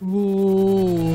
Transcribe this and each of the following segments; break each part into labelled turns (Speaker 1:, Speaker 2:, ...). Speaker 1: Uh,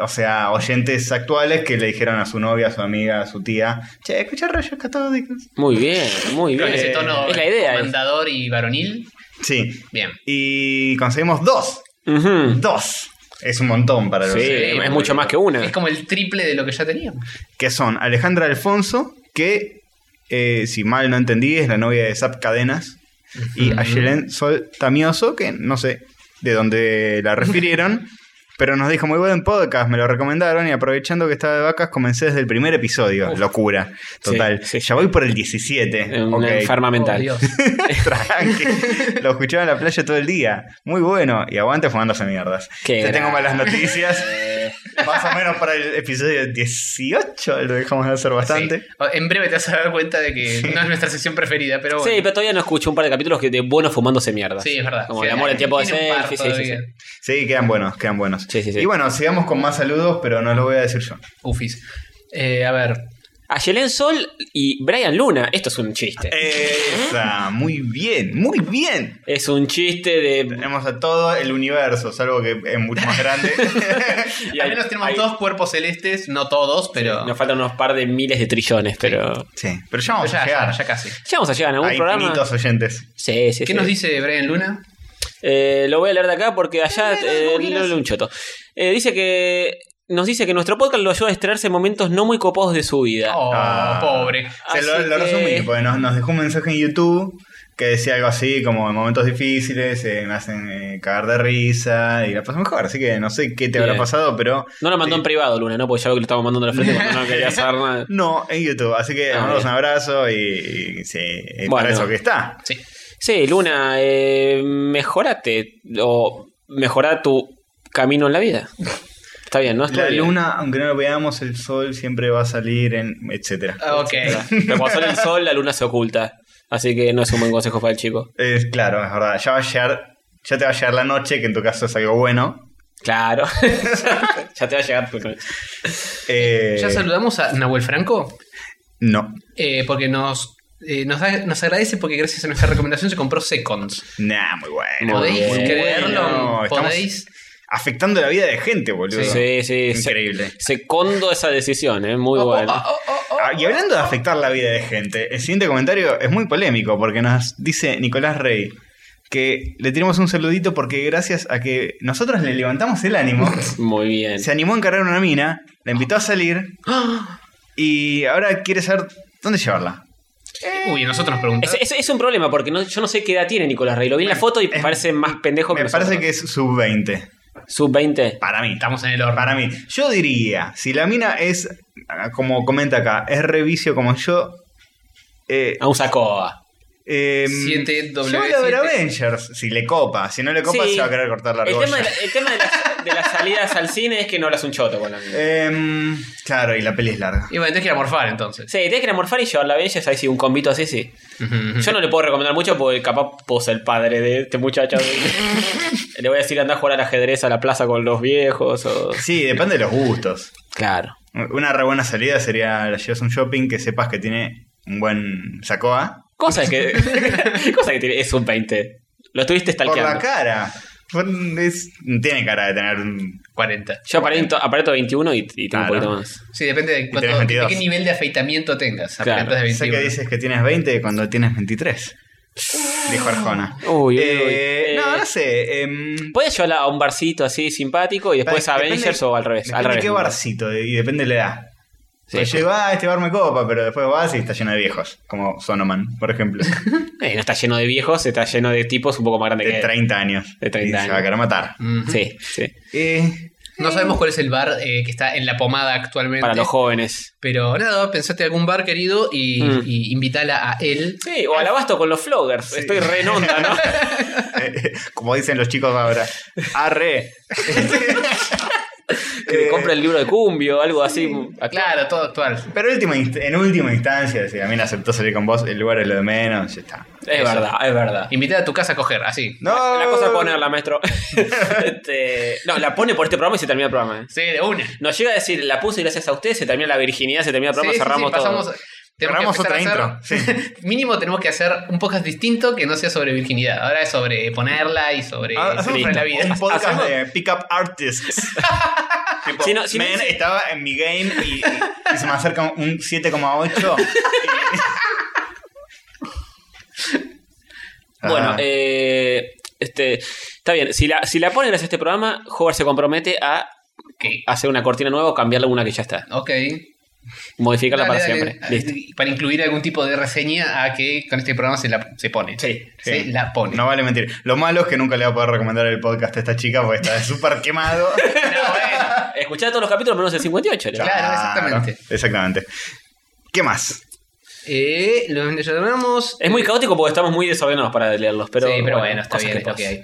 Speaker 2: o sea, oyentes actuales que le dijeron a su novia, a su amiga, a su tía, che, escucha rayos catódicos.
Speaker 3: Muy bien, muy
Speaker 4: Con
Speaker 3: bien.
Speaker 4: ese tono
Speaker 3: es la idea. eh. es.
Speaker 4: mandador y varonil.
Speaker 2: Sí,
Speaker 4: Bien.
Speaker 2: y conseguimos dos.
Speaker 3: Ujú.
Speaker 2: Dos. Es un montón para los
Speaker 3: Sí,
Speaker 2: oyentes.
Speaker 3: es mucho más que una.
Speaker 4: Eh, Es como el triple de lo que ya teníamos.
Speaker 2: que son Alejandra Alfonso, que eh, si mal no entendí es la novia de Zap Cadenas, y Ayelen Sol Tamioso, que no sé de dónde la refirieron, pero nos dijo muy buen podcast, me lo recomendaron y aprovechando que estaba de vacas comencé desde el primer episodio, locura, total,
Speaker 3: Sí, sí.
Speaker 2: ya voy por el 17,
Speaker 3: Una
Speaker 2: ok.
Speaker 3: enferma mental.
Speaker 4: Oh, Dios.
Speaker 2: Tranqui. lo escuchaba en la playa todo el día, muy bueno, y aguante fumándose mierdas.
Speaker 3: Qué
Speaker 2: Te tengo
Speaker 3: gran-
Speaker 2: malas noticias. Más o menos para el episodio 18 lo dejamos de hacer bastante.
Speaker 4: Sí. En breve te vas a dar cuenta de que no es nuestra sección preferida, pero
Speaker 3: Sí,
Speaker 4: bueno.
Speaker 3: pero todavía no escuché un par de capítulos que de buenos fumándose mierda.
Speaker 4: Sí, es verdad.
Speaker 3: Como
Speaker 4: Sí,
Speaker 3: el amor en tiempo de
Speaker 4: tiene un par
Speaker 3: selfie. Sí, sí, sí.
Speaker 4: todavía.
Speaker 2: Sí, quedan buenos, quedan buenos.
Speaker 3: Sí, sí, sí.
Speaker 2: Y bueno, sigamos con más saludos, pero no lo voy a decir yo.
Speaker 4: Ufis. Eh, a ver.
Speaker 3: a Yelén Sol y Brian Luna. Esto es un chiste.
Speaker 2: Esa, muy bien, muy bien.
Speaker 3: Es un chiste de.
Speaker 2: Tenemos a todo el universo, salvo que es mucho más grande.
Speaker 3: y
Speaker 4: Al
Speaker 3: hay-
Speaker 4: menos tenemos
Speaker 3: hay-
Speaker 4: dos cuerpos celestes, no todos, pero.
Speaker 3: Nos faltan unos par de miles de trillones, pero.
Speaker 2: sí, pero ya vamos
Speaker 4: ya,
Speaker 2: a llegar.
Speaker 4: ya, ya casi.
Speaker 3: Ya vamos a llegar a algún
Speaker 2: Hay
Speaker 3: programa.
Speaker 2: infinitos oyentes.
Speaker 3: Sí, sí,
Speaker 4: ¿Qué
Speaker 3: sí.
Speaker 4: nos dice Brian Luna?
Speaker 3: Eh, lo voy a leer de acá porque allá
Speaker 4: No, no, no,
Speaker 3: eh,
Speaker 4: no,
Speaker 3: no
Speaker 4: no.
Speaker 3: leo un choto. Eh, dice que. Nos dice que nuestro podcast lo ayuda a distraerse en momentos no muy copados de su vida.
Speaker 4: Oh,
Speaker 2: Ah.
Speaker 4: pobre.
Speaker 2: Se lo,
Speaker 3: Así
Speaker 2: lo
Speaker 3: que-
Speaker 2: resumí, porque nos, nos dejó un mensaje en YouTube que decía algo así, como en momentos difíciles eh, me hacen eh, cagar de risa y la paso mejor. Así que no sé qué te habrá
Speaker 3: Bien.
Speaker 2: pasado, pero
Speaker 3: No lo mandó
Speaker 2: Sí.
Speaker 3: en privado, Luna, ¿no? Porque ya veo que lo estaba mandando en la frente cuando no quería hacer nada.
Speaker 2: no, en YouTube. Así que
Speaker 3: Ah,
Speaker 2: mandamos un
Speaker 3: bien.
Speaker 2: abrazo y, y sí, es
Speaker 3: Bueno.
Speaker 2: para eso que está.
Speaker 4: Sí.
Speaker 3: Sí, Luna, eh, mejorate. O mejora tu camino en la vida. Está bien, ¿no? Está
Speaker 2: La
Speaker 3: bien.
Speaker 2: luna, aunque no lo veamos, el sol siempre va a salir en etcétera.
Speaker 4: Ok.
Speaker 3: Pero cuando sale el sol, la luna se oculta. Así que no es un buen consejo para el chico.
Speaker 2: Es claro, es verdad. Ya va a llegar, ya te va a llegar la noche, que en tu caso es algo bueno.
Speaker 3: Claro. ya te va a llegar. tu-
Speaker 2: Eh,
Speaker 4: Ya saludamos a Nahuel Franco,
Speaker 2: No,
Speaker 4: eh, porque nos, eh, nos, da- nos agradece porque gracias a nuestra recomendación se compró Seconds.
Speaker 2: nah, muy bueno.
Speaker 3: Muy
Speaker 4: ¿Podéis
Speaker 3: bien.
Speaker 4: creerlo?
Speaker 2: Bueno, estamos-
Speaker 4: ¿Podéis?
Speaker 2: Afectando la vida de gente, boludo.
Speaker 3: Sí, sí. se-
Speaker 2: Increíble.
Speaker 3: Secondo esa decisión, ¿eh? Muy buena.
Speaker 4: Oh, oh, oh,
Speaker 2: Ah, Y hablando de afectar la vida de gente, el siguiente comentario es muy polémico porque nos dice Nicolás Rey que le tenemos un saludito porque gracias a que nosotros le levantamos el ánimo,
Speaker 3: Muy bien.
Speaker 2: oh. se animó a encargar una mina, la invitó a salir
Speaker 4: oh.
Speaker 2: y ahora quiere saber dónde llevarla.
Speaker 4: Uy, nosotros nos preguntamos.
Speaker 3: Es, es- es un problema porque no- yo no sé qué edad tiene Nicolás Rey. Lo vi en la foto y
Speaker 2: es-
Speaker 3: parece más pendejo que
Speaker 2: Me parece
Speaker 3: nosotros.
Speaker 2: que es sub-20.
Speaker 3: Sub 20.
Speaker 2: Para mí.
Speaker 4: Estamos en el horno.
Speaker 2: Para mí. Yo diría, si la mina es, ah, como comenta acá, es revicio como yo. Eh,
Speaker 3: A un sacoa.
Speaker 2: eh,
Speaker 4: Siete W,
Speaker 2: llévala a ver
Speaker 4: siete.
Speaker 2: Avengers. Si le copa. Si no le copa,
Speaker 3: Sí.
Speaker 2: se va a querer cortar la
Speaker 3: El tema,
Speaker 2: argolla.
Speaker 3: de, la- el tema de las, de las salidas al cine es que no hablas un choto con la mina.
Speaker 2: Em, claro, y la peli es larga.
Speaker 4: Y bueno, tenés que ir a morfar entonces.
Speaker 3: Sí, tenés que enamorfar y llevarla a Bella, ahí sí, un combito así, sí.
Speaker 4: Ujú,
Speaker 3: Yo no le puedo recomendar mucho porque capaz pose el padre de este muchacho. le voy a decir anda a jugar al ajedrez a la plaza con los viejos o...
Speaker 2: Sí, depende de los gustos.
Speaker 3: Claro.
Speaker 2: Una re buena salida sería la llevas a un shopping que sepas que tiene un buen sacoa.
Speaker 3: Cosa que... cosa que tiene... Es un 20. Lo estuviste
Speaker 2: Por la
Speaker 3: stalkeando.
Speaker 2: cara. Son- es- tiene cara de tener un
Speaker 4: 40.
Speaker 3: Yo aparento, aparento 21 y, y tengo
Speaker 2: Claro.
Speaker 3: un poquito más.
Speaker 4: Sí, depende de, cuánto-
Speaker 2: tenés 22.
Speaker 4: de qué nivel de afeitamiento tengas.
Speaker 3: Claro.
Speaker 4: Aparentas de
Speaker 2: Sé que
Speaker 4: 21.
Speaker 2: dices que tienes 20 cuando tienes 23. Dijo Arjona.
Speaker 3: Uy, uy, uy.
Speaker 2: Eh, No,
Speaker 3: Eh,
Speaker 2: no sé. em,
Speaker 3: Puedes llevarla a un barcito así simpático y después a
Speaker 2: depende-
Speaker 3: Avengers o al revés.
Speaker 2: depende
Speaker 3: Al revés.
Speaker 2: qué
Speaker 3: ¿no?
Speaker 2: barcito y depende de la edad.
Speaker 3: Sí.
Speaker 2: Pues llegó a este bar me copa, pero después vas y está lleno de viejos. Como Sonoman, por ejemplo.
Speaker 3: Eh, no está lleno de viejos, está lleno de tipos un poco más grandes que
Speaker 2: De
Speaker 3: él.
Speaker 2: 30 años.
Speaker 3: De 30
Speaker 2: Y Se va a
Speaker 3: años.
Speaker 2: querer matar.
Speaker 4: Ujú.
Speaker 3: Sí, sí.
Speaker 2: Eh,
Speaker 4: No sabemos cuál es el bar eh, que está en la pomada actualmente.
Speaker 3: Para los jóvenes.
Speaker 4: Pero nada, pensate algún bar querido y,
Speaker 3: Mm.
Speaker 4: y invitala a él.
Speaker 3: Sí, o al abasto con los floggers. Estoy re en onda, ¿no?
Speaker 2: como dicen los chicos ahora. Arre.
Speaker 3: que me compre el libro de Cumbio, algo así.
Speaker 4: Ah, Claro, todo actual.
Speaker 2: Pero última inst- en última instancia, si a mí aceptó salir con vos, el lugar es lo de menos, ya está.
Speaker 3: Es verdad, es verdad.
Speaker 4: Invítala a tu casa a coger, así.
Speaker 2: No.
Speaker 3: La cosa es ponerla, maestro. Este, no, la pone por este programa y se termina el programa. ¿eh?
Speaker 4: Sí, de una.
Speaker 3: Nos llega a decir, la puse gracias a usted, se termina la virginidad, se termina el programa,
Speaker 4: Sí, sí,
Speaker 3: cerramos
Speaker 4: sí, pasamos-
Speaker 3: todo.
Speaker 4: tenemos
Speaker 2: Cerramos
Speaker 4: que empezar
Speaker 2: otra
Speaker 4: a hacer- Mínimo tenemos que hacer un podcast distinto que no sea sobre virginidad. Ahora es sobre ponerla y sobre,
Speaker 2: Ah, hacemos
Speaker 4: sobre la
Speaker 2: un,
Speaker 4: vida.
Speaker 2: un podcast
Speaker 3: Hacemos-
Speaker 2: de pickup artists. Tipo,
Speaker 3: Si no- si no
Speaker 2: man,
Speaker 3: dice-
Speaker 2: estaba en mi game y, y se me acerca un 7,8. Y-
Speaker 3: Bueno,
Speaker 2: Ah,
Speaker 3: eh, este, está bien. Si la, si la pone gracias a este programa, Howard se compromete a
Speaker 4: Ok.
Speaker 3: hacer una cortina nueva o cambiarle una que ya está.
Speaker 4: Ok.
Speaker 3: Modificarla
Speaker 4: Dale,
Speaker 3: para
Speaker 4: dale.
Speaker 3: siempre.
Speaker 4: Ah,
Speaker 3: Listo.
Speaker 4: y Para incluir algún tipo de reseña a que con este programa se la se pone.
Speaker 3: Sí,
Speaker 4: Se
Speaker 2: sí.
Speaker 4: la pone.
Speaker 2: No vale mentir. Lo malo es que nunca le voy a poder recomendar el podcast a esta chica porque está súper quemado.
Speaker 4: No, bueno.
Speaker 3: Escuchá todos los capítulos menos el 58. ¿no?
Speaker 4: Claro, exactamente.
Speaker 2: Exactamente. ¿Qué más?
Speaker 4: Eh, lo llamamos.
Speaker 3: Es muy caótico porque estamos muy desordenados para leerlos, pero,
Speaker 4: sí, pero bueno, está
Speaker 3: cosas
Speaker 4: bien,
Speaker 3: que
Speaker 4: es lo que
Speaker 3: pasan.
Speaker 4: hay.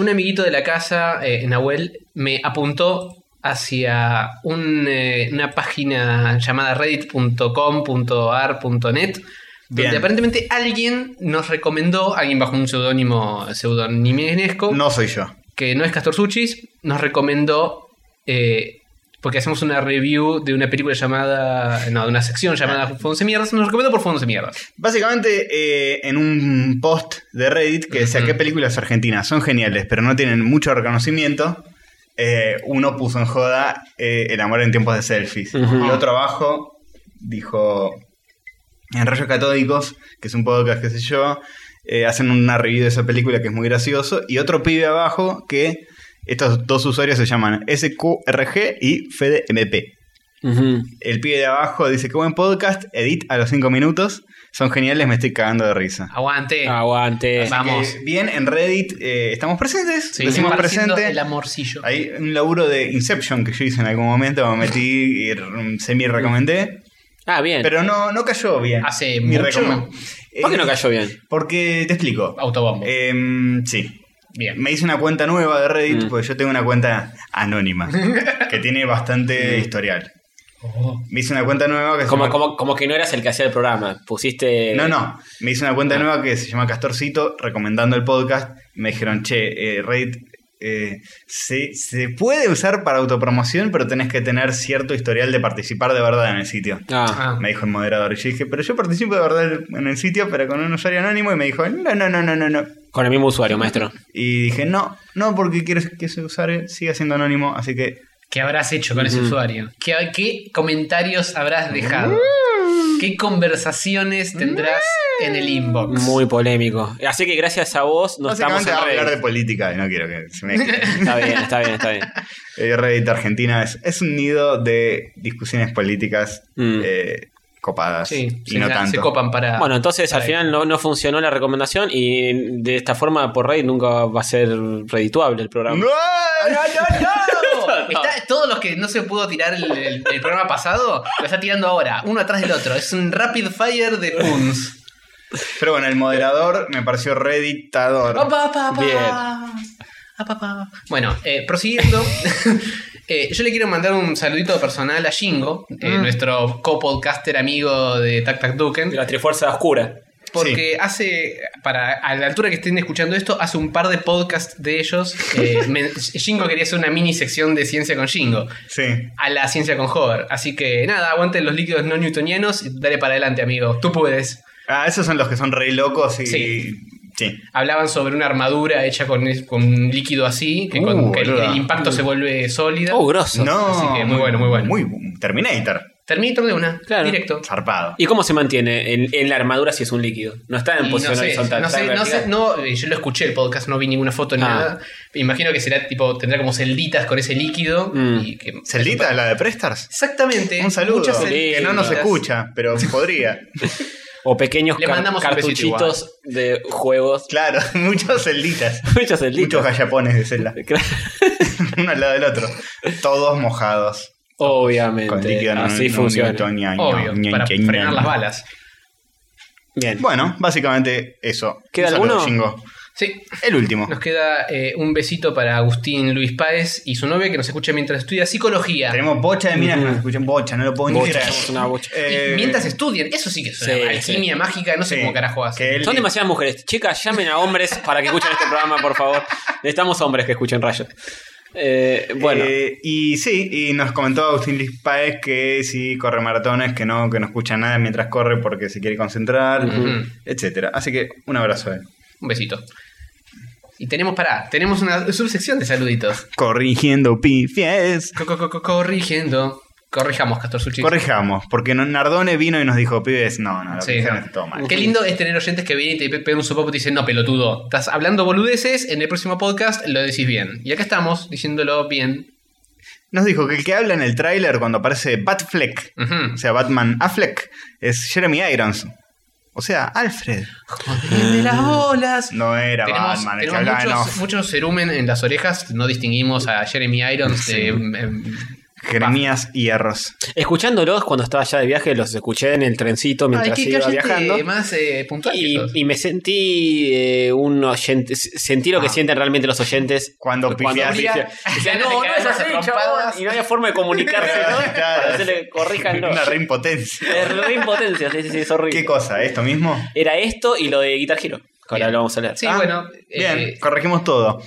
Speaker 4: Un amiguito de la casa, eh, Nahuel, me apuntó hacia un, eh, una página llamada reddit.com.ar.net, donde
Speaker 2: Bien.
Speaker 4: aparentemente alguien nos recomendó, alguien bajo un seudónimo pseudoniminesco,
Speaker 2: No soy yo.
Speaker 4: que no es Castor Suchis, nos recomendó eh, porque hacemos una review de una película llamada, no, de una sección llamada
Speaker 2: Ah.
Speaker 4: Fonse Mierdas, nos recomiendo por Fonse Mierdas.
Speaker 2: Básicamente, eh, en un post de Reddit que decía qué películas argentinas son geniales, pero no tienen mucho reconocimiento, eh, uno puso en joda eh, El amor en tiempos de selfies. Y otro abajo dijo, en Rayos Catódicos, que es un podcast, qué sé yo, eh, hacen una review de esa película que es muy gracioso. Y otro pibe abajo que estos dos usuarios se llaman SQRG y FedeMP. El pibe de abajo dice, qué buen podcast, edit a los 5 minutos, son geniales, me estoy cagando de risa.
Speaker 4: Aguante.
Speaker 2: Ah,
Speaker 3: Aguante.
Speaker 4: Va- Vamos.
Speaker 2: Que bien, en Reddit eh, estamos presentes,
Speaker 4: Sí,
Speaker 2: decimos
Speaker 4: Pareciendo
Speaker 2: presente.
Speaker 4: El amorcillo.
Speaker 2: Hay un laburo de Inception que yo hice en algún momento, me metí y r- semi-recomendé,
Speaker 3: Ah, bien. Ah,
Speaker 2: pero no, no cayó bien.
Speaker 4: Hace
Speaker 2: Mi
Speaker 4: mucho.
Speaker 2: recome-
Speaker 3: ¿Por qué no
Speaker 2: Eh,
Speaker 3: cayó Ah, bien?
Speaker 2: Porque, te explico.
Speaker 4: Autobombo.
Speaker 2: Em, sí.
Speaker 4: Bien.
Speaker 2: Me hice una cuenta nueva de Reddit,
Speaker 3: Mm.
Speaker 2: porque yo tengo una cuenta anónima, que tiene bastante historial.
Speaker 4: Oh.
Speaker 2: Me hice una cuenta nueva que se
Speaker 3: Mm. Como,
Speaker 2: llama-
Speaker 3: como, como que no eras el que hacía el programa. Pusiste.
Speaker 2: No, no. Me hice una cuenta
Speaker 3: Ah.
Speaker 2: nueva que se llama Castorcito, recomendando el podcast. Me dijeron, che, eh, Reddit eh, se, se puede usar para autopromoción, pero tenés que tener cierto historial de participar de verdad en el sitio.
Speaker 3: Ah.
Speaker 4: Ah.
Speaker 2: Me dijo el moderador. Y yo dije, pero yo participo de verdad en el sitio, pero con un usuario anónimo. Y me dijo, no, no, no, no, no, no.
Speaker 3: Con el mismo usuario, maestro.
Speaker 2: Y dije, no, no, porque quiero que ese usuario siga siendo anónimo, así que
Speaker 4: ¿Qué habrás hecho con ese usuario? ¿Qué, qué comentarios habrás dejado?
Speaker 3: Mm.
Speaker 4: ¿Qué conversaciones tendrás en el inbox?
Speaker 3: Muy polémico. Así que gracias a vos nos estamos
Speaker 2: básicamente
Speaker 3: en
Speaker 2: va a hablar de
Speaker 3: Reddit.
Speaker 2: política y no quiero que se me...
Speaker 3: Está bien, está bien, está bien.
Speaker 2: Eh, Reddit Argentina es, es un nido de discusiones políticas
Speaker 3: Mm.
Speaker 2: eh, copadas.
Speaker 4: Sí,
Speaker 2: y
Speaker 4: se,
Speaker 2: no
Speaker 4: se
Speaker 2: tanto.
Speaker 4: copan para.
Speaker 3: Bueno, entonces al
Speaker 4: Ahí.
Speaker 3: final no, no funcionó la recomendación y de esta forma por Reddit nunca va a ser redituable el programa.
Speaker 2: ¡No!
Speaker 4: Está- todos los que no se pudo tirar el, el- el programa pasado, lo está tirando ahora, uno atrás del otro. Es un rapid fire de puns.
Speaker 2: Pero bueno, el moderador me pareció reditador.
Speaker 4: Papá, papá.
Speaker 3: Bien.
Speaker 4: Ah, papá. Bueno, eh, prosiguiendo, eh, yo le quiero mandar un saludito personal a Jingo, eh, nuestro co-podcaster amigo de Tac Tac Duken.
Speaker 3: De la Trifuerza Oscura.
Speaker 4: Porque hace, para a la altura que estén escuchando esto, hace un par de podcasts de ellos. eh, men- Jingo quería hacer una mini sección de ciencia con Jingo,
Speaker 2: Sí.
Speaker 4: a la ciencia con Hover. Así que nada, aguanten los líquidos no newtonianos y dale para adelante, amigo. Tú puedes.
Speaker 2: Ah, esos son los que son re locos y.
Speaker 4: Sí.
Speaker 2: Sí.
Speaker 4: Hablaban sobre una armadura hecha con, con un líquido así, que, con,
Speaker 2: Uh,
Speaker 4: que el,
Speaker 2: boluda.
Speaker 4: el impacto se vuelve sólida.
Speaker 3: Oh, grosso.
Speaker 2: No.
Speaker 4: así que muy bueno, muy bueno.
Speaker 2: Muy Terminator.
Speaker 4: Terminator de una,
Speaker 3: Claro.
Speaker 4: directo.
Speaker 2: Zarpado.
Speaker 3: ¿Y cómo se mantiene en, en la armadura si es un líquido? No está en
Speaker 4: Y
Speaker 3: posición
Speaker 4: no sé,
Speaker 3: horizontal.
Speaker 4: No
Speaker 3: está
Speaker 4: sé,
Speaker 3: en
Speaker 4: no sé,
Speaker 3: vertical.
Speaker 4: no, eh, yo lo escuché el podcast, no vi ninguna foto ni
Speaker 3: Ah.
Speaker 4: nada. Me imagino que será tipo, tendrá como celditas con ese líquido.
Speaker 3: Mm.
Speaker 4: y que-
Speaker 2: ¿Celdita, la de Prestars?
Speaker 4: Exactamente.
Speaker 2: Un saludo.
Speaker 4: Muchas
Speaker 2: Que no nos
Speaker 4: celditas.
Speaker 2: escucha, pero podría.
Speaker 3: O pequeños
Speaker 4: Le
Speaker 3: car-
Speaker 4: mandamos un besito
Speaker 3: cartuchitos de juegos.
Speaker 2: Claro, muchos celditas.
Speaker 3: Muchos
Speaker 2: Muchos
Speaker 3: celditos.
Speaker 2: gallapones de celda.
Speaker 3: Claro.
Speaker 2: Uno al lado del otro. Todos mojados.
Speaker 3: Obviamente.
Speaker 2: Con líquido no-
Speaker 3: Así
Speaker 2: no-
Speaker 3: funciona.
Speaker 2: newtoniano.
Speaker 4: Este, Obvio,
Speaker 2: Ña,
Speaker 4: para
Speaker 2: ña, ña,
Speaker 4: frenar
Speaker 2: ña.
Speaker 4: las balas.
Speaker 3: Bien.
Speaker 2: Bueno, básicamente eso.
Speaker 3: ¿Queda
Speaker 2: Un saludo,
Speaker 3: alguno?
Speaker 2: Chingo.
Speaker 4: Sí,
Speaker 2: El último.
Speaker 4: nos queda eh, un besito para Agustín Luis Páez y su novia que nos escucha mientras estudia psicología.
Speaker 2: Tenemos bocha de minas que nos escuchan bocha, no lo puedo ni
Speaker 3: Bocha,
Speaker 2: creer.
Speaker 3: somos una bocha.
Speaker 4: Y
Speaker 2: Eh,
Speaker 4: mientras estudian, eso sí que es una
Speaker 3: sí,
Speaker 4: alquimia mágica, no sé
Speaker 2: sí,
Speaker 4: cómo carajo
Speaker 2: que
Speaker 4: hace.
Speaker 2: él-
Speaker 3: Son demasiadas mujeres. Chicas, llamen a hombres para que escuchen este programa, por favor. Necesitamos hombres que escuchen rayos. Eh, bueno.
Speaker 2: eh, y sí, y nos comentó Agustín Luis Páez que sí corre maratones, que no, que no escucha nada mientras corre porque se quiere concentrar,
Speaker 4: Ujú.
Speaker 2: etcétera. Así que un abrazo a él.
Speaker 4: Un besito. Y tenemos, pará, tenemos una subsección de saluditos.
Speaker 2: Corrigiendo pifies.
Speaker 4: Co- co- co- Corrigiendo. Corrijamos, Castor Suchi.
Speaker 2: Corrijamos, porque no- Nardone vino y nos dijo, pibes, no, no, lo
Speaker 4: Sí,
Speaker 2: que dijeron
Speaker 4: no.
Speaker 2: está todo mal.
Speaker 4: Qué lindo es tener oyentes que vienen y te pegan un sopapo y te dicen, no, pelotudo, estás hablando boludeces, en el próximo podcast lo decís bien. Y acá estamos, diciéndolo bien.
Speaker 2: Nos dijo que el que habla en el tráiler cuando aparece Batfleck,
Speaker 4: Ujú.
Speaker 2: o sea, Batman Affleck, es Jeremy Irons. O sea, Alfred.
Speaker 4: Joder, las bolas.
Speaker 2: No era
Speaker 4: Tenemos,
Speaker 2: Batman, el que
Speaker 4: tenemos
Speaker 2: hablaba en
Speaker 4: muchos,
Speaker 2: off.
Speaker 4: muchos cerumen en las orejas, no distinguimos a Jeremy Irons de... em, em,
Speaker 2: Jeremías Hierros.
Speaker 3: Escuchándolos cuando estaba ya de viaje, los escuché en el trencito
Speaker 4: Ay,
Speaker 3: mientras
Speaker 4: qué
Speaker 3: iba
Speaker 4: cállate,
Speaker 3: viajando.
Speaker 4: más eh, puntual que
Speaker 3: Y,
Speaker 4: sos.
Speaker 3: y me sentí eh, un oyente, s- sentí lo que
Speaker 2: Ah.
Speaker 3: sienten realmente los oyentes
Speaker 2: Cuando pifias,
Speaker 3: pifia.
Speaker 2: dice.
Speaker 3: Decían,
Speaker 4: Ganas de
Speaker 3: no, no es
Speaker 4: cagarnos a
Speaker 3: así,
Speaker 4: trompadas".
Speaker 3: chabón", Y no había forma de comunicarse, ¿no?
Speaker 2: Claro.
Speaker 3: Para hacerle, corríjanlo.
Speaker 2: Una reimpotencia.
Speaker 3: Es re impotencia, sí, sí, sí, es horrible.
Speaker 2: ¿Qué cosa? ¿Esto mismo?
Speaker 3: Era esto y lo de Guitar Hero. que Ahora
Speaker 4: Bien.
Speaker 3: lo vamos a leer.
Speaker 4: Sí,
Speaker 2: Ah,
Speaker 4: bueno. eh,
Speaker 2: Bien, corregimos todo.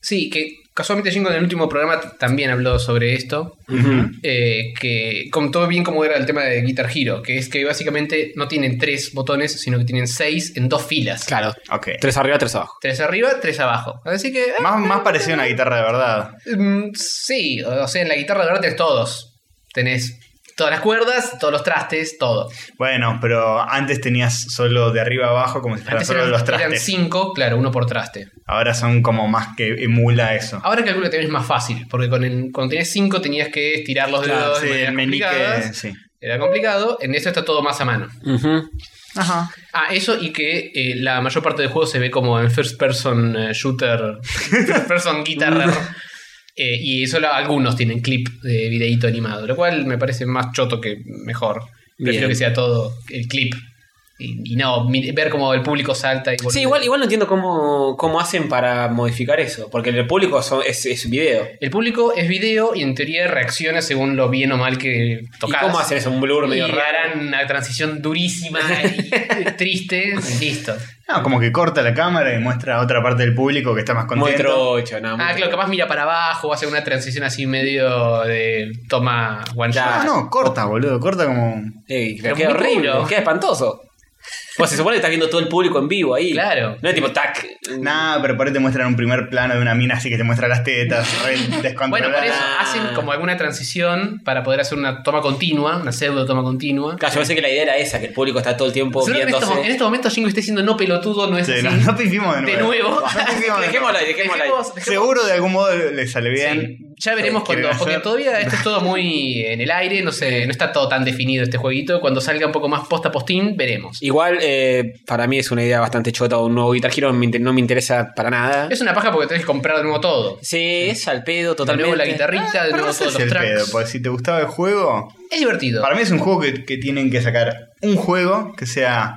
Speaker 4: Sí, que Casualmente Jingo en el último programa t- también habló sobre esto, eh, que contó bien cómo era el tema de Guitar Hero, que es que básicamente no tienen tres botones, sino que tienen seis en dos filas.
Speaker 3: Claro.
Speaker 2: Ok.
Speaker 3: Tres arriba, tres abajo.
Speaker 4: Tres arriba, tres abajo. Así que... eh,
Speaker 2: Más, más parecido a una guitarra de verdad.
Speaker 4: mm, sí, o sea, en la guitarra de verdad tenés todos. Tenés todas las cuerdas, todos los trastes, todo.
Speaker 2: Bueno, pero antes tenías solo de arriba a abajo como si fueran
Speaker 4: Antes
Speaker 2: solo
Speaker 4: eran,
Speaker 2: los
Speaker 4: eran
Speaker 2: trastes.
Speaker 4: cinco, claro, uno por traste.
Speaker 2: Ahora son como más que emula eso.
Speaker 4: Ahora calculo que tenés más fácil, porque con el, cuando tenías cinco tenías que estirar los dedos de
Speaker 2: Claro, sí,
Speaker 4: maneras
Speaker 2: el meñique,
Speaker 4: complicadas.
Speaker 2: sí.
Speaker 4: Era complicado, en eso está todo más a mano.
Speaker 3: Ujú.
Speaker 2: Ajá.
Speaker 4: Ah, eso y que eh, la mayor parte del juego se ve como en first person eh, shooter, first person guitarra. Eh, y solo algunos tienen clip de videíto animado, lo cual me parece más choto que mejor.
Speaker 3: Bien.
Speaker 4: Prefiero que sea todo el clip. Y, y no, mi- ver cómo el público salta y
Speaker 3: Sí, igual, igual no entiendo cómo, cómo hacen para modificar eso. Porque el público son- es, es video.
Speaker 4: El público es video y en teoría reacciona según lo bien o mal que tocas.
Speaker 3: ¿Y cómo hacen eso? Un blur medio
Speaker 4: Y
Speaker 3: raro.
Speaker 4: harán una transición durísima y triste. Listo.
Speaker 2: No, como que corta la cámara y muestra a otra parte del público que está más
Speaker 3: Muy
Speaker 2: contento.
Speaker 3: trocho, nada
Speaker 4: Ah,
Speaker 3: muy
Speaker 4: claro,
Speaker 3: trocho.
Speaker 4: capaz mira para abajo, hace una transición así medio de toma one
Speaker 3: Ya.
Speaker 4: shot.
Speaker 2: No, no, corta, boludo, corta como.
Speaker 3: Ey, pero
Speaker 4: Pero
Speaker 3: queda
Speaker 4: muy
Speaker 3: horrible,
Speaker 4: duro.
Speaker 3: queda espantoso. Pues se supone que estás viendo todo el público en vivo ahí.
Speaker 4: Claro.
Speaker 3: No es tipo tac.
Speaker 2: Nada, pero por ahí te muestran un primer plano de una mina así que te muestra las tetas, re
Speaker 4: Bueno,
Speaker 2: descontrolada.
Speaker 4: por eso hacen como alguna transición para poder hacer una toma continua, una pseudo toma continua.
Speaker 3: Claro, yo pensé que la idea era esa, que el público está todo el tiempo
Speaker 4: Solo que en estos, en
Speaker 3: viéndose.
Speaker 4: estos momentos Jingo esté siendo no pelotudo, no es
Speaker 2: Sí,
Speaker 4: así.
Speaker 2: no, no pifimos de nuevo.
Speaker 4: de nuevo.
Speaker 2: No pifimos de nuevo.
Speaker 3: Dejémosla ahí, dejémosla ahí.
Speaker 4: Dejemos- dejemos-
Speaker 2: Seguro de algún modo le sale bien.
Speaker 4: Sí, ya veremos
Speaker 2: Eh,
Speaker 4: cuando.
Speaker 2: quieren
Speaker 4: Porque
Speaker 2: hacer-
Speaker 4: todavía esto es todo muy en el aire, no sé, no está todo tan definido este jueguito. Cuando salga un poco más posta postín, veremos.
Speaker 3: Igual, eh, para mí es una idea bastante chota. Un nuevo Guitar Hero me inter- no me interesa para nada.
Speaker 4: Es una paja porque tenés que comprar de nuevo todo.
Speaker 3: Sí, es al pedo
Speaker 4: De
Speaker 3: totalmente.
Speaker 4: nuevo la guitarrita, de
Speaker 2: Ah, Pero
Speaker 4: nuevo
Speaker 2: no sé
Speaker 4: todos
Speaker 2: si
Speaker 4: los
Speaker 2: el pedo,
Speaker 4: tracks.
Speaker 2: porque si te gustaba el juego.
Speaker 4: Es divertido.
Speaker 2: Para mí es un juego que, que tienen que sacar un juego que sea.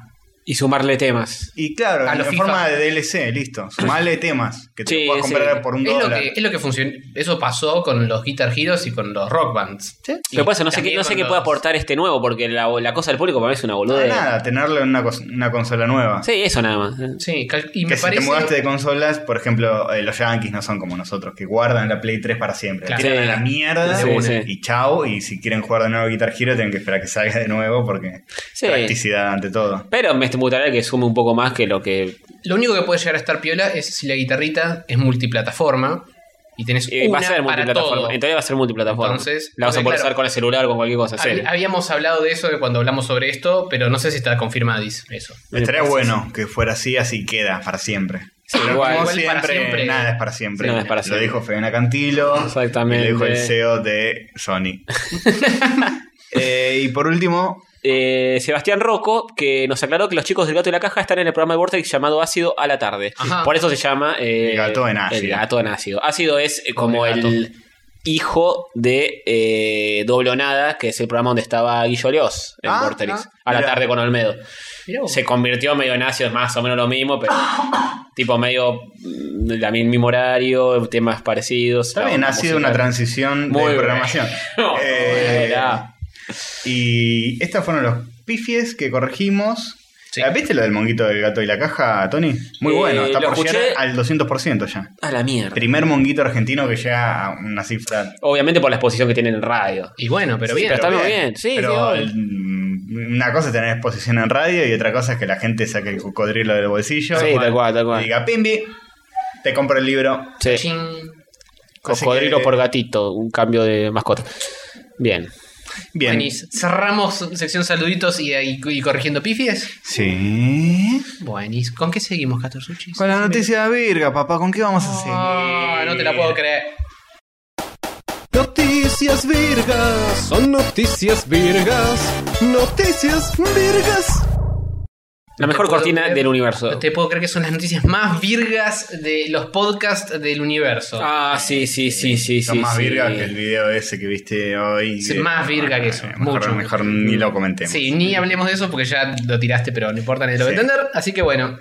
Speaker 3: Y sumarle temas.
Speaker 2: Y claro,
Speaker 4: A
Speaker 2: en
Speaker 4: los FIFA.
Speaker 2: forma de DLC, listo. Sumale temas que te
Speaker 3: Sí,
Speaker 2: lo puedas
Speaker 3: sí.
Speaker 2: comprar por un
Speaker 4: es lo,
Speaker 2: dólar.
Speaker 4: que, es lo que funciona. Eso pasó con los Guitar Heroes y con los Rock Bands. Y
Speaker 3: Pero por eso no sé, qué,
Speaker 4: también
Speaker 3: no sé
Speaker 4: con
Speaker 3: qué puede
Speaker 4: los-
Speaker 3: aportar este nuevo, porque la, la cosa del público para mí es una
Speaker 2: No,
Speaker 3: boluda.
Speaker 2: Ah, nada, tenerle una, cos- una consola nueva.
Speaker 3: Sí, eso nada más.
Speaker 4: Sí, cal- y
Speaker 2: que
Speaker 4: me
Speaker 2: si
Speaker 4: parece.
Speaker 2: te mudaste de consolas, por ejemplo, eh, los Yankees no son como nosotros, que guardan la Play 3 para siempre. La
Speaker 4: Claro.
Speaker 2: tiran
Speaker 3: Sí.
Speaker 2: a la mierda
Speaker 3: Sí, sí.
Speaker 2: y chao. Y si quieren jugar de nuevo Guitar Hero, tienen que esperar que salga de nuevo porque
Speaker 3: Sí.
Speaker 2: practicidad ante todo.
Speaker 3: Pero me gustaría que sume un poco más que lo que.
Speaker 4: Lo único que puede llegar a estar piola es si la guitarrita es multiplataforma y tenés
Speaker 3: eh,
Speaker 4: una
Speaker 3: va a ser
Speaker 4: para todo.
Speaker 3: multiplataforma. En teoría va a ser multiplataforma.
Speaker 4: Entonces,
Speaker 3: la vas a
Speaker 4: porque,
Speaker 3: poder
Speaker 4: claro,
Speaker 3: usar con el celular, con cualquier cosa. sí.
Speaker 4: Hab- Habíamos hablado de eso de cuando hablamos sobre esto, pero no sé si está confirmadis eso.
Speaker 3: Me
Speaker 2: Estaría
Speaker 3: parece
Speaker 2: bueno que fuera así, así queda para siempre.
Speaker 3: Sí,
Speaker 2: Pero
Speaker 3: igual.
Speaker 2: como
Speaker 4: Igual para
Speaker 2: siempre,
Speaker 4: siempre.
Speaker 2: nada es para siempre.
Speaker 3: Nada es para siempre.
Speaker 2: Lo dijo Fabiana Cantilo.
Speaker 3: Exactamente.
Speaker 2: y Lo dijo el CEO de Sony. Eh, y por último,
Speaker 3: Eh, Sebastián Rocco, que nos aclaró que los chicos del gato de la caja están en el programa de Vortex llamado Ácido a la tarde.
Speaker 4: Ajá.
Speaker 3: Por eso se llama eh,
Speaker 2: El gato en ácido.
Speaker 3: El gato en ácido. Ácido es eh, como
Speaker 4: Pobre gato.
Speaker 3: el hijo de eh, Doble o Nada, que es el programa donde estaba Guillo Leoz en
Speaker 2: Ah,
Speaker 3: Vortex,
Speaker 2: ah,
Speaker 3: a la
Speaker 2: mirá.
Speaker 3: tarde con Olmedo.
Speaker 4: Mirá vos.
Speaker 3: Se convirtió medio en ácido, es más o menos lo mismo, pero tipo medio mm, la mi- mismo horario, temas parecidos. la
Speaker 2: también
Speaker 3: onda
Speaker 2: ha sido una
Speaker 3: musical. Muy
Speaker 2: transición de
Speaker 3: buena.
Speaker 2: programación.
Speaker 3: No,
Speaker 2: Eh,
Speaker 3: era.
Speaker 2: Y estos fueron los pifies que corregimos.
Speaker 4: Sí.
Speaker 2: Ah, ¿Viste lo del monguito del gato y la caja, Tony? Muy
Speaker 3: Eh,
Speaker 2: bueno, está
Speaker 3: lo
Speaker 2: por
Speaker 3: escuché.
Speaker 2: llegar al 200% ya.
Speaker 3: A la mierda.
Speaker 2: Primer monguito argentino que llega a una cifra.
Speaker 3: Obviamente por la exposición que tienen en radio.
Speaker 4: Y bueno, pero
Speaker 2: Sí,
Speaker 4: bien.
Speaker 3: pero está muy bien. Sí, sí,
Speaker 2: pero
Speaker 3: obvio.
Speaker 2: mm, una cosa es tener exposición en radio y otra cosa es que la gente saque el cocodrilo del bolsillo
Speaker 3: Sí, tal cual, tal
Speaker 2: y
Speaker 3: cual.
Speaker 2: diga, Pimbi, te compro el libro.
Speaker 3: Sí.
Speaker 4: Ching.
Speaker 2: Así
Speaker 3: Cocodrilo
Speaker 2: que-
Speaker 3: por gatito, un cambio de mascota. Bien.
Speaker 2: Bien.
Speaker 4: Buenis. Cerramos sección saluditos y, y- y corrigiendo pifies.
Speaker 2: Sí.
Speaker 4: Buenis. ¿Con qué seguimos, Catorzuchis?
Speaker 2: Con la noticia virga, papá, ¿con qué vamos a seguir?
Speaker 4: Ah, no te la puedo creer.
Speaker 1: Noticias virgas, son noticias virgas, noticias virgas.
Speaker 3: La
Speaker 4: No te
Speaker 3: mejor
Speaker 4: puedo
Speaker 3: cortina
Speaker 4: creer.
Speaker 3: del universo.
Speaker 4: No te puedo creer que son las noticias más virgas de los podcasts del universo.
Speaker 3: Ah, sí, sí, sí, sí,
Speaker 2: Son
Speaker 3: sí.
Speaker 2: más
Speaker 3: sí.
Speaker 2: virga que el video ese que viste hoy.
Speaker 4: Es más virga que eso,
Speaker 2: eh, Mejor,
Speaker 4: mucho.
Speaker 2: mejor ni lo comentemos.
Speaker 4: Sí, ni hablemos de eso porque ya lo tiraste, pero no importa, nadie lo va a
Speaker 2: Sí.
Speaker 4: entender. Así que bueno,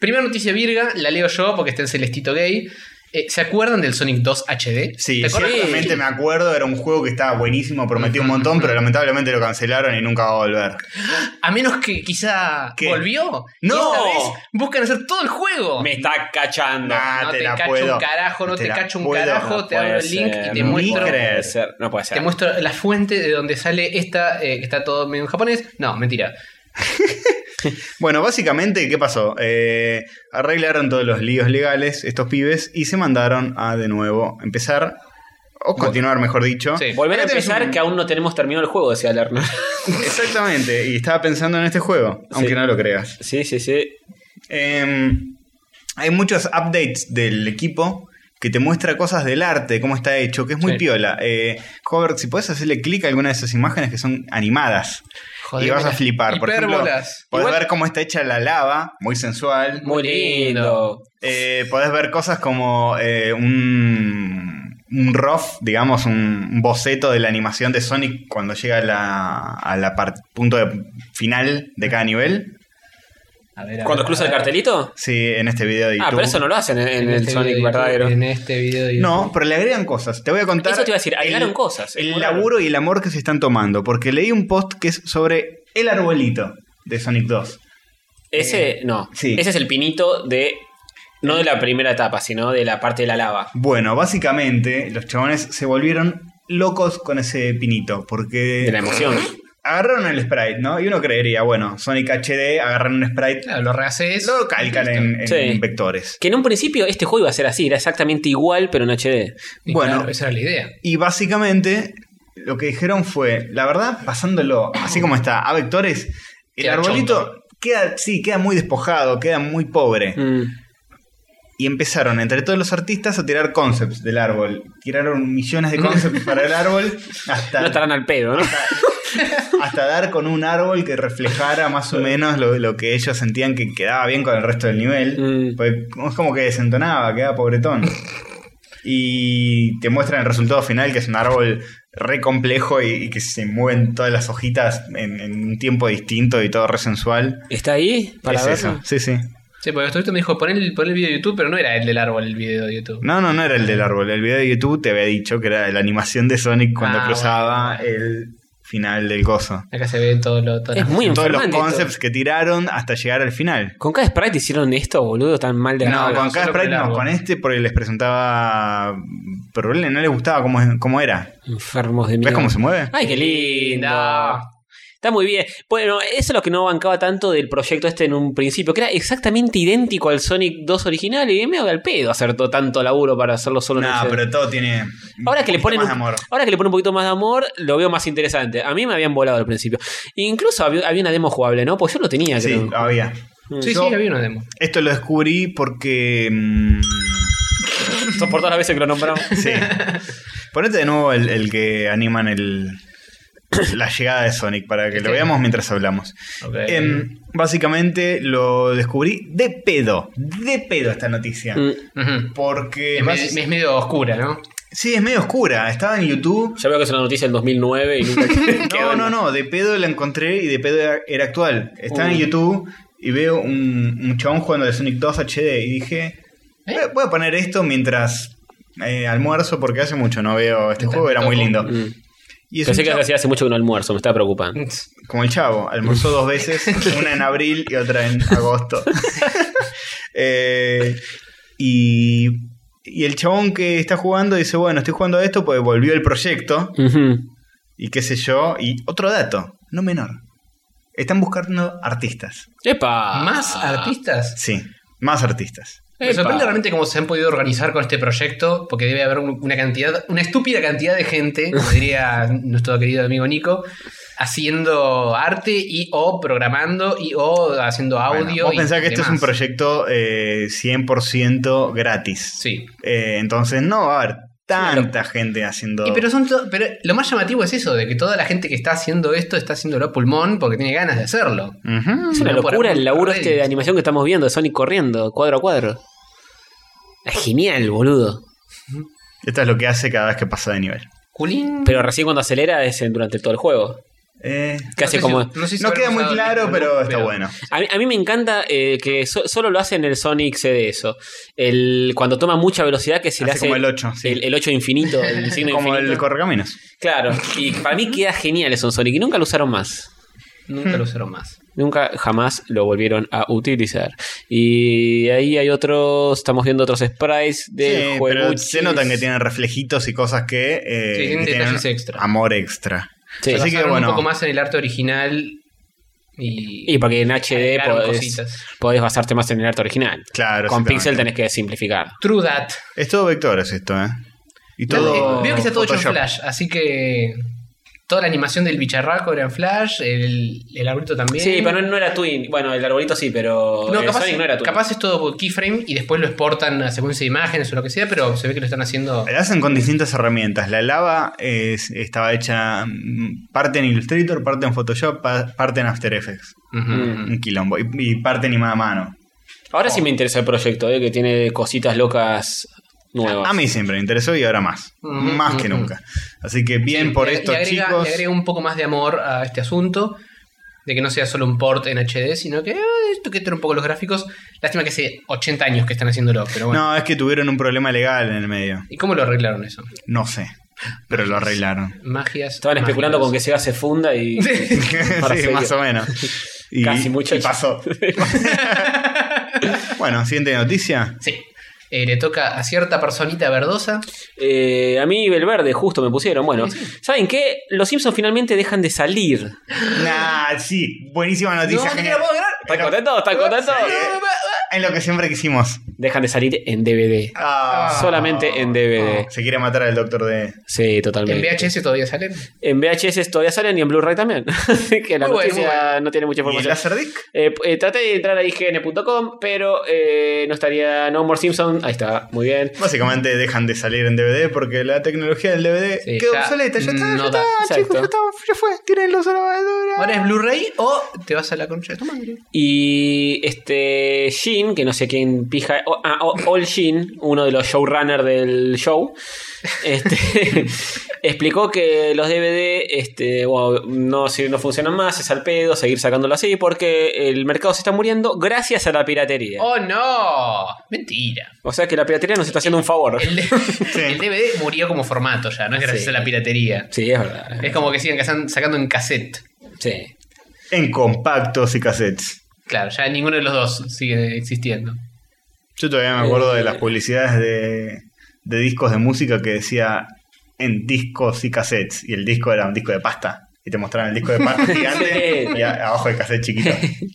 Speaker 4: primera noticia virga, la leo yo porque está en Celestito Gay. Eh, ¿Se acuerdan del Sonic 2 HD?
Speaker 2: Sí,
Speaker 4: ¿Te acuerdas?
Speaker 2: ciertamente me acuerdo, era un juego que estaba buenísimo, prometió un montón, pero lamentablemente lo cancelaron y nunca va a volver.
Speaker 4: A menos que quizá
Speaker 2: ¿Qué?
Speaker 4: volvió.
Speaker 2: ¡No!
Speaker 4: Y esta vez buscan hacer todo el juego.
Speaker 3: Me está cachando.
Speaker 2: Nah,
Speaker 4: no
Speaker 2: te
Speaker 4: te,
Speaker 2: la
Speaker 4: cacho
Speaker 2: puedo.
Speaker 4: un carajo, no
Speaker 2: Te
Speaker 4: te,
Speaker 2: la
Speaker 4: cacho un
Speaker 2: puedo.
Speaker 4: carajo,
Speaker 3: No
Speaker 4: te
Speaker 3: puede
Speaker 4: abro el link
Speaker 3: ser,
Speaker 4: y te
Speaker 3: no
Speaker 4: muestro.
Speaker 3: puede ser, No puede ser.
Speaker 4: Te muestro la fuente de donde sale esta, eh, que está todo medio en japonés. No, mentira.
Speaker 2: Bueno, básicamente, ¿qué pasó? Eh, arreglaron todos los líos legales estos pibes y se mandaron a de nuevo empezar, o continuar mejor dicho.
Speaker 4: Sí.
Speaker 3: Volver a
Speaker 2: Acá tenés
Speaker 3: empezar
Speaker 2: Este un-
Speaker 3: que aún no tenemos terminado el juego, decía Lerner.
Speaker 2: Exactamente, y estaba pensando en este juego, aunque
Speaker 3: Sí.
Speaker 2: no lo creas.
Speaker 3: sí, sí, sí.
Speaker 2: Eh, hay muchos updates del equipo que te muestra cosas del arte, cómo está hecho, que es muy
Speaker 4: Sí.
Speaker 2: piola. Eh, Robert, si puedes hacerle clic a alguna de esas imágenes que son animadas.
Speaker 4: Joder,
Speaker 2: y vas a
Speaker 4: mira.
Speaker 2: flipar. Por ejemplo,
Speaker 4: Hipérbolas.
Speaker 2: podés
Speaker 4: Igual-
Speaker 2: ver cómo está hecha la lava, muy sensual.
Speaker 3: Muy lindo.
Speaker 2: Eh, podés ver cosas como eh, un, un rough, digamos, un, un boceto de la animación de Sonic cuando llega a la, a la par- punto de- final de cada nivel.
Speaker 4: A ver, a
Speaker 3: ¿Cuando
Speaker 4: ver,
Speaker 3: cruza
Speaker 4: a
Speaker 3: el
Speaker 4: ver.
Speaker 3: cartelito?
Speaker 2: Sí, en este video de YouTube.
Speaker 3: Ah, pero eso no lo hacen en, en
Speaker 4: En
Speaker 3: el
Speaker 4: este
Speaker 3: Sonic
Speaker 4: video de YouTube,
Speaker 3: verdadero.
Speaker 4: En este video de YouTube.
Speaker 2: No, pero le agregan cosas. Te voy a contar.
Speaker 3: Eso te iba a decir, agregaron
Speaker 2: el-
Speaker 3: cosas. Es
Speaker 2: El
Speaker 3: muy raro.
Speaker 2: laburo y el amor que se están tomando. Porque leí un post que es sobre el arbolito de Sonic 2.
Speaker 3: Ese, no.
Speaker 2: sí.
Speaker 3: Ese es el pinito de. No de la primera etapa, sino de la parte de la lava.
Speaker 2: Bueno, básicamente los chabones se volvieron locos con ese pinito. Porque.
Speaker 3: De la emoción.
Speaker 2: agarraron el sprite, ¿no? Y uno creería, bueno, Sonic HD, agarraron un sprite,
Speaker 4: Claro, lo rehaces.
Speaker 2: lo calcan en, en
Speaker 3: Sí.
Speaker 2: vectores.
Speaker 3: Que en un principio este juego iba a ser así, era exactamente igual, pero en HD.
Speaker 4: Y
Speaker 2: Bueno.
Speaker 4: claro, esa era la idea.
Speaker 2: Y básicamente lo que dijeron fue, la verdad, pasándolo así como está, a vectores, el
Speaker 4: Queda
Speaker 2: arbolito queda, sí, queda muy despojado, queda muy pobre.
Speaker 3: Mm.
Speaker 2: Y empezaron entre todos los artistas a tirar concepts del árbol. Tiraron millones de concepts para el árbol
Speaker 3: No
Speaker 2: hasta,
Speaker 3: estarán al pedo, ¿no?
Speaker 2: hasta dar con un árbol que reflejara más o menos lo, lo que ellos sentían que quedaba bien con el resto del nivel.
Speaker 3: Mm.
Speaker 2: Pues, es como que desentonaba, quedaba pobretón. Y te muestran el resultado final, que es un árbol re complejo y, y que se mueven todas las hojitas en, en un tiempo distinto y todo re sensual.
Speaker 3: ¿Está ahí? Para
Speaker 2: es
Speaker 3: verlo?
Speaker 2: eso, sí, sí.
Speaker 4: Sí, porque estuviste me dijo, pon el, pon el video de YouTube, pero no era el del árbol el video de YouTube.
Speaker 2: No, no, no era el del árbol. El video de YouTube te había dicho que era la animación de Sonic cuando
Speaker 4: Ah,
Speaker 2: cruzaba el final del gozo.
Speaker 4: Acá se ve todo lo... todo
Speaker 3: Es
Speaker 4: lo-
Speaker 3: muy
Speaker 2: Todos los
Speaker 3: enfermante. esto.
Speaker 2: concepts que tiraron hasta llegar al final.
Speaker 3: ¿Con cada sprite hicieron esto, boludo? Tan mal de
Speaker 2: No,
Speaker 3: grabado?
Speaker 2: con
Speaker 4: no,
Speaker 2: cada
Speaker 4: solo con
Speaker 2: sprite
Speaker 4: el
Speaker 2: no,
Speaker 4: árbol.
Speaker 2: con este porque les presentaba problemas, no les gustaba cómo, cómo era.
Speaker 3: Enfermos de
Speaker 2: ¿Ves
Speaker 3: mierda.
Speaker 2: cómo se mueve?
Speaker 3: Ay, qué lindo.
Speaker 4: Linda.
Speaker 3: Está muy bien. Bueno, eso es lo que no bancaba tanto del proyecto este en un principio, que era exactamente idéntico al Sonic 2 original y me da al pedo hacer todo tanto laburo para hacerlo solo en
Speaker 2: No,
Speaker 3: HD.
Speaker 2: pero todo tiene.
Speaker 3: Ahora que, le
Speaker 2: un
Speaker 3: ponen
Speaker 2: poquito más
Speaker 3: un,
Speaker 2: de amor.
Speaker 3: ahora que le ponen un poquito más de amor, lo veo más interesante. A mí me habían volado al principio. Incluso había, había una demo jugable, ¿no? Pues yo lo tenía,
Speaker 2: Sí,
Speaker 3: creo.
Speaker 2: había.
Speaker 4: Sí,
Speaker 2: Yo-
Speaker 4: sí, había una demo.
Speaker 2: Esto lo descubrí porque. mm,
Speaker 3: Son por todas las veces que lo nombramos.
Speaker 2: sí. Ponete de nuevo el, el que animan el. La llegada de Sonic para que lo
Speaker 4: Este.
Speaker 2: veamos mientras hablamos.
Speaker 4: Ok.
Speaker 2: Em, básicamente lo descubrí de pedo. De pedo esta noticia.
Speaker 3: Mm.
Speaker 4: Ujú.
Speaker 2: Porque.
Speaker 4: es,
Speaker 2: basi-
Speaker 4: medio, es medio oscura, ¿no?
Speaker 2: Sí, es medio oscura. Estaba en YouTube.
Speaker 3: Ya veo que es una noticia del 2009 y nunca
Speaker 2: No,
Speaker 3: quedó en-
Speaker 2: no, no, de pedo la encontré y de pedo era, era actual. Estaba en
Speaker 3: Uy.
Speaker 2: YouTube y veo un, un chabón jugando de Sonic 2 HD y dije,
Speaker 4: ¿Eh?
Speaker 2: "Voy a- voy a poner esto mientras eh, almuerzo porque hace mucho no veo este
Speaker 4: Mientras
Speaker 2: juego,
Speaker 4: me
Speaker 2: era muy
Speaker 4: toco.
Speaker 2: lindo.
Speaker 3: Mm.
Speaker 2: Y es
Speaker 3: Pensé
Speaker 2: un
Speaker 3: que
Speaker 2: chavo-
Speaker 3: hacía hace mucho que no almuerzo, me estaba
Speaker 4: Mm.
Speaker 3: preocupando.
Speaker 2: como el chavo, almorzó dos veces, una en abril y otra en agosto. Eh, y, y el chabón que está jugando dice, bueno, estoy jugando a esto porque volvió el proyecto.
Speaker 3: Ujú.
Speaker 2: y qué sé yo. Y otro dato, no menor. Están buscando artistas. Ah.
Speaker 3: ¡Epa!
Speaker 4: ¿Más artistas?
Speaker 2: Sí, más artistas.
Speaker 4: Me sorprende
Speaker 3: Epa.
Speaker 4: realmente cómo se han podido organizar con este proyecto, porque debe haber un- una cantidad, una estúpida cantidad de gente, como diría nuestro querido amigo Nico, haciendo arte y o programando y o haciendo audio.
Speaker 2: Bueno, vos
Speaker 4: y
Speaker 2: pensás que este es un
Speaker 4: demás.
Speaker 2: proyecto eh, 100% gratis.
Speaker 4: Sí.
Speaker 2: Eh, entonces no va a haber tanta gente haciendo...
Speaker 4: Y pero, son to- pero lo más llamativo es eso, de que toda la gente que está haciendo esto está haciéndolo a pulmón porque tiene ganas de hacerlo.
Speaker 2: Ujú.
Speaker 3: Es una
Speaker 4: No, por
Speaker 3: locura
Speaker 4: amor
Speaker 3: el laburo
Speaker 4: a
Speaker 3: este de
Speaker 4: Dios.
Speaker 3: animación que estamos viendo, de Sonic corriendo, cuadro a cuadro. Es genial, boludo.
Speaker 2: Esto es lo que hace cada vez que pasa de nivel.
Speaker 4: Culín.
Speaker 3: Pero recién cuando acelera es en- durante todo el juego.
Speaker 2: Eh,
Speaker 3: Que hace
Speaker 4: sé
Speaker 3: como.
Speaker 4: si- no sé si
Speaker 2: no
Speaker 4: habrá
Speaker 2: queda muy
Speaker 4: usado el
Speaker 2: claro,
Speaker 4: mismo
Speaker 2: pero
Speaker 4: look,
Speaker 2: está bueno.
Speaker 3: A mí, a mí me encanta eh, que so- solo lo hace en el Sonic CD eso. El, cuando toma mucha velocidad que se le
Speaker 2: Hace
Speaker 3: hace.
Speaker 2: como el 8, sí.
Speaker 3: El, el 8 infinito, el signo
Speaker 2: Como el
Speaker 3: infinito.
Speaker 2: correcaminos.
Speaker 3: claro. Y para mí queda genial eso en Sonic. Y nunca lo usaron más.
Speaker 4: Nunca lo usaron más.
Speaker 3: Nunca jamás lo volvieron a utilizar. Y ahí hay otros. Estamos viendo otros sprites del
Speaker 2: Sí,
Speaker 3: juego.
Speaker 2: pero se notan que tienen reflejitos y cosas que, eh,
Speaker 4: Sí, tienen
Speaker 2: que
Speaker 4: detalles extra.
Speaker 2: amor extra.
Speaker 3: Sí.
Speaker 2: Así
Speaker 4: Así
Speaker 2: que,
Speaker 4: que
Speaker 2: bueno.
Speaker 4: un poco más en el arte original y,
Speaker 3: Y porque en HD
Speaker 4: agregaron
Speaker 3: podés,
Speaker 4: cositas.
Speaker 3: podés basarte más en el arte original.
Speaker 2: Claro,
Speaker 3: Con
Speaker 2: exactamente.
Speaker 3: Pixel tenés que simplificar.
Speaker 4: True That.
Speaker 2: Es todo vectores esto, ¿eh? Y todo.
Speaker 4: Eh, Veo que está todo hecho en
Speaker 2: Photoshop.
Speaker 4: Flash, así que toda la animación del bicharraco era en Flash, el, el arbolito también.
Speaker 3: Sí, pero no, no era Twin. Bueno, el arbolito sí, pero
Speaker 4: No,
Speaker 3: el
Speaker 4: capaz,
Speaker 3: Sonic no era Twin.
Speaker 4: capaz es todo keyframe y después lo exportan a secuencia de imágenes o lo que sea, pero se ve que lo están haciendo.
Speaker 2: La hacen con distintas herramientas. La lava es- estaba hecha mm, parte en Illustrator, parte en Photoshop, pa- parte en After Effects.
Speaker 4: Ujú.
Speaker 3: Mm.
Speaker 2: Un quilombo. Y, y parte animada a mano.
Speaker 3: Ahora sí me interesa el proyecto, eh, que tiene cositas locas nuevas.
Speaker 2: A mí siempre me interesó y ahora más.
Speaker 4: Ujú,
Speaker 2: Más que
Speaker 4: ujú.
Speaker 2: nunca. Así que bien
Speaker 4: Mm-hmm. Sí,
Speaker 2: por
Speaker 4: le-
Speaker 2: estos
Speaker 4: le agrega,
Speaker 2: chicos.
Speaker 4: le agrega un poco más de amor a este asunto. De que no sea solo un port en HD, sino que eh, esto que tiene un poco los gráficos. Lástima que hace 80 años que están haciéndolo, pero bueno.
Speaker 2: No, es que tuvieron un problema legal en el medio.
Speaker 4: ¿Y cómo lo arreglaron eso?
Speaker 2: No sé. Pero lo arreglaron.
Speaker 4: Magias.
Speaker 3: Estaban especulando
Speaker 4: mágicas.
Speaker 3: con que Sega se funda y. para
Speaker 2: sí,
Speaker 3: seguir.
Speaker 2: más o menos. Y,
Speaker 3: Casi mucho.
Speaker 2: y pasó. bueno, siguiente noticia.
Speaker 4: Sí. Eh, le toca a cierta personita verdosa.
Speaker 3: Eh, a mí Belverde justo me pusieron. Bueno, ¿saben qué? Los Simpsons finalmente dejan de salir.
Speaker 2: Nah, sí, buenísima noticia.
Speaker 4: No, no te
Speaker 2: genial.
Speaker 4: la puedo creer.
Speaker 3: ¿Están contentos? ¿Están contentos?
Speaker 2: En lo que siempre quisimos.
Speaker 3: Dejan de salir en DVD.
Speaker 2: Ah,
Speaker 3: Solamente en DVD.
Speaker 2: Se quiere matar al doctor de.
Speaker 3: Sí,
Speaker 4: En
Speaker 3: totalmente.
Speaker 4: VHS todavía salen.
Speaker 3: En VHS todavía salen y en Blu-ray también. Así que la
Speaker 4: Muy bueno,
Speaker 3: noticia
Speaker 4: muy
Speaker 3: no tiene mucha
Speaker 2: ¿Y el
Speaker 3: información.
Speaker 2: Laserdick?
Speaker 3: Eh, eh, traté de entrar a ign.com, pero eh, no estaría No More Simpson. Ahí está, muy bien.
Speaker 2: Básicamente dejan de salir en DVD porque la tecnología del DVD
Speaker 4: Sí,
Speaker 2: quedó
Speaker 4: ya
Speaker 2: obsoleta. Ya está,
Speaker 4: no
Speaker 2: ya está,
Speaker 4: da.
Speaker 2: chicos, ya,
Speaker 3: Exacto.
Speaker 2: está, ya fue. Tírenlos a la basura.
Speaker 4: Ahora es Blu-ray o te vas a la concha de tu madre.
Speaker 3: Y este Shin, que no sé quién pija. o- ah, o- All Shin, uno de los showrunners del show, este, explicó que los DVD este, bueno, no, sir- no funcionan más, es al pedo seguir sacándolo así porque el mercado se está muriendo gracias a la piratería.
Speaker 4: ¡Oh, no! Mentira.
Speaker 3: O sea que la piratería nos está haciendo un favor.
Speaker 4: El, el DVD murió como formato ya, no es gracias
Speaker 3: Sí.
Speaker 4: a la piratería.
Speaker 3: Sí, es verdad.
Speaker 4: Es como que siguen cazan- sacando en cassette.
Speaker 3: Sí.
Speaker 2: En compactos y cassettes.
Speaker 4: Claro, ya ninguno de los dos sigue existiendo.
Speaker 2: Yo todavía me acuerdo
Speaker 3: Eh.
Speaker 2: de las publicidades de, de discos de música que decía en discos y cassettes. Y el disco era un disco de pasta. Y te mostraban el disco de pasta gigante
Speaker 3: Sí.
Speaker 2: y a- abajo el cassette chiquito.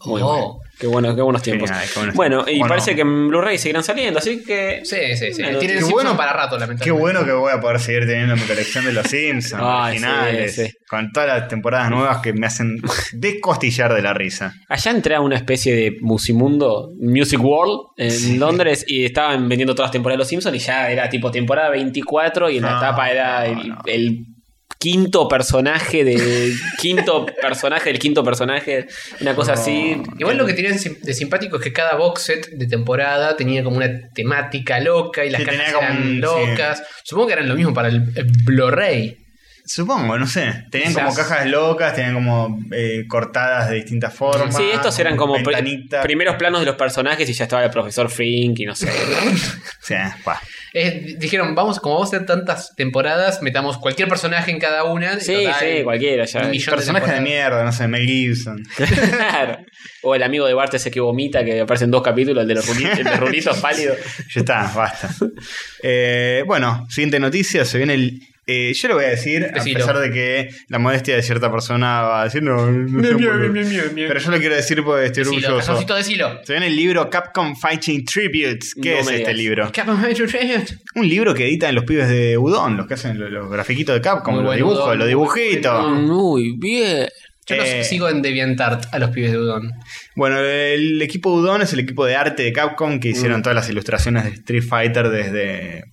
Speaker 3: Muy
Speaker 4: Oh.
Speaker 3: bueno. Qué, bueno, qué buenos tiempos.
Speaker 2: Genial, qué buenos
Speaker 3: bueno,
Speaker 2: tiempos.
Speaker 3: y
Speaker 2: ¿Cómo
Speaker 3: parece
Speaker 2: no?
Speaker 3: que en Blu-ray seguirán saliendo, así que.
Speaker 4: Sí, sí, sí.
Speaker 3: Bueno,
Speaker 4: Tienen
Speaker 2: qué
Speaker 4: Simpson
Speaker 2: bueno-
Speaker 4: para rato,
Speaker 2: Qué
Speaker 4: lamentablemente.
Speaker 2: bueno que voy a poder seguir teniendo mi colección de los Simpsons
Speaker 3: Ay,
Speaker 2: originales.
Speaker 3: sí, sí.
Speaker 2: Con todas las temporadas nuevas que me hacen descostillar de la risa.
Speaker 3: Allá entré a una especie de musimundo, Music World, en Londres, y estaban vendiendo todas las temporadas de Los Simpsons, y ya era tipo temporada 24, y en
Speaker 2: No,
Speaker 3: la tapa era
Speaker 2: no,
Speaker 3: el,
Speaker 2: no.
Speaker 3: el quinto personaje del quinto personaje del quinto personaje, una cosa así.
Speaker 4: Igual lo que tenían sim- de simpático es que cada box set de temporada tenía como una temática loca y las
Speaker 2: Sí,
Speaker 4: cajas
Speaker 2: tenía como
Speaker 4: eran
Speaker 2: un-
Speaker 4: locas. Supongo que eran lo mismo para el, el Blu-ray.
Speaker 2: Supongo, no sé. Tenían
Speaker 4: Quizás.
Speaker 2: como cajas locas, tenían como eh, cortadas de distintas formas.
Speaker 3: Sí, estos eran como pr-
Speaker 2: ventanitas.
Speaker 3: primeros planos de los personajes y ya estaba el profesor Frink y no sé.
Speaker 2: Sí, pa.
Speaker 4: Eh, dijeron, vamos, como vamos a hacer tantas temporadas, metamos cualquier personaje en cada una.
Speaker 3: Sí, sí, cualquiera. Ya.
Speaker 4: un millón
Speaker 2: Personajes de
Speaker 4: temporadas.
Speaker 2: mierda, no sé, Mel Gibson.
Speaker 3: Claro. O el amigo de Bart ese que vomita, que aparece en dos capítulos, el de los rulitos, el de rulitos pálidos.
Speaker 2: Ya está, basta. Eh, bueno, siguiente noticia, se viene el... eh, yo lo voy a decir,
Speaker 4: Decilo.
Speaker 2: a pesar de que la modestia de cierta persona va a decir, no, no sé por qué". Pero yo lo quiero decir porque estoy
Speaker 4: Decilo,
Speaker 2: orgulloso.
Speaker 4: Casoncito, decilo.
Speaker 2: Se viene el libro Capcom Fighting Tributes. ¿Qué
Speaker 3: No
Speaker 2: es
Speaker 3: me
Speaker 2: este
Speaker 3: digas.
Speaker 2: libro?
Speaker 4: Capcom Adventure Treasures.
Speaker 2: Un libro que editan los pibes de Udon, los que hacen los, los grafiquitos de Capcom,
Speaker 4: Muy
Speaker 2: los
Speaker 4: buen
Speaker 2: dibujos,
Speaker 4: Udon,
Speaker 2: los
Speaker 4: muy
Speaker 2: dibujitos.
Speaker 3: Ah.
Speaker 4: buen Udon.
Speaker 3: Muy bien.
Speaker 4: Yo
Speaker 2: Eh.
Speaker 4: los sigo en DeviantArt a los pibes de Udon.
Speaker 2: Bueno, el
Speaker 3: Mm.
Speaker 2: equipo Udon es el equipo de arte de Capcom que hicieron todas las ilustraciones de Street Fighter desde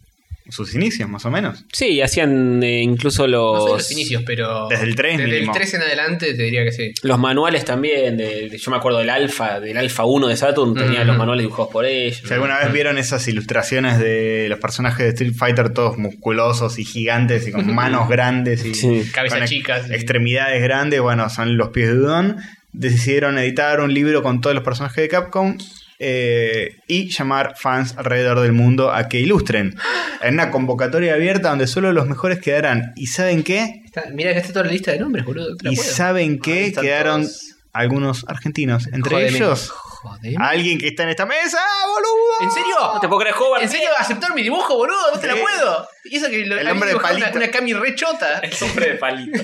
Speaker 2: sus inicios, más o menos.
Speaker 3: Sí, hacían eh, incluso los,
Speaker 4: No sé los inicios, pero.
Speaker 2: Desde el 3
Speaker 4: Desde
Speaker 2: mínimo.
Speaker 4: el 3 en adelante te diría que sí.
Speaker 3: los manuales también. de- de- yo me acuerdo del Alfa, del Alfa 1 de Saturn, tenía
Speaker 4: Mm.
Speaker 3: los manuales dibujados por ellos.
Speaker 2: Si alguna vez vieron esas ilustraciones de los personajes de Street Fighter todos musculosos y gigantes y con manos grandes y
Speaker 3: Sí.
Speaker 4: Cabezas
Speaker 2: con ex-
Speaker 4: chicas y-
Speaker 2: extremidades grandes, bueno, son los pies de Udon. Decidieron editar un libro con todos los personajes de Capcom eh, y llamar fans alrededor del mundo a que ilustren. En una convocatoria abierta donde solo los mejores quedarán. ¿Y saben qué?
Speaker 4: Está- mirá, acá está toda la lista de nombres, boludo. te la
Speaker 2: ¿Y
Speaker 4: puedo.
Speaker 2: saben
Speaker 4: Ahí
Speaker 2: qué?
Speaker 4: están
Speaker 2: Quedaron
Speaker 4: todos.
Speaker 2: algunos argentinos. Entre
Speaker 4: Jodeme.
Speaker 2: ellos, Ah.
Speaker 4: Jodeme.
Speaker 2: alguien que está en esta mesa, boludo.
Speaker 4: ¿eh? ¿En serio?
Speaker 3: No te puedo creer, Hobart.
Speaker 4: ¿En serio aceptar mi dibujo, boludo? No te la
Speaker 2: Sí.
Speaker 4: puedo. Y eso que lo-
Speaker 2: El hombre de
Speaker 4: dibujaba
Speaker 2: palito.
Speaker 4: Una, una cami re chota.
Speaker 3: El hombre de palito.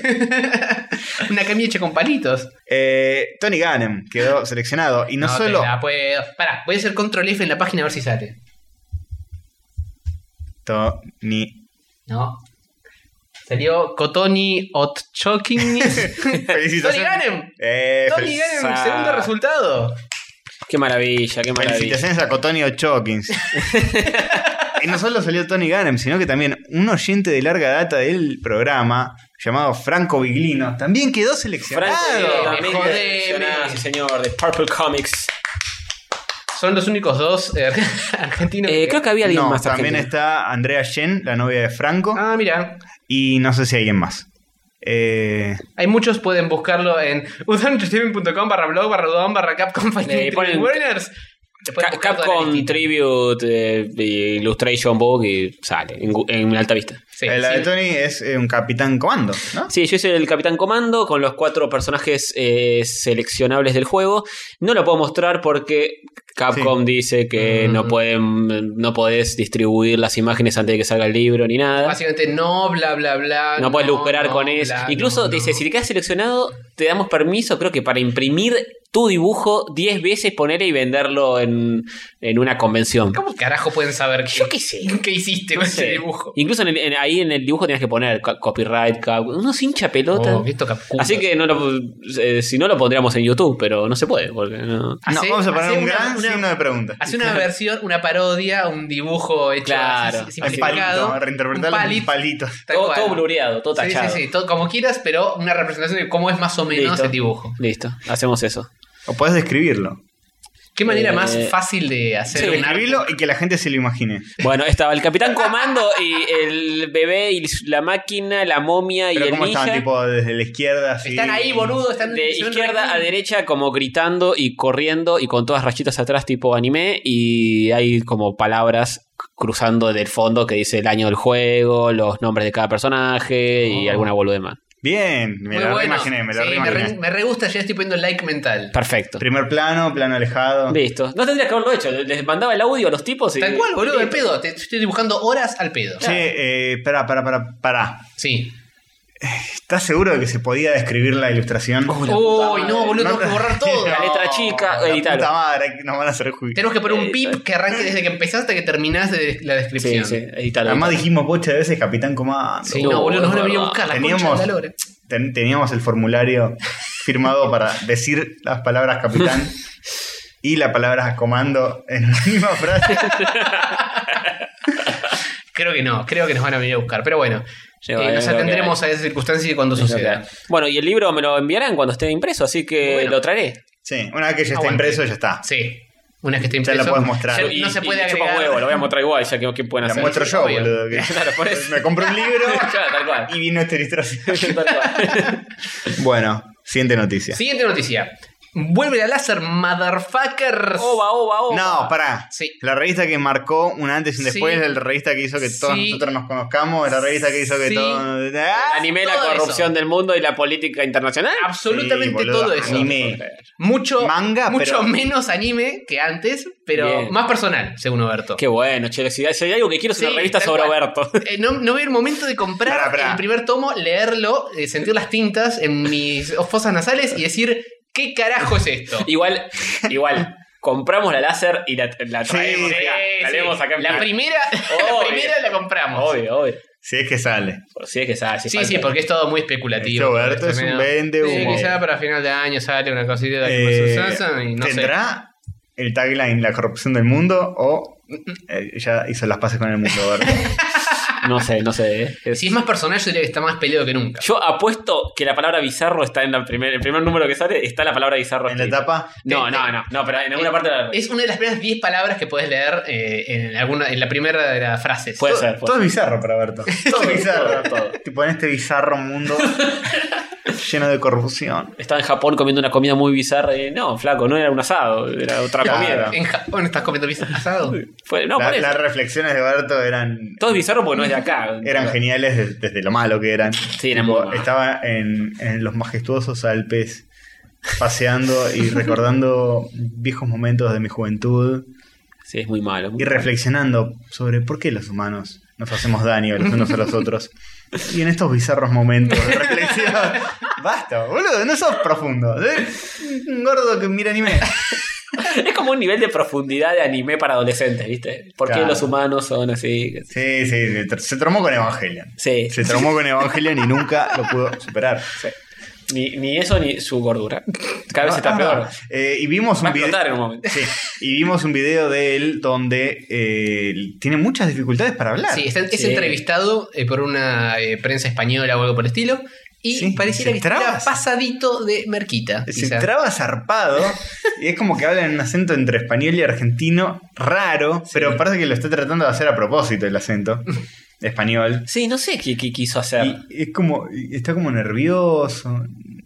Speaker 4: Una cami hecha con palitos.
Speaker 2: Eh, Tony Gannem quedó seleccionado. Y no,
Speaker 4: te
Speaker 2: solo.
Speaker 4: la puedo. Pará, voy a hacer control F en la página a ver si sale.
Speaker 2: Tony.
Speaker 4: No. Salió Cotoni Otchokin. Tony
Speaker 2: Felicitaciones.
Speaker 4: Ganem.
Speaker 2: Eh,
Speaker 4: Tony
Speaker 2: fel-
Speaker 4: Ganem,
Speaker 3: Sa-
Speaker 4: segundo resultado.
Speaker 3: Qué maravilla, qué maravilla.
Speaker 2: Felicitaciones a Cotoni O'Chokins. y no solo salió Tony Ganem, sino que también un oyente de larga data del programa, llamado Franco Viglino, también quedó seleccionado.
Speaker 3: Franco,
Speaker 4: me
Speaker 3: también
Speaker 4: jodeme.
Speaker 3: seleccionado, sí, señor, de Purple Comics.
Speaker 4: Son los únicos dos eh, argentinos.
Speaker 3: Eh, creo que había alguien
Speaker 2: No,
Speaker 3: más
Speaker 2: también
Speaker 3: argentino.
Speaker 2: está Andrea Yen, la novia de Franco,
Speaker 4: Ah, mira.
Speaker 2: y no sé si hay alguien más. Eh,
Speaker 4: Hay muchos, pueden buscarlo en udonentertainment.com barra blog barra udon barra Capcom Fighting
Speaker 3: Eh, ponen-
Speaker 4: Dream Warriors. Te puedes
Speaker 3: Ca-
Speaker 4: buscar toda la
Speaker 3: Capcom
Speaker 4: listita.
Speaker 3: Tribute eh, y Illustration Book y sale en, gu- en alta vista.
Speaker 4: Sí,
Speaker 2: la
Speaker 4: sí.
Speaker 2: de Tony es eh, un capitán comando, ¿no?
Speaker 3: Sí, yo hice el Capitán Comando con los cuatro personajes eh, seleccionables del juego. No lo puedo mostrar porque Capcom dice que
Speaker 4: Mm.
Speaker 3: no pueden, no podés distribuir las imágenes antes de que salga el libro ni nada.
Speaker 4: Básicamente no, bla, bla, bla.
Speaker 3: No puedes lucrar
Speaker 4: no,
Speaker 3: con eso.
Speaker 4: bla,
Speaker 3: Incluso
Speaker 4: no,
Speaker 3: te dice,
Speaker 4: no.
Speaker 3: si te quedas seleccionado, te damos permiso, creo que para imprimir tu dibujo 10 veces, poner y venderlo en, en una convención.
Speaker 4: ¿Cómo carajo pueden saber qué,
Speaker 3: Yo qué sé.
Speaker 4: qué hiciste
Speaker 3: No
Speaker 4: con
Speaker 3: sé.
Speaker 4: ese dibujo?
Speaker 3: Incluso en el- en- ahí en el dibujo tenías que poner co- copyright, ca- unos hincha pelota.
Speaker 4: Oh, esto capcura.
Speaker 3: Así que no lo, eh, si no lo pondríamos en YouTube, pero no se puede, porque no.
Speaker 2: No,
Speaker 4: Hace-
Speaker 2: vamos a
Speaker 4: hace
Speaker 2: poner un
Speaker 4: una-
Speaker 2: gran
Speaker 4: una-
Speaker 2: signo de pregunta.
Speaker 4: Hace una versión, una parodia, un dibujo hecho
Speaker 3: Claro.
Speaker 4: así,
Speaker 2: El palito,
Speaker 4: simplificado.
Speaker 2: reinterpretarlo
Speaker 4: un
Speaker 2: en un palito.
Speaker 4: tal
Speaker 3: Todo,
Speaker 4: cual.
Speaker 3: todo blureado, todo
Speaker 4: Sí,
Speaker 3: tachado.
Speaker 4: sí, sí, todo como quieras, pero una representación de cómo es más o menos
Speaker 3: Listo.
Speaker 4: el dibujo.
Speaker 3: Listo, hacemos eso.
Speaker 2: O podés describirlo.
Speaker 4: ¿Qué manera
Speaker 3: Eh,
Speaker 4: más fácil de hacer
Speaker 3: sí,
Speaker 4: un arte?
Speaker 2: Describirlo y que la gente se lo imagine.
Speaker 3: Bueno, estaba el Capitán Comando y el bebé y la máquina, la momia y
Speaker 2: Pero
Speaker 3: el
Speaker 2: ¿cómo
Speaker 3: ninja.
Speaker 2: estaban? Tipo, desde la izquierda. así.
Speaker 4: Están ahí, boludo, están
Speaker 3: de
Speaker 4: se ven
Speaker 3: izquierda
Speaker 4: re
Speaker 3: a
Speaker 4: bien.
Speaker 3: derecha como gritando y corriendo y con todas rayitas atrás tipo anime y hay como palabras cruzando del fondo que dice el año del juego, los nombres de cada personaje y
Speaker 4: Oh.
Speaker 3: alguna bolude más.
Speaker 2: Bien, me
Speaker 4: Muy
Speaker 2: lo
Speaker 4: bueno.
Speaker 2: reimaginé, me lo
Speaker 4: Sí,
Speaker 2: reimaginé.
Speaker 4: re- me re gusta, ya estoy poniendo like mental.
Speaker 3: Perfecto.
Speaker 2: Primer plano, plano alejado.
Speaker 3: Listo. No tendrías que haberlo hecho. Les mandaba el audio a los tipos y...
Speaker 4: Tal cual, boludo,
Speaker 3: eh,
Speaker 4: al pedo. Te estoy dibujando horas al pedo.
Speaker 2: Che, eh, pará, pará, pará, pará.
Speaker 4: Sí.
Speaker 2: ¿Estás seguro de que se podía describir la ilustración?
Speaker 4: Uy, no, boludo, tenemos que borrar todo.
Speaker 3: La letra chica,
Speaker 2: La
Speaker 3: editar.
Speaker 2: puta madre, que nos van a hacer juicio.
Speaker 4: Tenemos que poner un pip que arranque desde que empezaste hasta que terminás de la
Speaker 3: Sí,
Speaker 4: descripción.
Speaker 3: sí, Uh,
Speaker 4: Sí,
Speaker 3: editalo.
Speaker 2: Además dijimos pocha de veces Capitán Comando.
Speaker 4: no, boludo, nos van a venir a
Speaker 3: No,
Speaker 4: buscar la
Speaker 2: Teníamos,
Speaker 4: concha de la lora.
Speaker 2: ten- teníamos el formulario firmado para decir las palabras capitán y las palabras comando en la misma frase.
Speaker 4: Creo que no, creo que nos van a venir a buscar. Pero bueno,
Speaker 3: Sí,
Speaker 4: eh,
Speaker 3: bueno,
Speaker 4: nos
Speaker 3: es lo que
Speaker 4: atendremos a esa circunstancia y cuando
Speaker 3: Es lo que
Speaker 4: suceda.
Speaker 3: hay. Bueno, y el libro me lo enviarán cuando esté impreso, así que
Speaker 4: Bueno.
Speaker 3: lo traeré.
Speaker 2: Sí, una vez que ya está
Speaker 4: Aguante.
Speaker 2: impreso, ya
Speaker 4: eh,
Speaker 2: está.
Speaker 4: Sí. Una vez que esté
Speaker 2: Ya
Speaker 4: impreso.
Speaker 2: la podés mostrar.
Speaker 4: ya
Speaker 3: Y-
Speaker 4: no se
Speaker 3: y
Speaker 4: puede
Speaker 3: le chupa
Speaker 4: agregar.
Speaker 3: huevo, lo voy a mostrar igual, ya que, ¿qué pueden
Speaker 2: La
Speaker 3: hacer.
Speaker 2: muestro
Speaker 4: sí,
Speaker 2: yo,
Speaker 4: obvio.
Speaker 2: boludo. que-
Speaker 3: Claro, por eso.
Speaker 2: Me compro un libro
Speaker 3: Claro, tal cual.
Speaker 2: y vino esta
Speaker 3: Tal
Speaker 2: ilustración.
Speaker 3: cual.
Speaker 2: Bueno, siguiente noticia.
Speaker 4: Siguiente noticia. Vuelve la láser, motherfuckers.
Speaker 2: Oh,
Speaker 3: Oba, oba, oba.
Speaker 2: No, pará.
Speaker 4: oh, Sí.
Speaker 2: La revista que marcó un antes y un
Speaker 4: Sí.
Speaker 2: después, la revista que hizo que todos
Speaker 4: Sí.
Speaker 2: nosotros nos conozcamos, la revista que hizo que
Speaker 4: Sí.
Speaker 2: todos. Ah,
Speaker 3: Animé la
Speaker 4: Todo
Speaker 3: corrupción del mundo y la política internacional.
Speaker 4: Absolutamente
Speaker 2: Sí, boludo,
Speaker 4: todo eso.
Speaker 2: anime.
Speaker 4: Mucho,
Speaker 2: Manga,
Speaker 4: mucho
Speaker 2: pero-
Speaker 4: menos anime que antes, pero
Speaker 3: Bien.
Speaker 4: más personal, según Oberto.
Speaker 3: Qué bueno, che. Si hay, si hay algo que quiero es
Speaker 4: Sí,
Speaker 3: una revista
Speaker 4: tal
Speaker 3: sobre
Speaker 4: cual.
Speaker 3: Oberto.
Speaker 4: Eh, no, no veo el momento de comprar
Speaker 2: Pará, pará.
Speaker 4: el primer tomo, leerlo, eh, sentir las tintas en mis fosas nasales y decir, ¿qué carajo es esto?
Speaker 3: Igual, igual. Compramos la láser y la, la traemos.
Speaker 2: Sí,
Speaker 3: acá. la
Speaker 4: sí.
Speaker 3: leemos acá en
Speaker 4: La
Speaker 3: vivo.
Speaker 4: primera, la
Speaker 3: Obvio.
Speaker 4: primera la compramos.
Speaker 3: Obvio, obvio.
Speaker 2: Si es que sale.
Speaker 3: Por si es que sabe. si
Speaker 4: Sí,
Speaker 3: falta.
Speaker 4: sí, porque es todo muy
Speaker 2: Este
Speaker 4: especulativo. Este
Speaker 2: Roberto es un
Speaker 4: Medio-
Speaker 2: vende
Speaker 4: Sí,
Speaker 2: humo.
Speaker 4: quizá para final de año sale una cosita que
Speaker 2: Eh,
Speaker 4: pasó y no sé.
Speaker 2: ¿Tendrá el tagline La corrupción del mundo o eh, ya hizo las paces con el mundo, Roberto?
Speaker 3: No sé, no sé. ¿eh? Es-
Speaker 4: Si es más personal, yo diría que está más peleado que nunca.
Speaker 3: Yo apuesto que la palabra bizarro está en la primer, el primer número que sale, está la palabra bizarro.
Speaker 2: En la
Speaker 3: escrita.
Speaker 2: etapa.
Speaker 3: No, no, no, no, pero en alguna parte de la-
Speaker 4: Es una de las primeras 10 palabras que puedes leer eh, en, alguna, en la primera de las frases.
Speaker 3: Puede
Speaker 2: todo,
Speaker 3: ser, puede
Speaker 2: todo es bizarro para Berto. Todo es bizarro.
Speaker 3: todo.
Speaker 2: Tipo en este bizarro mundo lleno de corrupción.
Speaker 3: Estaba en Japón comiendo una comida muy bizarra. y, no, flaco, no era un asado, era otra
Speaker 2: Claro.
Speaker 3: comida.
Speaker 4: En Japón estás comiendo pizza
Speaker 2: Ah,
Speaker 4: asado.
Speaker 3: Fue- no,
Speaker 2: La-
Speaker 3: por eso.
Speaker 2: las reflexiones de Berto eran,
Speaker 3: Todo es bizarro porque no es de acá.
Speaker 2: eran geniales de- desde, lo malo que eran.
Speaker 3: Sí, eran muy malos.
Speaker 2: estaba en, en los majestuosos Alpes paseando y recordando viejos momentos de mi juventud
Speaker 3: Sí, es muy malo.
Speaker 2: y reflexionando sobre por qué los humanos nos hacemos daño los unos a los otros. Y en estos bizarros momentos de reflexión, basta, boludo, no sos profundo. ¿eh? Un gordo que mira anime.
Speaker 3: Es como un nivel de profundidad de anime para adolescentes, ¿viste? ¿Por qué
Speaker 2: Claro.
Speaker 3: los humanos son así?
Speaker 2: Sí, sí, se, tr- se tromó con Evangelion.
Speaker 3: Sí.
Speaker 2: Se tromó con Evangelion y nunca lo pudo superar.
Speaker 3: Ni, ni eso ni su gordura. Cada vez está
Speaker 2: Ah,
Speaker 3: peor.
Speaker 2: eh, y vimos
Speaker 3: Va a
Speaker 2: un video.
Speaker 3: explotar en un momento.
Speaker 2: Sí, y vimos un video de él donde eh, tiene muchas dificultades para hablar.
Speaker 4: Sí, está- es
Speaker 3: Sí.
Speaker 4: entrevistado eh, por una eh, prensa española o algo por el estilo. Y
Speaker 2: Sí,
Speaker 4: pareciera
Speaker 2: se
Speaker 4: que está
Speaker 2: trabas.
Speaker 4: pasadito de merquita.
Speaker 2: Se
Speaker 4: quizá.
Speaker 2: traba zarpado y es como que habla en un acento entre español y argentino raro, pero parece que lo está tratando de hacer a propósito el acento español.
Speaker 3: Sí, no sé qué, qué quiso hacer.
Speaker 2: Y es como, y está como nervioso.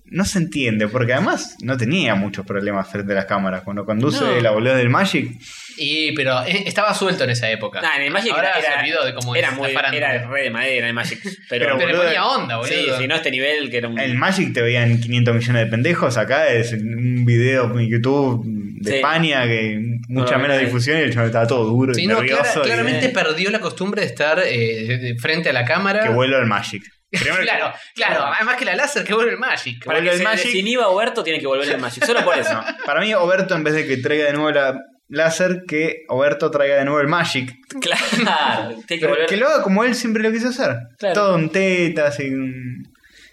Speaker 2: No se entiende, porque además no tenía muchos problemas frente a las cámaras. Cuando conduce
Speaker 3: No.
Speaker 2: la boludez del Magic,
Speaker 4: Y, pero eh, estaba suelto en esa época.
Speaker 3: Nah, en el Magic
Speaker 4: Ahora
Speaker 3: era,
Speaker 4: se olvidó de cómo
Speaker 3: era
Speaker 4: es la
Speaker 3: muy
Speaker 4: farándula.
Speaker 3: era re de madera el Magic. Pero,
Speaker 4: Pero
Speaker 2: Pero,
Speaker 4: le
Speaker 2: boludo,
Speaker 4: ponía onda, boludo.
Speaker 3: sí, si no este nivel que era un
Speaker 2: el Magic te veían 500 millones de pendejos. Acá es un video en YouTube de
Speaker 3: Sí.
Speaker 2: España que mucha
Speaker 3: No,
Speaker 2: menos
Speaker 3: sí.
Speaker 2: difusión y el chaval estaba todo duro
Speaker 4: Ah, Sí,
Speaker 2: y
Speaker 4: no,
Speaker 2: nervioso.
Speaker 4: clara-
Speaker 2: y-
Speaker 4: claramente perdió la costumbre de estar eh, de- de frente a la cámara.
Speaker 2: que vuelo al Magic. Primero que-
Speaker 4: claro, claro. Además que la láser que vuelve el Magic.
Speaker 3: para
Speaker 2: vuelve
Speaker 3: que
Speaker 2: el
Speaker 3: se
Speaker 2: Magic.
Speaker 3: desinhiba Oberto tiene que volver el Magic, solo por eso.
Speaker 2: Para mí, Oberto, en vez de que traiga de nuevo la láser, que Oberto traiga de nuevo el Magic.
Speaker 3: Claro, tiene que
Speaker 2: Pero
Speaker 3: volver
Speaker 2: que lo haga como él siempre lo quiso hacer.
Speaker 3: Claro.
Speaker 2: Todo en tetas y un.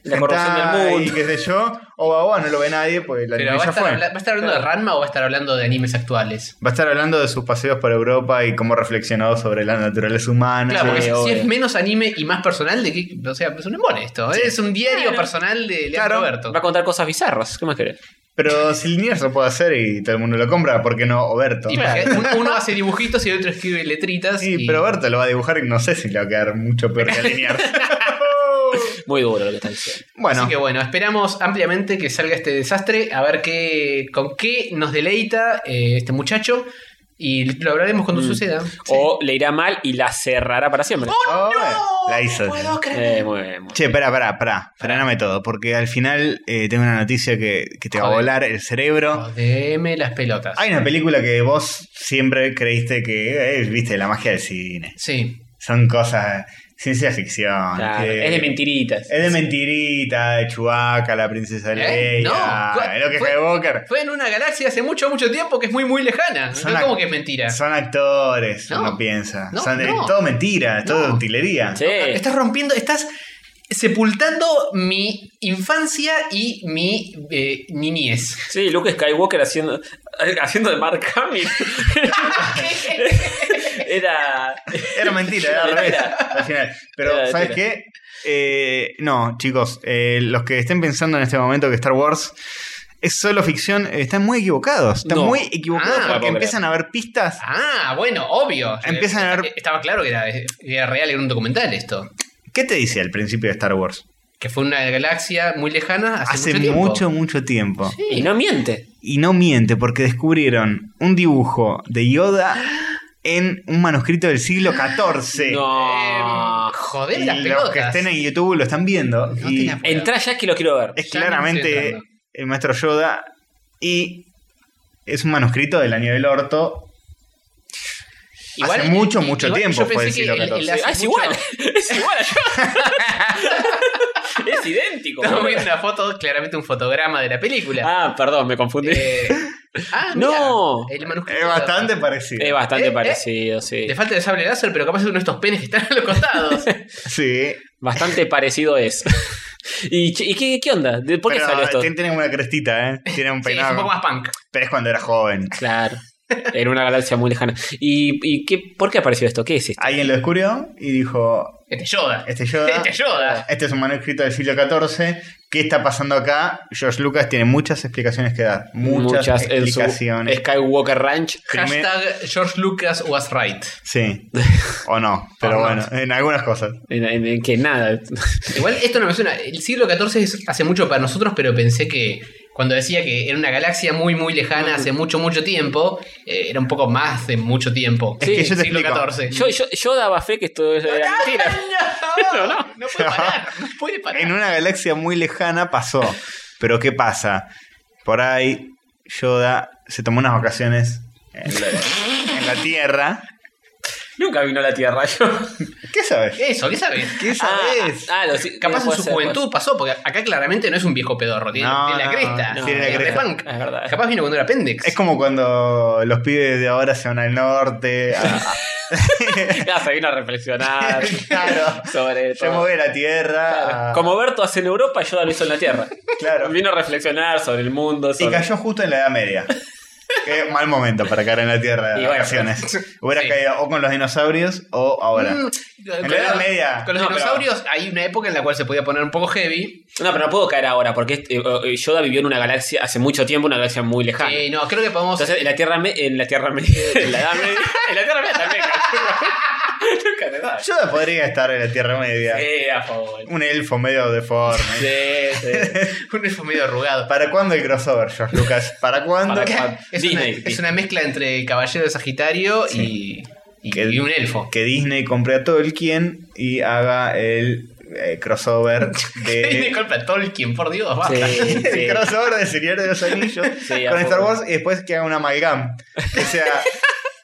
Speaker 3: La corrupción del
Speaker 2: hentai,
Speaker 3: mundo.
Speaker 2: qué sé yo. O Baba no lo ve nadie, pues la
Speaker 4: Pero
Speaker 2: anime
Speaker 4: va a,
Speaker 2: ya
Speaker 4: estar,
Speaker 2: fue.
Speaker 4: habla- ¿va a estar hablando de Ranma o va a estar hablando de animes actuales?
Speaker 2: Va a estar hablando de sus paseos por Europa y cómo reflexionó sobre la naturaleza humana.
Speaker 4: Claro, porque
Speaker 3: sí,
Speaker 4: si- si,
Speaker 3: obvio.
Speaker 4: es menos anime y más personal, de que, o sea, es un embole esto. ¿eh? Es un diario
Speaker 3: Claro.
Speaker 4: personal de Leandro
Speaker 2: Claro.
Speaker 4: Roberto.
Speaker 3: Va a contar cosas bizarras, ¿qué más querés?
Speaker 2: Pero si Liniers lo puede hacer y todo el mundo lo compra, ¿por qué no Oberto?
Speaker 4: Y porque un- Uno hace dibujitos y el otro escribe letritas.
Speaker 2: Sí,
Speaker 4: y-
Speaker 2: pero Oberto lo va a dibujar y no sé si le va a quedar mucho peor que a Liniers.
Speaker 3: Muy duro lo que está diciendo.
Speaker 2: bueno,
Speaker 4: Así que bueno, esperamos ampliamente que salga este desastre, a ver qué, con qué nos deleita eh, este muchacho y lo hablaremos
Speaker 2: Mm.
Speaker 4: cuando suceda.
Speaker 3: O le irá mal y la cerrará para siempre.
Speaker 2: Oh, la hizo.
Speaker 3: Eh, muy bien, muy bien.
Speaker 2: Che, pará, pará, pará. Frename todo, porque al final eh, tengo una noticia que, que te va a
Speaker 4: Joder.
Speaker 2: volar el cerebro.
Speaker 4: Deme las pelotas.
Speaker 2: Hay una película que vos siempre creíste que, eh, viste, la magia del cine.
Speaker 4: Sí.
Speaker 2: Son cosas, eh, ciencia ficción.
Speaker 3: Claro,
Speaker 2: que-
Speaker 3: Es de mentiritas.
Speaker 2: Es de mentirita, de Chubaca, la princesa
Speaker 4: ¿Eh?
Speaker 2: Leia,
Speaker 4: No,
Speaker 2: el Luke
Speaker 4: fue-
Speaker 2: Skywalker.
Speaker 4: Fue en una galaxia hace mucho, mucho tiempo que es muy, muy lejana.
Speaker 2: Son
Speaker 4: no
Speaker 2: ac-
Speaker 4: como que es mentira.
Speaker 2: Son actores,
Speaker 4: No.
Speaker 2: uno piensa.
Speaker 4: No,
Speaker 2: Son de-
Speaker 4: no.
Speaker 2: todo mentira, es todo
Speaker 4: No.
Speaker 2: utilería.
Speaker 3: Sí.
Speaker 4: Estás rompiendo, estás sepultando mi infancia y mi eh, niñez.
Speaker 3: Sí, Luke Skywalker haciendo, haciendo de Mark Hamill. Era.
Speaker 2: Era mentira, era al revés,
Speaker 3: Mentira.
Speaker 2: al final. Pero,
Speaker 3: Era
Speaker 2: ¿sabes
Speaker 3: mentira.
Speaker 2: qué? Eh, no, chicos, eh, los que estén pensando en este momento que Star Wars es solo ficción, eh, están muy equivocados. Están
Speaker 3: No.
Speaker 2: muy equivocados
Speaker 4: Ah,
Speaker 2: porque
Speaker 3: pobre.
Speaker 2: empiezan a ver pistas.
Speaker 4: Ah, bueno, obvio.
Speaker 2: Empiezan a ver-
Speaker 4: Estaba claro que era, era real, era un documental esto.
Speaker 2: ¿Qué te dice al principio de Star Wars?
Speaker 4: Que fue una galaxia muy lejana hace,
Speaker 2: Hace, mucho,
Speaker 4: tiempo.
Speaker 2: mucho, tiempo.
Speaker 3: Y no miente.
Speaker 2: Y no miente, porque descubrieron un dibujo de Yoda en un manuscrito del siglo XIV.
Speaker 3: No.
Speaker 4: Eh, joder,
Speaker 2: Y
Speaker 4: las
Speaker 2: los
Speaker 4: pelotas.
Speaker 2: que estén en YouTube lo están viendo.
Speaker 4: No
Speaker 2: y
Speaker 4: te la-
Speaker 3: Entrá ya que lo quiero ver.
Speaker 2: es
Speaker 4: Ya no estoy
Speaker 2: claramente
Speaker 4: entrando.
Speaker 2: el maestro Yoda. Y es un manuscrito del año del orto. hace mucho, mucho tiempo
Speaker 4: yo
Speaker 2: fue
Speaker 4: pensé
Speaker 2: el siglo
Speaker 4: que
Speaker 2: XIV.
Speaker 4: hace
Speaker 3: Ah, es
Speaker 4: mucho-
Speaker 3: igual. Es igual a yo. es idéntico.
Speaker 4: Estamos viendo una foto, claramente un fotograma de la película.
Speaker 3: Ah, perdón, me confundí.
Speaker 4: Eh, ah, mirá,
Speaker 3: No.
Speaker 4: el manuscrito.
Speaker 2: Es bastante parecido.
Speaker 3: es bastante
Speaker 4: eh, eh.
Speaker 3: parecido, sí.
Speaker 4: Le falta el sable láser, pero capaz es uno de estos penes que están a los costados.
Speaker 2: Sí.
Speaker 3: Bastante parecido es. ¿Y, che, ¿y qué, qué onda? ¿De ¿Por qué
Speaker 2: Pero
Speaker 3: salió esto?
Speaker 2: tiene- tiene una crestita, ¿eh? Tiene un
Speaker 4: Sí, es
Speaker 2: peinado.
Speaker 4: un poco más punk.
Speaker 2: Pero es cuando era joven.
Speaker 3: Claro. En una galaxia muy lejana. ¿Y, y qué, por qué apareció esto? ¿Qué es esto?
Speaker 2: Alguien lo descubrió y dijo:
Speaker 4: Este es Yoda.
Speaker 2: Este es Yoda.
Speaker 4: Este es Yoda.
Speaker 2: Este es un manuscrito del siglo XIV. ¿Qué está pasando acá? George Lucas tiene muchas explicaciones que dar. Muchas,
Speaker 3: en su
Speaker 2: explicaciones.
Speaker 3: Skywalker Ranch.
Speaker 2: Primer-
Speaker 4: Hashtag George Lucas was right.
Speaker 2: Sí. O no. Pero
Speaker 4: O no.
Speaker 2: bueno, en algunas cosas.
Speaker 3: En, en- en que nada.
Speaker 4: Igual esto no me suena. El siglo XIV es hace mucho para nosotros, pero pensé que cuando decía que era una galaxia muy, muy lejana hace mucho, mucho tiempo, eh, era un poco más de mucho tiempo.
Speaker 3: Es que yo
Speaker 2: te
Speaker 4: siglo
Speaker 2: explico.
Speaker 4: XIV.
Speaker 3: Yo, yo, yo daba fe que esto era mentira.
Speaker 4: No, no, no puede parar. No puede parar.
Speaker 2: En una galaxia muy lejana pasó. Pero ¿qué pasa? Por ahí Yoda se tomó unas vacaciones en la, en la Tierra.
Speaker 3: Nunca vino a la Tierra yo.
Speaker 2: ¿Qué sabes?
Speaker 4: Eso, ¿qué sabes?
Speaker 2: ¿Qué sabes?
Speaker 3: Ah, ah, lo sí-
Speaker 4: Capaz en
Speaker 3: puede
Speaker 4: su
Speaker 3: ser,
Speaker 4: juventud pasó, porque acá claramente no es un viejo pedorro, tiene,
Speaker 2: No,
Speaker 4: tiene la
Speaker 2: no,
Speaker 4: cresta.
Speaker 2: no,
Speaker 3: tiene la
Speaker 4: es
Speaker 2: cresta.
Speaker 4: repunk.
Speaker 3: Es verdad.
Speaker 4: Capaz vino cuando era pendex.
Speaker 2: Es como cuando los pibes de ahora se van al norte. a-
Speaker 3: puede ser. Ya se vino a reflexionar
Speaker 2: claro.
Speaker 3: sobre
Speaker 2: Yo
Speaker 3: todo.
Speaker 2: moví la Tierra. a-
Speaker 3: Como Berto hace en Europa, Yoda lo hizo en la Tierra.
Speaker 2: Claro.
Speaker 3: Vino a reflexionar sobre el mundo.
Speaker 2: Y
Speaker 3: sobre-
Speaker 2: cayó justo en la Edad Media. Qué mal momento para caer en la Tierra
Speaker 3: Y
Speaker 2: de
Speaker 3: bueno,
Speaker 2: vacaciones. Hubiera
Speaker 4: sí.
Speaker 2: caído o con los dinosaurios o ahora.
Speaker 4: Mm,
Speaker 2: En
Speaker 4: con
Speaker 2: la Edad
Speaker 4: los-
Speaker 2: Media.
Speaker 4: Con los
Speaker 3: No, pero-
Speaker 4: dinosaurios hay una época en la cual se podía poner un poco heavy.
Speaker 3: No, pero no puedo caer ahora, porque este- eh, eh, Yoda vivió en una galaxia hace mucho tiempo, una galaxia muy lejana.
Speaker 4: Eh, no, creo que podemos.
Speaker 3: Entonces, en la Tierra Media. En la Tierra Media. En la Edad Media. En la Tierra Media también. calculo. Nunca te da.
Speaker 2: Yo podría estar en la Tierra Media.
Speaker 3: Eh, a favor.
Speaker 2: Un elfo medio deforme.
Speaker 3: Sí, sí.
Speaker 4: un elfo medio arrugado.
Speaker 2: ¿Para cuándo el crossover, George Lucas? ¿Para cuándo?
Speaker 3: Para
Speaker 2: que,
Speaker 3: cuándo.
Speaker 4: Es,
Speaker 3: Disney,
Speaker 4: una, es
Speaker 3: Disney.
Speaker 4: una mezcla entre el caballero de Sagitario y, y,
Speaker 2: Que-
Speaker 4: y un elfo.
Speaker 2: que Disney compre a Tolkien y haga el eh, crossover
Speaker 4: Que Disney
Speaker 2: de.
Speaker 4: compra a Tolkien, por Dios, basta.
Speaker 3: Sí, sí.
Speaker 2: El crossover de Señor de los Anillos
Speaker 3: Sí, a
Speaker 2: con Star
Speaker 3: full.
Speaker 2: Wars y después que haga una amalgam. O sea,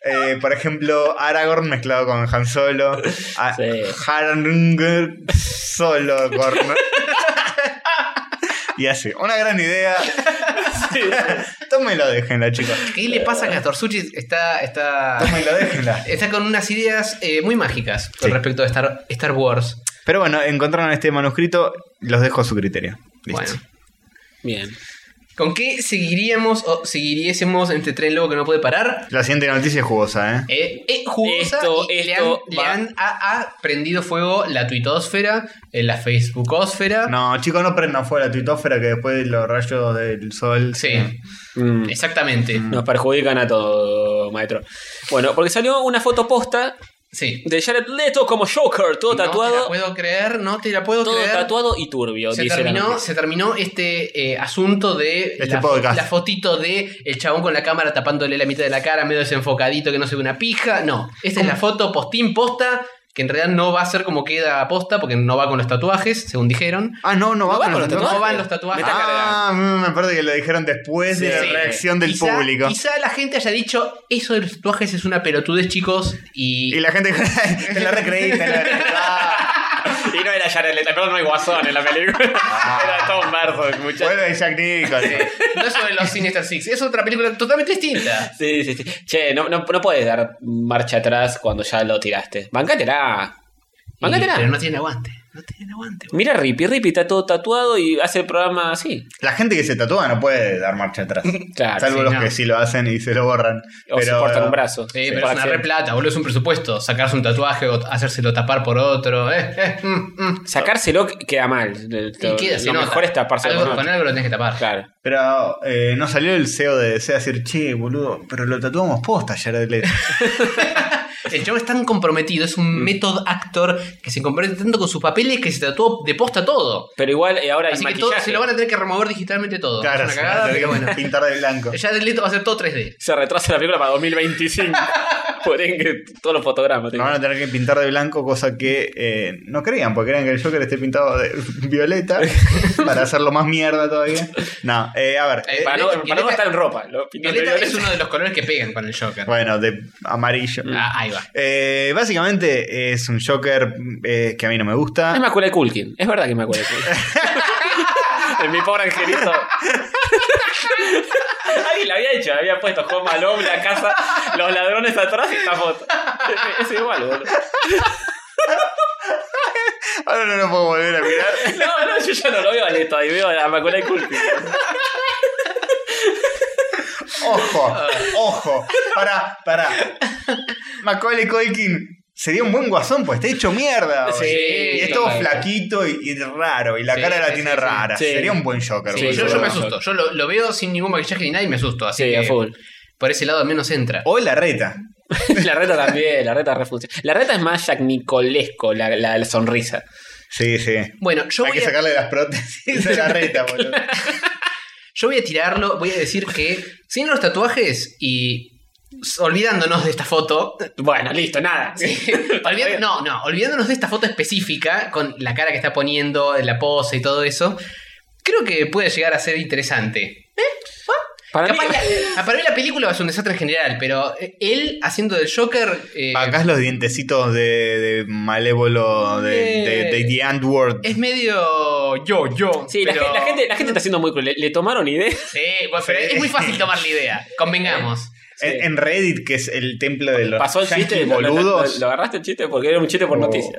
Speaker 2: eh, por ejemplo, Aragorn mezclado con Han Solo. a-
Speaker 3: Sí.
Speaker 2: Harungur solo Gorn. y así. Una gran idea. Tómelo, déjenla, chicos.
Speaker 4: ¿Qué le pasa a Catorzuchi? Está, está,
Speaker 2: Tómelo, déjenla.
Speaker 4: está con unas ideas eh, muy mágicas con
Speaker 2: Sí.
Speaker 4: respecto a Star, Star Wars.
Speaker 2: Pero bueno, encontraron este manuscrito, los dejo a su criterio. Listo.
Speaker 4: Bueno.
Speaker 3: Bien.
Speaker 4: ¿Con qué seguiríamos o seguiríésemos en este tren lobo que no puede parar?
Speaker 2: La siguiente noticia es jugosa, ¿eh?
Speaker 4: Eh, eh, jugosa
Speaker 3: Esto-
Speaker 4: y le han,
Speaker 3: esto
Speaker 4: le
Speaker 3: va-
Speaker 4: han- ha, ha prendido fuego la tuitosfera, eh, la facebookosfera.
Speaker 2: No, chicos, no prendan fuera la tuitósfera que después los rayos del sol. eh.
Speaker 4: Sí,
Speaker 3: Mm.
Speaker 4: exactamente.
Speaker 3: Nos perjudican a todo, maestro. Bueno, porque salió una foto posta
Speaker 4: Sí.
Speaker 3: de Jared Leto como Joker, todo
Speaker 4: No te la
Speaker 3: tatuado,
Speaker 4: puedo creer, no te la puedo
Speaker 3: todo
Speaker 4: creer.
Speaker 3: tatuado y turbio,
Speaker 4: se,
Speaker 3: dice la
Speaker 4: terminó,
Speaker 3: noticia.
Speaker 4: se terminó este eh, asunto de
Speaker 2: Este
Speaker 4: la,
Speaker 2: podcast.
Speaker 4: la fotito de el chabón con la cámara tapándole la mitad de la cara, medio desenfocadito, que no se ve una pija. No, esta es la foto postín posta, que en realidad no va a ser como queda posta, porque no va con los tatuajes, según dijeron.
Speaker 2: Ah, no, no, va
Speaker 3: va
Speaker 2: con
Speaker 3: con
Speaker 2: los
Speaker 3: los
Speaker 2: tatuajes.
Speaker 4: No van los tatuajes.
Speaker 3: Me está
Speaker 2: Ah, mm, me parece que lo dijeron después de la
Speaker 4: Sí.
Speaker 2: reacción del
Speaker 4: Quizá-
Speaker 2: público.
Speaker 4: Quizá la gente haya dicho, eso de los tatuajes es una pelotudez, chicos, y...
Speaker 2: Y la gente te la recreíste. la verdad.
Speaker 3: Y no era Jared Leto, perdón, no hay guasón en la película. era Tom Barton, muchachos.
Speaker 2: Vuelve Jack Nicholson.
Speaker 4: No es sobre los Sinister Six, es otra película totalmente distinta.
Speaker 3: Sí, sí, sí. Che, no, no, no puedes dar marcha atrás cuando ya lo tiraste. Bancátela.
Speaker 4: Y- pero
Speaker 3: Bancátela.
Speaker 4: no tienen aguante, no tienen aguante.
Speaker 3: Mira a Rippy, Rippy está todo tatuado y hace el programa así.
Speaker 2: La gente que se tatúa no puede dar marcha atrás.
Speaker 3: Claro,
Speaker 2: Salvo
Speaker 4: sí,
Speaker 2: los
Speaker 4: no.
Speaker 2: que sí lo hacen y se lo borran.
Speaker 3: O se cortan un brazo.
Speaker 4: Sí,
Speaker 3: Sí,
Speaker 4: pero
Speaker 3: por
Speaker 4: es una re
Speaker 3: accidente.
Speaker 4: plata, boludo, es un presupuesto. Sacarse un tatuaje o hacérselo tapar por otro. eh, eh, mm, mm.
Speaker 3: Sacárselo queda mal.
Speaker 4: Y queda, se
Speaker 3: lo
Speaker 4: nota.
Speaker 3: mejor es taparse
Speaker 4: Algo-
Speaker 3: con
Speaker 4: Con
Speaker 3: otro.
Speaker 4: algo lo tenés que tapar.
Speaker 3: Claro.
Speaker 2: Pero eh, no salió el CEO de DC a decir, che, boludo, pero lo tatuamos posta, Jared Leto.
Speaker 4: El chavo es tan comprometido, es un method actor que se compromete tanto con sus papeles que se tatuó de posta todo.
Speaker 3: Pero igual eh, ahora hay
Speaker 4: Así que todo,
Speaker 3: maquillaje.
Speaker 4: se lo van a tener que remover digitalmente todo.
Speaker 2: Claro,
Speaker 4: es una
Speaker 2: se van a
Speaker 4: cagada,
Speaker 2: tener
Speaker 4: pero
Speaker 2: que
Speaker 4: bueno.
Speaker 2: pintar de blanco.
Speaker 4: Ya de Leto va a ser todo 3D.
Speaker 3: Se retrasa la película para 2025. Por ende, todos los fotogramas.
Speaker 2: Lo van a tener que pintar de blanco, cosa que eh, no creían, porque creían que el Joker esté pintado de violeta para hacerlo más mierda todavía. No, eh, a ver.
Speaker 4: Eh,
Speaker 3: para no,
Speaker 4: Violeta-
Speaker 3: para no estar en ropa. Lo pintan de
Speaker 4: Violeta es
Speaker 3: violeta.
Speaker 4: uno de los colores que pegan con el Joker.
Speaker 2: Bueno, de amarillo.
Speaker 4: Ah, ahí va.
Speaker 2: Eh, básicamente es un Joker eh, que a mí no me
Speaker 3: Es
Speaker 2: gusta.
Speaker 3: Macaulay Culkin. Es verdad que es Macaulay Culkin. en mi pobre angelito. Alguien lo había hecho. Había puesto Home Alone, la casa, los ladrones atrás y esta foto. Es, es igual, boludo.
Speaker 2: Ahora no lo puedo volver a mirar.
Speaker 3: No, no, yo ya no lo veo a Leto. Ahí veo a Macaulay Culkin.
Speaker 4: Ah.
Speaker 2: Ojo, ojo. Pará, pará. Macaulay Culkin Sería un buen guasón, pues está hecho mierda.
Speaker 3: Sí,
Speaker 2: o sea, y es todo
Speaker 4: total.
Speaker 2: flaquito y, y raro. Y la
Speaker 4: Sí,
Speaker 2: cara la
Speaker 4: sí,
Speaker 2: tiene
Speaker 4: sí, sí.
Speaker 2: rara.
Speaker 3: Sí.
Speaker 2: Sería un buen Joker.
Speaker 3: Sí,
Speaker 4: Sí, yo,
Speaker 2: boludo.
Speaker 4: yo me
Speaker 3: sí.
Speaker 4: asusto. Yo lo, lo veo sin ningún maquillaje ni nada y me asusto. Así
Speaker 3: Sí,
Speaker 4: que
Speaker 3: a full.
Speaker 4: por ese lado al menos entra.
Speaker 2: O la reta.
Speaker 3: la reta también, la reta refuncia. La reta es más Jack Nicolesco, la, la- la sonrisa.
Speaker 2: Sí, sí.
Speaker 4: Bueno, yo
Speaker 2: Hay
Speaker 4: voy,
Speaker 2: que
Speaker 4: a,
Speaker 2: sacarle las prótesis a la reta, boludo.
Speaker 4: yo voy a tirarlo, voy a decir que sin los tatuajes y s- olvidándonos de esta foto,
Speaker 3: Bueno, listo, nada.
Speaker 4: Olvidando- no, no, olvidándonos de esta foto específica, con la cara que está poniendo, la pose y todo eso, creo que puede llegar a ser interesante.
Speaker 3: Para mí,
Speaker 4: Capaz la- ah, para mí la película es un desastre en general, pero eh, él haciendo del Joker... eh,
Speaker 2: Acá los dientecitos de, de malévolo de, de, de The Antwoord.
Speaker 4: es medio yo, yo.
Speaker 3: sí, la,
Speaker 4: pero-
Speaker 3: gen- la gente, la gente está siendo muy cruel. ¿Le, le tomaron idea?
Speaker 4: Sí, bueno, pero es muy fácil tomar la idea. Convengamos.
Speaker 3: Sí.
Speaker 2: En, en Reddit, que es el templo de los
Speaker 3: Pasó el
Speaker 2: yanquis
Speaker 3: chiste, lo, lo-
Speaker 2: boludos.
Speaker 3: lo- lo agarraste el chiste porque era un chiste por
Speaker 2: Oh.
Speaker 3: noticia.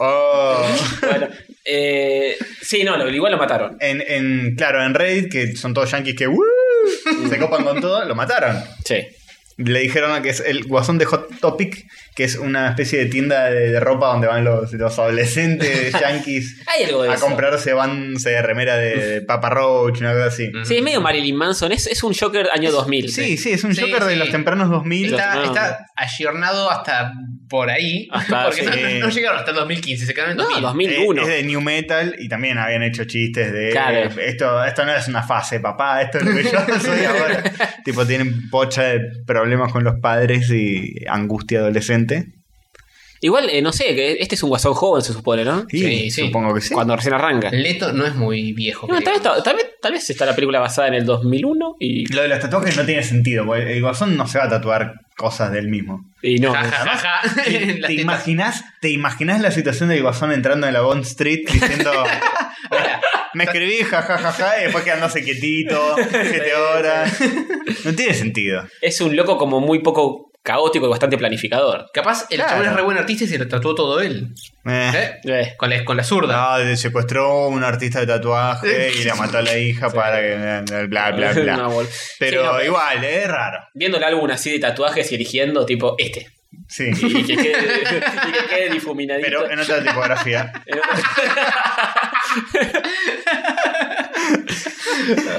Speaker 2: Oh.
Speaker 3: Bueno, eh, sí, no, lo- igual lo mataron.
Speaker 2: En, en- claro, en Reddit, que son todos yanquis que "Woo", se copan con todo, lo mataron.
Speaker 3: Sí.
Speaker 2: Le dijeron que es el guasón de Hot Topic, que es una especie de tienda de, de ropa donde van los, los adolescentes yanquis
Speaker 3: Hay algo de
Speaker 2: a
Speaker 3: eso.
Speaker 2: comprarse bands de remera de, de Papa Roach, una cosa así.
Speaker 4: Mm.
Speaker 3: Sí, es medio Marilyn Manson. Es, es un Joker año 2000.
Speaker 2: Sí, sí, es un
Speaker 4: Sí,
Speaker 2: Joker de
Speaker 4: sí.
Speaker 2: los tempranos 2000.
Speaker 4: Está,
Speaker 3: no.
Speaker 4: está ayornado hasta por ahí.
Speaker 3: Hasta,
Speaker 4: porque no,
Speaker 2: sí.
Speaker 4: no- no llegaron hasta el 2015, se quedaron en
Speaker 3: No,
Speaker 4: 2000.
Speaker 3: 2001.
Speaker 2: Es, es de New Metal y también habían hecho chistes de
Speaker 3: Claro.
Speaker 2: eh, esto, esto no es una fase, papá, esto es lo que yo soy ahora. tipo, tienen pocha de problemas con los padres y angustia adolescente.
Speaker 3: Igual, eh, no sé, que este es un guasón joven, se supone, ¿no?
Speaker 2: Y
Speaker 4: Sí, sí.
Speaker 2: supongo que sí.
Speaker 3: Cuando recién arranca.
Speaker 4: Leto no es muy viejo.
Speaker 3: No,
Speaker 4: que
Speaker 3: tal, vez,
Speaker 4: digamos.
Speaker 3: ta- tal, vez, tal vez está la película basada en el 2001 y,
Speaker 2: Lo de los tatuajes no tiene sentido, porque el guasón no se va a tatuar cosas del mismo.
Speaker 3: y no.
Speaker 4: Ja, ja, ja, ja.
Speaker 2: ¿Te,
Speaker 4: Las
Speaker 2: te
Speaker 4: tetas.
Speaker 2: imaginás, ¿Te imaginás la situación del guasón entrando en la Bond Street diciendo...
Speaker 4: Hola.
Speaker 2: Me escribí, jajajaja, y después quedándose quietito, siete horas. No tiene sentido.
Speaker 3: Es un loco como muy poco caótico y bastante planificador.
Speaker 4: Capaz el
Speaker 2: Claro.
Speaker 4: chabón es re buen artista y se lo tatuó todo él.
Speaker 2: Eh.
Speaker 4: ¿Eh?
Speaker 3: Eh,
Speaker 4: Con, la, con la zurda.
Speaker 2: No, le secuestró a un artista de tatuaje y le mató a la hija para que. Bla, bla,
Speaker 3: una
Speaker 2: bla.
Speaker 3: bol-
Speaker 2: Pero
Speaker 3: Sí, no,
Speaker 2: igual, eh, es raro.
Speaker 3: Viendo el álbum así de tatuajes y eligiendo, tipo, este.
Speaker 2: Sí.
Speaker 3: Y que quede, y que quede difuminadito.
Speaker 2: Pero en otra tipografía.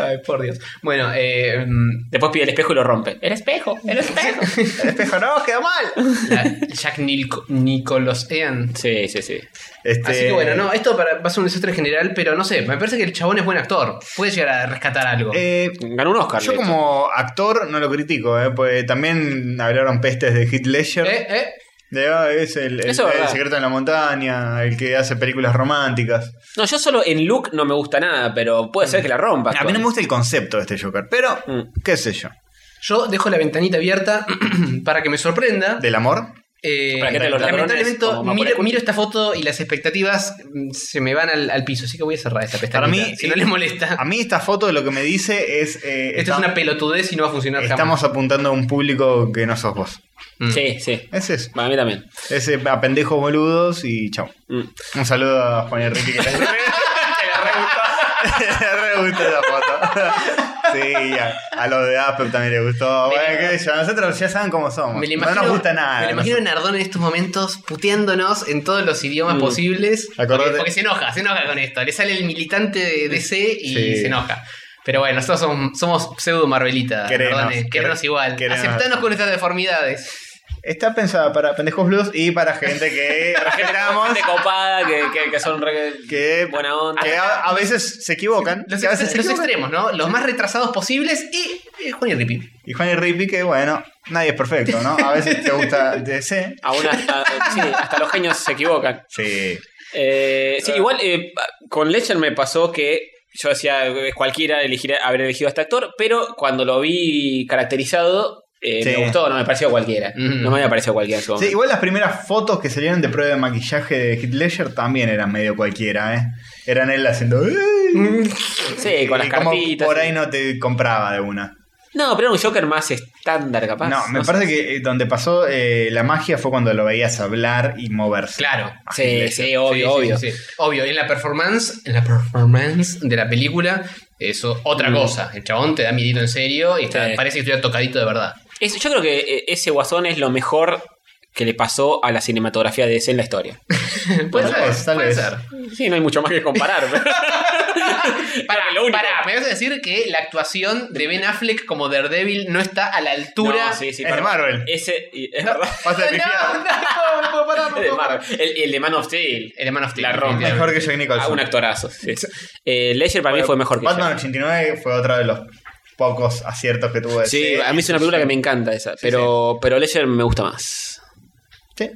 Speaker 4: Ay, por Dios. Bueno, eh, mm,
Speaker 3: Después pide el espejo y lo rompe. Eh, ¡El espejo! ¡El espejo!
Speaker 2: El espejo no, quedó mal.
Speaker 4: la- Jack Nilco- Nicolosean.
Speaker 3: sí, sí, sí.
Speaker 2: Este,
Speaker 4: Así que bueno, no, esto para, va a ser un desastre en general, pero no sé, me parece que el chabón es buen actor. Puede llegar a rescatar algo.
Speaker 2: eh,
Speaker 3: Ganó un Oscar.
Speaker 2: yo
Speaker 3: de hecho.
Speaker 2: como actor no lo critico, eh, pues también hablaron pestes de Heath Ledger.
Speaker 4: Eh, eh.
Speaker 2: De, "Ah, es el, el-
Speaker 3: Eso es
Speaker 2: el
Speaker 3: verdad.
Speaker 2: secreto en la montaña, el que hace películas románticas.
Speaker 3: No, yo solo en look no me gusta nada, pero puede ser que la rompa.
Speaker 2: A mí no me gusta el concepto de este Joker, pero
Speaker 3: Mm.
Speaker 2: qué sé yo.
Speaker 4: Yo dejo la ventanita abierta para que me sorprenda.
Speaker 2: ¿Del amor?
Speaker 4: Eh,
Speaker 3: Para que te los ladrones
Speaker 4: lamentablemente
Speaker 3: como
Speaker 4: miro,
Speaker 3: Mapulacu-
Speaker 4: miro esta foto y las expectativas mm, se me van al, al piso, así que voy a cerrar esta pestaña.
Speaker 2: Para mí,
Speaker 4: si no
Speaker 2: eh,
Speaker 4: les molesta.
Speaker 2: A mí esta foto lo que me dice es... eh,
Speaker 4: Esto
Speaker 2: está-
Speaker 4: es una pelotudez y no va a funcionar
Speaker 2: Estamos apuntando a un público que no sos vos.
Speaker 4: jamás. Mm.
Speaker 3: Sí, sí.
Speaker 2: Es eso.
Speaker 3: Para mí también.
Speaker 2: Es eh, a pendejos boludos y chao.
Speaker 3: Mm.
Speaker 2: Un saludo a Juan Enrique que le re, que le re gustó. Le re gustó esa foto. Sí, a, a los de Apple también les gustó.
Speaker 4: Me
Speaker 2: Bueno,
Speaker 4: lo-
Speaker 2: qué sé yo, nosotros ya saben cómo somos.
Speaker 4: Me lo imagino,
Speaker 2: no nos gusta nada.
Speaker 4: Me lo imagino
Speaker 2: Nos-
Speaker 4: a Nardone en estos momentos puteándonos en todos los idiomas
Speaker 3: Mm.
Speaker 4: posibles.
Speaker 2: Acordate-
Speaker 4: Porque, porque se enoja, se enoja con esto. Le sale el militante de DC y
Speaker 2: Sí.
Speaker 4: se enoja. Pero bueno, nosotros somos, somos pseudo Marvelita.
Speaker 2: Querenos,
Speaker 4: Nardone.
Speaker 2: quere-
Speaker 4: Querenos igual.
Speaker 2: querenos.
Speaker 4: Aceptanos con nuestras deformidades.
Speaker 2: Está pensada para pendejos bludos y para gente que respetamos.
Speaker 3: Gente copada, que, que, que son re...
Speaker 2: que
Speaker 3: Buena onda.
Speaker 2: que a, a veces se equivocan.
Speaker 4: Los,
Speaker 2: que a veces
Speaker 4: ex-
Speaker 2: se
Speaker 4: los
Speaker 2: equivocan.
Speaker 4: extremos, ¿no? Los más retrasados posibles y eh, Juan y Ripi.
Speaker 2: Y Juan Enrique, que bueno, nadie es perfecto, ¿no? A veces te gusta DC.
Speaker 3: Aún hasta, sí, hasta los genios se equivocan.
Speaker 2: Sí.
Speaker 3: Eh,
Speaker 2: Ah.
Speaker 3: sí, igual eh, con Ledger me pasó que yo decía eh, cualquiera elegir, haber elegido a este actor, pero cuando lo vi caracterizado eh,
Speaker 2: Sí.
Speaker 3: me gustó, no me pareció cualquiera.
Speaker 4: Mm.
Speaker 3: No me había parecido cualquiera en su
Speaker 2: Sí,
Speaker 3: momento.
Speaker 2: igual las primeras fotos que salieron de prueba de maquillaje de Heath Ledger también eran medio cualquiera, ¿eh? Eran él haciendo... "Ey".
Speaker 3: Sí, Eh, con las
Speaker 2: Y como
Speaker 3: cartitas.
Speaker 2: Por
Speaker 3: sí.
Speaker 2: ahí no te compraba de una.
Speaker 3: No, pero era un Joker más estándar, capaz.
Speaker 2: no, me
Speaker 3: sé.
Speaker 2: parece que eh, donde pasó eh, la magia fue cuando lo veías hablar y moverse.
Speaker 4: Claro.
Speaker 3: Sí, sí, obvio,
Speaker 4: Sí, sí,
Speaker 3: obvio.
Speaker 4: sí, sí. Obvio, en la performance, en la performance de la película, eso otra
Speaker 3: Mm.
Speaker 4: cosa. El chabón te da miedito en serio y está-
Speaker 3: Sí.
Speaker 4: parece que estuviera tocadito de verdad.
Speaker 3: Es- yo creo que eh, ese guasón es lo mejor que le pasó a la cinematografía de DC en la historia.
Speaker 4: Puede
Speaker 2: Tal
Speaker 4: ser,
Speaker 2: vez, tal
Speaker 4: puede
Speaker 2: vez.
Speaker 4: ser.
Speaker 3: Sí, no hay mucho más que comparar.
Speaker 4: Pará,
Speaker 3: que lo único.
Speaker 4: pará, me vas a decir que la actuación de Ben Affleck como Daredevil no está a la altura.
Speaker 3: No, sí, sí, Eh,
Speaker 2: Es de
Speaker 3: perdón.
Speaker 2: Marvel.
Speaker 3: Ese, y- es verdad.
Speaker 2: Pasa de
Speaker 4: No,
Speaker 2: pifiado.
Speaker 4: no, no puedo parar, no
Speaker 3: El de
Speaker 4: puedo parar.
Speaker 3: Marvel. El, el de Man of Steel.
Speaker 4: El hermano of Steel,
Speaker 3: La rompe.
Speaker 4: definitivamente.
Speaker 2: Mejor que Jack
Speaker 3: Ah,
Speaker 2: Nicholson.
Speaker 3: un actorazo. sí. Eh, Ledger para mí fue mejor que
Speaker 2: Batman
Speaker 3: Jack.
Speaker 2: 89 fue otro de los pocos aciertos que tuvo.
Speaker 3: Sí, a mí es una película que me encanta esa. Pero, pero Ledger me gusta más.
Speaker 2: Sí.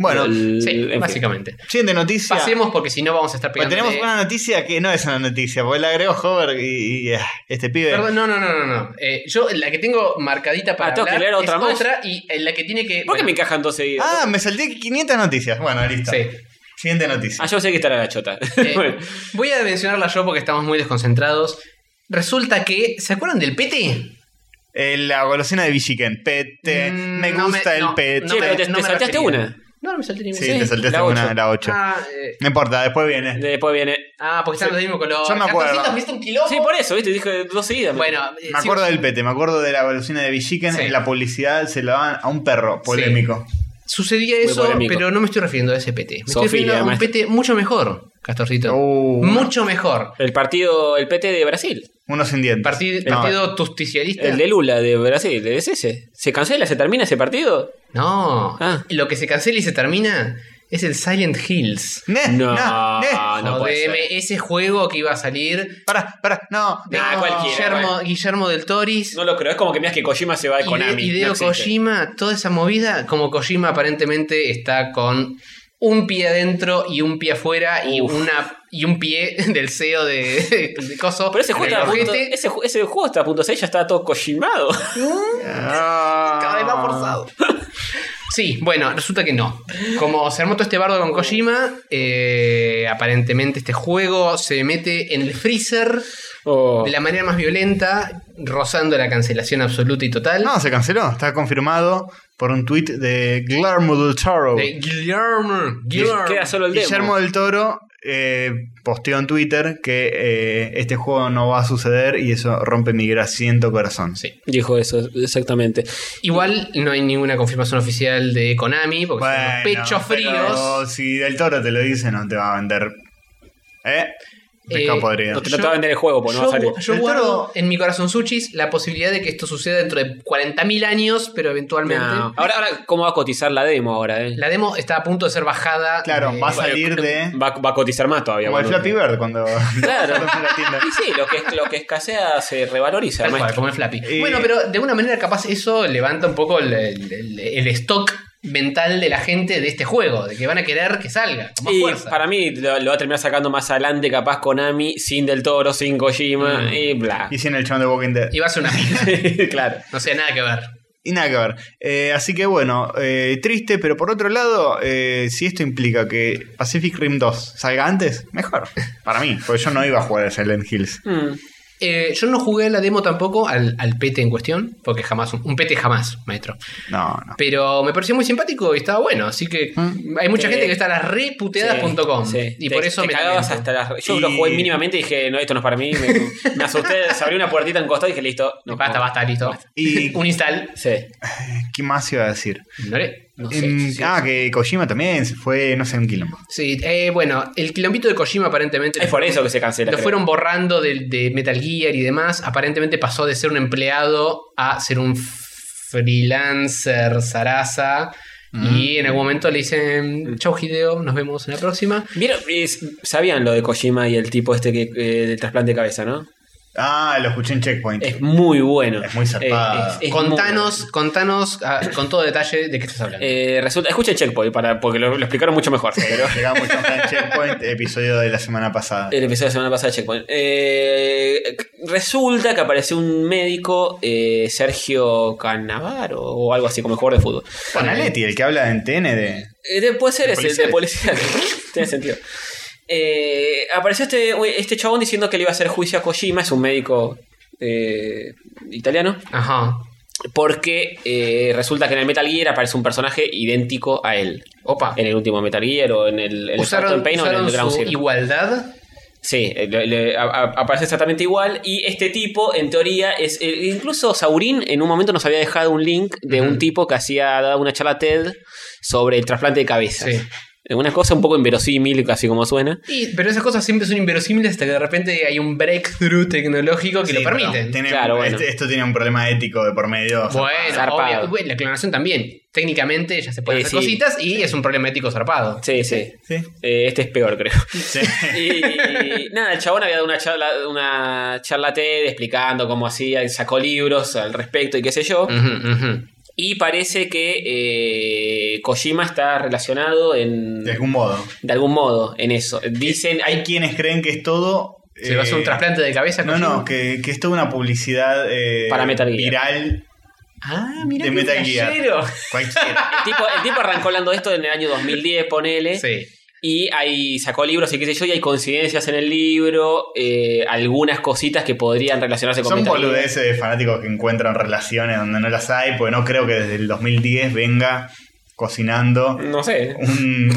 Speaker 2: Bueno,
Speaker 3: El- en
Speaker 4: Sí,
Speaker 3: fin.
Speaker 4: básicamente.
Speaker 2: siguiente noticia.
Speaker 4: Pasemos porque si no vamos a estar
Speaker 2: Bueno,
Speaker 4: pegando.
Speaker 2: pues tenemos una noticia que no es una noticia, porque la agregó Hover y, y, ah, este pibe.
Speaker 4: Perdón, no, no, no, no. no. Eh, yo la que tengo marcadita para
Speaker 3: Ah, tengo que
Speaker 4: hablar
Speaker 3: leer otra
Speaker 4: es
Speaker 3: más.
Speaker 4: otra y en la que tiene que.
Speaker 3: ¿Por qué
Speaker 4: bueno,
Speaker 3: me encajan dos seguidos?
Speaker 2: Ah, me salté 500 noticias. Bueno, listo.
Speaker 4: Sí.
Speaker 2: Siguiente noticia.
Speaker 3: Ah, yo sé que estará la chota.
Speaker 4: Eh,
Speaker 3: Bueno.
Speaker 4: Voy a mencionarla yo porque estamos muy desconcentrados. Resulta que. ¿Se acuerdan del PT?
Speaker 2: Eh, la golosina de Villiquen. Pete.
Speaker 4: Mm,
Speaker 2: me
Speaker 4: no
Speaker 2: gusta
Speaker 4: me-
Speaker 2: el
Speaker 4: no,
Speaker 2: pete.
Speaker 4: no
Speaker 3: Che,
Speaker 4: me-
Speaker 3: pero te, te
Speaker 4: me
Speaker 3: salteaste
Speaker 4: refería.
Speaker 3: una.
Speaker 4: No, no me salté ninguna.
Speaker 2: sí, te saltaste
Speaker 3: la
Speaker 2: una,
Speaker 3: ocho.
Speaker 2: la 8.
Speaker 4: Ah, eh,
Speaker 2: No importa, después viene.
Speaker 3: Después viene.
Speaker 4: ah, porque están los mismos colores.
Speaker 2: Yo me acuerdo.
Speaker 4: 1400, ¿viste un quilombo?
Speaker 3: Sí, por eso, viste, dije dos seguidas.
Speaker 4: Bueno, eh,
Speaker 2: Me acuerdo del pete, me acuerdo de la golosina de Villiquen.
Speaker 4: Sí.
Speaker 2: En la publicidad se la daban a un perro, polémico.
Speaker 4: Sucedía
Speaker 3: Muy
Speaker 4: eso,
Speaker 3: polémico.
Speaker 4: pero no me estoy refiriendo a ese PT. Me estoy
Speaker 3: Sofía,
Speaker 4: refiriendo a un
Speaker 3: maestro.
Speaker 4: PT mucho mejor, Castorcito.
Speaker 2: Uh.
Speaker 4: mucho mejor.
Speaker 3: El partido, el PT de Brasil.
Speaker 2: Uno sin dientes.
Speaker 4: Partid-
Speaker 2: No,
Speaker 4: partido tusticialista.
Speaker 3: El de Lula de Brasil, ¿es ese? ¿Se cancela? ¿Se termina ese partido?
Speaker 4: No.
Speaker 3: Ah.
Speaker 4: Lo que se cancela y se termina es el Silent Hills.
Speaker 2: Ne,
Speaker 3: No,
Speaker 2: no, ne.
Speaker 3: no puede
Speaker 4: Jodeme,
Speaker 3: ser.
Speaker 4: ese juego que iba a salir.
Speaker 2: Pará, pará, no.
Speaker 3: Nah,
Speaker 2: no.
Speaker 3: cualquiera.
Speaker 4: Guillermo, Guillermo del Toris.
Speaker 3: eh. No lo creo, es como que miras que Kojima se va de
Speaker 4: Hide-
Speaker 3: Konami.
Speaker 4: Hideo
Speaker 3: no existe.
Speaker 4: Kojima, toda esa movida, como Kojima aparentemente está con un pie adentro y un pie afuera y una y un pie del CEO de, de coso.
Speaker 3: Pero ese juego,
Speaker 4: del
Speaker 3: está a punto,
Speaker 4: ojete.
Speaker 3: ese, ju- ese juego está a punto 6, ya está todo Kojimado.
Speaker 2: Ah.
Speaker 4: Cada vez más forzado. Sí, bueno, resulta que no. Como se armó todo este bardo con Kojima, eh, aparentemente este juego se mete en el freezer
Speaker 3: Oh.
Speaker 4: de la manera más violenta, rozando la cancelación absoluta y total.
Speaker 2: No, se canceló. Está confirmado por un tuit de Guillermo del Toro.
Speaker 4: De Eh, Guillermo, Guillermo.
Speaker 3: Queda solo el demo.
Speaker 2: Guillermo del Toro eh, posteó en Twitter que eh, este juego no va a suceder y eso rompe mi grasiento corazón.
Speaker 4: Sí.
Speaker 3: Dijo eso, exactamente.
Speaker 4: Igual no hay ninguna confirmación oficial de Konami, porque son
Speaker 2: Bueno,
Speaker 4: unos pechos
Speaker 2: pero
Speaker 4: fríos.
Speaker 2: Si del Toro te lo dice, no te va a vender. ¿Eh? Pescado
Speaker 4: Eh,
Speaker 2: podrido.
Speaker 3: No te
Speaker 4: Yo-
Speaker 3: trataba de vender el juego, porque no va a salir.
Speaker 4: Yo, yo
Speaker 2: El
Speaker 4: guardo
Speaker 2: toro-
Speaker 4: en mi corazón sushis la posibilidad de que esto suceda dentro de 40.000 años, pero eventualmente.
Speaker 3: No. Ahora, ahora, ¿cómo va a cotizar la demo ahora? Eh?
Speaker 4: La demo está a punto de ser bajada.
Speaker 2: Claro,
Speaker 4: de-
Speaker 2: va a salir de.
Speaker 3: Va, va a cotizar más todavía.
Speaker 2: Como el
Speaker 3: boludo.
Speaker 2: Flappy Bird cuando.
Speaker 3: Claro.
Speaker 2: cuando fue a la tienda.
Speaker 3: Y sí, lo que, lo que escasea se revaloriza.
Speaker 4: Tal cual,
Speaker 3: maestro.
Speaker 4: como el Flappy.
Speaker 2: Eh,
Speaker 4: Bueno, pero de una manera capaz eso levanta un poco el, el- el- el stock mental de la gente de este juego, de que van a querer que salga con más
Speaker 3: Y
Speaker 4: fuerza.
Speaker 3: para mí lo, lo va a terminar sacando más adelante, capaz Konami, sin Del Toro, sin Kojima
Speaker 4: Mm.
Speaker 3: y bla.
Speaker 2: Y sin el chabón de Walking Dead.
Speaker 4: Y va a ser una mierda.
Speaker 3: claro.
Speaker 4: No sea nada que ver.
Speaker 2: Y nada que ver. Eh, así que bueno, eh, triste, pero por otro lado, eh, si esto implica que Pacific Rim 2 salga antes, mejor. Para mí, porque yo no iba a jugar a Silent Hills.
Speaker 3: Mm.
Speaker 4: Eh, yo no jugué la demo tampoco al, al pete en cuestión, porque jamás, un, un pete jamás, maestro.
Speaker 2: No, no.
Speaker 4: Pero me pareció muy simpático y estaba bueno, así que
Speaker 2: Mm.
Speaker 4: hay mucha
Speaker 3: Sí.
Speaker 4: gente que está a las reputeadas.com
Speaker 3: Sí, sí.
Speaker 4: y
Speaker 3: Te-
Speaker 4: por eso
Speaker 3: te
Speaker 4: me
Speaker 3: cagabas
Speaker 4: lamento.
Speaker 3: hasta las. Yo
Speaker 2: Y-
Speaker 3: lo jugué mínimamente y dije, no, esto no es para mí. Me, me asusté, se abrió una puertita en costado y dije, listo. No,
Speaker 4: Basta,
Speaker 3: no.
Speaker 4: basta, listo.
Speaker 2: Y-
Speaker 4: un install.
Speaker 3: Sí.
Speaker 2: ¿Qué más iba a decir?
Speaker 4: No haré.
Speaker 3: No
Speaker 2: Em,
Speaker 3: sé. sí.
Speaker 2: ah, que Kojima también se fue, no sé, un quilombo.
Speaker 4: Sí, eh, bueno, el quilombito de Kojima aparentemente
Speaker 3: Es por eso que se cancela.
Speaker 4: lo
Speaker 3: creo.
Speaker 4: fueron borrando de, de Metal Gear y demás. Aparentemente pasó de ser un empleado a ser un freelancer zaraza.
Speaker 3: Mm.
Speaker 4: Y en algún momento le dicen, chau Hideo, nos vemos en la próxima.
Speaker 3: ¿Vieron? Es- Sabían lo de Kojima y el tipo este que eh, del trasplante de cabeza, ¿no?
Speaker 2: Ah, lo escuché en Checkpoint.
Speaker 3: Es muy bueno.
Speaker 2: Es muy zarpado.
Speaker 3: Eh, es- es
Speaker 4: contanos,
Speaker 3: muy
Speaker 4: contanos ah, con todo detalle de qué estás hablando.
Speaker 3: bueno. Eh, resulta, escuchen Checkpoint para, porque lo, lo explicaron mucho mejor. Pero
Speaker 2: Llegamos a Checkpoint, episodio de la semana pasada.
Speaker 3: el episodio de la semana pasada de Checkpoint. Eh, resulta que apareció un médico, eh, Sergio Canavaro o algo así, como el jugador de fútbol.
Speaker 2: Canaletti, el que habla en TND.
Speaker 3: Eh, de- puede ser
Speaker 2: De
Speaker 3: ese, el de policía. Tiene sentido. Eh, apareció este, este chabón diciendo que le iba a hacer juicio a Kojima, es un médico eh, italiano,
Speaker 4: Ajá.
Speaker 3: porque eh, resulta que en el Metal Gear aparece un personaje idéntico a él.
Speaker 4: Opa.
Speaker 3: En el último Metal Gear o en el, en el
Speaker 4: usaron
Speaker 3: Phantom Pain o en
Speaker 4: usaron
Speaker 3: el Ground
Speaker 4: su
Speaker 3: Zero.
Speaker 4: igualdad.
Speaker 3: Sí, eh, le- le- a- a- aparece exactamente igual. Y este tipo, en teoría, es. eh, incluso Saurín en un momento nos había dejado un link de un tipo que hacía daba una charla TED sobre el trasplante de cabezas.
Speaker 4: Sí.
Speaker 3: Una cosa un poco inverosímil, casi como suena.
Speaker 4: Y- pero esas cosas siempre son inverosímiles hasta que de repente hay un breakthrough tecnológico que
Speaker 2: Sí,
Speaker 4: lo
Speaker 2: pero
Speaker 4: permiten.
Speaker 2: tiene-
Speaker 3: Claro, bueno.
Speaker 2: este- esto tiene un problema ético de por medio.
Speaker 4: Bueno,
Speaker 3: Zarpado.
Speaker 4: obvio. Bueno, la clonación también. Técnicamente ya se pueden
Speaker 3: Eh,
Speaker 4: hacer
Speaker 3: sí.
Speaker 4: cositas y es un problema ético zarpado.
Speaker 3: Sí, sí.
Speaker 2: Sí.
Speaker 3: Eh, este es peor, creo.
Speaker 2: Sí.
Speaker 3: Y nada, el chabón había dado una charla, una charla TED explicando cómo hacía, y sacó libros al respecto y qué sé yo.
Speaker 4: Ujú, ujú.
Speaker 3: Y parece que eh, Kojima está relacionado en,
Speaker 2: De algún modo.
Speaker 3: de algún modo en eso. Dicen,
Speaker 2: Hay
Speaker 3: hay
Speaker 2: quienes creen que es todo.
Speaker 4: ¿Se va a hacer un
Speaker 2: eh,
Speaker 4: trasplante de cabeza?
Speaker 2: No,
Speaker 4: Kojima?
Speaker 2: no, que, que es toda una publicidad eh,
Speaker 3: Para Metal Gear.
Speaker 2: viral
Speaker 4: Ah, mira.
Speaker 2: de Metal Gear. Cualquiera.
Speaker 3: el tipo, el tipo arrancó hablando de esto en el año 2010, ponele.
Speaker 4: Sí.
Speaker 3: Y ahí sacó libros y qué sé yo, y hay coincidencias en el libro, eh, algunas cositas que podrían relacionarse con
Speaker 2: Son
Speaker 3: Metal Gear.
Speaker 2: boludeces de fanáticos que encuentran relaciones donde no las hay, porque no creo que desde el 2010 venga cocinando
Speaker 3: No sé.
Speaker 2: un.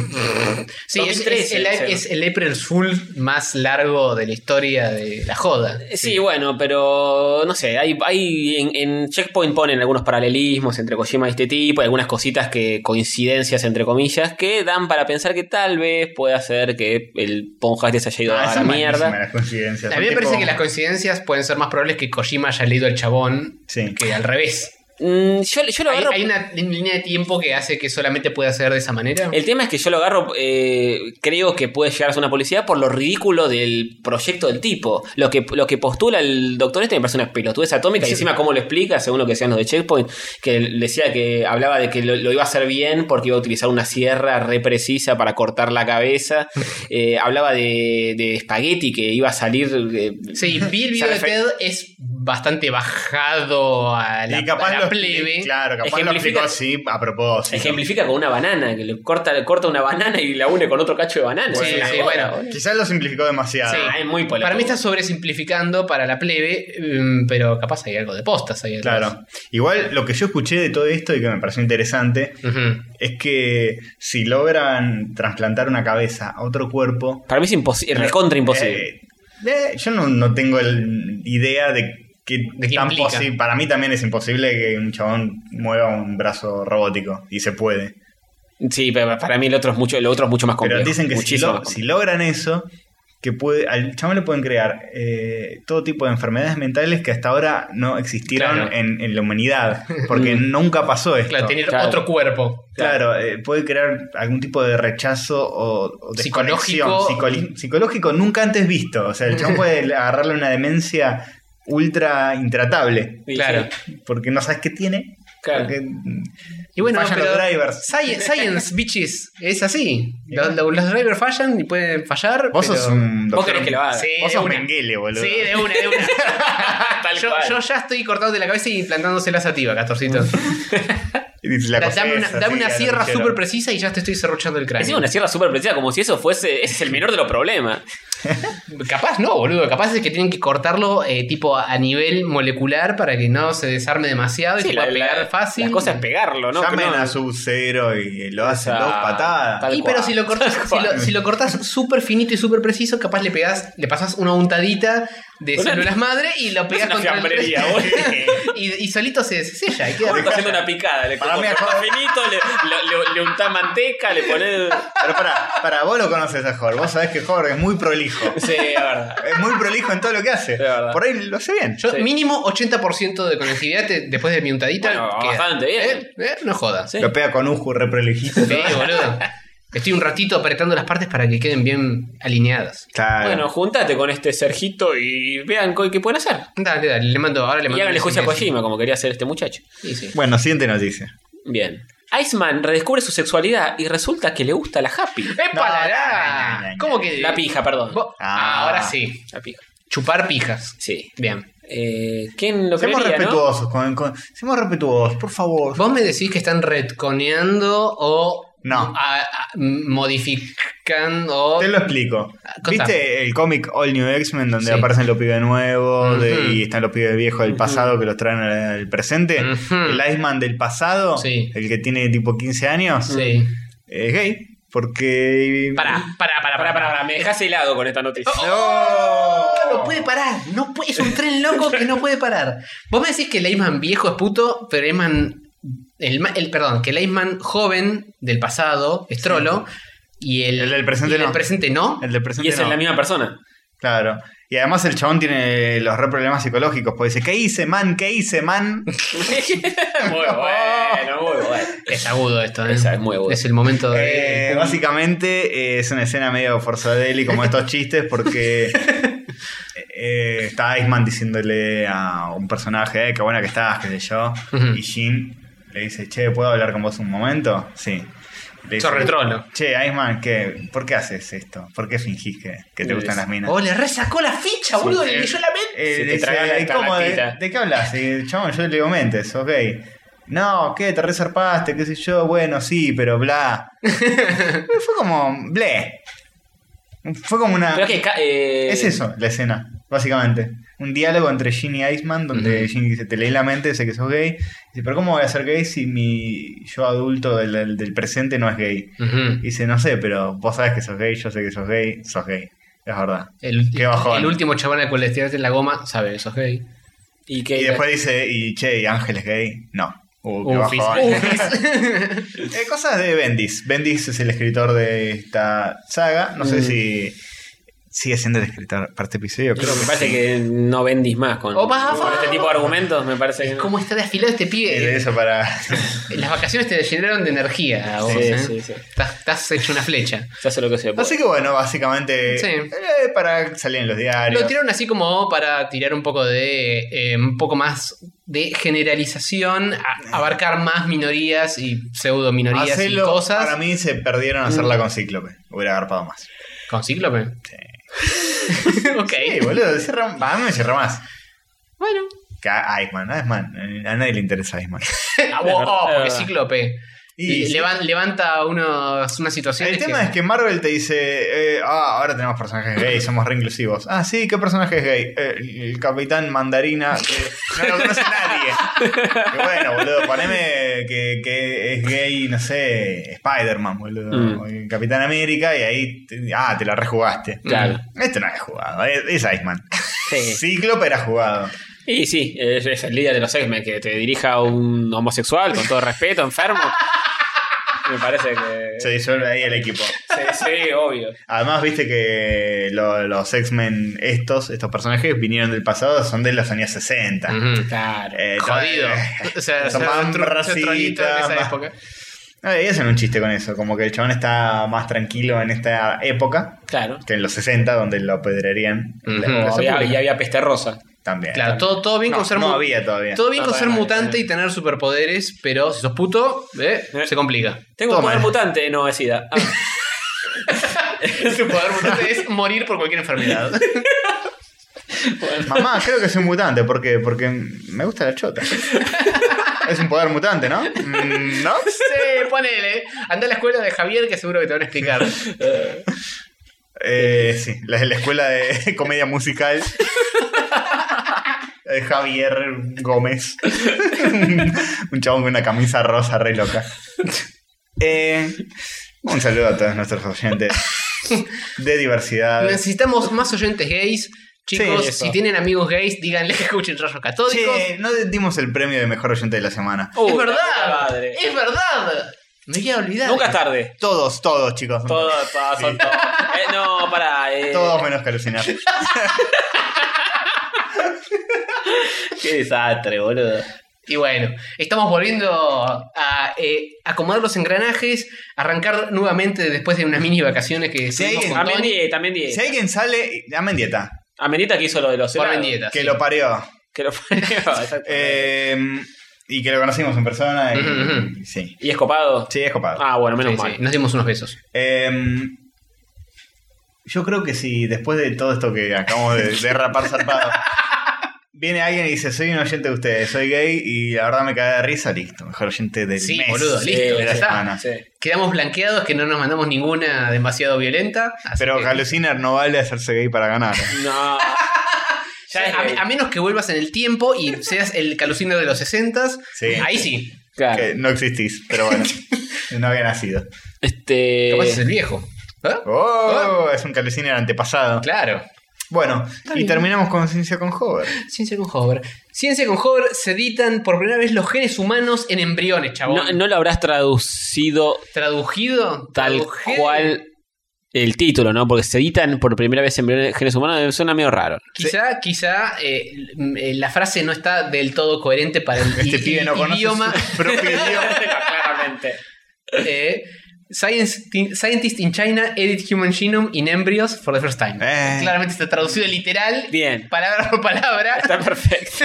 Speaker 4: Sí, es,
Speaker 3: 2013
Speaker 4: es el,
Speaker 3: debe ser.
Speaker 4: es el April Fool más largo de la historia de la joda.
Speaker 3: Sí, bueno, pero no sé, hay, hay en, en Checkpoint ponen algunos paralelismos entre Kojima y este tipo, y algunas cositas que, coincidencias entre comillas, que dan para pensar que tal vez pueda ser que el Ponja este se haya ido
Speaker 2: Ah,
Speaker 3: a
Speaker 2: son
Speaker 3: la
Speaker 2: malísimas
Speaker 3: mierda.
Speaker 2: las coincidencias.
Speaker 4: A mí me
Speaker 2: Son
Speaker 4: parece
Speaker 2: tipo-
Speaker 4: que las coincidencias pueden ser más probables que Kojima haya leído el chabón
Speaker 2: Sí.
Speaker 4: que al revés.
Speaker 3: Mm, yo, yo lo
Speaker 4: Hay,
Speaker 3: agarro.
Speaker 4: hay una línea de tiempo que hace que solamente pueda ser de esa manera.
Speaker 3: El tema es que yo lo agarro, eh, creo que puede llegar a ser una publicidad por lo ridículo del proyecto del tipo. Lo que, lo que postula el doctor este me parece una pelotudez atómica y encima cómo lo explica, según lo que decían los de Checkpoint, que él decía que hablaba de que lo, lo iba a hacer bien porque iba a utilizar una sierra re precisa para cortar la cabeza. Eh, hablaba de, de espagueti que iba a salir... eh,
Speaker 4: Sí, vi
Speaker 3: Se
Speaker 4: el video de
Speaker 3: refer-
Speaker 4: TED, es bastante bajado a la,
Speaker 2: y capaz
Speaker 4: a la
Speaker 2: lo
Speaker 4: plebe.
Speaker 2: expli- Claro, capaz lo
Speaker 3: Ejemplifica-
Speaker 2: explicó así a propósito.
Speaker 3: Ejemplifica con una banana, que le corta, le corta una banana y la une con otro cacho de banana.
Speaker 4: Sí,
Speaker 3: Es una
Speaker 4: sí,
Speaker 3: joda,
Speaker 4: bueno.
Speaker 3: boludo.
Speaker 2: Quizás lo simplificó demasiado.
Speaker 3: Ah, es muy
Speaker 4: Para mí
Speaker 3: polaco.
Speaker 4: está sobresimplificando para la plebe, mm, pero capaz hay algo de postas ahí atrás.
Speaker 2: Claro. Igual lo que yo escuché de todo esto y que me pareció
Speaker 4: Mm.
Speaker 2: interesante
Speaker 4: Ujú.
Speaker 2: es que si logran trasplantar una cabeza a otro cuerpo.
Speaker 3: Para mí es imposible, recontra imposible.
Speaker 2: eh, eh, yo no, no tengo el- idea de que
Speaker 4: ¿De qué
Speaker 2: tan
Speaker 4: implica?
Speaker 2: posi- Para mí también es imposible que un chabón mueva un brazo robótico y se puede.
Speaker 3: Sí, pero para mí el otro es mucho, el otro es mucho más complejo.
Speaker 2: Pero dicen que si,
Speaker 3: muchísimo
Speaker 2: lo-
Speaker 3: más
Speaker 2: si
Speaker 3: complejo.
Speaker 2: logran eso, que puede, al chabón le pueden crear eh, todo tipo de enfermedades mentales que hasta ahora no existieron
Speaker 4: Claro.
Speaker 2: en, en la humanidad, porque nunca pasó esto.
Speaker 4: Claro, tener
Speaker 3: Claro.
Speaker 4: otro cuerpo.
Speaker 2: Claro, eh, puede crear algún tipo de rechazo o, o desconexión
Speaker 4: Psicológico.
Speaker 2: psicoli- psicológico nunca antes visto. O sea, el chabón puede agarrarle una demencia ultra intratable,
Speaker 3: Sí,
Speaker 4: claro.
Speaker 3: sí,
Speaker 2: porque no sabes qué tiene.
Speaker 3: claro.
Speaker 2: porque-
Speaker 4: Y bueno,
Speaker 2: Fallan
Speaker 4: pero
Speaker 2: los drivers.
Speaker 4: sci- Science, bitches, es así. Los, los- los drivers fallan y pueden fallar.
Speaker 2: Vos
Speaker 4: pero-
Speaker 2: sos un
Speaker 3: Vos
Speaker 2: doctor-
Speaker 3: querés que lo haga.
Speaker 4: Sí,
Speaker 2: Vos
Speaker 4: de
Speaker 2: sos
Speaker 4: una.
Speaker 2: Mengele, boludo.
Speaker 4: Sí, de una, de una.
Speaker 3: Tal
Speaker 4: yo,
Speaker 3: cual.
Speaker 4: yo ya estoy cortándote la cabeza y implantándoselas a ti, Castorcito.
Speaker 2: Y dice, la
Speaker 4: Da-
Speaker 2: cosa
Speaker 4: dame
Speaker 2: es
Speaker 4: una,
Speaker 2: así,
Speaker 4: dame una
Speaker 2: a lo
Speaker 4: sierra
Speaker 2: Pichero.
Speaker 4: súper precisa y ya te estoy cerruchando el cráneo.
Speaker 3: Encima una sierra súper precisa, como si eso fuese. Ese es el menor de los problemas.
Speaker 4: Capaz no, boludo. Capaz es que tienen que cortarlo eh, tipo a nivel molecular para que no se desarme demasiado y
Speaker 3: Sí,
Speaker 4: se pueda
Speaker 3: la- la-
Speaker 4: pegar fácil.
Speaker 3: La cosa es pegarlo, ¿no?
Speaker 2: Llamen
Speaker 3: Que no-
Speaker 2: a sub cero y lo hacen
Speaker 3: Esa-
Speaker 2: dos patadas.
Speaker 3: tal
Speaker 4: Y pero
Speaker 3: cual.
Speaker 4: si lo cortas, si
Speaker 3: cual.
Speaker 4: lo, si lo cortas súper finito y súper preciso, capaz le pegás, le pasas una untadita de
Speaker 3: Una-
Speaker 4: células madre y lo
Speaker 3: Es
Speaker 4: pegás
Speaker 3: una
Speaker 4: contra el
Speaker 3: fiambrería, boludo.
Speaker 4: y, y solito se, se sella y queda
Speaker 3: Está haciendo una picada, le
Speaker 2: Para
Speaker 3: cortás
Speaker 2: mí acá-
Speaker 3: finito, le, lo- le- le untás manteca, le ponés.
Speaker 2: Pero pará, pará, vos lo conoces a Jorge. Vos sabés que Jorge es muy prolijo.
Speaker 3: Sí, la verdad.
Speaker 2: Es muy prolijo en todo lo que hace.
Speaker 3: verdad.
Speaker 2: Por ahí lo hace bien.
Speaker 4: Yo
Speaker 3: Sí.
Speaker 4: mínimo 80% de conectividad te- después de mi untadita.
Speaker 3: Bueno,
Speaker 4: queda.
Speaker 3: bastante bien.
Speaker 4: ¿Eh? ¿Eh? No jodas.
Speaker 3: Sí.
Speaker 2: Lo pega con Uju, re prolijito.
Speaker 4: Sí, boludo. Estoy un ratito apretando las partes para que queden bien alineadas.
Speaker 2: Claro.
Speaker 3: Bueno, juntate con este Sergito y vean co- qué pueden hacer.
Speaker 4: Dale, dale, le mando, ahora le
Speaker 3: Y
Speaker 4: mando.
Speaker 3: háganle
Speaker 4: un
Speaker 3: juicio a
Speaker 4: SMS.
Speaker 3: Kojima, como quería hacer este muchacho.
Speaker 4: Sí, sí.
Speaker 2: Bueno, siguiente noticia.
Speaker 3: Bien. Iceman redescubre su sexualidad y resulta que le gusta la happy.
Speaker 2: Eh,
Speaker 4: ¡Epa, la, la!
Speaker 2: no, no, no, no.
Speaker 4: ¿Cómo que?
Speaker 3: La pija, perdón.
Speaker 4: Vos-
Speaker 2: Ah.
Speaker 4: Ahora sí.
Speaker 3: La pija.
Speaker 4: Chupar pijas.
Speaker 3: Sí.
Speaker 4: Bien.
Speaker 3: Eh, ¿Quién lo
Speaker 2: Seamos
Speaker 3: creería, no?
Speaker 2: respetuosos, con, con- seamos respetuosos, por favor.
Speaker 4: ¿Vos me decís que están retconeando o
Speaker 2: No.
Speaker 4: a- a- modificando?
Speaker 2: Te lo explico.
Speaker 4: Contame.
Speaker 2: ¿Viste el cómic All New X-Men donde
Speaker 4: Ah, Sí.
Speaker 2: aparecen los pibes nuevos de-
Speaker 4: Ujú.
Speaker 2: y están los pibes viejos del pasado que los traen al, al presente?
Speaker 4: Ujú.
Speaker 2: El Iceman del pasado,
Speaker 4: Sí.
Speaker 2: el que tiene tipo 15 años,
Speaker 4: Sí.
Speaker 2: es gay. Porque.
Speaker 4: Pará, pará, pará,
Speaker 3: Pará, pará,
Speaker 4: pará, pará.
Speaker 3: pará, me dejas helado con esta noticia.
Speaker 2: ¡Oh!
Speaker 4: No, no puede parar. No puede- es un tren loco que no puede parar. Vos me decís que el Iceman viejo es puto, pero el Iceman El, ma- el- perdón, que el Iceman joven del pasado es Trollo. Y el,
Speaker 2: El del presente
Speaker 4: y el
Speaker 2: no.
Speaker 4: presente no.
Speaker 2: El del presente
Speaker 3: Y esa
Speaker 2: no.
Speaker 3: es la misma persona.
Speaker 2: Claro. Y además el chabón tiene los re problemas psicológicos, porque dice, ¿qué hice, man? ¿Qué hice, man?
Speaker 3: muy bueno, muy bueno.
Speaker 4: Es agudo esto, ¿eh?
Speaker 3: Esa es muy aguda.
Speaker 4: Es el momento de.
Speaker 2: Eh, básicamente eh, es una escena medio forzadeli como estos chistes porque eh, está Iceman diciéndole a un personaje, eh, qué buena que estás, qué sé yo,
Speaker 4: Ujú.
Speaker 2: y Jin le dice, che, ¿puedo hablar con vos un momento? Sí. Le dice,
Speaker 4: Sorre Trollo.
Speaker 2: Che, Iceman, ¿qué, ¿por qué haces esto? ¿por qué fingís que, que te
Speaker 3: Le
Speaker 2: gustan
Speaker 3: dice,
Speaker 2: las minas?
Speaker 4: Oh, le resacó la ficha, boludo, le leyó la mente.
Speaker 2: Eh,
Speaker 3: Si te
Speaker 2: le dice,
Speaker 3: tragas la
Speaker 2: "¿Y cómo de,
Speaker 3: estalactita".
Speaker 2: de qué hablas? Y el chabón, yo le digo mentes, ok. No, ¿qué? ¿Te resarpaste? ¿Qué sé yo? Bueno, sí, pero bla. Fue como, ble. Fue como una...
Speaker 3: Pero es que. ca- eh,
Speaker 2: Es eso, la escena, básicamente. Un diálogo entre Jin y Iceman, donde Jin dice, te leí la mente, sé que sos gay. Dice, pero ¿cómo voy a ser gay si mi yo adulto del, del- del presente no es gay?
Speaker 4: Ujú.
Speaker 2: Dice, no sé, pero vos sabés que sos gay, yo sé que sos gay, sos gay. Es verdad.
Speaker 4: El,
Speaker 2: Qué bajón.
Speaker 4: el último chabón al cual le tiraste la goma, sabe, sos gay.
Speaker 3: Y que.
Speaker 2: Y después dice, y che, ¿y Ángel es gay? No. Uh, qué
Speaker 4: Ufis.
Speaker 2: bajón.
Speaker 4: Ufis.
Speaker 2: Eh, cosas de Bendis. Bendis es el escritor de esta saga. No
Speaker 4: Mm.
Speaker 2: sé si sigue siendo el escritor parte episodio.
Speaker 3: Creo
Speaker 2: Creo
Speaker 3: que me
Speaker 2: que
Speaker 3: parece
Speaker 2: sí.
Speaker 3: que no vendís más con,
Speaker 4: O más,
Speaker 3: con
Speaker 4: más.
Speaker 3: este tipo de argumentos. Me parece que no.
Speaker 4: ¿Cómo está de afilado este
Speaker 2: Eh, de
Speaker 4: pibe?
Speaker 2: eso para.
Speaker 4: Las vacaciones te llenaron de energía a vos,
Speaker 3: Sí,
Speaker 4: ¿eh?
Speaker 3: sí, sí.
Speaker 4: Estás, estás hecho una flecha.
Speaker 3: Se hace lo que se puede.
Speaker 2: Así que bueno, básicamente.
Speaker 4: Sí.
Speaker 2: eh, para salir en los diarios.
Speaker 4: Lo tiraron así como para tirar un poco de. eh, un poco más de generalización, a- abarcar más minorías y pseudo minorías
Speaker 2: Hacelo,
Speaker 4: y cosas. Mm.
Speaker 2: Para mí se perdieron hacerla con Cíclope. Hubiera agarpado más.
Speaker 4: ¿Con Cíclope? Sí. ok.
Speaker 2: Sí, Eh, boludo, cierra, a mí me cierra más.
Speaker 4: Bueno.
Speaker 2: Que a a Iceman, a Iceman. eh, A nadie le interesa a Iceman.
Speaker 4: Ah, vos- oh,
Speaker 3: verdad.
Speaker 4: porque Cíclope.
Speaker 2: Y-
Speaker 4: Y levan- levanta unos, unas situaciones.
Speaker 2: El tema es que Marvel te dice, eh, ah, ahora tenemos personajes gay, somos re inclusivos. Ah, sí, ¿qué personaje es gay? "Eh, el capitán mandarina, que no lo conoce nadie. Y bueno, boludo, poneme que, que es gay, no sé, Spider-Man, boludo,
Speaker 3: Mm.
Speaker 2: o el Capitán América, y ahí, te- ah, te la rejugaste.
Speaker 3: Claro.
Speaker 2: Esto no es jugado, es, es Iceman.
Speaker 3: Sí.
Speaker 2: Cíclope era jugado.
Speaker 3: Y sí, es, es el líder de los X-Men que te dirija a un homosexual, con todo respeto, enfermo. Me parece que.
Speaker 2: Se disuelve ahí el equipo.
Speaker 3: Sí, sí, obvio.
Speaker 2: Además, viste que lo- los X-Men, estos, estos personajes vinieron del pasado, son de los años 60.
Speaker 4: Ujú.
Speaker 3: Claro.
Speaker 2: Eh, to-
Speaker 4: Jodido.
Speaker 2: eh,
Speaker 4: O sea,
Speaker 2: son
Speaker 4: ser
Speaker 2: más
Speaker 4: un tro- ser
Speaker 2: racistas,
Speaker 4: trollito en esa
Speaker 2: más-
Speaker 4: época.
Speaker 2: Eh, y hacen un chiste con eso, como que el chabón está más tranquilo en esta época
Speaker 3: Claro.
Speaker 2: que en los 60, donde lo apedrearían.
Speaker 4: Ujú.
Speaker 2: La democracia
Speaker 3: O había- y
Speaker 2: pública.
Speaker 3: había peste rosa.
Speaker 2: También.
Speaker 4: Claro, todo, todo bien
Speaker 2: No,
Speaker 4: con ser
Speaker 2: no
Speaker 4: mu-
Speaker 2: había eh. todavía.
Speaker 4: Todo bien
Speaker 3: No,
Speaker 4: con ser
Speaker 3: todavía no,
Speaker 4: mutante
Speaker 3: sí.
Speaker 4: y tener superpoderes, pero si sos puto, eh,
Speaker 3: Eh.
Speaker 4: se complica.
Speaker 3: Tengo
Speaker 2: Toma.
Speaker 3: un poder mutante, no es SIDA. Ah,
Speaker 4: Su poder mutante es morir por cualquier enfermedad.
Speaker 2: Mamá, creo que soy un mutante, ¿por qué? Porque me gusta la chota. es un poder mutante, ¿no? Mm, ¿No?
Speaker 4: sí, ponele. Anda a la escuela de Javier que seguro que te van a explicar.
Speaker 2: Eh, sí, la, la escuela de comedia musical. Eh, Javier Gómez. un chabón con una camisa rosa re loca. Eh, un saludo a todos nuestros oyentes de diversidad.
Speaker 4: Necesitamos más oyentes gays. Chicos,
Speaker 2: Sí, eso.
Speaker 4: si tienen amigos gays, díganle que escuchen rayos catódicos.
Speaker 2: Che, no dimos el premio de mejor oyente de la semana.
Speaker 3: uh,
Speaker 4: es
Speaker 3: la puta
Speaker 4: verdad.
Speaker 3: madre.
Speaker 4: Es verdad. Me voy a olvidar.
Speaker 3: Nunca es tarde.
Speaker 2: Todos, todos, chicos.
Speaker 3: Todos, todos, son todos. Eh, no, pará. eh,
Speaker 2: Todos menos que alucinar.
Speaker 3: Qué desastre, boludo.
Speaker 4: Y bueno, estamos volviendo a eh, acomodar los engranajes, arrancar nuevamente después de unas mini vacaciones que
Speaker 2: Sí,
Speaker 4: tuvimos con
Speaker 3: También
Speaker 4: Tony.
Speaker 3: dieta, también
Speaker 2: Si
Speaker 3: dieta.
Speaker 2: alguien sale, dame dieta.
Speaker 3: A Mendieta que hizo lo de los
Speaker 4: Por
Speaker 3: helados.
Speaker 4: Mendieta,
Speaker 2: Que
Speaker 4: sí.
Speaker 2: lo parió.
Speaker 3: Que lo parió, exactamente.
Speaker 2: Eh, y que lo conocimos en persona. y-
Speaker 4: Ujú,
Speaker 2: Sí.
Speaker 3: ¿Y es copado?
Speaker 2: Sí, es copado.
Speaker 3: Ah, bueno, menos
Speaker 4: Sí,
Speaker 3: mal.
Speaker 4: sí, Nos dimos unos besos.
Speaker 2: Em, yo creo que si después de todo esto que acabamos de, de rapar zarpado, viene alguien y dice, soy un oyente de ustedes, soy gay y la verdad me cae de risa, listo, mejor oyente del
Speaker 4: Sí,
Speaker 2: mes.
Speaker 4: boludo,
Speaker 2: de
Speaker 4: listo,
Speaker 2: la
Speaker 4: ya está.
Speaker 2: semana.
Speaker 3: Eh, Sí.
Speaker 4: Quedamos blanqueados que no nos mandamos ninguna demasiado violenta. así
Speaker 2: Pero
Speaker 4: que-
Speaker 2: Galuciner no vale hacerse gay para ganar. ¿eh?
Speaker 3: No. ya es
Speaker 4: a,
Speaker 3: gay.
Speaker 4: a menos que vuelvas en el tiempo y seas el calucino de los 60
Speaker 2: Sí.
Speaker 4: ahí sí.
Speaker 3: Claro.
Speaker 2: que no existís, pero bueno, no había nacido.
Speaker 3: Este.
Speaker 4: Capaz es el viejo. ¿Eh?
Speaker 2: ¡Oh! Es un Galuciner antepasado.
Speaker 4: Claro.
Speaker 2: Bueno, y
Speaker 4: bien.
Speaker 2: terminamos con Ciencia con Hover.
Speaker 4: Ciencia con Hover. Ciencia con Hover se editan por primera vez los genes humanos en embriones, chabón.
Speaker 3: No, no lo habrás traducido
Speaker 4: Traducido
Speaker 3: tal
Speaker 4: traduje-
Speaker 3: cual el título, ¿no? Porque se editan por primera vez en genes humanos, eh, suena medio raro.
Speaker 4: Quizá, quizá eh, m- eh, la frase no está del todo coherente para el
Speaker 2: Este
Speaker 4: i-
Speaker 2: pibe no
Speaker 4: i-
Speaker 2: conoce
Speaker 4: idioma.
Speaker 2: su propio idioma.
Speaker 3: Claramente.
Speaker 4: Eh, Science- ti- Scientists in China edit human genome in embryos for the first time.
Speaker 2: Eh.
Speaker 4: Claramente está traducido literal,
Speaker 3: Bien.
Speaker 4: palabra por palabra.
Speaker 3: Está perfecto.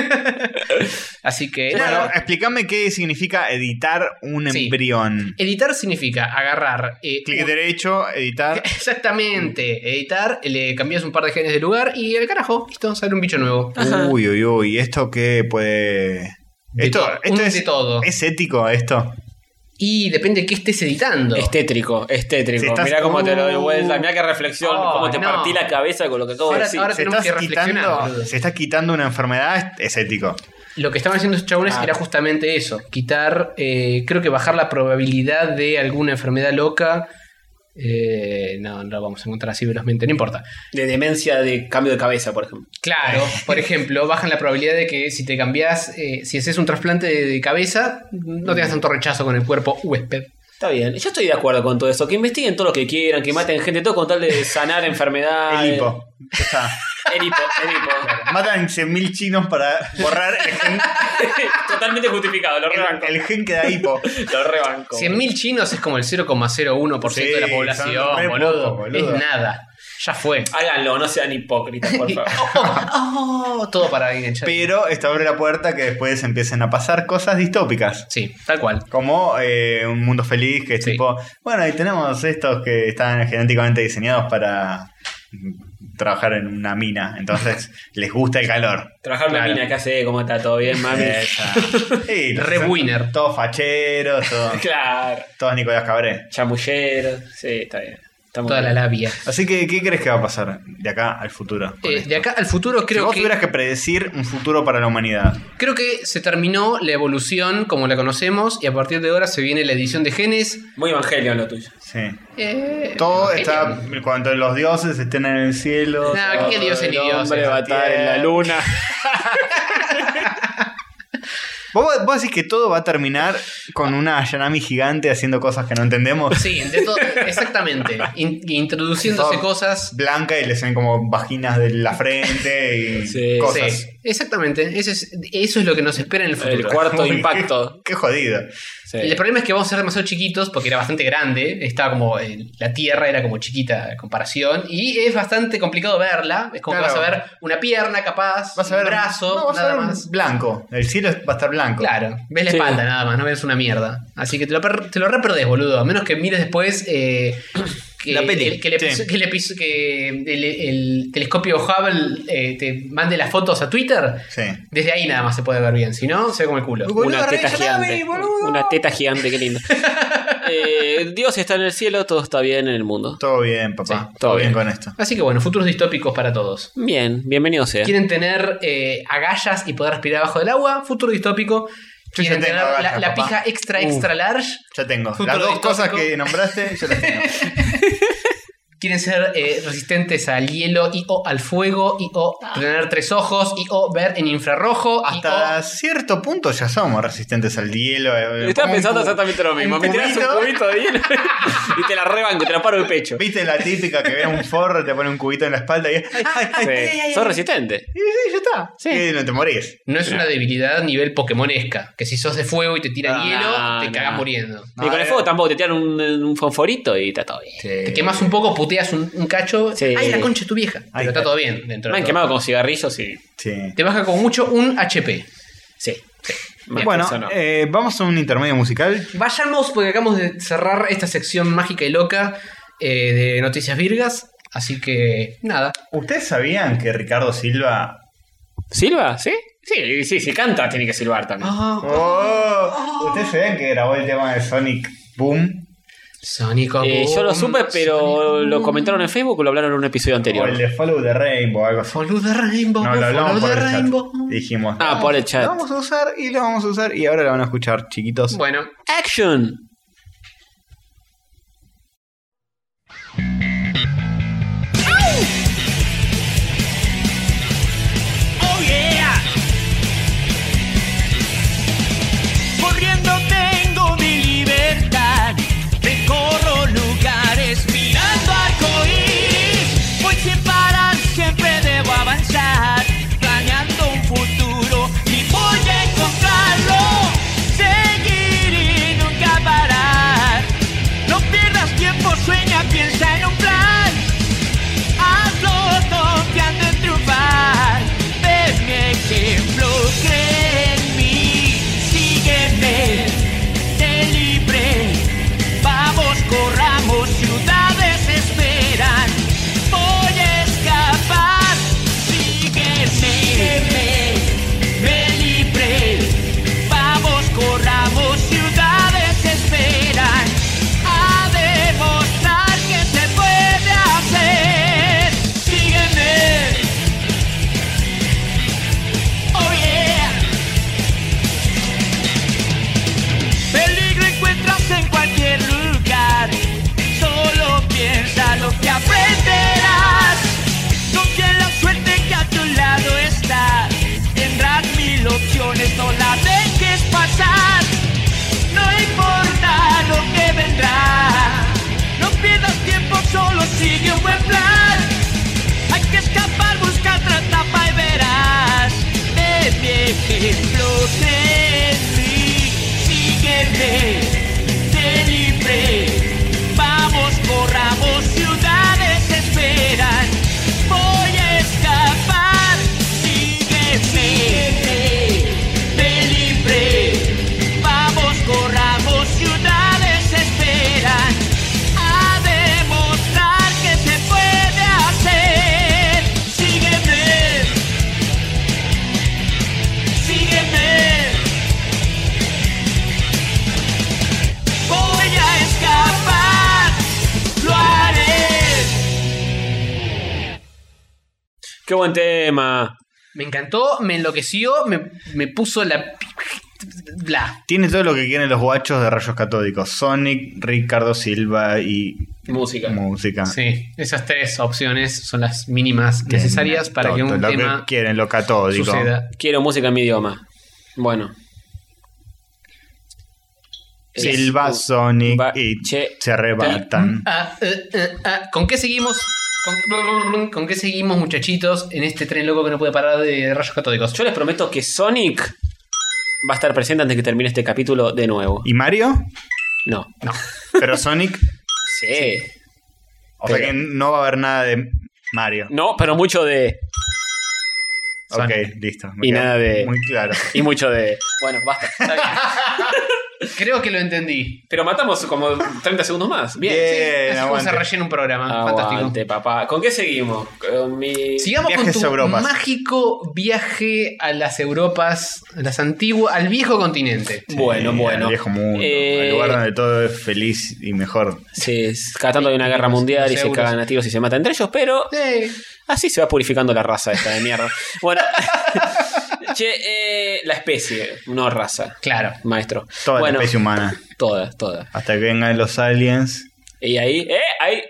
Speaker 4: Así que.
Speaker 2: Bueno,
Speaker 4: nada.
Speaker 2: explícame qué significa editar un
Speaker 4: Sí.
Speaker 2: embrión.
Speaker 4: Editar significa agarrar. eh,
Speaker 2: Clic
Speaker 4: un-
Speaker 2: derecho, editar.
Speaker 4: Exactamente. Editar, le cambias un par de genes de lugar y el carajo, listo, sale un bicho nuevo.
Speaker 2: Uy, uy, uy, ¿esto qué puede...?
Speaker 4: De
Speaker 2: Esto,
Speaker 4: to-
Speaker 2: esto
Speaker 4: un
Speaker 2: es,
Speaker 4: de todo.
Speaker 2: ¿Es ético esto?
Speaker 4: Y depende de qué estés editando.
Speaker 3: Es tétrico, es tétrico.
Speaker 2: Si estás-
Speaker 3: Mirá cómo te lo doy vuelta,
Speaker 2: Uh.
Speaker 3: mirá qué reflexión,
Speaker 4: Oh,
Speaker 3: cómo te
Speaker 4: no.
Speaker 3: partí la cabeza con lo que acabo de
Speaker 4: Ahora-
Speaker 3: decir.
Speaker 4: ahora
Speaker 2: Se
Speaker 4: tenemos
Speaker 2: estás,
Speaker 4: que reflexionar,
Speaker 2: quitando,
Speaker 4: boludo.
Speaker 2: se estás quitando una enfermedad, es es ético.
Speaker 4: Lo que estaban haciendo esos chabones
Speaker 3: Ah.
Speaker 4: era justamente eso: quitar, eh, creo que bajar la probabilidad de alguna enfermedad loca. Eh, no, no lo vamos a encontrar así velozmente, no importa.
Speaker 3: De demencia de cambio de cabeza, por ejemplo.
Speaker 4: Claro, por ejemplo, bajan la probabilidad de que si te cambias, si haces un trasplante de, de cabeza, no tengas tanto rechazo con el cuerpo huésped.
Speaker 3: Está bien, yo estoy de acuerdo con todo eso. Que investiguen todo lo que quieran, que maten gente, todo con tal de sanar enfermedades.
Speaker 4: Ah,
Speaker 2: El hipo.
Speaker 4: eh.
Speaker 2: Ya está.
Speaker 3: El hipo, el hipo.
Speaker 2: Matan 100.000 chinos para borrar el gen,
Speaker 3: Totalmente justificado, lo rebanco.
Speaker 2: el, el gen que da hipo.
Speaker 3: Lo rebanco.
Speaker 4: 100.000 chinos es como el 0,01%
Speaker 2: Sí,
Speaker 4: de la
Speaker 2: son re
Speaker 4: población, boludo.
Speaker 2: poco, boludo. Ah,
Speaker 4: Es nada. Ya fue.
Speaker 3: Háganlo, no sean hipócritas, por favor.
Speaker 4: Oh, todo para enganchar.
Speaker 2: Pero esto abre la puerta que después empiecen a pasar cosas distópicas.
Speaker 4: Sí, tal cual.
Speaker 2: Como eh, un mundo feliz que es
Speaker 4: Sí.
Speaker 2: tipo, bueno, y tenemos estos que están genéticamente diseñados para mm, trabajar en una mina, entonces les gusta el calor.
Speaker 3: Trabajar en una
Speaker 4: Claro. Eh,
Speaker 3: mina, ¿qué hace? ¿Cómo está? ¿Todo bien, mami?
Speaker 2: Esa. Sí,
Speaker 4: Re
Speaker 2: son
Speaker 4: winner.
Speaker 2: Todos facheros, todos,
Speaker 3: claro.
Speaker 2: todos Nicolás Cabré.
Speaker 3: Chamullero. Sí, está bien. Está muy
Speaker 4: Toda la
Speaker 3: bien.
Speaker 4: labia.
Speaker 2: Así que, ¿qué crees que va a pasar de acá al futuro? con
Speaker 4: Eh,
Speaker 2: esto?
Speaker 4: de acá al futuro
Speaker 2: si
Speaker 4: creo
Speaker 2: vos
Speaker 4: que,
Speaker 2: tuvieras que predecir un futuro para la humanidad,
Speaker 4: creo que se terminó la evolución como la conocemos y a partir de ahora se viene la edición de genes.
Speaker 3: Muy evangelio en lo tuyo.
Speaker 2: sí.
Speaker 4: Eh,
Speaker 2: Todo
Speaker 4: Evangelion.
Speaker 2: está. Cuando los dioses estén en el cielo.
Speaker 4: Nah,
Speaker 2: todo
Speaker 4: Ah, ¿qué dioses ni
Speaker 3: El hombre
Speaker 4: dioses?
Speaker 3: va a estar en la luna.
Speaker 2: ¿Vos, vos decís que todo va a terminar con una Yanami gigante haciendo cosas que no entendemos.
Speaker 4: Sí, de todo- exactamente. In- introduciéndose
Speaker 2: Todo
Speaker 4: cosas
Speaker 2: Blanca y le salen como vaginas de la frente y
Speaker 3: Sí.
Speaker 2: cosas.
Speaker 4: Sí, exactamente. Eso es, eso es lo que nos espera en el futuro.
Speaker 3: El cuarto
Speaker 2: Uy,
Speaker 3: impacto.
Speaker 2: Qué, qué jodido.
Speaker 3: Sí.
Speaker 4: El problema es que vamos a ser demasiado chiquitos porque era bastante grande. Estaba como. eh, la Tierra era como chiquita en comparación. Y es bastante complicado verla. Es como que
Speaker 2: Claro.
Speaker 4: vas a ver una pierna capaz,
Speaker 2: Vas a ver.
Speaker 4: un brazo,
Speaker 2: no, vas a
Speaker 4: nada
Speaker 2: ver un
Speaker 4: más.
Speaker 2: Blanco. El cielo va a estar blanco.
Speaker 4: Claro, ves la
Speaker 3: Sí.
Speaker 4: espalda nada más, no ves una mierda. Así que te lo, per- te lo re perdés, boludo. A menos que mires después eh, que,
Speaker 2: La peli,
Speaker 4: el, que, el
Speaker 2: sí.
Speaker 4: episo- que el episo- que el- el telescopio Hubble eh, te mande las fotos a Twitter.
Speaker 2: Sí.
Speaker 4: Desde ahí nada más se puede ver bien, si no, se ve como el culo.
Speaker 2: Boludo,
Speaker 3: una teta
Speaker 2: Rey Yanami,
Speaker 3: gigante.
Speaker 2: boludo.
Speaker 3: Una teta gigante, qué lindo. Eh, Dios está en el cielo, todo está bien en el mundo.
Speaker 2: Todo bien, papá.
Speaker 4: Sí,
Speaker 2: todo,
Speaker 3: todo bien.
Speaker 2: bien con esto.
Speaker 4: Así que bueno, futuros distópicos para todos.
Speaker 3: Bien, bienvenido sea.
Speaker 4: Quieren tener eh, agallas y poder respirar abajo del agua, futuro distópico.
Speaker 2: Yo ya
Speaker 4: Quieren
Speaker 2: tengo
Speaker 4: tener la-
Speaker 2: agallas,
Speaker 4: la,
Speaker 2: papá.
Speaker 4: pija extra,
Speaker 3: Uh.
Speaker 4: extra large.
Speaker 2: Ya tengo.
Speaker 4: Futuro
Speaker 2: Las dos
Speaker 4: distópico.
Speaker 2: cosas que nombraste, yo las tengo.
Speaker 4: Quieren ser eh, resistentes al hielo y o al fuego y o
Speaker 3: Ah.
Speaker 4: tener tres ojos y o ver en infrarrojo. y,
Speaker 2: Hasta
Speaker 4: o-
Speaker 2: cierto punto ya somos resistentes al hielo. eh,
Speaker 3: Estaba
Speaker 2: como un
Speaker 3: pensando
Speaker 2: cubo.
Speaker 3: exactamente lo mismo.
Speaker 2: un
Speaker 3: Me tiras un
Speaker 2: cubito.
Speaker 3: cubito de hielo y te la rebanco, te la paro el pecho.
Speaker 2: ¿Viste la típica que ve un forro, te pone un cubito en la espalda y. ¡Ay, ay, ay, ay, ay,
Speaker 3: Sí.
Speaker 2: ay!
Speaker 3: Sos resistente.
Speaker 2: Y sí, ya está. Y no te morís.
Speaker 4: No es una debilidad nivel pokemonesca, que si sos de fuego y te tiran
Speaker 3: No,
Speaker 4: hielo, te
Speaker 3: no.
Speaker 4: cagas muriendo.
Speaker 3: y
Speaker 2: No,
Speaker 3: con el
Speaker 2: eh.
Speaker 3: fuego tampoco, te tiran un, un fonforito y está todo bien.
Speaker 4: Te quemas un poco, puteas un, un cacho.
Speaker 3: Sí.
Speaker 4: Ay, la concha de tu vieja. Pero
Speaker 2: Ay,
Speaker 4: está
Speaker 2: ay.
Speaker 4: todo bien dentro.
Speaker 3: Me
Speaker 4: de
Speaker 3: han
Speaker 4: todo.
Speaker 3: quemado con cigarrillos y.
Speaker 2: Sí.
Speaker 4: Te baja como mucho un HP.
Speaker 3: Sí. sí. Más
Speaker 2: Bueno,
Speaker 3: que eso no.
Speaker 2: eh, vamos a un intermedio musical.
Speaker 4: Vayamos, porque acabamos de cerrar esta sección mágica y loca eh, de Noticias Virgas. Así que, nada.
Speaker 2: ¿Ustedes sabían que Ricardo Silva.
Speaker 3: ¿Silva? ¿Sí? Ah, Sí, sí, si canta, tiene que silbar también.
Speaker 2: Ah. ¡Oh! ¿Ustedes sabían que grabó el tema de Sonic Boom?
Speaker 4: Sónico.
Speaker 3: Eh, yo lo supe, pero lo comentaron en Facebook o lo hablaron en un episodio
Speaker 2: O el
Speaker 3: anterior.
Speaker 2: de Follow the Rainbow, algo así.
Speaker 4: Follow the Rainbow.
Speaker 2: No, lo hablamos
Speaker 4: follow
Speaker 2: por
Speaker 4: the
Speaker 2: el chat.
Speaker 4: Rainbow.
Speaker 2: Dijimos.
Speaker 3: Ah, por el chat.
Speaker 2: Lo vamos a usar y lo vamos a usar y ahora lo van a escuchar, chiquitos.
Speaker 4: Bueno,
Speaker 3: Action.
Speaker 5: Oh, un buen plan. Hay que escapar, buscar trampa y verás. De mi ejemplo de ti, sígueme, te libre. Vamos, corramos, ciudades esperan. Voy a escapar, sígueme, te libre. Vamos, corramos, ciudades esperan. A demostrar que se puede hacer. Sígueme. Sígueme. Voy a escapar. Lo haré.
Speaker 3: Qué buen tema.
Speaker 4: Me encantó, me enloqueció, me, me puso la. Bla.
Speaker 2: Tiene todo lo que quieren los guachos de rayos catódicos. Sonic, Ricardo Silva y
Speaker 3: Música.
Speaker 2: música.
Speaker 4: Sí, esas tres opciones son las mínimas necesarias para que
Speaker 2: Todo
Speaker 4: un
Speaker 2: lo
Speaker 4: tema
Speaker 2: que quieren, lo catódico.
Speaker 4: suceda.
Speaker 3: Quiero música en mi idioma. Bueno.
Speaker 2: Silva,
Speaker 3: Es-
Speaker 2: Sonic
Speaker 3: Va-
Speaker 2: y
Speaker 3: che-
Speaker 2: se arrebatan.
Speaker 4: Ah, eh, eh, ah. ¿Con qué seguimos? ¿Con, con qué seguimos, muchachitos, en este tren loco que no puede parar de rayos catódicos?
Speaker 3: Yo les prometo que Sonic va a estar presente antes que termine este capítulo de nuevo.
Speaker 2: ¿Y Mario?
Speaker 3: No.
Speaker 4: No.
Speaker 2: Pero Sonic.
Speaker 3: Sí.
Speaker 2: O sea
Speaker 3: Pero-
Speaker 2: que no va a haber nada de Mario.
Speaker 3: No, pero mucho de.
Speaker 2: Ok,
Speaker 4: Sonic.
Speaker 2: listo.
Speaker 3: Y
Speaker 2: queda
Speaker 3: nada de-
Speaker 2: Muy claro.
Speaker 3: Y mucho de. Bueno, basta. Está bien.
Speaker 4: Creo que lo entendí.
Speaker 3: Pero matamos como 30 segundos más. Bien.
Speaker 2: Bien.
Speaker 4: Así es como
Speaker 2: Eh, aguante.
Speaker 4: se rellena un programa. Fantástico.
Speaker 3: Aguante, papá. ¿Con qué seguimos? Con mi.
Speaker 4: Sigamos con
Speaker 2: Viajes
Speaker 4: tu
Speaker 2: a Europas.
Speaker 4: mágico viaje a las Europas, a las antiguas, al viejo continente.
Speaker 3: Bueno,
Speaker 2: Sí,
Speaker 3: bueno.
Speaker 2: al Viejo mundo.
Speaker 3: Eh,
Speaker 2: El lugar donde todo es feliz y mejor.
Speaker 3: Sí, cada tanto hay una guerra mundial y
Speaker 4: Los
Speaker 3: se
Speaker 4: euros.
Speaker 3: cagan a tiros y se matan entre ellos, pero
Speaker 4: Eh,
Speaker 3: así se va purificando la raza esta de mierda. Bueno, che, eh, la especie, no raza,
Speaker 4: claro.
Speaker 3: maestro.
Speaker 2: Toda
Speaker 3: bueno,
Speaker 2: la especie humana.
Speaker 3: Todas, todas.
Speaker 2: Hasta que vengan los aliens.
Speaker 3: Y ahí, eh, ahí,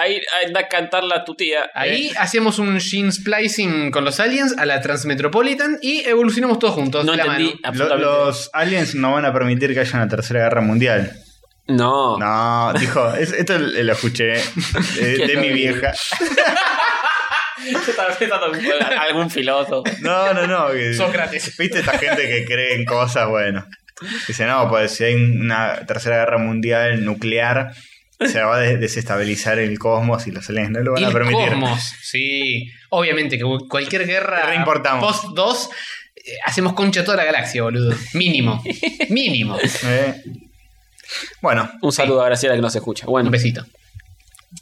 Speaker 3: ahí anda a cantarla tu tía.
Speaker 4: Ahí
Speaker 3: Eh,
Speaker 4: hacemos un gene splicing con los aliens a la Transmetropolitan y evolucionamos todos juntos.
Speaker 3: no
Speaker 4: de la
Speaker 3: entendí
Speaker 4: mano.
Speaker 2: Lo-
Speaker 3: absolutamente.
Speaker 2: los aliens no van a permitir que haya una tercera guerra mundial.
Speaker 3: No.
Speaker 2: No, dijo, es- esto lo escuché eh, de,
Speaker 3: ¿Quién lo
Speaker 2: mi
Speaker 3: dijo?
Speaker 2: vieja.
Speaker 3: Yo estaba pensando en algún filósofo.
Speaker 2: No, no, no. que-
Speaker 4: Sócrates.
Speaker 2: Viste esta gente que cree en cosas, bueno. Dice, no, pues si hay una tercera guerra mundial nuclear, se va a des- desestabilizar el cosmos y los aliens no lo van
Speaker 4: Y
Speaker 2: a
Speaker 4: el
Speaker 2: permitir.
Speaker 4: cosmos, sí. Obviamente que cualquier guerra
Speaker 2: Reimportamos.
Speaker 4: post 2 hacemos concha toda la galaxia, boludo. Mínimo. Mínimo.
Speaker 2: Eh, Bueno,
Speaker 3: Un saludo a Graciela que nos escucha. Bueno,
Speaker 4: Un besito.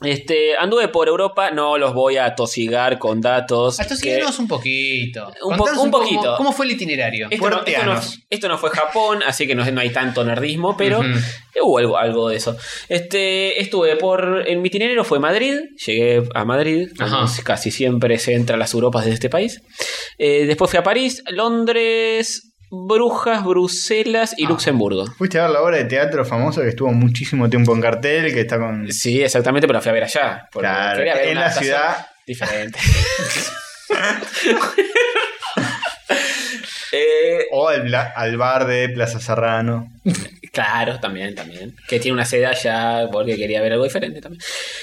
Speaker 3: este, anduve por Europa, no los voy a tosigar con datos. que-
Speaker 4: Atosíguenos un poquito.
Speaker 3: Un po-
Speaker 4: Contanos
Speaker 3: un
Speaker 4: poco
Speaker 3: poquito.
Speaker 4: ¿Cómo, fue el itinerario?
Speaker 3: Esto no, esto, no,
Speaker 2: Puerteanos.
Speaker 3: esto no fue Japón, así que no, no hay tanto nerdismo, pero eh,
Speaker 4: Ujú.
Speaker 3: hubo algo, algo de eso. Este, estuve por. En mi itinerario fue Madrid, llegué a Madrid, como
Speaker 4: Ajá.
Speaker 3: casi siempre se entra a las Europas desde este país. Eh, después fui a París, Londres, Brujas, Bruselas y
Speaker 4: Ah.
Speaker 3: Luxemburgo.
Speaker 2: fuiste a ver la obra de teatro famosa que estuvo muchísimo tiempo en cartel, que está con...
Speaker 3: Sí, exactamente, pero la fui a ver allá. porque
Speaker 2: Claro,
Speaker 3: quería ver
Speaker 2: en
Speaker 3: una
Speaker 2: la
Speaker 3: adaptación
Speaker 2: ciudad.
Speaker 3: Diferente. eh,
Speaker 2: O al, bla- al bar de Plaza Serrano.
Speaker 3: Claro, también, también. Que tiene una seda ya porque quería ver algo diferente también.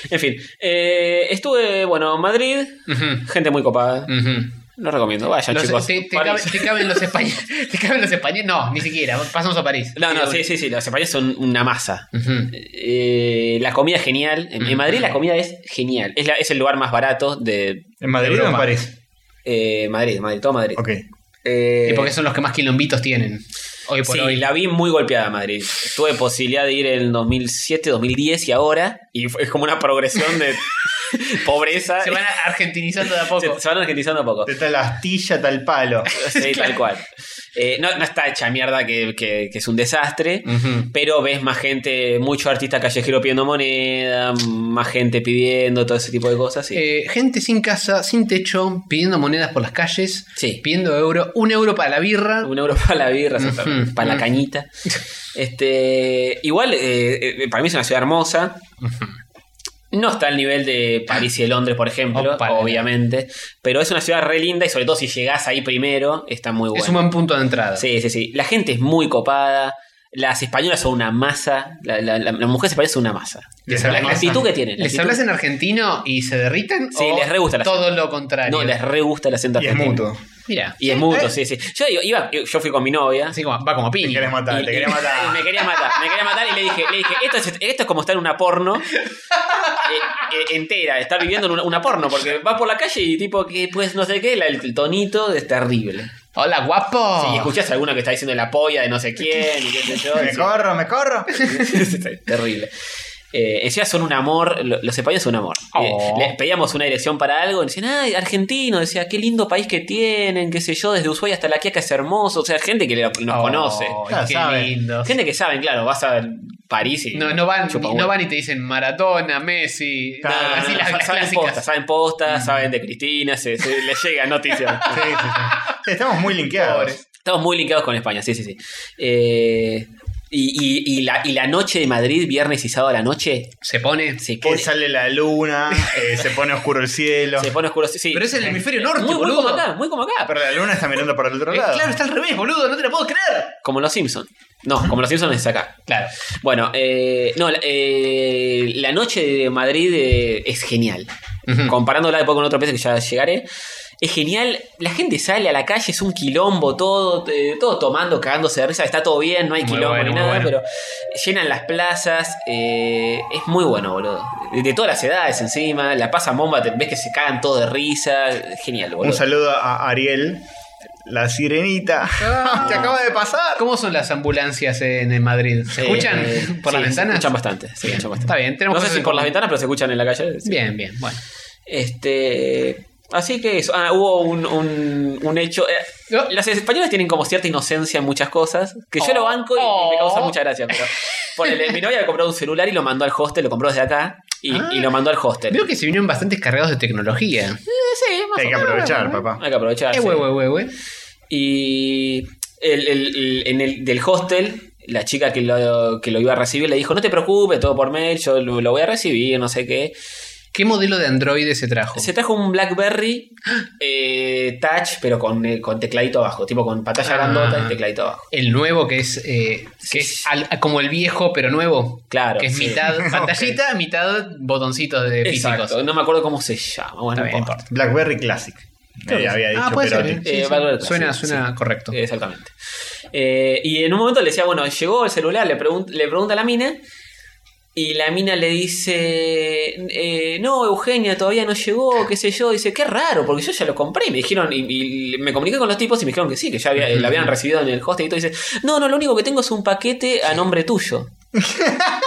Speaker 3: En fin, eh, estuve, bueno, en Madrid,
Speaker 4: Ujú.
Speaker 3: gente muy copada.
Speaker 4: Ujú.
Speaker 3: Lo recomiendo, vayan
Speaker 4: Los-
Speaker 3: chicos.
Speaker 4: te, te
Speaker 3: París.
Speaker 4: cabe- te caben los españoles. Te caben los españoles. No, ni siquiera. Pasamos a París.
Speaker 3: No, no, sí, sí, sí, los españoles son una masa.
Speaker 4: Ujú.
Speaker 3: Eh, la comida es genial. En, en
Speaker 4: Mm.
Speaker 3: Madrid la comida es genial. Es, la- es el lugar más barato de
Speaker 2: ¿En Madrid o en
Speaker 4: Europa.
Speaker 2: París?
Speaker 3: eh, Madrid, Madrid, todo Madrid.
Speaker 2: Ok.
Speaker 3: Eh,
Speaker 4: Y porque son los que más quilombitos tienen. Hoy por
Speaker 3: sí,
Speaker 4: hoy.
Speaker 3: la vi muy golpeada Madrid. Tuve posibilidad de ir en 2007, 2010 y ahora. Y fue- es como una progresión de pobreza.
Speaker 4: Se van a- argentinizando de a poco.
Speaker 3: Se, se van argentinizando a poco.
Speaker 2: Está la astilla, tal palo.
Speaker 3: Sí, tal cual. Eh, no, no está hecha mierda que, que- que es un desastre.
Speaker 4: Ujú.
Speaker 3: Pero ves más gente, mucho artista callejero pidiendo moneda, más gente pidiendo todo ese tipo de cosas. sí.
Speaker 4: Eh, gente sin casa, sin techo, pidiendo monedas por las calles,
Speaker 3: Sí.
Speaker 4: pidiendo euro, un euro para la birra.
Speaker 3: Un euro para la birra,
Speaker 4: Ujú,
Speaker 3: exactamente, para la
Speaker 4: ujú.
Speaker 3: cañita. Este, igual, eh, eh, para mí es una ciudad hermosa. No está al nivel de París y de Londres, por ejemplo,
Speaker 4: Opa, la.
Speaker 3: obviamente. Pero es una ciudad re linda y sobre todo si llegás ahí primero, está muy
Speaker 4: Es
Speaker 3: bueno.
Speaker 4: un buen punto de entrada.
Speaker 3: Sí, sí, sí. La gente es muy copada. Las españolas son una masa. La, la, la- las mujeres españolas son una masa.
Speaker 4: Les
Speaker 3: La,
Speaker 4: hablas-
Speaker 3: la actitud que tienen. la
Speaker 4: ¿Les
Speaker 3: actitud-
Speaker 4: hablas en argentino y se derriten?
Speaker 3: Sí,
Speaker 4: o
Speaker 3: les re gusta la
Speaker 4: Todo lo contrario.
Speaker 3: No, les re gusta el acento
Speaker 2: Y es
Speaker 3: argentino.
Speaker 2: mutuo.
Speaker 4: Mira,
Speaker 3: Y es
Speaker 4: ¿eh?
Speaker 3: mutuo, sí, sí. Yo, digo, iba, yo fui con mi novia.
Speaker 4: así como, va como
Speaker 2: Te
Speaker 4: piña.
Speaker 2: querés matar,
Speaker 3: y-
Speaker 2: te querés
Speaker 3: y-
Speaker 2: matar.
Speaker 3: Me quería matar, me quería matar y le dije, le dije esto, es, esto es como estar en una porno eh, eh, entera, estar viviendo en una, una porno, porque vas por la calle y tipo que pues no sé qué, la- el tonito es terrible.
Speaker 4: Hola, guapo.
Speaker 3: Si escuchás a alguno que está diciendo la polla de no sé quién y qué sé yo,
Speaker 2: Me
Speaker 3: sí,
Speaker 2: corro, me corro.
Speaker 3: es terrible. Eh, encima son un amor, lo- los españoles son un amor. Eh,
Speaker 4: Oh.
Speaker 3: les pedíamos una dirección para algo, y decían, ay, argentino, decía, qué lindo país que tienen, qué sé yo, desde Ushuaia hasta La Quiaca es hermoso, o sea, gente que lo- nos
Speaker 4: Oh,
Speaker 3: conoce.
Speaker 2: Ya
Speaker 4: qué
Speaker 2: saben.
Speaker 4: lindo.
Speaker 3: Gente que saben, claro, vas a París y.
Speaker 4: No, no, van,
Speaker 3: chupa
Speaker 4: ni-
Speaker 3: huevo.
Speaker 4: no van y te dicen Maradona, Messi.
Speaker 3: No, no, no,
Speaker 4: así
Speaker 3: no,
Speaker 4: las,
Speaker 3: sa-
Speaker 4: las
Speaker 3: saben posta,
Speaker 4: clásicas. Mm.
Speaker 3: saben posta, saben de Cristina, se, se les llegan noticias.
Speaker 2: Sí, sí, sí. Estamos muy linkeados.
Speaker 4: Pobres.
Speaker 3: Estamos muy linkados con España, sí, sí, sí. Eh, y, y- y la, y la noche de Madrid, viernes y sábado a la noche,
Speaker 4: Se pone.
Speaker 3: se
Speaker 2: Que
Speaker 3: pone,
Speaker 2: sale la luna, eh, se pone oscuro el cielo. Ah,
Speaker 3: se pone oscuro. Sí, sí. Eh,
Speaker 4: Pero es el hemisferio norte,
Speaker 3: muy, muy
Speaker 4: boludo.
Speaker 3: como acá, muy como acá.
Speaker 2: Pero la luna está mirando para el otro
Speaker 4: Eh,
Speaker 2: lado.
Speaker 4: claro, está al revés, boludo, no te lo puedo creer.
Speaker 3: Como los Simpsons. No, como los Simpsons es acá.
Speaker 4: Claro.
Speaker 3: Bueno, eh, no, la, eh, la noche de Madrid eh, es genial.
Speaker 4: Ujú.
Speaker 3: Comparándola después con otro país que ya llegaré. Es genial, la gente sale a la calle, es un quilombo todo, eh, todo tomando, cagándose de risa, está todo bien, no hay
Speaker 4: Muy
Speaker 3: quilombo
Speaker 4: bueno,
Speaker 3: ni
Speaker 4: muy
Speaker 3: nada,
Speaker 4: bueno.
Speaker 3: pero llenan las plazas, eh, es muy bueno, boludo. De, de todas las edades encima, la pasan bomba, te- ves que se cagan todo de risa, genial, boludo.
Speaker 2: Un saludo a Ariel, la sirenita.
Speaker 4: Ah.
Speaker 2: Te acaba de pasar.
Speaker 4: ¿Cómo son las ambulancias en, en Madrid? ¿Se
Speaker 3: Eh,
Speaker 4: escuchan
Speaker 3: eh,
Speaker 4: por
Speaker 3: sí,
Speaker 4: las ventanas?
Speaker 3: Se escuchan bastante, se
Speaker 4: Bien,
Speaker 3: escuchan bastante.
Speaker 4: Está bien, tenemos
Speaker 3: No sé
Speaker 4: cosas
Speaker 3: si
Speaker 4: en
Speaker 3: por las
Speaker 4: común.
Speaker 3: ventanas, pero se escuchan en la calle. sí.
Speaker 4: Bien, bien, bueno.
Speaker 3: Este. Así que eso. Ah, hubo un, un- un hecho. eh,
Speaker 4: No.
Speaker 3: Las españolas tienen como cierta inocencia en muchas cosas. Que yo
Speaker 4: Oh.
Speaker 3: lo banco y, y me causa
Speaker 4: Oh.
Speaker 3: mucha gracia. Pero. Ponele, mi novia compró un celular y lo mandó al hostel, lo compró desde acá. Y, y lo mandó al hostel.
Speaker 4: Ah. Veo que se vinieron bastantes cargados de tecnología.
Speaker 2: Hay que aprovechar, papá.
Speaker 3: Hay que aprovechar.
Speaker 4: Eh,
Speaker 3: Ah, sí.
Speaker 4: güey, güey, güey, güey.
Speaker 3: Y el, el- el- en el del hostel, la chica que lo, que lo iba a recibir le dijo: No te preocupes, todo por mail, yo lo, lo voy a recibir, no sé qué.
Speaker 4: ¿Qué modelo de androide se trajo?
Speaker 3: Se trajo un Blackberry eh, Touch, pero con, eh, con tecladito abajo, tipo con pantalla
Speaker 4: Ah.
Speaker 3: grandota y tecladito abajo.
Speaker 4: El nuevo que es, eh,
Speaker 3: Sí.
Speaker 4: que es al- como el viejo pero nuevo.
Speaker 3: Claro,
Speaker 4: Que es
Speaker 3: sí.
Speaker 4: mitad pantallita, mitad botoncitos de físicos.
Speaker 3: Exacto, no me acuerdo cómo se llama. Bueno,
Speaker 4: Está
Speaker 3: no
Speaker 4: bien.
Speaker 3: importa.
Speaker 2: Blackberry Classic. Eh, había dicho,
Speaker 4: Ah, puede
Speaker 2: pero
Speaker 4: ser. ¿eh? Sí,
Speaker 3: Eh,
Speaker 4: sí.
Speaker 3: Valverde,
Speaker 4: Suena,
Speaker 3: sí,
Speaker 4: suena correcto.
Speaker 3: Exactamente. Eh, y en un momento le decía, bueno, llegó el celular, le, pregun- le pregunta a la mina. Y la mina le dice, eh, no, Eugenia, todavía no llegó, qué sé yo. Dice, qué raro, porque yo ya lo compré. Y me dijeron, y, y me comuniqué con los tipos y me dijeron que sí, que ya había- lo habían recibido en el hostel. Y todo. Dice, no, no, lo único que tengo es un paquete a nombre tuyo.
Speaker 4: Ah,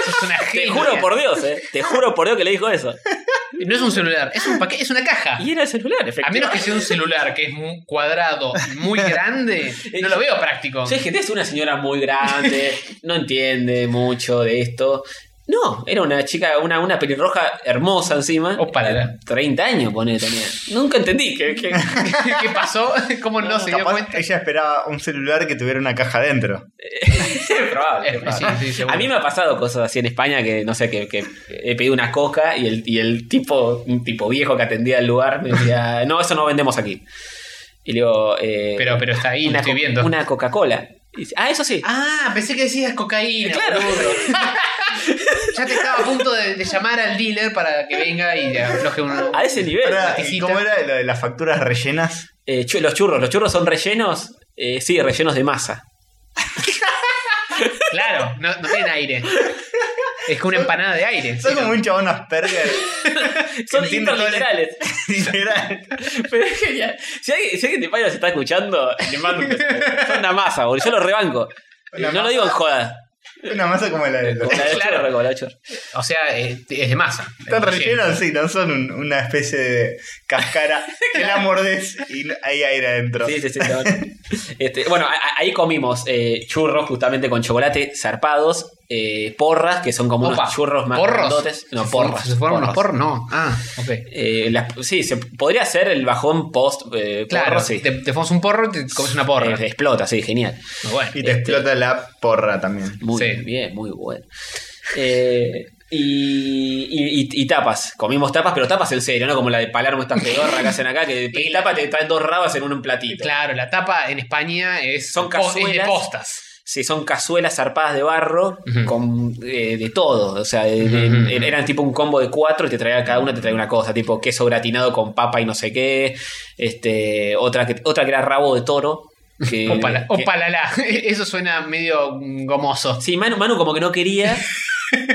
Speaker 4: eso es una
Speaker 3: Te
Speaker 4: genia.
Speaker 3: juro por Dios, eh. Te juro por Dios que le dijo eso.
Speaker 4: No es un celular, es un paquete, es una caja.
Speaker 3: Y era el celular,
Speaker 4: A menos que
Speaker 3: efectivamente.
Speaker 4: sea un celular que es muy cuadrado, muy grande, no lo veo práctico.
Speaker 3: Yo dije, es una señora muy grande, no entiende mucho de esto. No, era una chica, una, una pelirroja hermosa encima.
Speaker 4: Ópala.
Speaker 3: 30 años, pone también. Nunca entendí que, que-
Speaker 4: ¿Qué pasó? ¿Cómo no, se dio
Speaker 2: capaz
Speaker 4: cuenta?
Speaker 2: Ella esperaba un celular que tuviera una caja dentro.
Speaker 3: es probable, es probable.
Speaker 4: Sí, sí, seguro.
Speaker 3: A mí me ha pasado cosas así en España que, no sé, que, que he pedido una coca y el, y el tipo, un tipo viejo que atendía el lugar me decía, no, eso no vendemos aquí. Y le digo, eh,
Speaker 4: Pero, pero está ahí, lo
Speaker 3: una,
Speaker 4: estoy
Speaker 3: co-
Speaker 4: viendo.
Speaker 3: una Coca-Cola. Y dice, ah, eso sí.
Speaker 4: Ah, pensé que decías cocaína.
Speaker 3: Claro.
Speaker 4: boludo. ya te estaba a punto de, de llamar al dealer para que venga y le afloje un.
Speaker 3: A ese
Speaker 4: Eh,
Speaker 3: nivel.
Speaker 2: Ahora, ¿y
Speaker 4: Maticita.
Speaker 2: ¿Cómo era lo de las facturas rellenas?
Speaker 3: Eh, chu- los churros, los churros son rellenos, eh, sí, rellenos de masa.
Speaker 4: Claro, no, no tienen aire. Es que una empanada de aire.
Speaker 2: Soy como un chabón Asperger.
Speaker 3: Son
Speaker 2: Entiendo todo el-
Speaker 3: interliterales.
Speaker 2: Literal.
Speaker 3: Pero es genial. Si alguien, si alguien de España se está escuchando, le mando un beso. Son una masa, boludo. Yo los rebanco.
Speaker 2: Una
Speaker 3: no lo
Speaker 2: masa.
Speaker 3: digo en joda.
Speaker 2: Una masa como la de los.
Speaker 3: Como la de
Speaker 4: Claro.
Speaker 3: churro, como la de churro.
Speaker 4: O sea, eh, es de masa.
Speaker 2: Están
Speaker 4: Es relleno.
Speaker 2: rellenos, sí, no son un- una especie de cascara que la mordes y no- hay aire adentro.
Speaker 3: Sí, sí, sí, no, no. Este, bueno, a- a- ahí comimos eh, churros justamente con chocolate zarpados, eh, porras, que son como
Speaker 4: Opa,
Speaker 3: unos churros más
Speaker 4: ¿Porros?
Speaker 3: grandotes. No,
Speaker 4: ¿Se
Speaker 3: porras.
Speaker 4: ¿Se fueron unos
Speaker 3: porras.
Speaker 4: porros? No. Ah, ok.
Speaker 3: Eh, las- sí, se, podría ser el bajón post eh,
Speaker 4: Claro,
Speaker 3: porro, sí.
Speaker 4: te, te fumas un porro y te comes una porra.
Speaker 3: Eh, te explota, sí, genial.
Speaker 4: Bueno,
Speaker 2: Y te
Speaker 3: Este,
Speaker 2: explota la porra también.
Speaker 3: Muy
Speaker 4: Sí.
Speaker 3: bien, muy bueno. Eh, y, y- y- y tapas, comimos tapas, pero tapas en serio, ¿no? Como la de Palermo, estas pedorras que hacen acá, que pedís tapa te traen dos rabas en un platito.
Speaker 4: Claro, la tapa en España es,
Speaker 3: Son
Speaker 4: po- es de
Speaker 3: cazuelas.
Speaker 4: postas.
Speaker 3: Sí, son cazuelas zarpadas de barro
Speaker 4: Ujú.
Speaker 3: con eh, de todo. O sea, de- de- er,
Speaker 4: Ujú, ujú.
Speaker 3: eran tipo un combo de cuatro y te traía cada una, te traía una cosa, tipo queso gratinado con papa y no sé qué. Este, otra que, otra que era rabo de toro. Que,
Speaker 4: Opala-
Speaker 3: que-
Speaker 4: Opalala. Eso suena medio mm, gomoso.
Speaker 3: Sí, Manu, Manu como que no quería.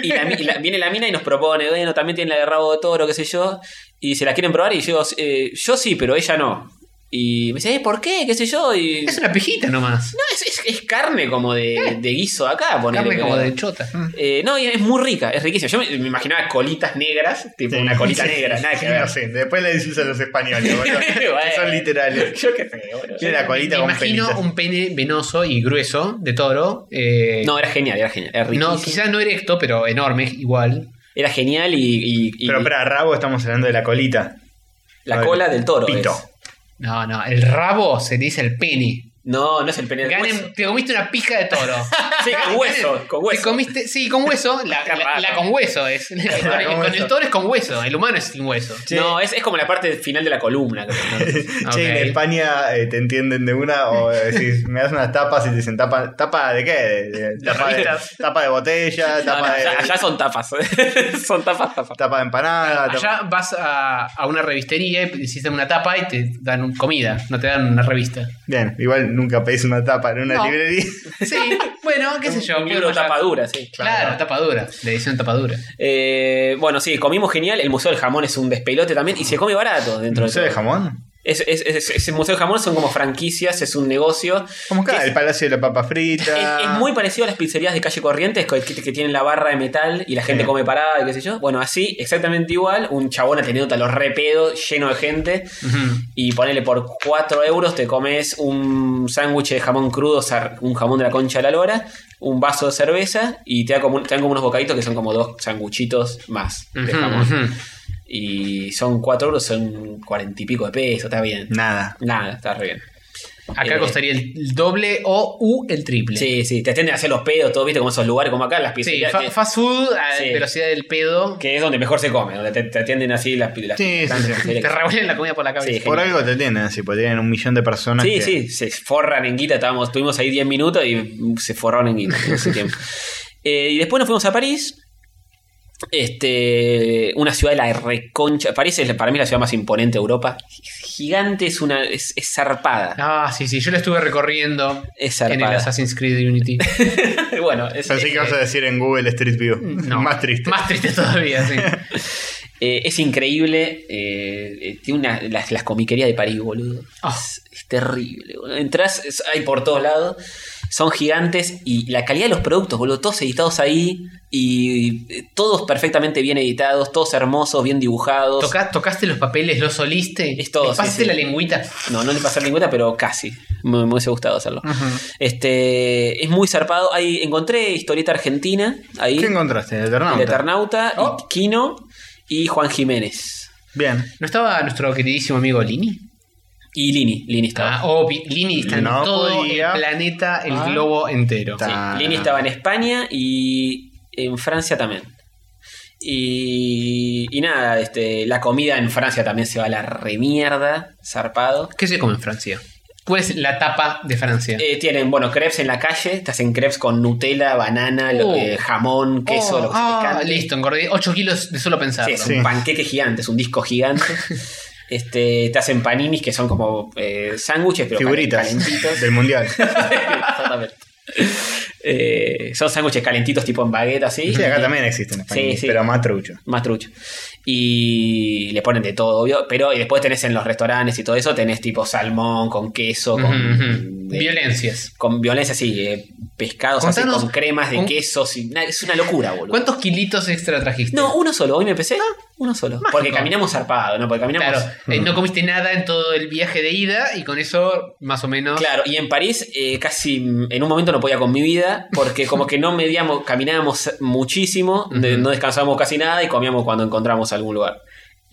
Speaker 3: Y la mi- la- viene la mina y nos propone, bueno, también tiene la de rabo de toro, qué sé yo. Y se la quieren probar y yo, eh, yo sí, pero ella no. Y me dice, eh, ¿por qué? ¿Qué sé yo? Y,
Speaker 4: Es una pijita nomás.
Speaker 3: no, es, es- es carne como de, de guiso acá, ponele,
Speaker 4: Carne como
Speaker 3: pero-
Speaker 4: de chota.
Speaker 3: Eh, no, y es muy rica, es riquísima. Yo me, me imaginaba colitas negras, tipo
Speaker 2: Sí.
Speaker 3: una colita
Speaker 2: Sí,
Speaker 3: negra, nada
Speaker 2: sí,
Speaker 3: que ver.
Speaker 2: No sé, después le decís a los españoles, boludo, que son
Speaker 3: Bueno.
Speaker 2: literales.
Speaker 3: Yo qué sé, boludo.
Speaker 2: Tiene la
Speaker 4: Me
Speaker 2: colita con
Speaker 4: imagino
Speaker 2: pelitas.
Speaker 4: un pene venoso y grueso de toro. eh,
Speaker 3: No, era genial, era genial. Era,
Speaker 4: no,
Speaker 3: riquísimo.
Speaker 4: quizás no erecto, pero enorme igual.
Speaker 3: era genial y, y- y
Speaker 2: Pero para rabo estamos hablando de la colita.
Speaker 3: la
Speaker 2: vale.
Speaker 3: cola del toro.
Speaker 2: Pito.
Speaker 3: es.
Speaker 4: No, no, el rabo se le dice el pene.
Speaker 3: No, no es el pene del
Speaker 4: Ganem,
Speaker 3: hueso.
Speaker 4: te comiste una pija de toro.
Speaker 3: Sí, con hueso, con
Speaker 4: Te
Speaker 3: hueso.
Speaker 4: comiste, sí, con hueso. La,
Speaker 3: Qué
Speaker 4: la-
Speaker 3: raro.
Speaker 4: la con hueso es.
Speaker 2: raro,
Speaker 4: con
Speaker 2: con
Speaker 4: el
Speaker 2: hueso.
Speaker 4: toro es con hueso. El humano es sin hueso.
Speaker 3: No, es, es como la parte final de la columna. creo, ¿no?
Speaker 2: Che,
Speaker 4: Ok.
Speaker 2: en España eh, te entienden de una o decís, me das unas tapas y te dicen, ¿tapa, tapa de qué? De- de- tapa, de,
Speaker 3: revistas.
Speaker 2: tapa de botella,
Speaker 3: No, no,
Speaker 2: tapa
Speaker 3: allá,
Speaker 2: de,
Speaker 3: allá son tapas. son tapas, tapas.
Speaker 2: tapa de empanada. tapa-
Speaker 4: Allá vas a, a una revistería y hiciste una tapa y te dan un- comida, no te dan una revista.
Speaker 2: Bien, igual nunca pedís una tapa en una
Speaker 4: No.
Speaker 2: librería.
Speaker 4: Sí, bueno, qué sé yo.
Speaker 3: Un libro
Speaker 4: podemos ya-
Speaker 3: tapadura, sí.
Speaker 4: Claro, tapadura, de edición tapadura.
Speaker 3: Eh, bueno, sí, comimos genial. El Museo del Jamón es un despelote también y se come barato dentro
Speaker 2: ¿No sé
Speaker 3: de
Speaker 2: de
Speaker 3: todo.
Speaker 2: jamón?
Speaker 3: Es, es- es- es- el Museo del Jamón son como franquicias, es un negocio.
Speaker 2: Como acá,
Speaker 3: Es-
Speaker 2: el Palacio de la Papa Frita.
Speaker 3: Es, es muy parecido a las pizzerías de calle Corrientes que, que tienen la barra de metal y la gente
Speaker 2: Sí.
Speaker 3: come parada y qué sé yo. Bueno, así, exactamente igual, un chabón atendiendo a los repedos, lleno de gente. Y ponele por 4 euros, te comes un sándwich de jamón crudo, sar- un jamón de la concha de la lora, un vaso de cerveza y te, da como, te dan como unos bocaditos que son como dos sanguchitos más de
Speaker 4: Ujú,
Speaker 3: jamón.
Speaker 4: ujú.
Speaker 3: Y son 4 euros, son 40 y pico de pesos, está bien.
Speaker 2: Nada.
Speaker 3: Nada, está re bien.
Speaker 4: Acá
Speaker 3: Eh.
Speaker 4: costaría el doble o u el triple.
Speaker 3: Sí, sí, te atienden a hacer los pedos, todo, viste, como esos lugares, como acá, las
Speaker 4: Sí,
Speaker 3: pizzerías.
Speaker 4: fa-
Speaker 3: que,
Speaker 4: fast food a
Speaker 3: Sí.
Speaker 4: velocidad del pedo.
Speaker 3: que es donde mejor se come, donde te, te atienden así las, las
Speaker 2: Sí, sí,
Speaker 3: grandes
Speaker 2: sí.
Speaker 3: pizzerías.
Speaker 4: Te revuelven la comida por la cabeza.
Speaker 3: Sí,
Speaker 2: Por algo te atienden así, porque tienen un millón de personas.
Speaker 3: Sí,
Speaker 2: que-
Speaker 3: sí, se forran en guita. Estábamos, estuvimos ahí 10 minutos y se forraron en guita en ese tiempo. Eh, y después nos fuimos a París. Este, una ciudad de la reconcha. París es la- para mí la ciudad más imponente de Europa. Gigante, es una. es, es zarpada.
Speaker 4: Ah, sí, sí, yo lo estuve recorriendo
Speaker 3: Es
Speaker 4: en el
Speaker 3: zarpada.
Speaker 4: Assassin's Creed Unity.
Speaker 3: bueno, es,
Speaker 2: Pensé que vas a decir en Google Street View.
Speaker 4: No.
Speaker 2: Más triste.
Speaker 4: Más triste todavía, sí.
Speaker 3: eh, es increíble. eh, eh, tiene una, las, las comiquerías de París, boludo.
Speaker 4: Ah.
Speaker 3: Es, es terrible, boludo. Entrás, es- hay por todos lados. Son gigantes y la calidad de los productos, boludo, todos editados ahí y eh, todos perfectamente bien editados, todos hermosos, bien dibujados.
Speaker 4: Toca- ¿Tocaste los papeles? ¿Los oliste?
Speaker 3: Es todo,
Speaker 4: ¿Les pasaste
Speaker 3: sí, sí.
Speaker 4: la lengüita?
Speaker 3: No, no le pasé ninguna, pero casi. Me, me hubiese gustado hacerlo. Este, es muy zarpado. Ahí encontré historieta argentina, ahí
Speaker 2: ¿Qué encontraste? El Eternauta.
Speaker 3: el Eternauta, y
Speaker 2: Oh.
Speaker 3: Kino y Juan Jiménez.
Speaker 2: Bien.
Speaker 4: ¿No estaba nuestro queridísimo amigo Lini?
Speaker 3: Y Lini, Lini estaba.
Speaker 4: Ah, oh, vi- Lini está en
Speaker 2: No
Speaker 4: todo
Speaker 2: podía.
Speaker 4: el planeta, el
Speaker 2: Ah.
Speaker 4: globo entero.
Speaker 2: Ta- Ah.
Speaker 3: Sí, Lini estaba en España y en Francia también. Y, y nada, este, la comida en Francia también se va a la remierda, zarpado.
Speaker 4: ¿Qué se come en Francia? ¿Cuál es la tapa de Francia?
Speaker 3: Eh, tienen, bueno, crepes en la calle, te hacen crepes con Nutella, banana, lo-
Speaker 4: Oh.
Speaker 3: eh, jamón, queso,
Speaker 4: Oh,
Speaker 3: lo que se te
Speaker 4: ah,
Speaker 3: cante.
Speaker 4: Listo, engordé 8 kilos de solo
Speaker 3: Sí,
Speaker 4: pensarlo.
Speaker 3: es
Speaker 2: Sí.
Speaker 3: un panqueque gigante, es un disco gigante. Este, te hacen paninis que son como eh, sándwiches, pero
Speaker 2: Figuritas
Speaker 3: calentitos.
Speaker 2: del mundial.
Speaker 3: Exactamente. Eh, son sándwiches calentitos tipo en baguette así.
Speaker 2: Sí, acá también existen los
Speaker 3: Sí,
Speaker 2: pañuelos,
Speaker 3: sí.
Speaker 2: pero más trucho.
Speaker 3: Más trucho. Y le ponen de todo, obvio. Pero y después tenés en los restaurantes y todo eso, tenés tipo salmón con queso,
Speaker 4: Ujú,
Speaker 3: con,
Speaker 4: ujú.
Speaker 3: de-
Speaker 4: Violencias.
Speaker 3: con violencia, sí, eh, pescados así,
Speaker 4: Contanos-
Speaker 3: con cremas de
Speaker 4: con-
Speaker 3: quesos. y na- es una locura, boludo.
Speaker 4: ¿Cuántos kilitos extra trajiste?
Speaker 3: No, uno solo. Hoy me empecé.
Speaker 4: Ah,
Speaker 3: Uno solo.
Speaker 4: mágico.
Speaker 3: Porque caminamos zarpado, ¿no? Porque caminamos.
Speaker 4: Claro, eh, no comiste nada en todo el viaje de ida y con eso, más o menos.
Speaker 3: Claro, y en París eh, casi mm, en un momento no podía con mi vida, porque como que no medíamos, caminábamos muchísimo, de-
Speaker 4: Ujú.
Speaker 3: no descansábamos casi nada y comíamos cuando encontramos algún lugar.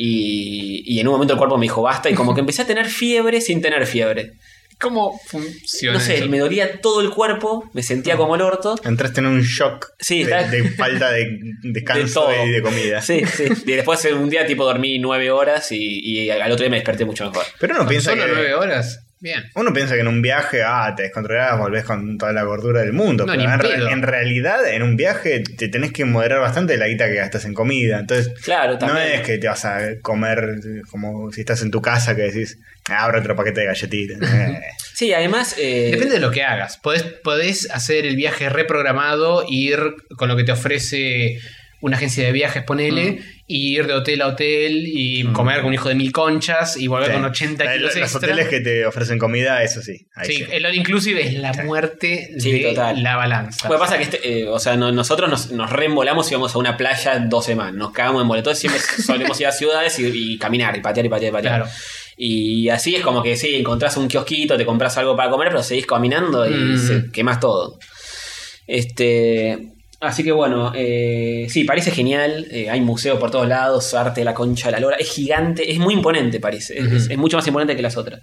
Speaker 3: Y, y en un momento el cuerpo me dijo basta y como que empecé a tener fiebre sin tener fiebre.
Speaker 4: ¿Cómo funciona?
Speaker 3: No sé,
Speaker 4: eso?
Speaker 3: me dolía todo el cuerpo, me
Speaker 4: Ah.
Speaker 3: sentía como el orto.
Speaker 2: Entraste en un shock
Speaker 3: Sí,
Speaker 2: de,
Speaker 3: está-
Speaker 2: de falta de descanso
Speaker 3: De todo.
Speaker 2: y de comida.
Speaker 3: Sí, sí. Y después eh, un día tipo dormí nueve horas y, y al otro día me desperté mucho mejor.
Speaker 2: Pero uno
Speaker 4: Con
Speaker 2: piensa
Speaker 4: solo
Speaker 2: que
Speaker 4: nueve horas. Bien.
Speaker 2: Uno piensa que en un viaje, ah, te descontrolás, volvés con toda la gordura del mundo.
Speaker 4: No,
Speaker 2: pero
Speaker 4: ni
Speaker 2: en,
Speaker 4: pedo.
Speaker 2: en realidad, en un viaje te tenés que moderar bastante la guita que gastas en comida. Entonces,
Speaker 3: Claro,
Speaker 2: no
Speaker 3: también.
Speaker 2: es que te vas a comer como si estás en tu casa que decís, ah, ahora otro paquete de galletitas. Eh,
Speaker 3: Sí, además. eh,
Speaker 4: Depende de lo que hagas. Podés, podés hacer el viaje reprogramado, ir con lo que te ofrece una agencia de viajes,
Speaker 2: Mm.
Speaker 4: ponele, y ir de hotel a hotel y comer con un hijo de mil conchas y volver
Speaker 2: sí.
Speaker 4: con 80
Speaker 2: Eh,
Speaker 4: kilos
Speaker 2: Los
Speaker 4: extra.
Speaker 2: hoteles que te ofrecen comida, eso sí. ahí
Speaker 4: Sí,
Speaker 2: sí.
Speaker 3: eh.
Speaker 4: el all inclusive es la muerte
Speaker 3: Sí,
Speaker 4: de
Speaker 3: total.
Speaker 4: la balanza.
Speaker 3: Lo que pasa que este, eh, o sea, no- nosotros nos, nos reembolamos y vamos a una playa dos semanas. Nos cagamos en boletos. Siempre solemos ir a ciudades y, y caminar y patear y patear y patear.
Speaker 4: Claro.
Speaker 3: Y así es como que sí, encontrás un kiosquito, te compras algo para comer, pero seguís caminando y
Speaker 4: Mm.
Speaker 3: se- quemás todo. Este. Así que bueno, eh, sí, París es genial, eh, hay museos por todos lados, arte de la concha de la lora, es gigante, es muy imponente París, es,
Speaker 4: Ujú.
Speaker 3: es- es mucho más imponente que las otras.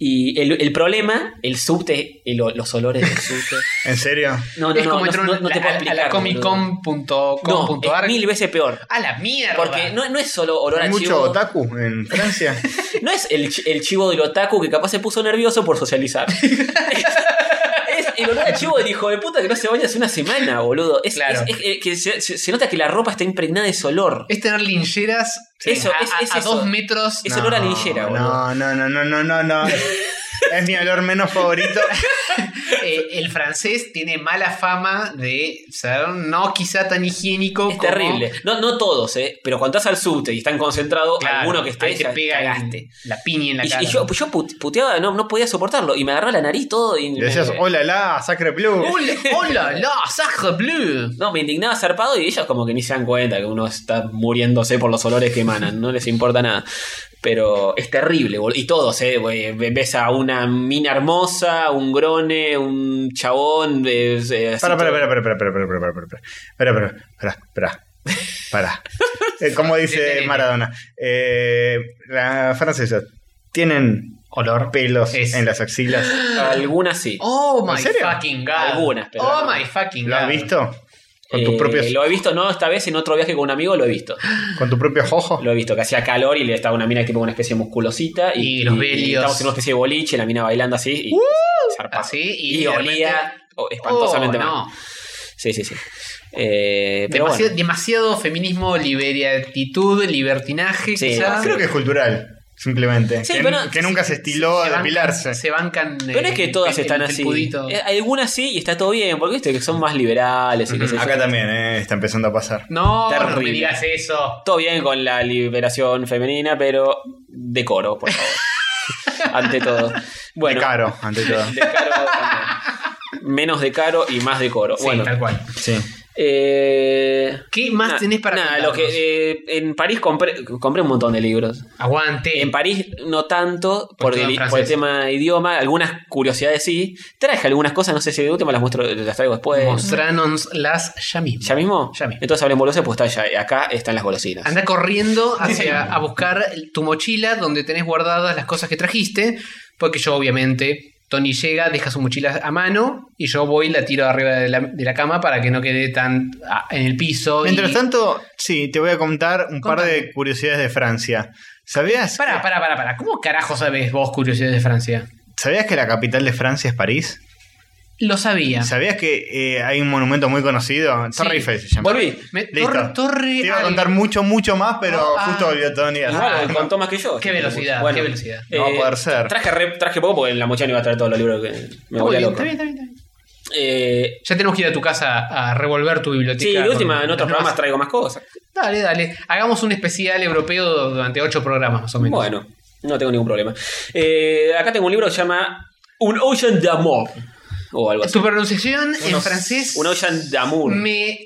Speaker 3: Y el, el problema, el subte, el o- los olores del subte.
Speaker 2: ¿En serio?
Speaker 3: No, no,
Speaker 4: es como
Speaker 3: no,
Speaker 4: entrar
Speaker 3: no,
Speaker 4: a
Speaker 3: no
Speaker 4: la-
Speaker 3: te puedo
Speaker 4: a la
Speaker 3: explicar. boludo. no, es
Speaker 4: comicom.com.ar.
Speaker 3: mil veces peor.
Speaker 4: A Ah, la mierda.
Speaker 3: Porque no, no es solo olor
Speaker 2: ¿Hay
Speaker 3: a
Speaker 2: mucho
Speaker 3: chivo.
Speaker 2: otaku en Francia?
Speaker 3: No es el, chi- el chivo del otaku que capaz se puso nervioso por socializar. es, es el olor a chivo del hijo de puta que no se baña hace una semana, boludo. Es,
Speaker 4: Claro.
Speaker 3: es- es- eh, que se, se- se nota que la ropa está impregnada de ese olor.
Speaker 4: Es tener lincheras
Speaker 3: Eso,
Speaker 4: a,
Speaker 3: es-
Speaker 4: a-
Speaker 3: es
Speaker 4: a
Speaker 3: eso.
Speaker 4: dos metros.
Speaker 3: Es olor a linchera, boludo.
Speaker 2: no, no, no, no, no, no, no. es mi olor menos favorito.
Speaker 4: Eh, el francés tiene mala fama de ser no quizá tan higiénico
Speaker 3: Es
Speaker 4: como-
Speaker 3: terrible. No, no todos, eh. Pero cuando estás al subte y están concentrados,
Speaker 4: Claro,
Speaker 3: alguno que esté
Speaker 4: ahí te
Speaker 3: ya
Speaker 4: pega
Speaker 3: cagaste.
Speaker 4: la piña en la
Speaker 3: Y,
Speaker 4: cara.
Speaker 3: y yo, pues, yo put- puteaba, no, no podía soportarlo. Y me agarraba la nariz todo y.
Speaker 2: Le decías, hola, la, sacre blue.
Speaker 4: ¡Hola, hola, la, sacre bleu!
Speaker 3: No, me indignaba zarpado y ellos como que ni se dan cuenta que uno está muriéndose por los olores que emanan, no les importa nada. Pero es terrible, bol- y todos, ¿eh? güey. Ve- Ves a una mina hermosa, un grone, un chabón. eh, eh, así
Speaker 2: Para, para,
Speaker 3: todo.
Speaker 2: para, para, para, para, para, para, para, para, para, para, para, para, para. Eh, Como dice Maradona, eh, la francesa, tienen
Speaker 4: Olor.
Speaker 2: pelos
Speaker 4: Es.
Speaker 2: en las axilas.
Speaker 3: Algunas sí.
Speaker 4: Oh my
Speaker 2: ¿En serio?
Speaker 4: fucking god.
Speaker 3: Algunas, pero-
Speaker 4: Oh my fucking god.
Speaker 2: ¿Lo has visto? Con tus
Speaker 3: Eh,
Speaker 2: propios,
Speaker 3: Lo he visto, no esta vez, en otro viaje con un amigo lo he visto.
Speaker 2: con tu propio ojo.
Speaker 3: Lo he visto, que hacía calor y le estaba una mina que tipo una especie de musculosita. Y,
Speaker 4: Y los
Speaker 3: y- y
Speaker 4: velios.
Speaker 3: estábamos en una especie de boliche, la mina bailando así. Y, zarpado.
Speaker 4: Así, y
Speaker 3: y,
Speaker 4: de
Speaker 3: olía
Speaker 4: repente-
Speaker 3: oh, espantosamente
Speaker 4: Oh,
Speaker 3: mal.
Speaker 4: no.
Speaker 3: Sí, sí, sí. Eh, pero
Speaker 4: Demasiado,
Speaker 3: bueno.
Speaker 4: demasiado feminismo, liberatitud, libertinaje,
Speaker 3: Sí,
Speaker 4: quizá.
Speaker 2: Creo que es cultural, simplemente.
Speaker 3: Sí,
Speaker 2: que,
Speaker 3: pero-
Speaker 2: que nunca se estiló
Speaker 4: Se
Speaker 2: a
Speaker 4: bancan-
Speaker 2: depilarse.
Speaker 4: Se bancan.
Speaker 3: Pero no es que todas están así. Eh, Algunas sí y está todo bien, porque viste que son más liberales y qué sé yo.
Speaker 2: Acá también, eh, está empezando a pasar.
Speaker 4: No,
Speaker 3: Terrible.
Speaker 4: no me digas eso.
Speaker 3: Todo bien con la liberación femenina, pero decoro, por favor. Ante todo. Bueno,
Speaker 2: De caro, ante todo.
Speaker 3: decaro también. Menos de caro y más decoro.
Speaker 4: Sí,
Speaker 3: bueno,
Speaker 4: tal cual.
Speaker 2: Sí.
Speaker 3: eh,
Speaker 4: ¿Qué más
Speaker 3: na-
Speaker 4: tenés para
Speaker 3: nada, lo
Speaker 4: contarnos?
Speaker 3: que eh, en París compré, compré un montón de libros.
Speaker 4: Aguante.
Speaker 3: En París no tanto, por,
Speaker 4: todo en
Speaker 3: el, por el
Speaker 4: francés.
Speaker 3: tema de idioma, algunas curiosidades sí. Traje algunas cosas, no sé si de última las muestro, las traigo después.
Speaker 4: Mostranos las ya mismo.
Speaker 3: ¿Ya mismo?
Speaker 4: Ya mismo.
Speaker 3: Entonces hablen bolosas, pues está ya, acá están las golosinas.
Speaker 4: Anda corriendo hacia, a buscar tu mochila donde tenés guardadas las cosas que trajiste. Porque yo, obviamente, Tony llega, deja su mochila a mano y yo voy y la tiro arriba de la, de la cama para que no quede tan ah, en el piso.
Speaker 2: Mientras
Speaker 4: y-
Speaker 2: tanto, sí, te voy a contar un par
Speaker 4: Contame.
Speaker 2: de curiosidades de Francia. ¿Sabías?
Speaker 4: Pará, pará, pará, pará. ¿Cómo carajo sabes vos, curiosidades de Francia?
Speaker 2: ¿Sabías que la capital de Francia es París?
Speaker 4: Lo sabía.
Speaker 2: ¿Sabías que eh, hay un monumento muy conocido? Torre
Speaker 4: Ah. Sí.
Speaker 2: Eiffel se llama.
Speaker 3: Volví.
Speaker 4: Me-
Speaker 2: Listo.
Speaker 4: torre, torre
Speaker 2: Te iba a
Speaker 4: algo.
Speaker 2: contar mucho, mucho más, pero
Speaker 4: Ah.
Speaker 2: justo volvió Tony. así
Speaker 3: Igual,
Speaker 2: que
Speaker 3: contó más que yo.
Speaker 4: Qué velocidad, qué velocidad.
Speaker 2: No va a poder ser.
Speaker 3: eh, Traje, re- traje poco porque en la mochila no iba a traer todos los libros que me
Speaker 4: Está muy
Speaker 3: volvía
Speaker 4: bien,
Speaker 3: loco.
Speaker 4: está bien, está bien, está bien.
Speaker 3: Eh,
Speaker 4: Ya tenemos que ir a tu casa a revolver tu biblioteca.
Speaker 3: sí, de
Speaker 4: con
Speaker 3: última, en
Speaker 4: las
Speaker 3: otros
Speaker 4: nuevas-
Speaker 3: programas traigo más cosas.
Speaker 4: Dale, dale. Hagamos un especial europeo durante ocho programas, más o menos.
Speaker 3: Bueno, no tengo ningún problema. Eh, acá tengo un libro que se llama Un Ocean d'Amour. O algo así.
Speaker 4: Tu pronunciación en francés Mm,
Speaker 3: Un Ocean d'Amour.
Speaker 4: me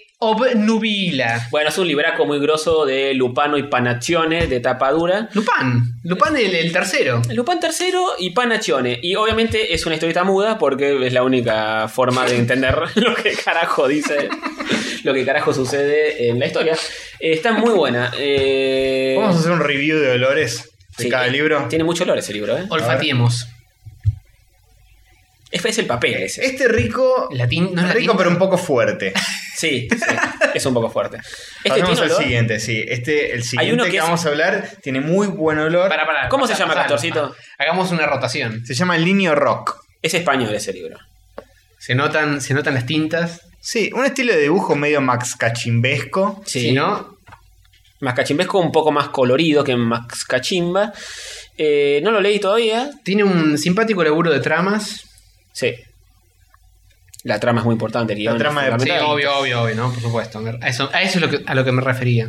Speaker 4: obnubila.
Speaker 3: Bueno, es un libraco muy grosso de Lupano y Panaccione de tapa dura.
Speaker 4: Lupán. Lupán el, el tercero.
Speaker 3: Lupin III y Panaccione. Y obviamente es una historieta muda porque es la única forma de entender lo que carajo dice, lo que carajo sucede en la historia. Eh, está muy buena. Eh,
Speaker 2: Vamos a hacer un review de olores de
Speaker 3: sí,
Speaker 2: cada
Speaker 3: eh,
Speaker 2: libro.
Speaker 3: Tiene mucho olor ese libro, ¿eh?
Speaker 4: Olfateemos.
Speaker 3: Es, es el papel ese.
Speaker 2: Este rico.
Speaker 4: Latín, no es
Speaker 2: rico,
Speaker 4: latín. Este
Speaker 2: pero un poco fuerte.
Speaker 3: Sí, sí, es un poco fuerte. Este
Speaker 2: Pasemos
Speaker 3: tiene
Speaker 2: al
Speaker 3: olor.
Speaker 2: siguiente, sí. Este, el siguiente
Speaker 3: uno
Speaker 2: que,
Speaker 3: que es-
Speaker 2: vamos a hablar tiene muy buen olor.
Speaker 4: Pará, pará,
Speaker 3: ¿Cómo se
Speaker 4: pasá,
Speaker 3: llama,
Speaker 4: pasá,
Speaker 3: Castorcito?
Speaker 4: pasá. Hagamos una rotación.
Speaker 2: Se llama Linio Rock.
Speaker 3: Es español ese libro.
Speaker 4: Se notan, se notan las tintas.
Speaker 2: Sí, un estilo de dibujo medio Max Cachimbesco.
Speaker 3: Sí.
Speaker 4: Si no,
Speaker 3: Más cachimbesco, un poco más colorido que Max Cachimba. Eh, no lo leí todavía.
Speaker 4: tiene un simpático laburo de tramas.
Speaker 3: Sí. La trama es muy importante. el guión es
Speaker 2: trama de-
Speaker 4: Sí,
Speaker 3: fundamental.
Speaker 4: obvio, obvio, obvio, ¿no? Por supuesto. A eso, a eso es lo que, a lo que me refería.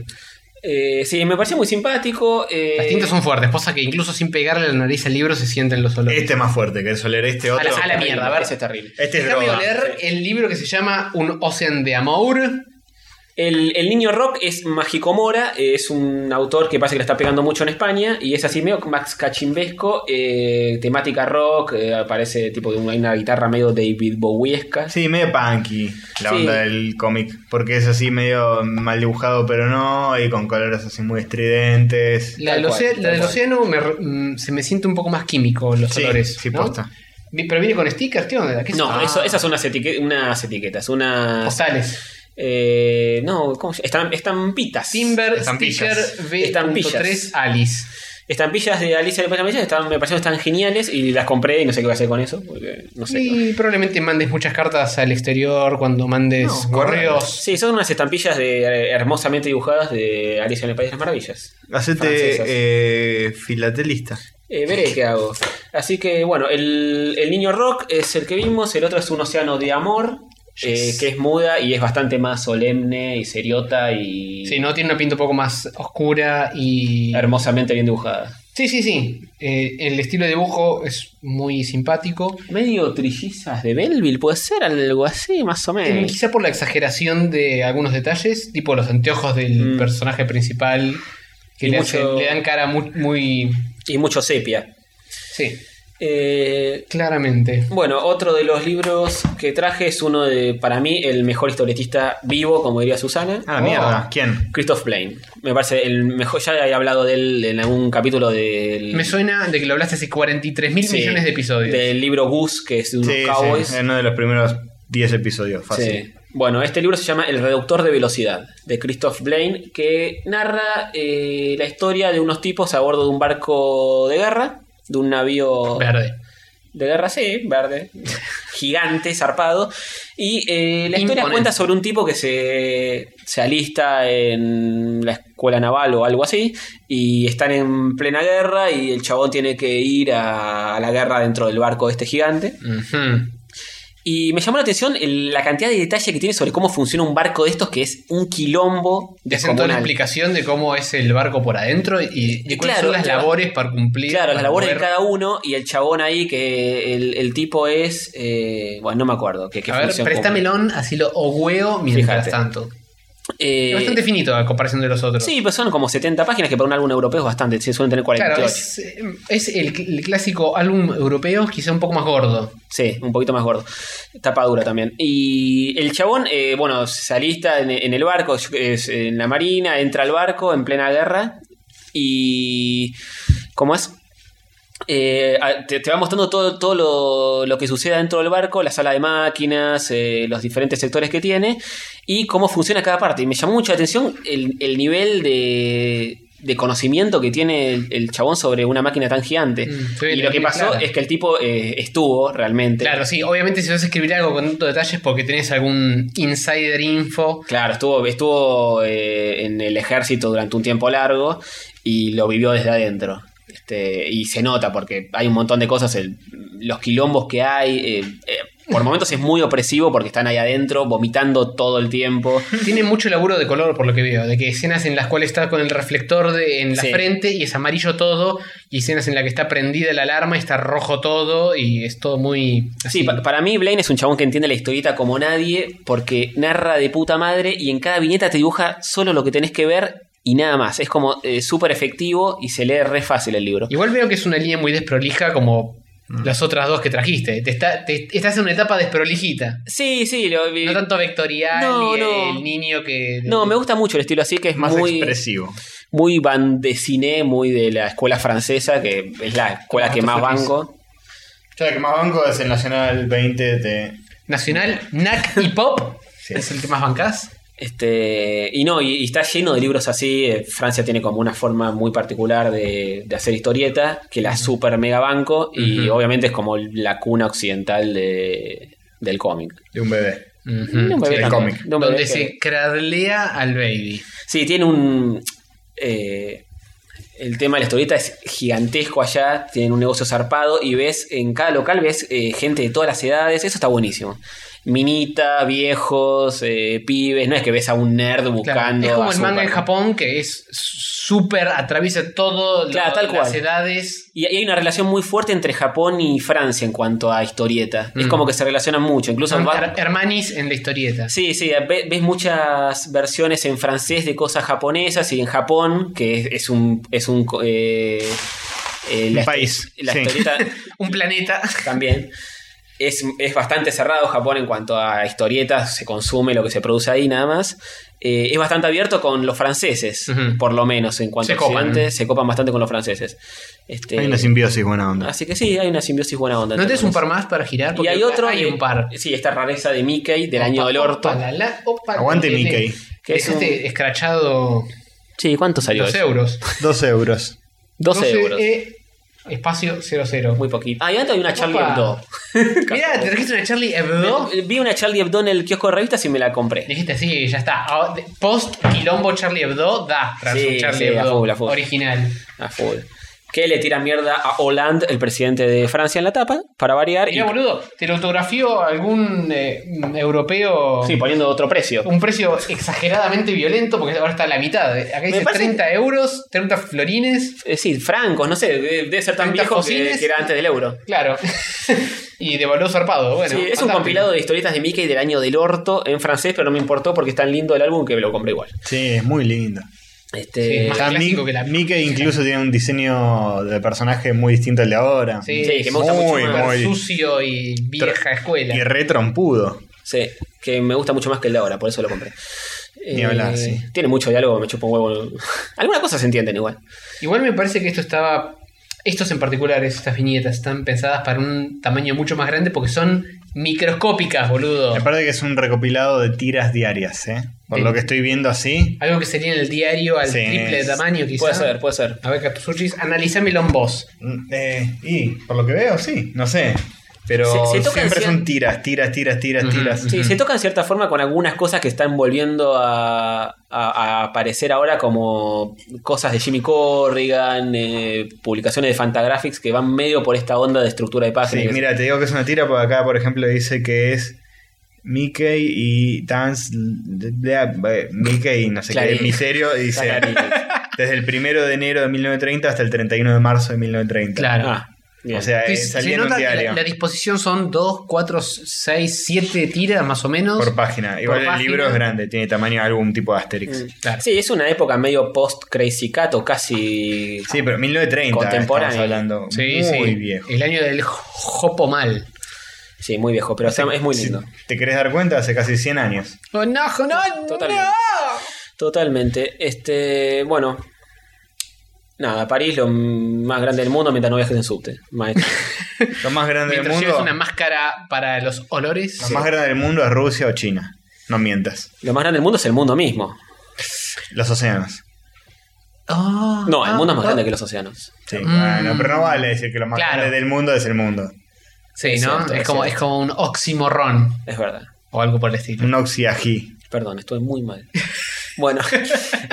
Speaker 3: Eh, sí, me pareció muy simpático. eh,
Speaker 4: Las tintas son fuertes, cosa que incluso sin pegarle la nariz al libro se sienten los olores.
Speaker 2: Este es más fuerte, ¿querés oler este
Speaker 4: a,
Speaker 2: otro?
Speaker 4: la, a la mierda, a ver.
Speaker 3: Ese es terrible.
Speaker 2: Este es
Speaker 4: Déjame
Speaker 2: droga.
Speaker 4: oler el libro que se llama Un Ocean de Amor.
Speaker 3: El, el niño rock es Magicomora, eh, es un autor que parece que le está pegando mucho en España y es así medio Max Cachimbesco, eh, temática rock, eh, aparece tipo de una, hay una guitarra medio David Bowiesca.
Speaker 2: Sí, medio punky la
Speaker 3: Sí.
Speaker 2: onda del cómic. Porque es así medio mal dibujado, pero no, y con colores así muy estridentes.
Speaker 4: La,
Speaker 3: Tal
Speaker 4: del
Speaker 3: cual,
Speaker 4: ocea-
Speaker 3: tal
Speaker 4: la del
Speaker 3: cual.
Speaker 4: océano me re- mm, se me siente un poco más químico los
Speaker 2: Sí,
Speaker 4: olores.
Speaker 2: sí,
Speaker 4: ¿no?
Speaker 2: posta.
Speaker 4: Vi- Pero viene con stickers, ¿qué onda? ¿Qué es
Speaker 3: No,
Speaker 4: eso? Ah,
Speaker 3: eso- esas son unas, etique- unas etiquetas, unas...
Speaker 4: Postales.
Speaker 3: eh, no, ¿cómo se- estam- estampitas.
Speaker 4: Timber
Speaker 2: Estampillas.
Speaker 4: Sticker V.3
Speaker 3: Estampillas.
Speaker 4: Alice.
Speaker 3: Estampillas de Alicia de País están, me parecieron tan geniales y las compré y no sé qué voy a hacer con eso. porque no sé.
Speaker 4: Y probablemente mandes muchas cartas al exterior cuando mandes
Speaker 2: No,
Speaker 4: correos.
Speaker 3: Sí, son unas estampillas de, eh, hermosamente dibujadas de Alicia en el País de las Maravillas.
Speaker 2: Hacete
Speaker 3: Francesas.
Speaker 2: eh, filatelista.
Speaker 3: Eh, veré qué hago. Así que bueno, el, el niño rock es el que vimos, el otro es un océano de amor, eh,
Speaker 4: Yes.
Speaker 3: que es muda y es bastante más solemne y seriota y
Speaker 4: Sí, no, tiene una pinta un poco más oscura y.
Speaker 3: hermosamente bien dibujada.
Speaker 4: Sí, sí, sí. Eh, el estilo de dibujo es muy simpático.
Speaker 3: Medio trillizas de Belleville, puede ser algo así, más o
Speaker 4: Eh,
Speaker 3: menos.
Speaker 4: Quizá por la exageración de algunos detalles, tipo los anteojos del
Speaker 3: Mm.
Speaker 4: personaje principal, que
Speaker 3: Y
Speaker 4: le,
Speaker 3: mucho-
Speaker 4: hacen- le dan cara muy, muy.
Speaker 3: Y mucho sepia.
Speaker 4: Sí,
Speaker 3: Eh,
Speaker 4: claramente.
Speaker 3: Bueno, otro de los libros que traje es uno de, para mí, el mejor historietista vivo, como diría Susana.
Speaker 2: Ah, la
Speaker 4: Oh.
Speaker 2: mierda. ¿Quién?
Speaker 3: Christoph Blaine. Me parece el mejor. Ya he hablado de él en algún capítulo del.
Speaker 4: Me suena de que lo hablaste hace 43 mil
Speaker 3: sí,
Speaker 4: millones de episodios.
Speaker 3: Del libro Goose, que es de unos
Speaker 2: Sí,
Speaker 3: cowboys.
Speaker 2: sí, en uno de los primeros 10 episodios, fácil.
Speaker 3: Sí. Bueno, este libro se llama El reductor de velocidad, de Christoph Blaine, que narra eh, la historia de unos tipos a bordo de un barco de guerra, de un navío
Speaker 4: Verde.
Speaker 3: de guerra, sí, verde, gigante, zarpado. Y eh, la historia
Speaker 4: Imponente.
Speaker 3: cuenta sobre un tipo que se, se alista en la escuela naval o algo así, y están en plena guerra y el chabón tiene que ir a, a la guerra dentro del barco de este gigante.
Speaker 4: Ujú.
Speaker 3: Y me llamó la atención el- la cantidad de detalle que tiene sobre cómo funciona un barco de estos, que es un quilombo
Speaker 4: Te hacen toda la
Speaker 3: descomunal.
Speaker 4: explicación de cómo es el barco por adentro y, y
Speaker 3: Y
Speaker 4: cuáles
Speaker 3: claro,
Speaker 4: son las
Speaker 3: claro.
Speaker 4: labores para cumplir.
Speaker 3: Claro, las
Speaker 4: para
Speaker 3: labores de
Speaker 4: mover.
Speaker 3: cada uno y el chabón ahí que el, el tipo es... eh, bueno, no me acuerdo. Que,
Speaker 4: A ver, préstamelón, así lo huevo mientras
Speaker 3: Fíjate. Eh,
Speaker 4: tanto. Es bastante finito a comparación de los otros.
Speaker 3: Sí, pero son como 70 páginas que para un álbum europeo es bastante. Sí, suelen tener 48.
Speaker 4: claro, es, eh, es el, cl- el clásico álbum europeo, quizá un poco más gordo.
Speaker 3: Sí, un poquito más gordo. Tapadura también. Y el chabón, eh, bueno, se alista en, en el barco, es- en la marina, entra al barco en plena guerra y... ¿Cómo es? Eh, a- te, te va mostrando todo, todo lo, lo que sucede dentro del barco, la sala de máquinas, eh, los diferentes sectores que tiene y cómo funciona cada parte. Y me llamó mucho la atención el, el nivel de, de conocimiento que tiene el, el chabón sobre una máquina tan gigante.
Speaker 4: Mm, sí,
Speaker 3: y
Speaker 4: la
Speaker 3: lo que
Speaker 4: tiene
Speaker 3: pasó
Speaker 4: clara.
Speaker 3: es que el tipo eh, estuvo realmente.
Speaker 4: Claro, sí, obviamente si vas a escribir algo con tanto detalles porque tenés algún insider info.
Speaker 3: Claro, estuvo, estuvo eh, en el ejército durante un tiempo largo y lo vivió desde adentro. Este, y se nota porque hay un montón de cosas, el- los quilombos que hay. eh, eh, por momentos es muy opresivo porque están ahí adentro vomitando todo el tiempo.
Speaker 4: Tiene mucho laburo de color, por lo que veo. De que escenas en las cuales está con el reflector de- en la
Speaker 3: Sí.
Speaker 4: frente y es amarillo todo. Y escenas en las que está prendida la alarma y está rojo todo. Y es todo muy.
Speaker 3: Sí, pa- para mí Blaine es un chabón que entiende la historieta como nadie porque narra de puta madre y en cada viñeta te dibuja solo lo que tenés que ver y nada más. Es como eh, súper efectivo y se lee re fácil el libro.
Speaker 4: Igual veo que es una línea muy desprolija como
Speaker 3: Mm.
Speaker 4: las otras dos que trajiste. Te está- te- estás en una etapa desprolijita.
Speaker 3: Sí, sí, lo vi.
Speaker 4: No tanto vectorial
Speaker 3: No,
Speaker 4: y
Speaker 3: no.
Speaker 4: el niño que.
Speaker 3: No, me gusta mucho el estilo así que es
Speaker 2: Más
Speaker 3: muy,
Speaker 2: expresivo.
Speaker 3: muy van de cine, muy de la escuela francesa, que es la escuela
Speaker 4: Ah,
Speaker 3: que más
Speaker 4: entonces,
Speaker 3: banco.
Speaker 2: Yo la que más banco es el Nacional 20 de.
Speaker 4: Nacional, NAC y Pop.
Speaker 2: Sí.
Speaker 4: Es el que más bancás.
Speaker 3: Este, y no, y, y está lleno de libros así. eh, Francia tiene como una forma muy particular de, de hacer historieta, que la super mega banco, y
Speaker 4: Ujú.
Speaker 3: obviamente es como la cuna occidental de, del cómic.
Speaker 2: De un bebé.
Speaker 3: No me
Speaker 4: Sí,
Speaker 3: ve
Speaker 2: el
Speaker 3: tanto,
Speaker 2: cómic.
Speaker 3: no me
Speaker 4: donde
Speaker 3: ve
Speaker 4: se
Speaker 3: que-
Speaker 4: cradlea al baby.
Speaker 3: Sí, tiene un. eh, el tema de la historieta es gigantesco allá, tienen un negocio zarpado y ves en cada local ves eh, gente de todas las edades, eso está buenísimo. Minita, viejos, eh, pibes, no es que ves a un nerd
Speaker 4: Claro,
Speaker 3: buscando.
Speaker 4: es como
Speaker 3: a
Speaker 4: el manga
Speaker 3: Superman.
Speaker 4: en Japón que es súper, atraviesa todo,
Speaker 3: Claro, tal
Speaker 4: las
Speaker 3: cual.
Speaker 4: edades.
Speaker 3: Y y hay una relación muy fuerte entre Japón y Francia en cuanto a historieta. Es
Speaker 4: Mm.
Speaker 3: como que se relacionan mucho. Incluso
Speaker 4: Son
Speaker 3: va-
Speaker 4: her- hermanis en la historieta.
Speaker 3: Sí, sí, ve- ves muchas versiones en francés de cosas japonesas y en Japón, que es, es un. Es un co- eh, eh, la
Speaker 2: Un
Speaker 3: histo-
Speaker 2: país,
Speaker 3: La
Speaker 2: sí.
Speaker 3: historieta
Speaker 4: Un planeta.
Speaker 3: también. Es, es bastante cerrado Japón en cuanto a historietas, se consume lo que se produce ahí nada más. Eh, es bastante abierto con los franceses,
Speaker 4: Ujú.
Speaker 3: por lo menos en cuanto
Speaker 4: Se
Speaker 3: a
Speaker 4: copan.
Speaker 3: Occidente, se copan bastante con los franceses. Este,
Speaker 2: Hay una simbiosis buena onda.
Speaker 3: Así que sí, hay una simbiosis buena onda.
Speaker 4: ¿No
Speaker 3: entre
Speaker 4: tenés un
Speaker 3: los dos.
Speaker 4: par más para girar?
Speaker 3: Y
Speaker 4: Porque
Speaker 3: hay otro.
Speaker 4: Hay
Speaker 3: que-
Speaker 4: un par.
Speaker 3: Sí, esta rareza de Mickey del año del orto.
Speaker 4: Opa, la, la, opa,
Speaker 2: Aguante
Speaker 4: tiene-
Speaker 2: Mickey.
Speaker 3: Que es
Speaker 4: Dejaste escrachado
Speaker 3: Sí, ¿cuánto salió?
Speaker 4: los
Speaker 3: eso?
Speaker 4: euros.
Speaker 2: 12 euros.
Speaker 3: 12, euros.
Speaker 4: E, espacio 00.
Speaker 3: Muy poquito. Ah, y antes había una Charlie
Speaker 4: Opa.
Speaker 3: Hebdo.
Speaker 4: Mirá, te trajiste una Charlie Hebdo.
Speaker 3: Me- Vi una Charlie Hebdo en el kiosco de revistas y me la compré.
Speaker 4: Dijiste, sí, ya está. Ah, de- Post quilombo Charlie Hebdo, da. Tras
Speaker 3: Sí,
Speaker 4: un Charlie
Speaker 3: sí, a
Speaker 4: Hebdo
Speaker 3: full, a full.
Speaker 4: original.
Speaker 3: A full. Que le tira mierda a Hollande, el presidente de Francia, en la tapa, para variar.
Speaker 4: Mirá,
Speaker 3: y-
Speaker 4: boludo, te lo autografió algún eh, europeo.
Speaker 3: Sí, poniendo otro precio.
Speaker 4: Un precio exageradamente violento, porque ahora está a la mitad. Acá dice
Speaker 3: parece-
Speaker 4: 30 euros, 30 florines.
Speaker 3: Es decir, Eh, francos, no sé, de- debe ser tan
Speaker 4: 30
Speaker 3: viejo que,
Speaker 4: cojines.
Speaker 3: que era antes del euro.
Speaker 4: Claro. y de valor zarpado. Bueno,
Speaker 3: Sí, es un
Speaker 4: fantástico.
Speaker 3: compilado de historietas de Mickey del año del orto en francés, pero no me importó porque es tan lindo el álbum que me lo compré igual.
Speaker 2: Sí, es muy lindo.
Speaker 3: Este,
Speaker 4: Sí, más
Speaker 2: Está
Speaker 4: clásico
Speaker 2: Mi-
Speaker 4: que la-
Speaker 2: Mickey incluso tiene un diseño de personaje muy distinto al de ahora.
Speaker 4: Sí,
Speaker 3: Sí, que me gusta
Speaker 2: muy,
Speaker 3: mucho más.
Speaker 4: Súper
Speaker 2: muy-
Speaker 4: sucio y vieja escuela.
Speaker 2: Y retrompudo.
Speaker 3: Sí, que me gusta mucho más que el de ahora, por eso lo compré. Eh,
Speaker 2: Ni hablar, sí.
Speaker 3: Tiene mucho diálogo, me chupa un huevo. Algunas cosas se entienden igual.
Speaker 4: Igual me parece que esto estaba. Estos en particular, estas viñetas, están pensadas para un tamaño mucho más grande porque son microscópicas, boludo.
Speaker 2: Aparte que es un recopilado de tiras diarias, ¿eh?
Speaker 4: Oh.
Speaker 2: Por
Speaker 4: Sí.
Speaker 2: lo que estoy viendo así.
Speaker 4: Algo que sería en el diario al
Speaker 2: Sí,
Speaker 4: triple de
Speaker 2: es-
Speaker 4: tamaño, quizás.
Speaker 3: Puede ser, puede ser.
Speaker 4: A ver, Katsushis, analízamelo en vos.
Speaker 2: mm, eh, y por lo que veo, sí. No sé. Pero
Speaker 3: Se- se tocan
Speaker 2: siempre
Speaker 3: cien-
Speaker 2: son tiras, tiras, tiras, tiras,
Speaker 4: Ujú,
Speaker 2: tiras.
Speaker 4: ujú.
Speaker 3: Sí, se toca en cierta forma con algunas cosas que están volviendo a, a- a aparecer ahora, como cosas de Jimmy Corrigan, eh, publicaciones de Fantagraphics que van medio por esta onda de estructura de páginas.
Speaker 2: Sí, mira, te digo que es una tira, porque acá, por ejemplo, dice que es Mickey y Dance. eh, Mickey y no sé
Speaker 3: Clarín.
Speaker 2: qué, misterio, y dice.
Speaker 3: Clarín.
Speaker 2: Desde el primero de enero de 1930 hasta el 31 de marzo de 1930.
Speaker 4: Claro.
Speaker 3: Ah, bien.
Speaker 2: O sea, eh,
Speaker 4: Sí, se
Speaker 2: salía en un
Speaker 4: nota que
Speaker 2: diario.
Speaker 4: la, la disposición son 2, 4, 6, 7 tiras más o menos.
Speaker 2: Por página. Igual el
Speaker 4: página.
Speaker 2: libro es grande, tiene tamaño de algún tipo de Asterix.
Speaker 4: Claro.
Speaker 3: Sí, es una época medio post-Crazy Cat o casi.
Speaker 2: Sí, pero 1930
Speaker 3: Contemporáneo.
Speaker 2: estamos hablando.
Speaker 4: Sí,
Speaker 2: muy
Speaker 4: sí.
Speaker 2: viejo.
Speaker 4: El año del Jopo Mal.
Speaker 3: Sí, muy viejo, pero está- es muy
Speaker 2: Si
Speaker 3: lindo.
Speaker 2: te querés dar cuenta, hace casi 100 años.
Speaker 4: Oh, no, no,
Speaker 3: Totalmente.
Speaker 4: no.
Speaker 3: Totalmente. Este, bueno. Nada, París, lo más grande del mundo mientras no viajes en subte. Maestro.
Speaker 2: Lo más grande del
Speaker 4: Mientras lleves
Speaker 2: mundo.
Speaker 4: una máscara para los olores.
Speaker 2: Lo más grande del mundo es Rusia o China. No mientas.
Speaker 3: Lo más grande del mundo es el mundo mismo.
Speaker 2: Los océanos.
Speaker 4: Ah,
Speaker 3: No, el
Speaker 4: ah,
Speaker 3: mundo es más
Speaker 4: ah.
Speaker 3: grande que los océanos.
Speaker 2: Sí,
Speaker 4: Mm.
Speaker 2: bueno, pero no vale decir que lo más
Speaker 4: Claro.
Speaker 2: grande del mundo es el mundo.
Speaker 4: Sí,
Speaker 3: Es
Speaker 4: ¿no?
Speaker 3: cierto,
Speaker 4: es,
Speaker 3: es
Speaker 4: como,
Speaker 3: cierto.
Speaker 4: es como un oximorrón
Speaker 3: Es verdad.
Speaker 4: o algo por el estilo.
Speaker 2: Un oxiají.
Speaker 3: Perdón, estoy muy mal. Bueno,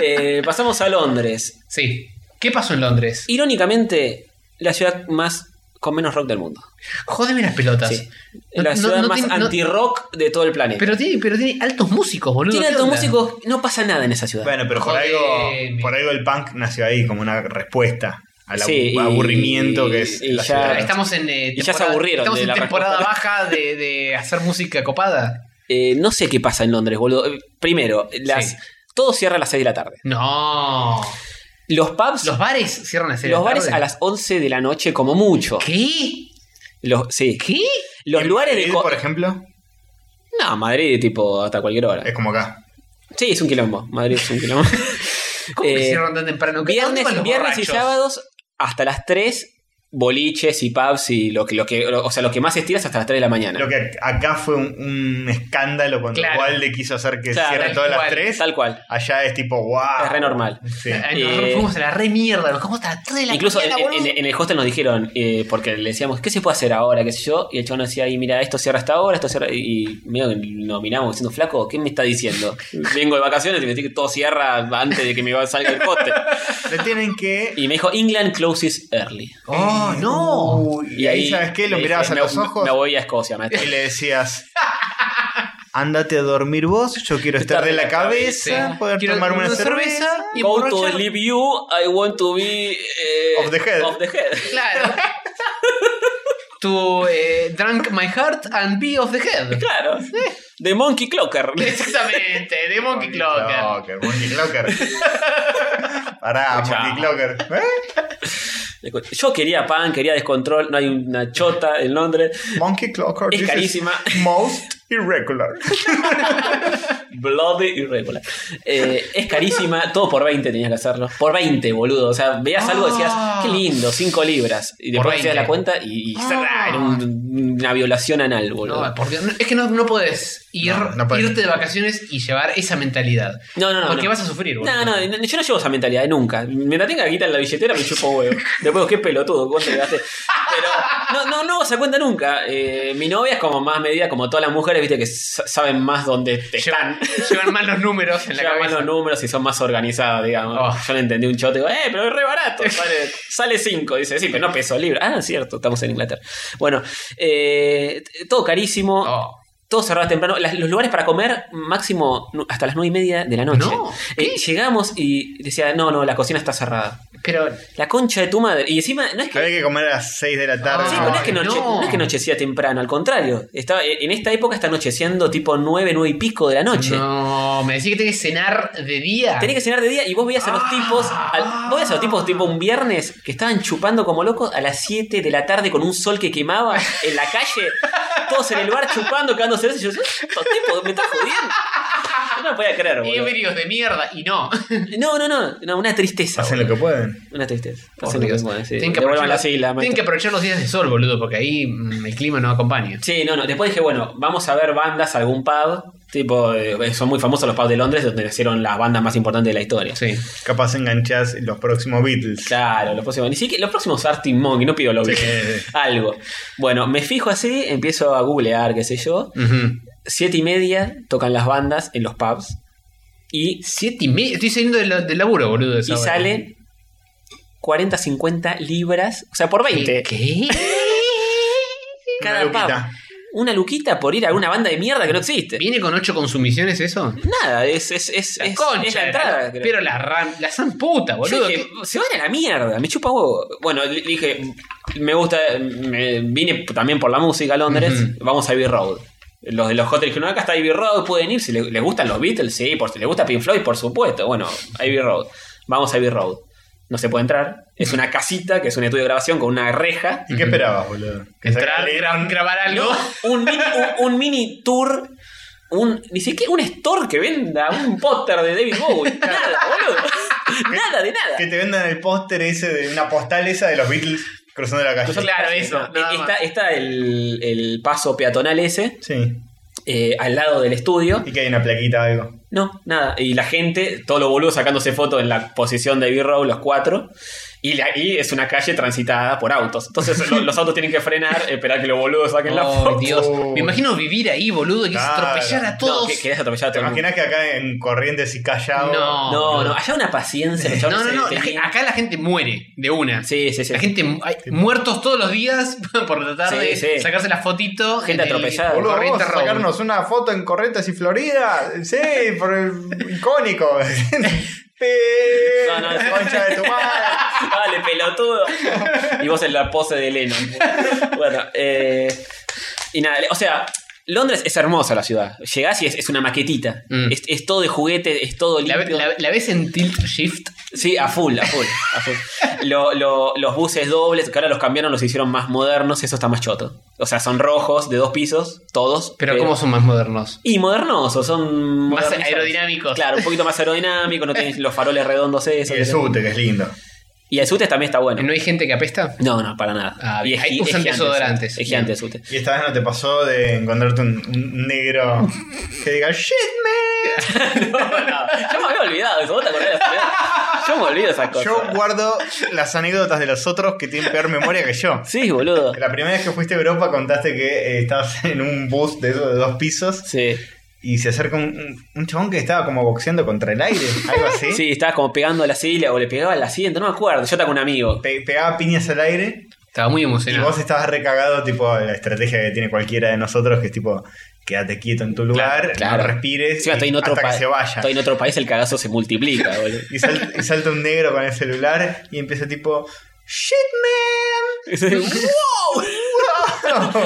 Speaker 3: eh, pasamos a Londres.
Speaker 4: Sí. ¿Qué pasó en Londres?
Speaker 3: Irónicamente, la ciudad más con menos rock del mundo.
Speaker 4: Jódeme las pelotas.
Speaker 3: Sí.
Speaker 4: No-
Speaker 3: La
Speaker 4: no-
Speaker 3: ciudad
Speaker 4: no
Speaker 3: más
Speaker 4: tiene- no-
Speaker 3: anti-rock de todo el planeta.
Speaker 4: Pero tiene, pero tiene altos músicos, boludo.
Speaker 3: Tiene
Speaker 4: ¿Qué
Speaker 3: altos
Speaker 4: onda?
Speaker 3: músicos, no pasa nada en esa ciudad.
Speaker 2: Bueno, pero por
Speaker 4: Joder.
Speaker 2: algo, por algo el punk nació ahí, como una respuesta al abu-
Speaker 3: Sí, y-
Speaker 2: aburrimiento que es
Speaker 3: y
Speaker 2: la
Speaker 3: ya-
Speaker 2: ciudad.
Speaker 4: Estamos en. eh,
Speaker 3: Y ya se
Speaker 4: temporada-
Speaker 3: aburrieron
Speaker 4: Estamos
Speaker 3: de la
Speaker 4: en temporada baja de, de hacer música copada.
Speaker 3: Eh, no sé qué pasa en Londres, boludo. Eh, Primero, las,
Speaker 4: Sí.
Speaker 3: todo cierra a las 6 de la tarde.
Speaker 4: No.
Speaker 3: Los pubs,
Speaker 4: Los
Speaker 3: los,
Speaker 4: bares cierran a cero.
Speaker 3: bares a las 11 de la noche como mucho.
Speaker 4: ¿Qué?
Speaker 3: Los, sí.
Speaker 4: ¿Qué?
Speaker 3: Los
Speaker 2: En
Speaker 3: lugares de...
Speaker 2: Madrid,
Speaker 3: co-
Speaker 2: por ejemplo,
Speaker 3: No, Madrid, tipo, hasta cualquier hora.
Speaker 4: Eh.
Speaker 2: es como acá.
Speaker 3: Sí, es un quilombo. Madrid es un quilombo.
Speaker 4: ¿Cómo que
Speaker 3: Eh,
Speaker 4: cierran tan temprano? ¿Qué- dónde
Speaker 3: viernes
Speaker 4: van los
Speaker 3: viernes y
Speaker 4: borrachos?
Speaker 3: sábados hasta las 3 boliches y pubs y lo que, lo que, lo- o sea, lo que más estiras hasta las 3 de la mañana.
Speaker 2: Lo que acá fue un, un escándalo cuando
Speaker 4: Claro.
Speaker 2: Walde quiso hacer que
Speaker 3: Claro,
Speaker 2: cierren
Speaker 4: tal
Speaker 2: todas las
Speaker 4: cual,
Speaker 2: tres.
Speaker 3: Tal cual.
Speaker 2: Allá es tipo, wow.
Speaker 3: Es
Speaker 4: Ah.
Speaker 3: re normal.
Speaker 2: Sí.
Speaker 4: Ay, nos
Speaker 3: Eh,
Speaker 4: fuimos a la re mierda, nos fuimos a las 3 de la
Speaker 3: Incluso en,
Speaker 4: mañana,
Speaker 3: en-
Speaker 4: boludo.
Speaker 3: en el hostel nos dijeron, eh, porque le decíamos, ¿qué se puede hacer ahora? ¿Qué sé yo? Y el chabón decía, y mira, esto cierra hasta ahora, esto cierra. Y medio que nos miramos diciendo, flaco, ¿qué me está diciendo? Vengo de vacaciones y me dice que todo cierra antes de que me salga el hostel.
Speaker 2: Le tienen que.
Speaker 3: Y me dijo, England closes early.
Speaker 4: ¡Oh, no!
Speaker 2: Uy, y ahí, ¿sabes qué? Lo
Speaker 3: le
Speaker 2: mirabas
Speaker 3: dije,
Speaker 2: a los
Speaker 3: me,
Speaker 2: ojos
Speaker 3: Me voy a Escocia, maestro.
Speaker 2: y le decías. Andate a dormir vos, yo quiero estar de la cabeza,
Speaker 4: Sí.
Speaker 2: poder
Speaker 4: Quiero
Speaker 2: tomarme una, cerveza.
Speaker 4: y
Speaker 3: Go to
Speaker 4: emborrachar-
Speaker 3: leave you, I want to be... eh,
Speaker 2: Of the head.
Speaker 3: Of the head.
Speaker 4: Claro. to eh, drunk my heart and be of the head.
Speaker 3: Claro. The monkey clocker.
Speaker 4: Exactamente, de Monkey Clocker.
Speaker 2: Clocker, Monkey Clocker. Pará,
Speaker 3: Escuchá.
Speaker 2: Monkey Clocker. ¿Eh?
Speaker 3: Yo quería pan, quería descontrol, no hay una chota en Londres.
Speaker 2: Monkey Clocker.
Speaker 3: Es
Speaker 2: this is
Speaker 3: carísima.
Speaker 2: Most irregular.
Speaker 3: Bloody irregular. Eh, es carísima, todo por 20 tenías que hacerlo. Por 20, boludo. O sea, veías algo y decías, qué lindo, 5 libras. Y
Speaker 4: Ah. Por Ah.
Speaker 3: después hacías
Speaker 4: 20.
Speaker 3: la cuenta y, y zas, era un- una violación anal, boludo.
Speaker 4: No, por Dios, no, es que no, no podés ir,
Speaker 2: No, no podés.
Speaker 4: irte de vacaciones y llevar esa mentalidad.
Speaker 3: No, no, no.
Speaker 4: Porque
Speaker 3: no.
Speaker 4: vas a sufrir, boludo.
Speaker 3: No, no, no, yo no llevo esa mentalidad, nunca. Mientras tenga que quitar la billetera, me chupo huevo. Después, qué pelotudo, vos te gasté. Pero no, no, no vas a cuenta nunca. Eh, mi novia es como más medida, como todas las mujeres, viste, que sa- saben más dónde te
Speaker 4: Llevan,
Speaker 3: están.
Speaker 4: llevan mal los números en la
Speaker 3: Llevan más
Speaker 4: cabeza.
Speaker 3: los números y son más organizadas, digamos.
Speaker 4: Oh.
Speaker 3: Yo le entendí un chote, digo, eh, pero es re barato. Sale- Sale 5, dice, sí, pero no peso libre. Ah, cierto, estamos en Inglaterra. Bueno, eh, t- todo carísimo.
Speaker 4: Oh.
Speaker 3: Todos cerrados temprano. Las- los lugares para comer, máximo nu- hasta las nueve y media de la noche.
Speaker 4: No,
Speaker 3: Eh, llegamos y decía, no, no, la cocina está cerrada.
Speaker 4: Pero
Speaker 3: La concha de tu madre. Y encima, no es que.
Speaker 2: Había que comer a las 6 de la tarde.
Speaker 3: sí, pero no es que,
Speaker 4: Ay,
Speaker 3: noche-
Speaker 4: no.
Speaker 3: no es que anochecía temprano, al contrario. Estaba, en esta época está anocheciendo tipo nueve, nueve y pico de la noche.
Speaker 4: no, me decís que tenés que cenar de día.
Speaker 3: Tenés que cenar de día y vos veías a los tipos. al- vos veías a los tipos tipo un viernes que estaban chupando como locos a las 7 de la tarde con un sol que quemaba en la calle. Todos en el bar chupando, cagándose. de risa, Y yo, estos tipos me están jodiendo. Yo no lo podía creer, boludo.
Speaker 4: Ebrios de mierda y no.
Speaker 3: No, no, no, no, una tristeza.
Speaker 2: Hacen lo que Oh, pueden.
Speaker 3: boludo. Una tristeza.
Speaker 4: Por
Speaker 3: Hacen lo que
Speaker 4: Dios.
Speaker 3: pueden, sí.
Speaker 4: Tienen que
Speaker 3: Devuelvan
Speaker 4: aprovechar
Speaker 3: la
Speaker 4: los-
Speaker 3: sigla,
Speaker 4: tienen que
Speaker 3: maestro.
Speaker 4: aprovechar los días de sol, boludo, porque ahí mm, el clima no acompaña.
Speaker 3: Sí, no, no. Después dije, bueno, vamos a ver bandas, algún pub. Tipo, eh, son muy famosos los pubs de Londres donde nacieron las bandas más importantes de la historia.
Speaker 4: Sí.
Speaker 2: Capaz enganchás los próximos Beatles.
Speaker 3: Claro, los próximos. Ni siquiera los próximos Arctic Monkey, no pido lo mismo. Algo. Bueno, me fijo así, empiezo a googlear, qué sé yo.
Speaker 4: Ujú.
Speaker 3: Siete y media tocan las bandas en los pubs. Y,
Speaker 4: Siete y media. Estoy saliendo del, del laburo, boludo. de esa
Speaker 3: y
Speaker 4: hora.
Speaker 3: salen 40, 50 libras. O sea, por 20.
Speaker 4: ¿Qué?
Speaker 3: Cada
Speaker 2: Una luquita.
Speaker 3: pub. Una luquita por ir a alguna banda de mierda que no existe.
Speaker 4: ¿Viene con ocho consumiciones eso?
Speaker 3: Nada, es, es, es,
Speaker 4: La
Speaker 3: es-
Speaker 4: concha.
Speaker 3: es la entrada. creo.
Speaker 4: pero la ram, la san puta,
Speaker 3: Yo
Speaker 4: boludo.
Speaker 3: dije, se van a la mierda, me chupa huevo. Bueno, le le dije, me gusta, me- vine también por la música a Londres,
Speaker 4: Ujú.
Speaker 3: vamos a Abbey Road. Los de los hoteles dijeron, acá está Abbey Road, pueden ir, si le- les, gustan los Beatles, sí, por si les gusta Pink Floyd, por supuesto. Bueno, Abbey Road, vamos a Abbey Road. No se puede entrar, es una casita, que es un estudio de grabación con una reja.
Speaker 2: ¿Y qué esperabas, boludo? Que
Speaker 4: Entrar,
Speaker 2: sacaran-
Speaker 4: gra- grabar algo.
Speaker 3: Un mini, un, un mini tour, un, ni siquiera un store que venda un póster de David Bowie. Nada, boludo. Nada de nada.
Speaker 2: Que te vendan el póster ese de una postal esa de los Beatles cruzando la calle.
Speaker 4: Claro, eso. nada
Speaker 3: está
Speaker 4: más.
Speaker 3: está el, el paso peatonal ese,
Speaker 2: Sí.
Speaker 3: eh, al lado del estudio.
Speaker 2: Y que hay una plaquita o algo.
Speaker 3: No, nada. Y la gente, todos los boludos sacándose fotos en la posición de B-Row, los cuatro. Y la- y es una calle transitada por autos. Entonces lo- los autos tienen que frenar, esperar que los boludos saquen la
Speaker 4: Oh,
Speaker 3: foto.
Speaker 4: Dios. Me imagino vivir ahí, boludo, que es
Speaker 2: Claro.
Speaker 4: atropellar a
Speaker 3: No,
Speaker 4: todos.
Speaker 3: que- querés atropellar a
Speaker 2: ¿Te
Speaker 3: todo el mundo.
Speaker 2: imaginas que acá en Corrientes y
Speaker 4: No.
Speaker 2: Callao?
Speaker 3: Mm. No, no, allá una paciencia. los
Speaker 4: No,
Speaker 3: chavales
Speaker 4: no,
Speaker 3: se-
Speaker 4: no.
Speaker 3: se
Speaker 4: la gen-
Speaker 3: tienen-
Speaker 4: acá la gente muere de una.
Speaker 3: Sí, sí, sí.
Speaker 4: La gente mu- hay muertos todos los días por tratar
Speaker 3: Sí,
Speaker 4: de
Speaker 3: sí.
Speaker 4: sacarse la fotito.
Speaker 3: Gente
Speaker 4: en el-
Speaker 3: atropellada.
Speaker 2: Boludo, vamos
Speaker 4: Corrientes
Speaker 2: a
Speaker 4: Road.
Speaker 2: sacarnos una foto en Corrientes y Florida. Sí, por el icónico. Pi,
Speaker 3: No, no, es-
Speaker 2: concha de tu madre.
Speaker 3: Dale, pelotudo. Y vos en la pose de Lennon. Bueno, eh, y nada, o sea, Londres es hermosa la ciudad. Llegás y es, es una maquetita.
Speaker 4: Mm.
Speaker 3: Es, es todo de juguete, es todo
Speaker 4: La,
Speaker 3: limpio.
Speaker 4: la- la ves en tilt shift.
Speaker 3: Sí, a full, a full. a full. Lo- lo- los buses dobles, que ahora los cambiaron, los hicieron más modernos, eso está más choto. O sea, son rojos, de dos pisos, todos.
Speaker 4: Pero, ¿cómo son más modernos?
Speaker 3: Y modernos, o son...
Speaker 4: Más
Speaker 3: modernizados.
Speaker 4: aerodinámicos.
Speaker 3: Claro, un poquito más aerodinámicos, no tienen los faroles redondos
Speaker 2: Y
Speaker 3: esos.
Speaker 2: el subte, que es lindo.
Speaker 3: Y el subte también está bueno.
Speaker 4: ¿No hay gente que apesta?
Speaker 3: No, no, para nada.
Speaker 4: Ah,
Speaker 3: y
Speaker 4: bien. Ahí
Speaker 3: gi-
Speaker 4: usan
Speaker 3: gigante el
Speaker 4: desodorantes.
Speaker 3: subte, Es gigante el subte.
Speaker 2: Y esta vez no te pasó de encontrarte un, un negro que diga, shit, man.
Speaker 3: No, no, yo me había olvidado eso. ¿Vos te acordás de la primera? Yo me olvido esas cosas.
Speaker 2: Yo guardo las anécdotas de los otros que tienen peor memoria que yo.
Speaker 3: Sí, boludo.
Speaker 2: La primera vez que fuiste a Europa contaste que eh, estabas en un bus de, esos de dos pisos
Speaker 3: Sí.
Speaker 2: y se acerca un, un- un chabón que estaba como boxeando contra el aire, algo así.
Speaker 3: Sí, estabas como pegando a la silla o le pegaba al asiento, no me acuerdo. Yo estaba con un amigo.
Speaker 2: Pe- pegaba piñas al aire
Speaker 4: Estaba muy
Speaker 2: y
Speaker 4: emocionado.
Speaker 2: vos estabas recagado, tipo, la estrategia que tiene cualquiera de nosotros, que es tipo, quédate quieto en tu lugar,
Speaker 3: claro.
Speaker 2: no respires
Speaker 3: Encima estoy en otro
Speaker 2: hasta que
Speaker 3: país.
Speaker 2: se vaya.
Speaker 3: Estoy en otro país, el cagazo se multiplica, boludo.
Speaker 2: Y, sal- y salta un negro con el celular y empieza tipo, shit, man.
Speaker 3: ¡Wow!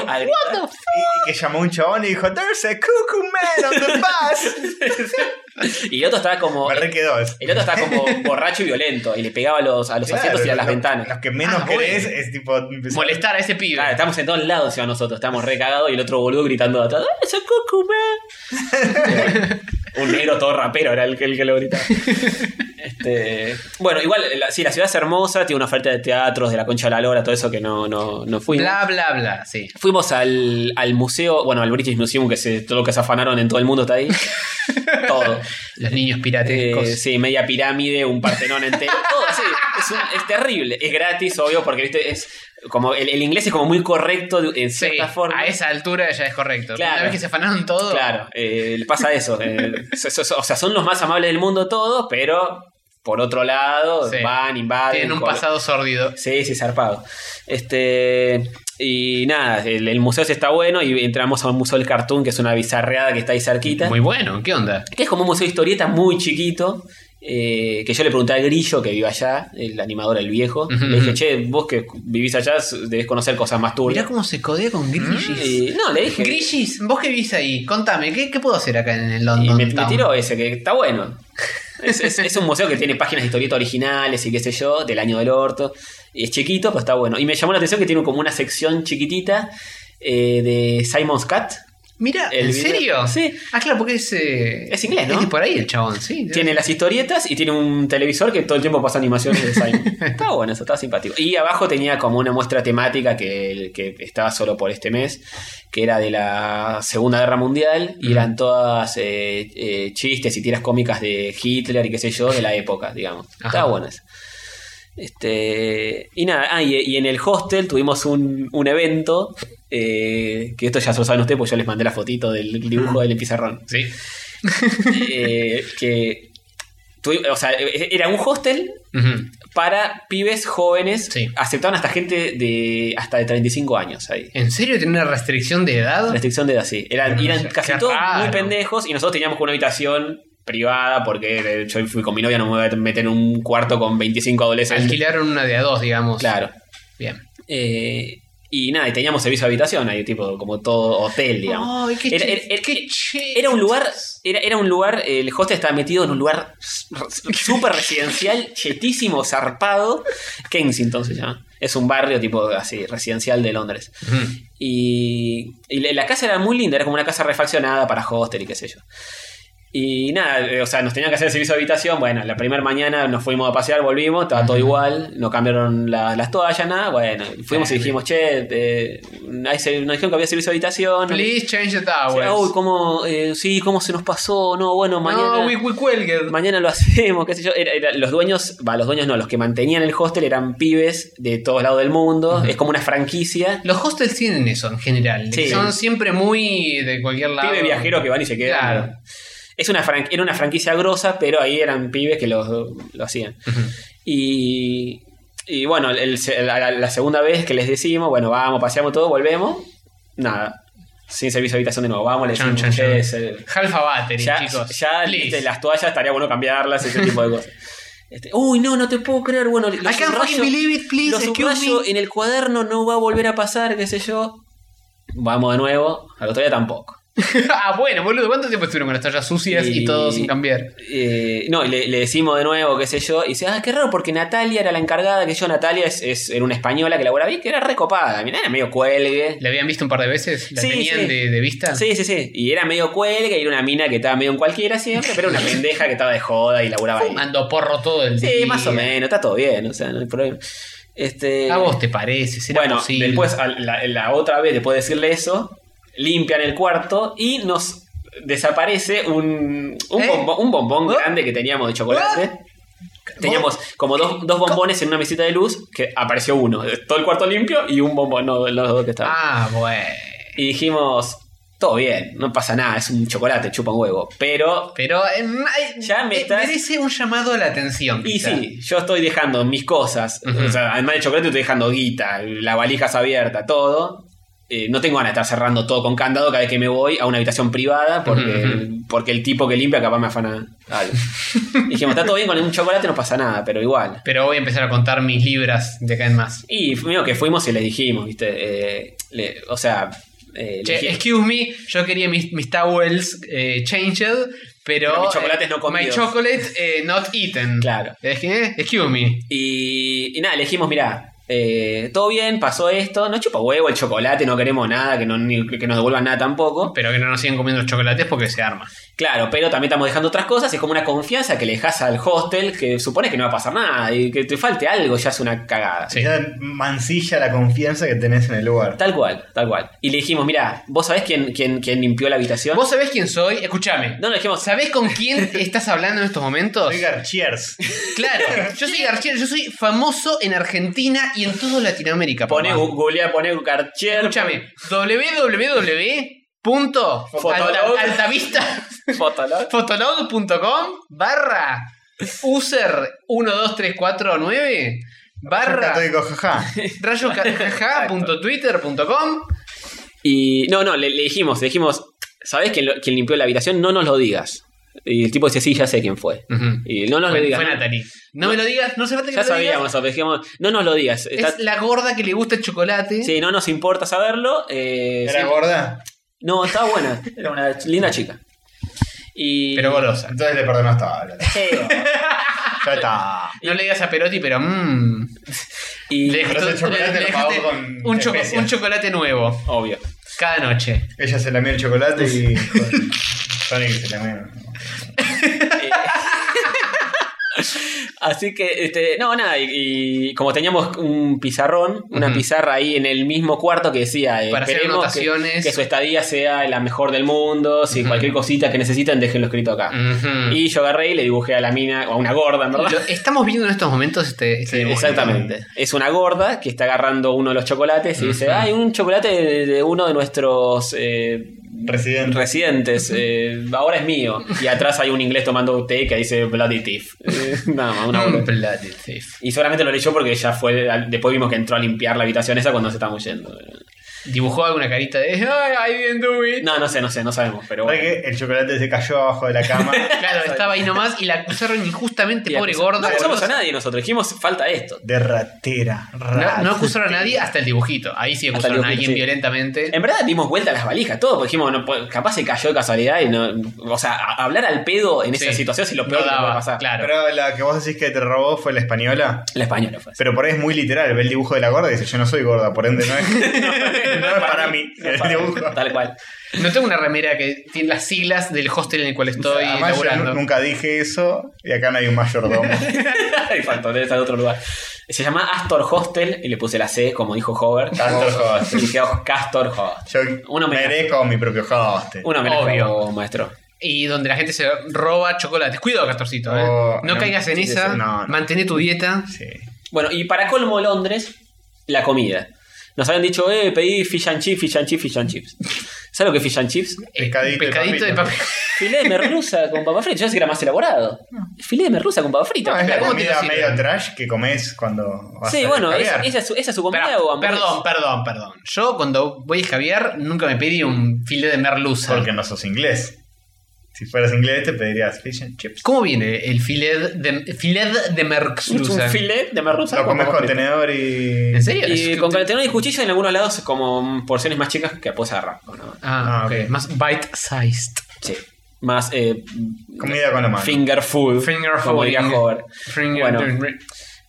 Speaker 3: A gritar.
Speaker 2: Y, y que llamó un chabón y dijo, there's a cuckoo man on the bus.
Speaker 3: Y el otro estaba como.
Speaker 2: Me re quedó eso.
Speaker 3: El otro estaba como borracho y violento. Y le pegaba a los, a los
Speaker 2: Claro,
Speaker 3: asientos y a las
Speaker 2: lo-
Speaker 3: ventanas.
Speaker 2: Los que menos
Speaker 4: Ah,
Speaker 2: querés
Speaker 4: bueno.
Speaker 2: es tipo. empezar-
Speaker 4: Molestar a ese pibe.
Speaker 3: Claro, estamos en todos lados encima nosotros, estamos recagados y el otro boludo gritando de atrás, ¡Ah, ese cucu, man! Un negro todo rapero era el que, el que lo gritaba. Este, bueno, igual, la, sí, la ciudad es hermosa, tiene una oferta de teatros, de la concha de la lora, todo eso que no, no, no fuimos.
Speaker 4: Bla, bla, bla. Sí.
Speaker 3: Fuimos al, al museo, bueno, al British Museum, que se, todo lo que se afanaron en todo el mundo está ahí. todo.
Speaker 4: Los niños
Speaker 3: Eh,
Speaker 4: piratescos.
Speaker 3: sí, media pirámide, un partenón entero. todo así. Es, un- es terrible. Es gratis, obvio, porque viste, es como el, el inglés es como muy correcto de- en
Speaker 4: Sí,
Speaker 3: cierta forma.
Speaker 4: a esa altura ya es correcto.
Speaker 3: Claro.
Speaker 4: Una vez que se afanaron todo.
Speaker 3: Claro, eh, le pasa eso. eh, so- so- so- o sea, son los más amables del mundo todos, pero por otro lado,
Speaker 4: Sí.
Speaker 3: van, invaden.
Speaker 4: Tienen un
Speaker 3: col-
Speaker 4: pasado sórdido.
Speaker 3: Sí, sí, zarpado. Este. Y nada, el, el museo sí está bueno y entramos a un museo del cartoon, que es una bizarreada que está ahí cerquita.
Speaker 4: Muy bueno, ¿qué onda?
Speaker 3: que es como un museo de historieta muy chiquito. eh, que yo le pregunté al Grillo que vive allá, el animador, el viejo.
Speaker 4: Ujú,
Speaker 3: le dije,
Speaker 4: ujú.
Speaker 3: che, vos que vivís allá debes conocer cosas más
Speaker 4: Mirá
Speaker 3: turbias.
Speaker 4: cómo se codea con Grishis.
Speaker 3: Mm, Y- no, le dije.
Speaker 4: Grishis, vos que vivís ahí, contame, ¿qué, qué puedo hacer acá en el
Speaker 3: Y
Speaker 4: London
Speaker 3: me, me
Speaker 4: Town?
Speaker 3: tiró ese, que está bueno. Es, es- es un museo que tiene páginas de historieta originales y qué sé yo, del año del orto. Y es chiquito, pero está bueno. Y me llamó la atención que tiene como una sección chiquitita eh, de Simon's Cat.
Speaker 4: Mirá,
Speaker 3: el
Speaker 4: ¿en
Speaker 3: video-
Speaker 4: serio?
Speaker 3: Sí.
Speaker 4: Ah, claro, porque es... eh,
Speaker 3: Es inglés, ¿no?
Speaker 4: Es de por ahí el chabón, sí.
Speaker 3: Tiene las historietas y tiene un televisor que todo el tiempo pasa animaciones de Simon. estaba bueno, eso estaba simpático. Y abajo tenía como una muestra temática que, que estaba solo por este mes, que era de la Segunda Guerra Mundial y eran todas eh, eh, chistes y tiras cómicas de Hitler y qué sé yo, de la época, digamos.
Speaker 4: Ajá.
Speaker 3: Estaba bueno eso. Este, y nada, ah, y, y en el hostel tuvimos un, un evento, eh, que esto ya se lo saben ustedes, porque yo les mandé la fotito del dibujo del pizarrón
Speaker 4: Sí.
Speaker 3: eh, que tuvi- o sea, eh, era un hostel
Speaker 4: Ujú.
Speaker 3: para pibes jóvenes.
Speaker 4: Sí.
Speaker 3: Aceptaban hasta gente de hasta de 35 años ahí.
Speaker 4: ¿En serio tiene una restricción de edad?
Speaker 3: Restricción de edad, sí. Eran,
Speaker 4: Qué
Speaker 3: eran
Speaker 4: raro.
Speaker 3: casi todos muy pendejos y nosotros teníamos como una habitación privada porque eh, yo fui con mi novia, no me voy a meter en un cuarto con 25 adolescentes.
Speaker 4: Alquilaron una de a dos, digamos.
Speaker 3: Claro.
Speaker 4: Bien.
Speaker 3: Eh, y nada, y teníamos servicio de habitación ahí, tipo, como todo hotel, digamos.
Speaker 4: Ay, qué
Speaker 3: era,
Speaker 4: chi-
Speaker 3: era- era-
Speaker 4: qué chi-
Speaker 3: era un lugar, era, era un lugar, el hostel estaba metido en un lugar s- r- súper residencial, chetísimo, zarpado. Kensington se llama. Es un barrio tipo así, residencial de Londres.
Speaker 4: Ujú.
Speaker 3: Y, y la- la casa era muy linda, era como una casa refaccionada para hostel y qué sé yo. Y nada, eh, o sea, nos tenían que hacer el servicio de habitación. Bueno, la primera mañana nos fuimos a pasear, volvimos, estaba todo igual, no cambiaron la- las toallas, nada. Bueno, y fuimos y dijimos, che, eh, hay ser- nos dijeron que había servicio de habitación.
Speaker 4: Please change the
Speaker 3: O sea,
Speaker 4: towers.
Speaker 3: uy, cómo, eh, sí, cómo se nos pasó, no, bueno, mañana.
Speaker 4: Ah, no, we, we cuelgued.
Speaker 3: Mañana lo hacemos, qué sé yo. Era- era- los dueños, va, los dueños no, los que mantenían el hostel eran pibes de todos lados del mundo. Es como una franquicia.
Speaker 4: Los hostels tienen eso en general.
Speaker 3: Sí.
Speaker 4: Son siempre muy de cualquier lado.
Speaker 3: Pibes viajeros que van y se quedan.
Speaker 4: Claro.
Speaker 3: Es una fran- era una franquicia grosa, pero ahí eran pibes que los- lo hacían. Y, y bueno, el- la, la segunda vez que les decimos, bueno, vamos, paseamos todo, volvemos. Nada. Sin servicio de habitación de nuevo. Vamos, le
Speaker 4: Chan,
Speaker 3: decimos,
Speaker 4: chan, chan.
Speaker 3: "Che, se-
Speaker 4: Half a battery,
Speaker 3: ya,
Speaker 4: chicos.
Speaker 3: ya
Speaker 4: Please.
Speaker 3: este, las toallas estaría bueno cambiarlas, ese tipo de cosas. Este, Uy, no, no te puedo creer. Bueno, lo
Speaker 4: I can't fucking believe it, please,
Speaker 3: lo
Speaker 4: excuse
Speaker 3: subrayo
Speaker 4: me.
Speaker 3: en el cuaderno, no va a volver a pasar, qué sé yo. Vamos de nuevo. Al otro día tampoco.
Speaker 4: ah, bueno, boludo, ¿cuánto tiempo estuvieron con las tallas sucias y,
Speaker 3: Y-
Speaker 4: todo sin cambiar?
Speaker 3: Eh, no, y le, le decimos de nuevo, qué sé yo, y dice, ah, qué raro, porque Natalia era la encargada, que yo, Natalia es, es- era una española que laboraba bien, que era recopada, mirá, era medio cuelgue.
Speaker 4: ¿La habían visto un par de veces? ¿La
Speaker 3: Sí,
Speaker 4: tenían
Speaker 3: sí.
Speaker 4: De, de vista?
Speaker 3: Sí, sí, sí, y era medio cuelgue, y era una mina que estaba medio en cualquiera siempre, pero era una pendeja que estaba de joda y laburaba ahí.
Speaker 4: Mando porro todo el día.
Speaker 3: Sí, más o menos, está todo bien, o sea, no hay problema. Este,
Speaker 4: ¿A vos te parece? ¿Será
Speaker 3: bueno,
Speaker 4: posible?
Speaker 3: después a la, la otra vez, después de decirle eso, limpian el cuarto y nos desaparece un, un,
Speaker 4: ¿Eh?
Speaker 3: bombón, un bombón
Speaker 4: ¿Ah?
Speaker 3: grande que teníamos de chocolate. Teníamos como dos, dos bombones en una mesita de luz, que apareció uno, todo el cuarto limpio y un bombón, no, los dos que estaban.
Speaker 4: Ah, bueno.
Speaker 3: Y dijimos, todo bien, no pasa nada, es un chocolate, chupa un huevo. Pero
Speaker 4: Pero eh, ay,
Speaker 3: Ya me
Speaker 4: eh,
Speaker 3: estás-
Speaker 4: merece un llamado a la atención.
Speaker 3: Y
Speaker 4: quizá.
Speaker 3: sí, yo estoy dejando mis cosas.
Speaker 4: Ujú.
Speaker 3: O sea, además de chocolate, estoy dejando guita, las valijas abiertas, todo. Eh, no tengo ganas de estar cerrando todo con candado cada vez que me voy a una habitación privada porque,
Speaker 4: Ujú,
Speaker 3: porque el tipo que limpia capaz me afana algo. Dijimos, está todo bien con un chocolate, no pasa nada, pero igual.
Speaker 4: Pero voy a empezar a contar mis libras de acá en más.
Speaker 3: Y medio que fuimos y les dijimos, ¿viste? Eh, le- o sea, eh,
Speaker 4: Che,
Speaker 3: le dije-
Speaker 4: excuse me, yo quería mis, mis towels eh, changed, pero. eh,
Speaker 3: Pero mis chocolates no
Speaker 4: My
Speaker 3: comidos.
Speaker 4: chocolate eh, not eaten.
Speaker 3: Claro.
Speaker 4: Es que, eh, excuse me.
Speaker 3: Y, y nada, le dijimos, mirá, eh, todo bien, pasó esto, no chupa huevo el chocolate, no queremos nada, que, no, ni- que nos devuelvan nada tampoco.
Speaker 4: Pero que no nos sigan comiendo los chocolates porque se arma.
Speaker 3: Claro, pero también estamos dejando otras cosas. Es como una confianza que le dejas al hostel que supone que no va a pasar nada y que te falte algo ya es una cagada.
Speaker 4: Sí.
Speaker 2: Ya mancilla la confianza que tenés en el lugar.
Speaker 3: Tal cual, tal cual. Y le dijimos, mira, ¿vos sabés quién, quién, quién limpió la habitación?
Speaker 4: ¿Vos sabés quién soy? Escúchame.
Speaker 3: No, no, dijimos,
Speaker 4: ¿Sabés con quién estás hablando en estos momentos?
Speaker 2: Oiga, cheers.
Speaker 4: Claro, yo soy García, yo soy famoso en Argentina y en toda Latinoamérica.
Speaker 3: pone
Speaker 4: papá.
Speaker 3: Google, pone Cartier.
Speaker 4: Escúchame, www.fotolog- altavista-
Speaker 3: Fotolog.
Speaker 4: fotolog.com barra user 12349 barra
Speaker 2: Yo católico, jaja.
Speaker 4: rayocajaja.twitter.com
Speaker 3: Y no, no, le, le dijimos, le dijimos, ¿sabés quién, lo- quién limpió la habitación? No nos lo digas. Y el tipo dice, sí, ya sé quién fue. Y no nos lo
Speaker 4: Fue,
Speaker 3: digas.
Speaker 4: fue
Speaker 3: no.
Speaker 4: Natalie. No me lo digas, no se falta que
Speaker 3: Ya
Speaker 4: me lo digas.
Speaker 3: sabíamos, pero dijimos, no nos lo digas. Está-
Speaker 4: Es la gorda que le gusta el chocolate.
Speaker 3: Sí, no nos importa saberlo. eh,
Speaker 2: ¿Era
Speaker 3: sí.
Speaker 2: gorda?
Speaker 3: No, estaba buena. Era una ch- linda chica. Y.
Speaker 4: Pero golosa.
Speaker 2: Entonces le perdonás todo. boludo.
Speaker 3: Sí.
Speaker 2: Ya está.
Speaker 4: No le digas a Perotti, pero mmm.
Speaker 3: Y.
Speaker 4: Le
Speaker 2: Pero ese
Speaker 4: dejaste-
Speaker 2: chocolate
Speaker 4: le- le
Speaker 2: lo pagó
Speaker 4: dejaste
Speaker 2: con
Speaker 4: un, choco-
Speaker 2: especias.
Speaker 4: un chocolate nuevo
Speaker 3: Obvio.
Speaker 4: cada noche.
Speaker 2: Ella se lamió el chocolate y. Sonic se lamió.
Speaker 3: Así que, este, no, nada. Y, y como teníamos un pizarrón, una
Speaker 4: Ujú.
Speaker 3: pizarra ahí en el mismo cuarto que decía. eh,
Speaker 4: Para hacer
Speaker 3: esperemos que-
Speaker 4: anotaciones.
Speaker 3: Que, su estadía sea la mejor del mundo. Si cualquier cosita que necesitan, déjenlo escrito acá.
Speaker 4: Ujú.
Speaker 3: Y yo agarré y le dibujé a la mina, o a una gorda, en verdad.
Speaker 4: Lo- estamos viendo en estos momentos este.
Speaker 3: Sí,
Speaker 4: este dibujo.
Speaker 3: exactamente. Es una gorda que está agarrando uno de los chocolates y dice, hay un chocolate de, de uno de nuestros eh,
Speaker 2: Residente.
Speaker 3: residentes, eh, ahora es mío. Y atrás hay un inglés tomando té que dice Bloody Thief. Eh, Nada más, una
Speaker 4: Un
Speaker 3: gorda.
Speaker 4: bloody thief.
Speaker 3: Y solamente lo leyó porque ya fue, al- después vimos que entró a limpiar la habitación esa cuando se estábamos yendo.
Speaker 4: Dibujó alguna carita de. "Ay, I didn't do it".
Speaker 3: No, no sé, no sé, no sabemos, pero
Speaker 2: ¿Sabes
Speaker 3: bueno.
Speaker 2: que el chocolate se cayó abajo de la cama?
Speaker 4: Claro, estaba ahí nomás y la acusaron injustamente,
Speaker 3: Y
Speaker 4: pobre
Speaker 3: acusamos-
Speaker 4: gorda.
Speaker 3: No acusamos a nadie nosotros, dijimos, falta esto.
Speaker 2: De ratera.
Speaker 4: No,
Speaker 2: Rata.
Speaker 4: no acusaron a nadie hasta el dibujito. Ahí
Speaker 3: Hasta
Speaker 4: sí
Speaker 3: el
Speaker 4: acusaron a
Speaker 3: dibujito,
Speaker 4: alguien
Speaker 3: sí. Em-
Speaker 4: violentamente.
Speaker 3: En verdad dimos vuelta a las valijas, todo, porque dijimos, no, po- capaz se cayó de casualidad y no. O sea, a- hablar al pedo en esa
Speaker 4: Sí.
Speaker 3: situación es lo
Speaker 4: No
Speaker 3: peor que
Speaker 4: daba,
Speaker 3: puede pasar.
Speaker 4: claro.
Speaker 2: Pero la que vos decís que te robó fue la española.
Speaker 3: La española fue. así.
Speaker 2: Pero por ahí es muy literal. Ve el dibujo de la gorda y dice: Yo no soy gorda, por ende no es, no es para mí. El dibujo.
Speaker 3: Tal cual.
Speaker 4: No tengo una remera que tiene las siglas del hostel en el cual estoy
Speaker 2: Además, yo
Speaker 4: laburando.
Speaker 2: Ah, nunca dije eso y acá no hay un mayordomo.
Speaker 3: y faltó, debe estar de otro lugar. Se llama Astor Hostel y le puse la C, como dijo Hover.
Speaker 2: Castor
Speaker 3: Y
Speaker 2: Hostel.
Speaker 3: dije, "Oh, Castor Hostel.
Speaker 2: Yo
Speaker 3: Uno menos.
Speaker 2: merezco mi propio hostel.
Speaker 3: Una homenaje
Speaker 4: Obvio.
Speaker 3: a vos, maestro.
Speaker 4: Y donde la gente se roba chocolates. Cuidado, Castorcito, ¿eh?
Speaker 2: Oh,
Speaker 4: no,
Speaker 2: no.
Speaker 4: caigas en
Speaker 2: Sí, sí,
Speaker 4: esa.
Speaker 2: sí. No, no.
Speaker 4: Mantén tu dieta.
Speaker 2: Sí.
Speaker 3: Bueno, y para colmo Londres, la comida. Nos habían dicho, eh, pedí fish and chips, fish and chips, fish and chips. ¿Sabes lo que es fish and chips?
Speaker 4: Eh,
Speaker 2: Pescadito y
Speaker 4: pescadito de
Speaker 2: papita.
Speaker 4: papel.
Speaker 3: Filé de merluza con papa frita. Yo sé que era más elaborado. Filé de merluza con papa frita.
Speaker 2: No, es la
Speaker 4: ¿cómo te lo
Speaker 2: comida
Speaker 4: sirven?
Speaker 2: medio trash que comes cuando vas
Speaker 3: sí,
Speaker 2: a
Speaker 3: bueno, es-
Speaker 2: escabear.
Speaker 3: esa, es su- esa es su comida
Speaker 4: Pará,
Speaker 3: o hamburguesa.
Speaker 4: perdón, perdón, perdón. Yo cuando voy a Javier nunca me pedí un filete de merluza.
Speaker 2: Porque no sos inglés. Si fueras inglés te pedirías fish and chips.
Speaker 4: ¿Cómo viene el filet de, filet de
Speaker 3: Es un
Speaker 4: merluza?
Speaker 3: filet de merluza.
Speaker 2: Lo
Speaker 3: con
Speaker 2: comes con
Speaker 3: completo.
Speaker 2: tenedor y...
Speaker 4: ¿En serio? Es
Speaker 3: Y
Speaker 4: que
Speaker 3: con
Speaker 4: te-
Speaker 3: tenedor y cuchillo en algunos lados como porciones más chicas que puedes agarrar. ¿no?
Speaker 4: Ah,
Speaker 2: Ah,
Speaker 4: ok.
Speaker 2: ok.
Speaker 4: Más bite-sized.
Speaker 3: Sí. Más eh,
Speaker 2: Comida con la mano.
Speaker 3: finger food.
Speaker 4: Finger
Speaker 3: como diría
Speaker 4: fooding.
Speaker 3: Hover.
Speaker 4: Finger-
Speaker 3: Bueno.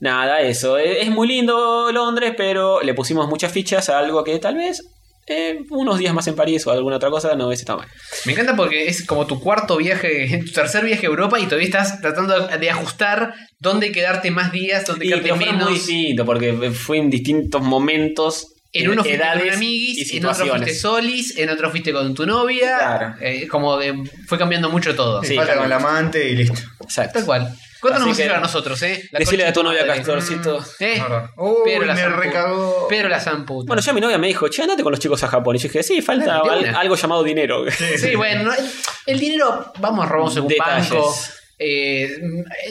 Speaker 3: Nada, eso. Es, es muy lindo Londres, pero le pusimos muchas fichas a algo que tal vez eh, unos días más en París o alguna otra cosa no hubiese estado mal.
Speaker 4: Me encanta porque es como tu cuarto viaje, tu tercer viaje a Europa y todavía estás tratando de ajustar dónde quedarte más días, dónde
Speaker 3: Y
Speaker 4: quedarte
Speaker 3: pero fue muy
Speaker 4: menos.
Speaker 3: distinto porque fue en distintos momentos,
Speaker 4: En uno fuiste
Speaker 3: edades
Speaker 4: con
Speaker 3: y
Speaker 4: amiguis, en otro fuiste
Speaker 3: situaciones.
Speaker 4: solis, en otro fuiste con tu novia.
Speaker 3: Claro.
Speaker 4: Eh, como de, fue cambiando mucho todo.
Speaker 2: Y
Speaker 3: Sí,
Speaker 2: falta
Speaker 3: claro.
Speaker 2: con la amante y listo.
Speaker 3: Exacto.
Speaker 4: Tal cual. ¿Cuánto
Speaker 3: Así
Speaker 4: nos va a
Speaker 3: que-
Speaker 4: llevar a nosotros, eh?
Speaker 3: Decile
Speaker 4: concha
Speaker 3: a tu novia,
Speaker 4: madre.
Speaker 3: Castorcito.
Speaker 4: Mm, eh,
Speaker 2: Ahora. Uy,
Speaker 4: pero la
Speaker 2: me
Speaker 4: san puta.
Speaker 2: recagó.
Speaker 4: Pero la san puta.
Speaker 3: Bueno, ya mi novia me dijo, che, andate con los chicos a Japón. Y yo dije, sí, falta
Speaker 4: Claro, de
Speaker 3: al-
Speaker 4: una.
Speaker 3: algo llamado dinero.
Speaker 4: Sí, bueno, no, el, el dinero, vamos, robamos en un
Speaker 3: Detalles.
Speaker 4: banco. Eh,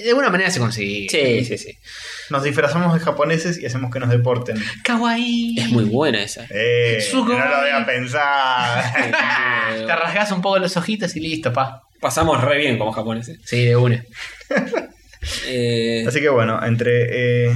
Speaker 4: de alguna manera se consigue.
Speaker 3: Sí, sí, sí.
Speaker 2: Nos disfrazamos de japoneses y hacemos que nos deporten.
Speaker 4: Kawaii.
Speaker 3: Es muy buena esa.
Speaker 2: Eh, no
Speaker 4: Sugoi.
Speaker 2: lo había pensado.
Speaker 4: Te rasgas un poco los ojitos y listo, pa.
Speaker 3: Pasamos re bien como japoneses.
Speaker 4: Sí, de una.
Speaker 3: Eh,
Speaker 2: Así que bueno, entre... eh,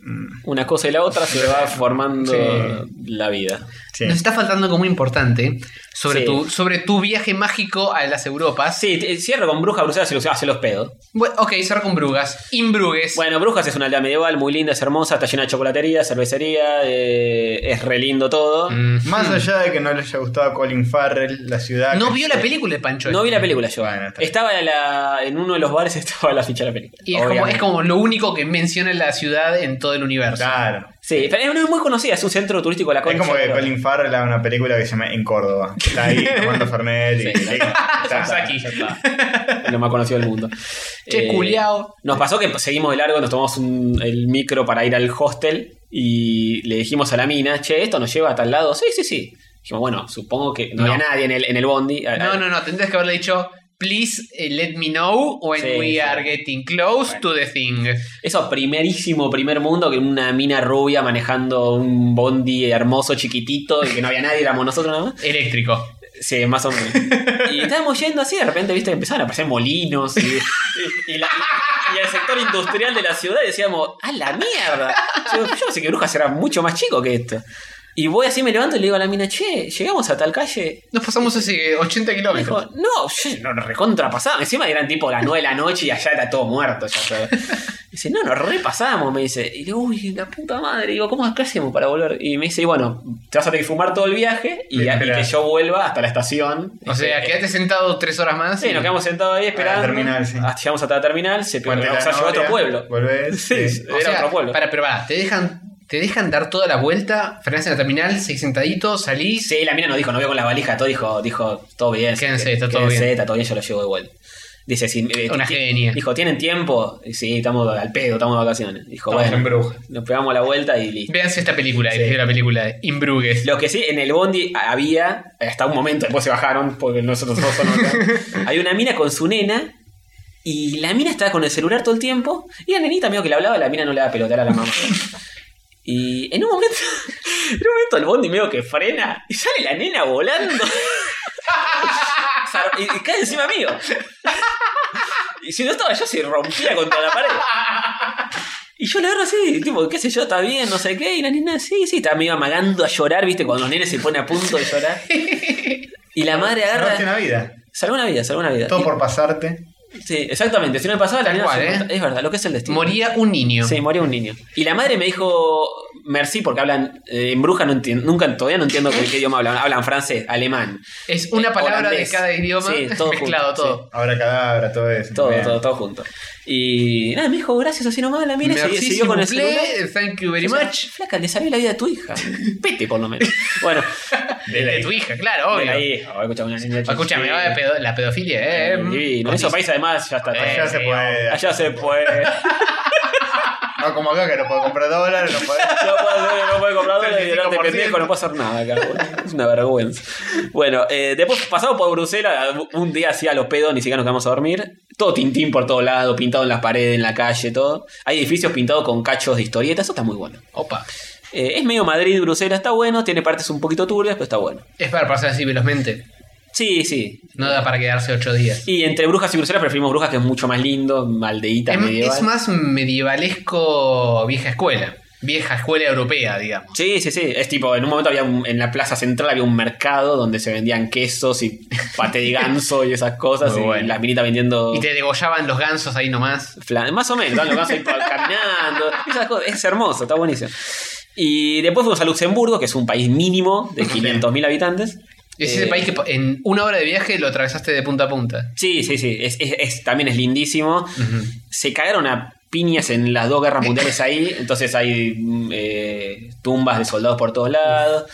Speaker 2: mm,
Speaker 3: una cosa y la otra se va formando
Speaker 2: Sí.
Speaker 3: la vida.
Speaker 2: sí.
Speaker 4: Nos está faltando algo muy importante sobre,
Speaker 3: Sí.
Speaker 4: tu, sobre tu viaje mágico a las Europas.
Speaker 3: Sí, te- cierro con Brujas, Bruselas y los, ah, se los pedos.
Speaker 4: Bueno, ok, cerrar con Brugas. Imbrugues.
Speaker 3: Bueno, Brujas es una aldea medieval muy linda, es hermosa, está llena de chocolatería, cervecería, eh, es re lindo todo.
Speaker 4: Mm.
Speaker 2: Más allá de que no le haya gustado a Colin Farrell, la ciudad...
Speaker 4: No
Speaker 2: que-
Speaker 4: vio la película de Pancho.
Speaker 3: No vi la película yo.
Speaker 2: Bueno, está bien.
Speaker 3: estaba en la- en uno de los bares estaba la ficha de la película.
Speaker 4: Y es como,
Speaker 3: obviamente.
Speaker 4: es como lo único que menciona la ciudad en todo el universo.
Speaker 2: Claro.
Speaker 3: Sí, pero no es muy conocida, es un centro turístico de la
Speaker 2: Es como que
Speaker 3: pero-
Speaker 2: Colin Farrell haga una película que se llama En Córdoba. Está ahí tomando Fernet y...
Speaker 3: Sí, claro.
Speaker 2: está-
Speaker 4: Estamos aquí.
Speaker 3: lo más conocido del mundo. Eh,
Speaker 4: Che, culiao.
Speaker 3: Nos pasó que seguimos de largo, nos tomamos un- el micro para ir al hostel y le dijimos a la mina, che, esto nos lleva a tal lado. Sí, sí, sí. Dijimos, bueno, supongo que no,
Speaker 4: No.
Speaker 3: había nadie en el, en el bondi. A- a-
Speaker 4: No, no, no. Tendrías que haberle dicho, please eh, let me know when
Speaker 3: Sí,
Speaker 4: we
Speaker 3: sí.
Speaker 4: are getting close
Speaker 3: Bueno.
Speaker 4: to the thing.
Speaker 3: Eso, primerísimo primer mundo, que una mina rubia manejando un bondi hermoso, chiquitito, y que no había nadie, éramos nosotros nada más.
Speaker 4: Eléctrico.
Speaker 3: Sí, más o menos. Y estábamos yendo así, de repente, viste, empezaron a aparecer molinos y, y- y la- y el sector industrial de la ciudad y decíamos, ¡a la mierda! Yo, yo pensé que Brujas era mucho más chico que esto. Y voy así, me levanto y le digo a la mina, che, llegamos a tal calle.
Speaker 4: Nos pasamos ese 80
Speaker 3: Me dijo,
Speaker 4: kilómetros.
Speaker 3: no, yo no nos recontrapasamos. Encima eran tipo las 9 de la noche y allá está todo muerto. Ya sabes. Dice, no, nos repasamos, me dice. Y le digo, uy, la puta madre. Digo, ¿cómo acá hacemos para volver? Y me dice, y bueno, te vas a tener que fumar todo el viaje y,
Speaker 2: Bien,
Speaker 3: a- y
Speaker 2: espera.
Speaker 3: que yo vuelva hasta la estación.
Speaker 4: O sea,
Speaker 3: que
Speaker 4: quédate sentado tres horas más.
Speaker 3: Sí, nos quedamos sentados ahí esperando.
Speaker 2: la terminal, sí.
Speaker 3: Hasta- llegamos hasta la terminal, se pero
Speaker 2: Puente
Speaker 3: nos
Speaker 2: la
Speaker 3: vamos a llevar a otro
Speaker 2: Noria,
Speaker 3: pueblo.
Speaker 2: Volvés. eh.
Speaker 3: Sí,
Speaker 2: sí.
Speaker 3: era otro pueblo.
Speaker 4: Para, pero pará, te dejan, te dejan dar toda la vuelta, frenás en la terminal, seguís sentadito, salís.
Speaker 3: Sí, la mina nos dijo, no veo con las valijas, todo dijo, dijo, todo bien.
Speaker 4: Quédense,
Speaker 3: que-
Speaker 4: está todo
Speaker 3: quédense,
Speaker 4: bien.
Speaker 3: Está todo bien, yo lo llevo de vuelta. Dice, sí, eh,
Speaker 4: Una
Speaker 3: ti-
Speaker 4: genia.
Speaker 3: Dijo, ¿tienen tiempo? Y Sí, estamos al pedo, estamos de vacaciones. Dijo,
Speaker 2: Estamos en
Speaker 3: bueno,
Speaker 2: bruja.
Speaker 3: nos pegamos la vuelta y listo.
Speaker 4: Véanse esta película, que es la película de Imbrugues.
Speaker 3: Lo que sí, en el bondi había, hasta un momento, después se bajaron, porque nosotros todos somos acá. Había una mina con su nena, y la mina estaba con el celular todo el tiempo, y la nenita mío que le hablaba, la mina no le daba pelotar a la mamá. Y en un momento, en un momento el bondi medio que frena, y sale la nena volando. Zar- y, y cae encima mío. Y si no estaba yo, se rompía contra la pared. Y yo la agarro así, tipo, qué sé yo, está bien, no sé qué. Y la nena, sí, sí, estaba medio amagando a llorar, viste, cuando los nenes se pone a punto de llorar. Y la madre
Speaker 2: Salvaste
Speaker 3: agarra.
Speaker 2: una vida.
Speaker 3: Salvó una vida, salvó una vida.
Speaker 2: Todo
Speaker 3: Y-
Speaker 2: por pasarte.
Speaker 3: Sí, exactamente. Si no me pasaba, la
Speaker 4: Tal
Speaker 3: nena
Speaker 4: cual,
Speaker 3: se
Speaker 4: ¿eh?
Speaker 3: mata. Es verdad, lo que es el destino.
Speaker 4: Moría un niño.
Speaker 3: Sí, moría un niño. Y la madre me dijo merci porque hablan eh, en bruja, no entiendo, nunca, todavía no entiendo qué, qué idioma hablan. Hablan francés, alemán.
Speaker 4: Es una
Speaker 3: eh,
Speaker 4: palabra
Speaker 3: holandés.
Speaker 4: de cada idioma
Speaker 3: Sí, todo
Speaker 4: mezclado
Speaker 3: junto,
Speaker 4: todo.
Speaker 2: Ahora cadabra, todo eso.
Speaker 3: Todo,
Speaker 2: Bien.
Speaker 3: todo, todo junto. Y nada, me dijo gracias así nomás la mina y siguió-
Speaker 4: Merci,
Speaker 3: siguió con el
Speaker 4: s'il vous
Speaker 3: celular.
Speaker 4: plaît, Thank you very
Speaker 3: O sea,
Speaker 4: much.
Speaker 3: Flaca, le salió la vida a tu hija. Pete, por lo menos. Bueno,
Speaker 4: De, de tu hija, claro,
Speaker 3: de la
Speaker 4: obvio.
Speaker 3: hija. Oh, escuchame, una niña
Speaker 4: Escúchame,
Speaker 3: chiquita.
Speaker 4: va de pedo- la pedofilia, eh.
Speaker 3: Divino. En esos países, además, ya está.
Speaker 2: Allá se
Speaker 4: Eh,
Speaker 2: puede.
Speaker 3: Allá se puede.
Speaker 2: No como acá que no puedo comprar dólares, no puedo.
Speaker 3: No puedo, hacer- no puedo comprar dólares y darte
Speaker 2: 35%.
Speaker 3: pendejo, no puedo hacer nada acá. boludo. Es una vergüenza. Bueno, eh, después pasamos por Bruselas, un día así a los pedos, ni siquiera nos quedamos a dormir. Todo tintín por todo lado, pintado en las paredes, en la calle, todo. Hay edificios pintados con cachos de historietas, eso está muy bueno.
Speaker 4: Opa.
Speaker 3: Eh, es medio Madrid, Bruselas, está bueno, tiene partes un poquito turbias, pero está bueno.
Speaker 4: Es para pasar así velozmente.
Speaker 3: Sí, sí.
Speaker 4: No da para quedarse ocho días.
Speaker 3: Y entre brujas y brujeras preferimos brujas, que es mucho más lindo, maldeíta,
Speaker 4: Es,
Speaker 3: medieval.
Speaker 4: es más medievalesco vieja escuela. Vieja escuela europea, digamos.
Speaker 3: Sí, sí, sí. Es tipo, en un momento había un- en la plaza central había un mercado donde se vendían quesos y paté de ganso y esas cosas.
Speaker 4: Muy
Speaker 3: y
Speaker 4: bueno.
Speaker 3: las minitas vendiendo.
Speaker 4: Y te degollaban los gansos ahí nomás.
Speaker 3: flan. Más o menos, ¿no? Los gansos ahí caminando. Esas cosas. Es hermoso, está buenísimo. Y después fuimos a Luxemburgo, que es un país mínimo de 500.000 habitantes.
Speaker 4: Es
Speaker 3: Eh,
Speaker 4: ese país que po- en una hora de viaje lo atravesaste de punta a punta.
Speaker 3: Sí, sí, sí. Es, es- es- también es lindísimo. Se cagaron a piñas en las dos guerras mundiales ahí. Entonces hay mm, eh, tumbas de soldados por todos lados.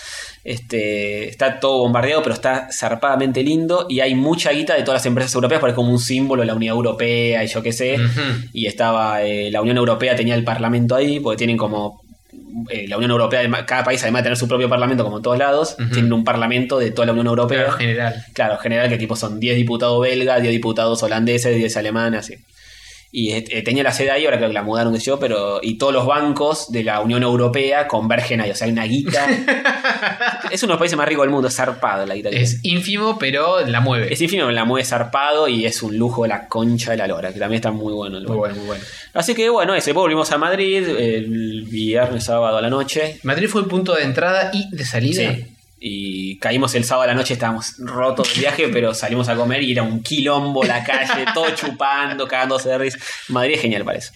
Speaker 3: Este, está todo bombardeado, pero está zarpadamente lindo. Y hay mucha guita de todas las empresas europeas, porque es como un símbolo de la Unión Europea y yo qué sé.
Speaker 4: Ujú.
Speaker 3: Y estaba eh, la Unión Europea, tenía el parlamento ahí, porque tienen como. eh, la Unión Europea, además- cada país además de tener su propio parlamento, como en todos lados,
Speaker 4: Ujú.
Speaker 3: tienen un parlamento de toda la Unión Europea.
Speaker 4: Claro, general.
Speaker 3: Claro, en general que tipo son 10 diputados belgas, 10 diputados holandeses, 10 alemanes, así. Y eh, tenía la sede ahí, ahora creo que la mudaron, que yo, pero. Y todos los bancos de la Unión Europea convergen ahí, o sea, hay una guita. es uno de los países más ricos del mundo, es zarpado la guita. que
Speaker 4: Es
Speaker 3: tiene.
Speaker 4: ínfimo, pero la mueve.
Speaker 3: Es infino, la mueve zarpado y es un lujo de la concha de la lora, que también está muy bueno el
Speaker 4: muy
Speaker 3: lugar.
Speaker 4: bueno, muy bueno.
Speaker 3: Así que bueno, ese, después volvimos a Madrid el viernes, sábado a la noche.
Speaker 4: Madrid fue el punto de entrada y de salida.
Speaker 3: Sí. Y caímos el sábado a la noche, estábamos rotos de viaje, pero salimos a comer y era un quilombo la calle, todo chupando, cagándose de risa. Madrid es genial para eso.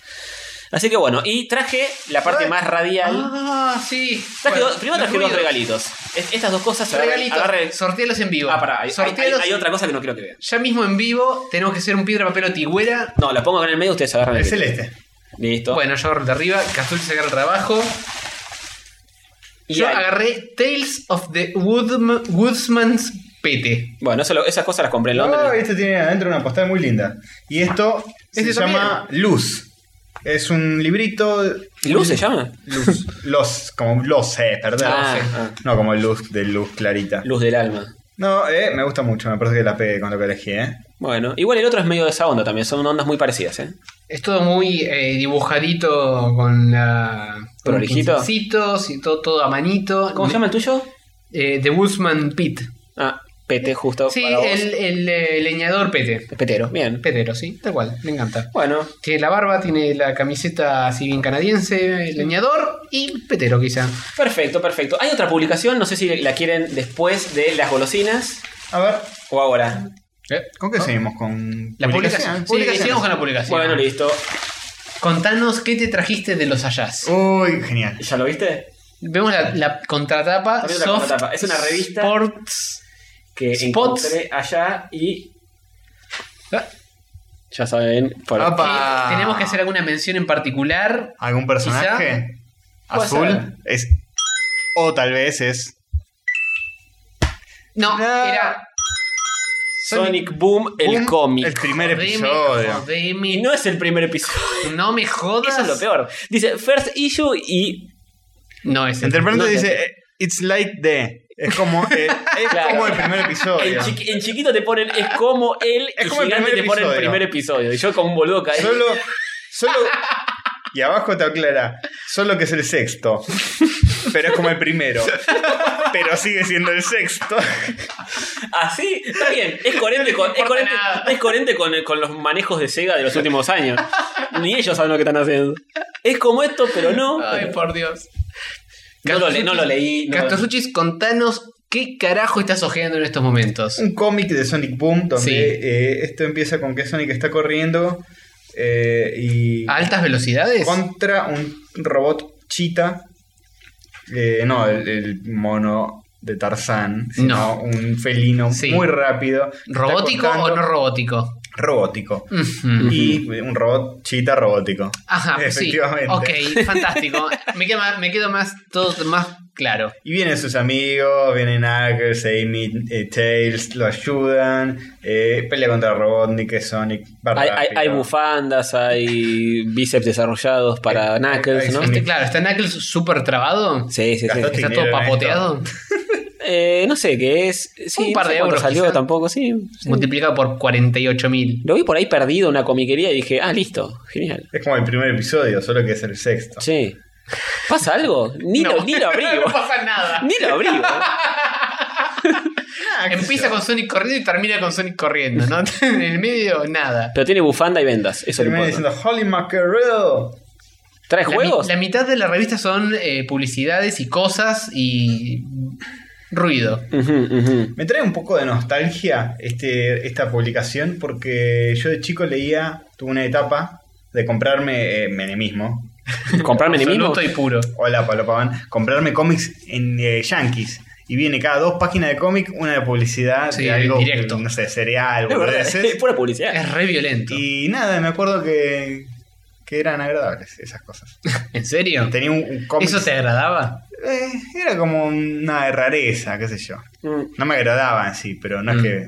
Speaker 3: Así que bueno, y traje la parte más radial.
Speaker 4: Ah, sí.
Speaker 3: Traje
Speaker 4: Bueno,
Speaker 3: dos- primero
Speaker 4: los
Speaker 3: traje dos
Speaker 4: ruidos.
Speaker 3: regalitos. Es- Estas dos cosas agarré-
Speaker 4: Regalitos.
Speaker 3: agarré-
Speaker 4: Sortealos en vivo.
Speaker 3: Ah, pará, hay, hay-
Speaker 4: Sortealos
Speaker 3: hay otra cosa que no quiero que vean.
Speaker 4: Ya mismo en vivo tenemos que hacer un piedra, papel o tigüera.
Speaker 3: No, la pongo acá en el medio, ustedes agarran el
Speaker 2: El este.
Speaker 3: medio.
Speaker 2: celeste.
Speaker 3: Listo.
Speaker 4: Bueno, yo agarro el de arriba, Cazul se agarra el de abajo.
Speaker 3: Y
Speaker 4: Yo
Speaker 3: hay-
Speaker 4: agarré Tales of the Woodm- Woodsman's Pete.
Speaker 3: bueno eso lo- esas cosas las compré en Londres.
Speaker 2: Ah, este tiene adentro una postal muy linda. Y esto
Speaker 4: Este
Speaker 2: se
Speaker 4: también.
Speaker 2: llama Luz. Es un librito.
Speaker 3: ¿Luz se llama?
Speaker 2: Luz. Los, como los, eh, perdón.
Speaker 3: Ah,
Speaker 2: Los, eh.
Speaker 3: ah.
Speaker 2: No, como luz de luz clarita.
Speaker 3: Luz del alma.
Speaker 2: No, eh, me gusta mucho, me parece que la pegué con lo que elegí, eh.
Speaker 3: Bueno, igual el otro es medio de esa onda también, son ondas muy parecidas, ¿eh?
Speaker 4: Es todo muy eh, dibujadito con la. con
Speaker 3: Prolijito.
Speaker 4: pincelcitos y todo, todo a manito.
Speaker 3: ¿Cómo se llama el tuyo?
Speaker 4: Eh, the Woodsman Pete.
Speaker 3: Ah, PT justo
Speaker 4: Sí,
Speaker 3: para vos.
Speaker 4: el, el, eh, leñador Pete.
Speaker 3: Petero, bien.
Speaker 4: Petero, sí, tal cual, me encanta.
Speaker 3: Bueno,
Speaker 4: Tiene la barba, tiene la camiseta así bien canadiense, el leñador y petero quizá.
Speaker 3: perfecto, perfecto. Hay otra publicación, no sé si la quieren después de las golosinas
Speaker 2: A ver,
Speaker 3: o ahora.
Speaker 2: ¿con qué seguimos? ¿Con
Speaker 4: Eh, La publicación. Sí, sigamos con la publicación.
Speaker 3: Bueno, listo.
Speaker 4: Contanos qué te trajiste de los allás.
Speaker 3: Oh.
Speaker 2: Uy, genial.
Speaker 3: ¿Ya lo viste?
Speaker 4: Vemos la, la contratapa.
Speaker 3: También la
Speaker 4: soft
Speaker 3: contratapa. Es una revista.
Speaker 4: Sports.
Speaker 3: Que
Speaker 4: Spots.
Speaker 3: encontré allá y
Speaker 4: Ah,
Speaker 3: ya saben, por-
Speaker 2: Apa. Pa.
Speaker 4: y Tenemos que hacer alguna mención en particular.
Speaker 2: ¿Algún personaje?
Speaker 3: Puede
Speaker 2: Azul.
Speaker 3: ser.
Speaker 2: Es. O tal vez es.
Speaker 4: No,
Speaker 2: No.
Speaker 4: era.
Speaker 3: Sonic Boom, el
Speaker 2: un- El
Speaker 3: cómic.
Speaker 2: primer
Speaker 4: Jodeme,
Speaker 2: episodio.
Speaker 4: jodeme,
Speaker 3: Y no es el primer episodio.
Speaker 4: no me jodas.
Speaker 3: Eso es lo peor. Dice first issue y
Speaker 4: No es.
Speaker 2: Entre
Speaker 3: No, no,
Speaker 2: paréntesis dice. eh, It's like the. Es como el, es
Speaker 3: Claro.
Speaker 2: como el primer episodio.
Speaker 3: En, chiqui- en chiquito te ponen es como él
Speaker 2: Oh, Es
Speaker 3: y
Speaker 2: como el
Speaker 3: gigante
Speaker 2: primer
Speaker 3: te ponen el
Speaker 2: episodio.
Speaker 3: primer episodio. Y yo como un boludo caí.
Speaker 2: Solo. Solo. Y abajo te aclara. Solo que es el sexto. Pero es como el primero. Pero sigue siendo el sexto.
Speaker 3: Así, está bien. Es coherente, con, es
Speaker 4: importa
Speaker 3: coherente-
Speaker 4: nada.
Speaker 3: es coherente con, con los manejos de Sega de los últimos años. Ni ellos saben lo que están haciendo. Es como esto, pero no.
Speaker 4: Ay, por Dios.
Speaker 3: No lo le- no lo leí, no lo-
Speaker 4: Castosuchis, contanos qué carajo estás ojeando en estos momentos.
Speaker 2: un cómic de Sonic Boom donde
Speaker 4: Sí.
Speaker 2: eh, esto empieza con que Sonic está corriendo eh, y
Speaker 3: Ah,
Speaker 4: ¿A altas velocidades?
Speaker 2: contra un robot chita, eh, no el, el mono de Tarzán, sino
Speaker 4: No.
Speaker 2: un felino
Speaker 4: Sí.
Speaker 2: muy rápido, Está
Speaker 4: ¿Robótico o
Speaker 2: contando-
Speaker 4: no robótico?
Speaker 2: robótico
Speaker 4: Ujú.
Speaker 2: y un robot chita robótico.
Speaker 4: Ajá, sí.
Speaker 2: Efectivamente.
Speaker 4: Ok, fantástico. Me quedo más, me quedo más todo más claro.
Speaker 2: Y vienen sus amigos, vienen Knuckles, Amy, eh, Tails, lo ayudan, eh, pelea contra Robotnik, es Sonic, va
Speaker 3: Hay, hay- hay
Speaker 2: rápido.
Speaker 3: bufandas, hay bíceps desarrollados para
Speaker 2: Hay-
Speaker 3: Knuckles,
Speaker 2: hay
Speaker 3: ¿no?
Speaker 2: Sonic.
Speaker 4: Este, claro, está Knuckles súper trabado.
Speaker 3: Sí, sí, sí.
Speaker 2: Gastó
Speaker 4: Está
Speaker 2: Dinero
Speaker 4: todo
Speaker 2: en
Speaker 4: papoteado.
Speaker 3: Eh, no sé qué es. Sí,
Speaker 4: Un par
Speaker 3: no sé
Speaker 4: de
Speaker 3: cuánto
Speaker 4: euros,
Speaker 3: salió
Speaker 4: quizá.
Speaker 3: tampoco, sí. sí.
Speaker 4: Multiplicado por 48 mil.
Speaker 3: Lo vi por ahí perdido en una comiquería y dije, ah, listo, genial.
Speaker 2: Es como el primer episodio, solo que es el sexto.
Speaker 3: Sí. ¿Pasa algo? Ni, lo, ¿eh? ni lo abrí,
Speaker 4: No
Speaker 3: boludo.
Speaker 4: pasa nada.
Speaker 3: Ni lo abrí, boludo.
Speaker 2: Ah, qué sé
Speaker 4: Empieza
Speaker 2: yo.
Speaker 4: con Sonic corriendo y termina con Sonic corriendo, ¿no? en el medio, nada.
Speaker 3: Pero tiene bufanda y vendas, eso no
Speaker 2: Termina
Speaker 3: importa.
Speaker 2: diciendo Holy Mackerel.
Speaker 3: ¿Trae
Speaker 4: La mi-
Speaker 3: juegos?
Speaker 4: La, mitad de la revista son eh, publicidades y cosas y ruido.
Speaker 3: Ujú, ujú.
Speaker 2: Me trae un poco de nostalgia este, esta publicación porque yo de chico leía, tuve una etapa de comprarme eh, menemismo.
Speaker 3: ¿Comprarme ni mismo?
Speaker 4: Absoluto y puro.
Speaker 2: Hola, Pablo Paván. Comprarme cómics en eh, Yankees. Y viene cada dos páginas de cómic una de publicidad
Speaker 4: Sí,
Speaker 2: de algo,
Speaker 4: directo.
Speaker 2: no sé, cereal,
Speaker 3: Es verdad, es
Speaker 2: boludeces.
Speaker 3: pura publicidad.
Speaker 4: Es re violento.
Speaker 2: Y nada, me acuerdo que, que eran agradables esas cosas.
Speaker 4: ¿En serio?
Speaker 2: Tenía un, un cómic.
Speaker 4: ¿Eso te agradaba?
Speaker 2: eh, era como una rareza, qué sé yo.
Speaker 3: Mm.
Speaker 2: No me agradaba en sí, pero no
Speaker 4: Mm.
Speaker 2: es que.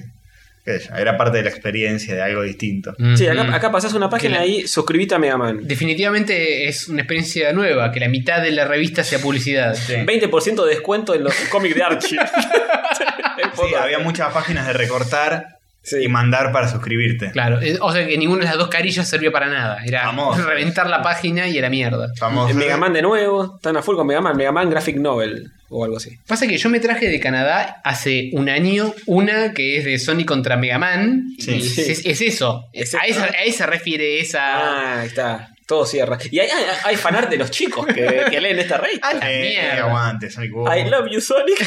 Speaker 2: qué sé yo, era parte de la experiencia de algo distinto.
Speaker 3: Sí,
Speaker 4: Ujú.
Speaker 3: acá, acá pasás una página
Speaker 4: Que la-
Speaker 3: ahí, suscribite a Mega Man.
Speaker 4: Definitivamente es una experiencia nueva, que la mitad de la revista sea publicidad.
Speaker 3: 20% de descuento en los cómics de Archie.
Speaker 2: Sí, había muchas páginas de recortar
Speaker 3: Sí.
Speaker 2: y mandar para suscribirte.
Speaker 4: Claro, eh, o sea que ninguna de las dos carillas servía para nada. Era
Speaker 2: Famoso.
Speaker 4: reventar la página y a la mierda.
Speaker 2: Famoso.
Speaker 3: En Mega Man de nuevo, están a full con Mega Man, Mega Man Graphic Novel o algo así.
Speaker 4: Pasa que yo me traje de Canadá hace un año una que es de Sony contra Mega Man.
Speaker 2: Sí.
Speaker 4: y
Speaker 3: Sí.
Speaker 4: Es, es eso.
Speaker 3: Es
Speaker 4: a,
Speaker 3: eso.
Speaker 4: esa, a esa refiere esa.
Speaker 3: Ah, ahí está. Todo cierra. Y hay, hay, hay fanart de los chicos que, que leen esta revista.
Speaker 4: A la
Speaker 2: Eh, eh,
Speaker 4: mierda.
Speaker 2: aguante, Sonic Boom.
Speaker 3: I love you, Sonic. Eh,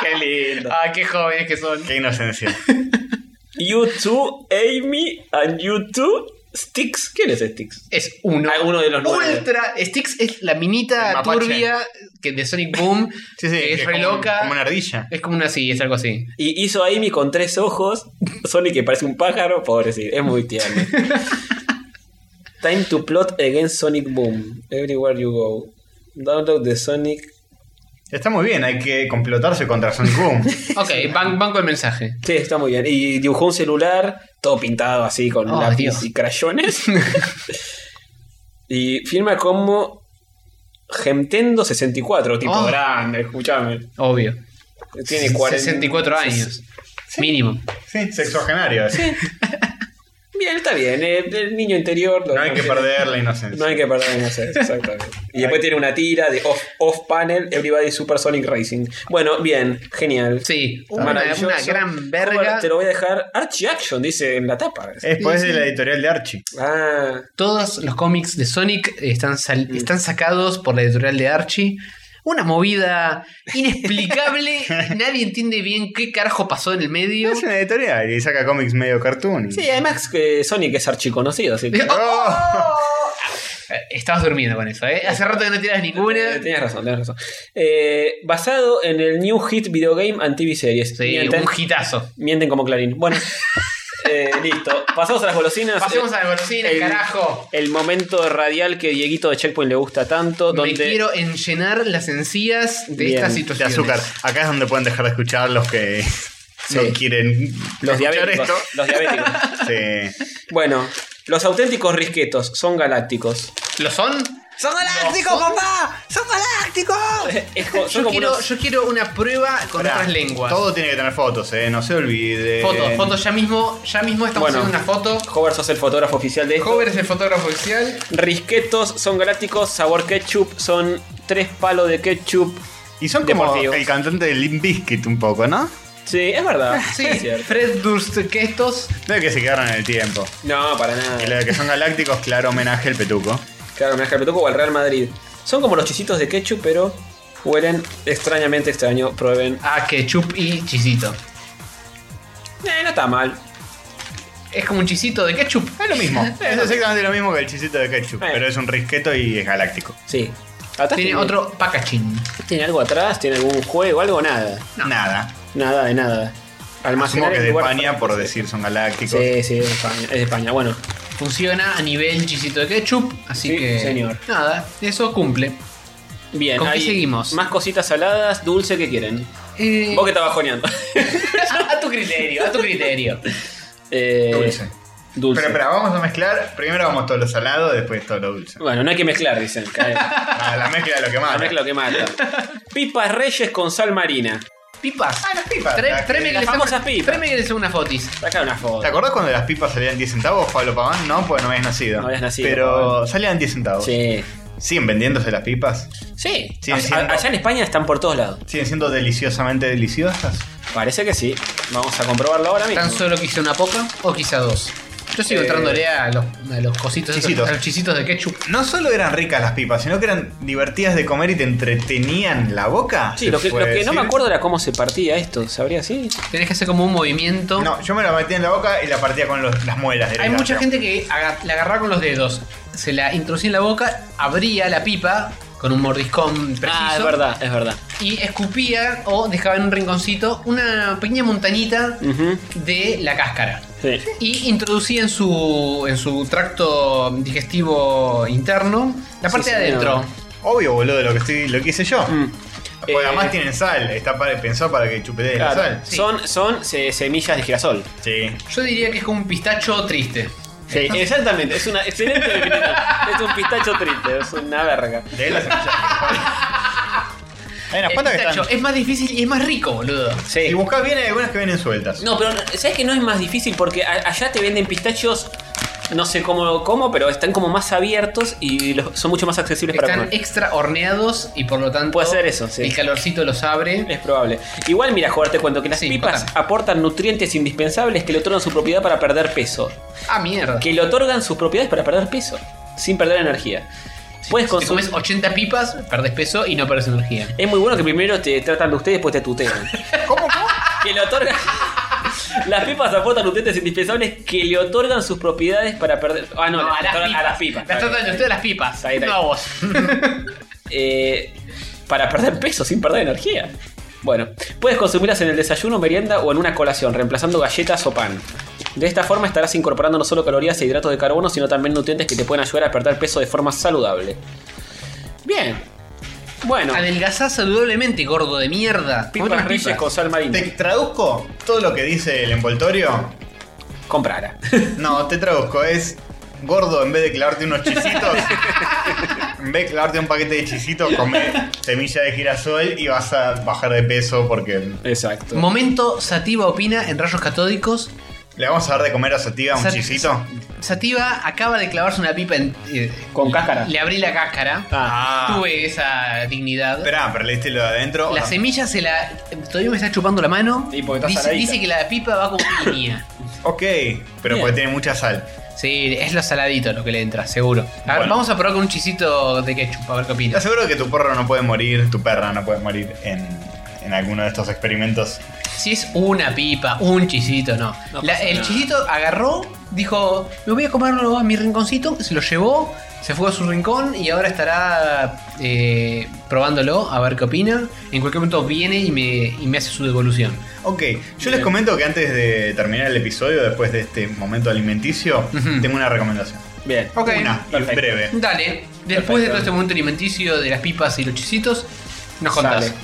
Speaker 3: qué lindo.
Speaker 4: Ah, qué jóvenes que son.
Speaker 2: Qué inocencia.
Speaker 3: You two, Amy, and you two, Sticks. ¿Quién es Sticks?
Speaker 4: Es uno.
Speaker 3: Ah, uno de los nueve.
Speaker 4: Ultra. Sticks es la
Speaker 2: El
Speaker 4: minita
Speaker 2: mapache.
Speaker 4: turbia que de Sonic Boom.
Speaker 2: Sí, sí,
Speaker 4: que es
Speaker 2: que
Speaker 4: re
Speaker 2: como-
Speaker 4: Eh, loca.
Speaker 2: Como una ardilla.
Speaker 4: Es como una así, es algo así.
Speaker 3: Y hizo a Amy con tres ojos. Sonic que parece un pájaro. Pobrecito, es muy tierno. Time to plot against Sonic Boom. Everywhere you go. Download the Sonic.
Speaker 2: Está muy bien, hay que complotarse contra Sonic Boom.
Speaker 4: Ok, ban- banco el mensaje.
Speaker 3: Sí, está muy bien. Y dibujó un celular, todo pintado así con
Speaker 4: Oh,
Speaker 3: lápiz
Speaker 4: Dios.
Speaker 3: y crayones. y firma como Gemtendo 64, tipo
Speaker 4: Oh.
Speaker 3: grande, escúchame.
Speaker 4: Obvio.
Speaker 3: Tiene 40
Speaker 4: 64 años. Mínimo.
Speaker 2: sí, sexogenario.
Speaker 3: Bien, está bien. eh, El, niño interior. lo-
Speaker 2: No hay que perder la inocencia.
Speaker 3: No hay que perder no sé, exactamente. Y después tiene una tira de off, off panel, Everybody Super Sonic Racing. Bueno, bien, genial.
Speaker 4: Sí,
Speaker 3: Está
Speaker 4: una,
Speaker 3: maravilloso.
Speaker 4: una
Speaker 3: Bueno,
Speaker 4: gran verga.
Speaker 3: Te lo voy a dejar. Archie Action, dice en la tapa.
Speaker 2: Es pues de la editorial de Archie.
Speaker 3: Ah,
Speaker 4: Todos los cómics de Sonic están, sal-
Speaker 3: Mm.
Speaker 4: están sacados por la editorial de Archie. Una movida inexplicable. Nadie entiende bien qué carajo pasó en el medio.
Speaker 2: Es una editorial y saca cómics medio cartoon.
Speaker 3: Sí, además que Sonic es archiconocido, así que.
Speaker 4: Oh,
Speaker 2: Oh.
Speaker 4: Eh, Estabas durmiendo con eso, ¿eh? Hace rato que no tiras ninguna.
Speaker 3: Eh, Tenías razón, tenías razón. Eh, basado en el New Hit Video Game and TV Series.
Speaker 4: Sí,
Speaker 3: mienten,
Speaker 4: un hitazo.
Speaker 3: mienten como Clarín. Bueno, eh, listo. Pasamos a las golosinas.
Speaker 4: Pasemos
Speaker 3: Eh,
Speaker 4: a la golosina,
Speaker 3: el-
Speaker 4: carajo.
Speaker 3: El momento radial que Dieguito de Checkpoint le gusta tanto.
Speaker 4: Me
Speaker 3: Donde
Speaker 4: quiero enllenar las encías de
Speaker 3: Bien,
Speaker 4: esta
Speaker 3: de
Speaker 2: De
Speaker 4: situación.
Speaker 2: azúcar. Acá es donde pueden dejar de escuchar los que no quieren
Speaker 3: los
Speaker 2: escuchar
Speaker 3: diabéticos.
Speaker 2: esto.
Speaker 3: Los diabéticos.
Speaker 2: Sí.
Speaker 3: bueno, los auténticos risquetos son galácticos.
Speaker 4: ¿Lo son?
Speaker 3: ¡Son galácticos, papá! ¡Son galácticos!
Speaker 4: Yo quiero, yo quiero una prueba con
Speaker 2: Pará,
Speaker 4: otras lenguas.
Speaker 2: Todo tiene que tener fotos, eh. No se olvide.
Speaker 4: Fotos, fotos, ya mismo, ya mismo estamos
Speaker 3: Bueno.
Speaker 4: haciendo una foto.
Speaker 3: Hover sos el fotógrafo oficial de esto.
Speaker 4: Hover es el fotógrafo oficial.
Speaker 3: Risquetos son galácticos, sabor ketchup son tres palos de ketchup.
Speaker 2: Y son como
Speaker 3: Deportivos.
Speaker 2: el cantante de Limp Bizkit un poco, ¿no?
Speaker 3: Sí, es verdad.
Speaker 4: Sí,
Speaker 3: es cierto.
Speaker 4: Fred Durst, que estos.
Speaker 2: No es que se quedaron en el tiempo.
Speaker 3: No, para
Speaker 2: Y
Speaker 3: nada.
Speaker 2: lo de que son galácticos, claro, homenaje al petuco.
Speaker 3: Claro, homenaje al Petuco o al Real Madrid. Son como los chisitos de ketchup, pero huelen extrañamente extraño. Prueben.
Speaker 4: Ah, ketchup y chisito.
Speaker 3: Eh, no está mal.
Speaker 4: Es como un chisito de ketchup. Es lo mismo.
Speaker 2: Es exactamente lo mismo que el chisito de ketchup,
Speaker 3: Eh.
Speaker 2: pero es un risqueto y es galáctico.
Speaker 3: Sí. Atrás
Speaker 4: Tiene otro packaging.
Speaker 3: ¿Tiene algo atrás? ¿Tiene algún juego? ¿Algo? Nada.
Speaker 2: Nada.
Speaker 3: Nada de nada.
Speaker 2: Asumo que
Speaker 3: en
Speaker 2: es de
Speaker 3: lugar-
Speaker 2: España por decir son galácticos.
Speaker 3: Sí, sí, es de España. Es de España. Bueno,
Speaker 4: Funciona a nivel chisito de ketchup, así
Speaker 3: Sí,
Speaker 4: que.
Speaker 3: señor.
Speaker 4: Nada, eso cumple.
Speaker 3: bien.
Speaker 4: ¿Con qué
Speaker 3: hay
Speaker 4: seguimos?
Speaker 3: Más cositas saladas, dulce, ¿qué quieren?
Speaker 4: Eh,
Speaker 3: Vos que estás bajoneando.
Speaker 4: a tu criterio, a tu criterio.
Speaker 3: Eh,
Speaker 2: Dulce.
Speaker 3: Dulce.
Speaker 2: Pero espera, vamos a mezclar. Primero vamos todo lo salado, después todo lo dulce.
Speaker 3: Bueno, no hay que mezclar, dicen. La
Speaker 2: Ah, la mezcla es lo que más.
Speaker 3: mezcla lo que mata. Pipas Reyes con sal marina.
Speaker 4: Pipas.
Speaker 2: Ah, las pipas.
Speaker 4: Tre-
Speaker 2: Las-
Speaker 4: Tráeme que
Speaker 3: las
Speaker 4: le hacemos-
Speaker 3: famosas pipas.
Speaker 4: tráeme que le hacemos una fotis.
Speaker 3: Saca una
Speaker 2: ¿Te
Speaker 3: foto.
Speaker 2: acordás cuando las pipas salían 10 centavos, Pablo Paván? No, pues no habías nacido.
Speaker 3: No habías nacido,
Speaker 2: Pero
Speaker 3: Paván.
Speaker 2: salían 10 centavos.
Speaker 3: Sí.
Speaker 2: ¿Siguen vendiéndose las pipas?
Speaker 3: Sí.
Speaker 2: Sí,
Speaker 3: A-
Speaker 2: siendo-
Speaker 3: allá en España están por todos lados.
Speaker 2: ¿Siguen siendo deliciosamente deliciosas?
Speaker 3: Parece que sí. Vamos a comprobarlo ahora mismo.
Speaker 4: ¿Tan solo quise una poca o quizá dos? Yo sigo
Speaker 2: Eh,
Speaker 4: entrándole a los, a los cositos, estos,
Speaker 2: chisitos.
Speaker 4: a los chisitos de ketchup.
Speaker 2: No solo eran ricas las pipas, sino que eran divertidas de comer y te entretenían la boca.
Speaker 3: Sí,
Speaker 2: ¿se
Speaker 3: lo que, lo
Speaker 2: puede
Speaker 3: que no me
Speaker 2: decir?
Speaker 3: acuerdo era cómo se partía esto. ¿Sabría así?
Speaker 4: Tenés que hacer como un movimiento.
Speaker 2: No, yo me la metía en la boca y la partía con los- las muelas.
Speaker 4: Hay
Speaker 2: directamente.
Speaker 4: mucha gente que aga- la agarraba con los dedos, se la introducía en la boca, abría la pipa con un mordiscón preciso
Speaker 3: Ah, es verdad, es verdad.
Speaker 4: y escupía o dejaba en un rinconcito una pequeña montañita
Speaker 3: Ujú,
Speaker 4: de la cáscara.
Speaker 3: sí.
Speaker 4: Y introducía en su, en su tracto digestivo interno la
Speaker 3: Sí,
Speaker 4: parte de
Speaker 3: señor.
Speaker 4: adentro.
Speaker 2: Obvio, boludo, lo que, estoy, lo que hice yo.
Speaker 3: Mm,
Speaker 2: Porque
Speaker 3: Eh,
Speaker 2: además tienen sal, está para, pensado para que chupete
Speaker 3: claro.
Speaker 2: la sal.
Speaker 4: sí.
Speaker 3: Son, son se- semillas de girasol.
Speaker 2: Sí.
Speaker 4: Yo diría que es como un pistacho triste.
Speaker 3: Sí, Eh, exactamente. Es una excelente definición. Es un pistacho triste, es una verga.
Speaker 2: De la semilla. Hay unas
Speaker 4: El
Speaker 2: cuantas que
Speaker 4: pistacho
Speaker 2: están.
Speaker 4: Este es más difícil y es más rico, boludo.
Speaker 3: Sí.
Speaker 2: Si buscas bien, hay algunas que vienen sueltas.
Speaker 3: No, pero ¿sabes que no es más difícil? Porque a- allá te venden pistachos, no sé cómo, cómo pero están como más abiertos y los- son mucho más accesibles para
Speaker 4: Están
Speaker 3: comer.
Speaker 4: extra horneados y por lo tanto
Speaker 3: Puede ser eso, sí.
Speaker 4: el calorcito los abre.
Speaker 3: Es probable. Igual, mira, Jorge, te cuento que las
Speaker 4: Sí,
Speaker 3: pipas
Speaker 4: contame.
Speaker 3: aportan nutrientes indispensables que le otorgan su propiedad para perder peso.
Speaker 4: Ah, mierda.
Speaker 3: Que le otorgan sus propiedades para perder peso, sin perder energía. Puedes
Speaker 4: Si te
Speaker 3: consumir.
Speaker 4: comes 80 pipas, perdés peso y no perdés energía.
Speaker 3: Es muy bueno que primero te tratan de ustedes, después te tutean.
Speaker 2: ¿Cómo? cómo?
Speaker 3: que le otorgan. Las pipas aportan nutrientes indispensables que le otorgan sus propiedades para perder. Ah, no, le otorgan a las pipas.
Speaker 4: Las
Speaker 3: está
Speaker 4: tratan
Speaker 3: bien.
Speaker 4: de ustedes las pipas.
Speaker 3: Está bien, está
Speaker 4: no a vos.
Speaker 3: Eh, para perder peso sin perder energía. Bueno, puedes consumirlas en el desayuno, merienda o en una colación, reemplazando galletas o pan. De esta forma estarás incorporando no solo calorías e hidratos de carbono, sino también nutrientes que te pueden ayudar a perder peso de forma saludable. Bien. Bueno,
Speaker 4: Adelgazás saludablemente, gordo de mierda. Comete
Speaker 3: pipas
Speaker 4: unas
Speaker 3: reyes con sal marina.
Speaker 2: ¿Te traduzco todo lo que dice el envoltorio?
Speaker 3: Comprala.
Speaker 2: No, te traduzco, es gordo en vez de clavarte unos chisitos. en vez de clavarte un paquete de chisitos, come semilla de girasol y vas a bajar de peso porque
Speaker 3: Exacto.
Speaker 4: Momento Sativa opina en rayos catódicos.
Speaker 2: le vamos a dar de comer a Sativa Ah, un
Speaker 4: Sat-
Speaker 2: chisito.
Speaker 4: Sativa acaba de clavarse una pipa en. eh,
Speaker 3: Con cáscara.
Speaker 4: Le abrí la cáscara.
Speaker 2: Ah.
Speaker 4: Tuve esa dignidad.
Speaker 2: Esperá, pero le diste lo de adentro.
Speaker 4: La semilla se la. Todavía me está chupando la mano.
Speaker 3: Sí, porque está
Speaker 4: dice,
Speaker 3: saladita.
Speaker 4: dice que la pipa va como línea.
Speaker 2: Ok, pero
Speaker 3: Bien.
Speaker 2: porque tiene mucha sal.
Speaker 4: Sí, es lo saladito lo que le entra, seguro. A ver,
Speaker 2: Bueno.
Speaker 4: vamos a probar con un chisito de ketchup, a ver qué
Speaker 2: Te
Speaker 4: opinas.
Speaker 2: aseguro que tu perro no puede morir, tu perra no puede morir en, en alguno de estos experimentos.
Speaker 4: Si es una pipa, un chisito, no.
Speaker 3: No
Speaker 4: La-
Speaker 3: pasa
Speaker 4: el
Speaker 3: nada.
Speaker 4: chisito agarró, dijo, me voy a comerlo a mi rinconcito, se lo llevó, se fue a su rincón y ahora estará eh, probándolo, a ver qué opina. En cualquier momento viene y me, y me hace su devolución.
Speaker 2: Ok, yo les comento que antes de terminar el episodio, después de este momento alimenticio,
Speaker 4: Ujú.
Speaker 2: tengo una recomendación.
Speaker 3: Bien.
Speaker 4: Ok.
Speaker 2: Una, y
Speaker 3: Perfecto.
Speaker 2: breve.
Speaker 4: Dale, después de todo este momento alimenticio de las pipas y los chisitos, nos contás.
Speaker 3: Sale.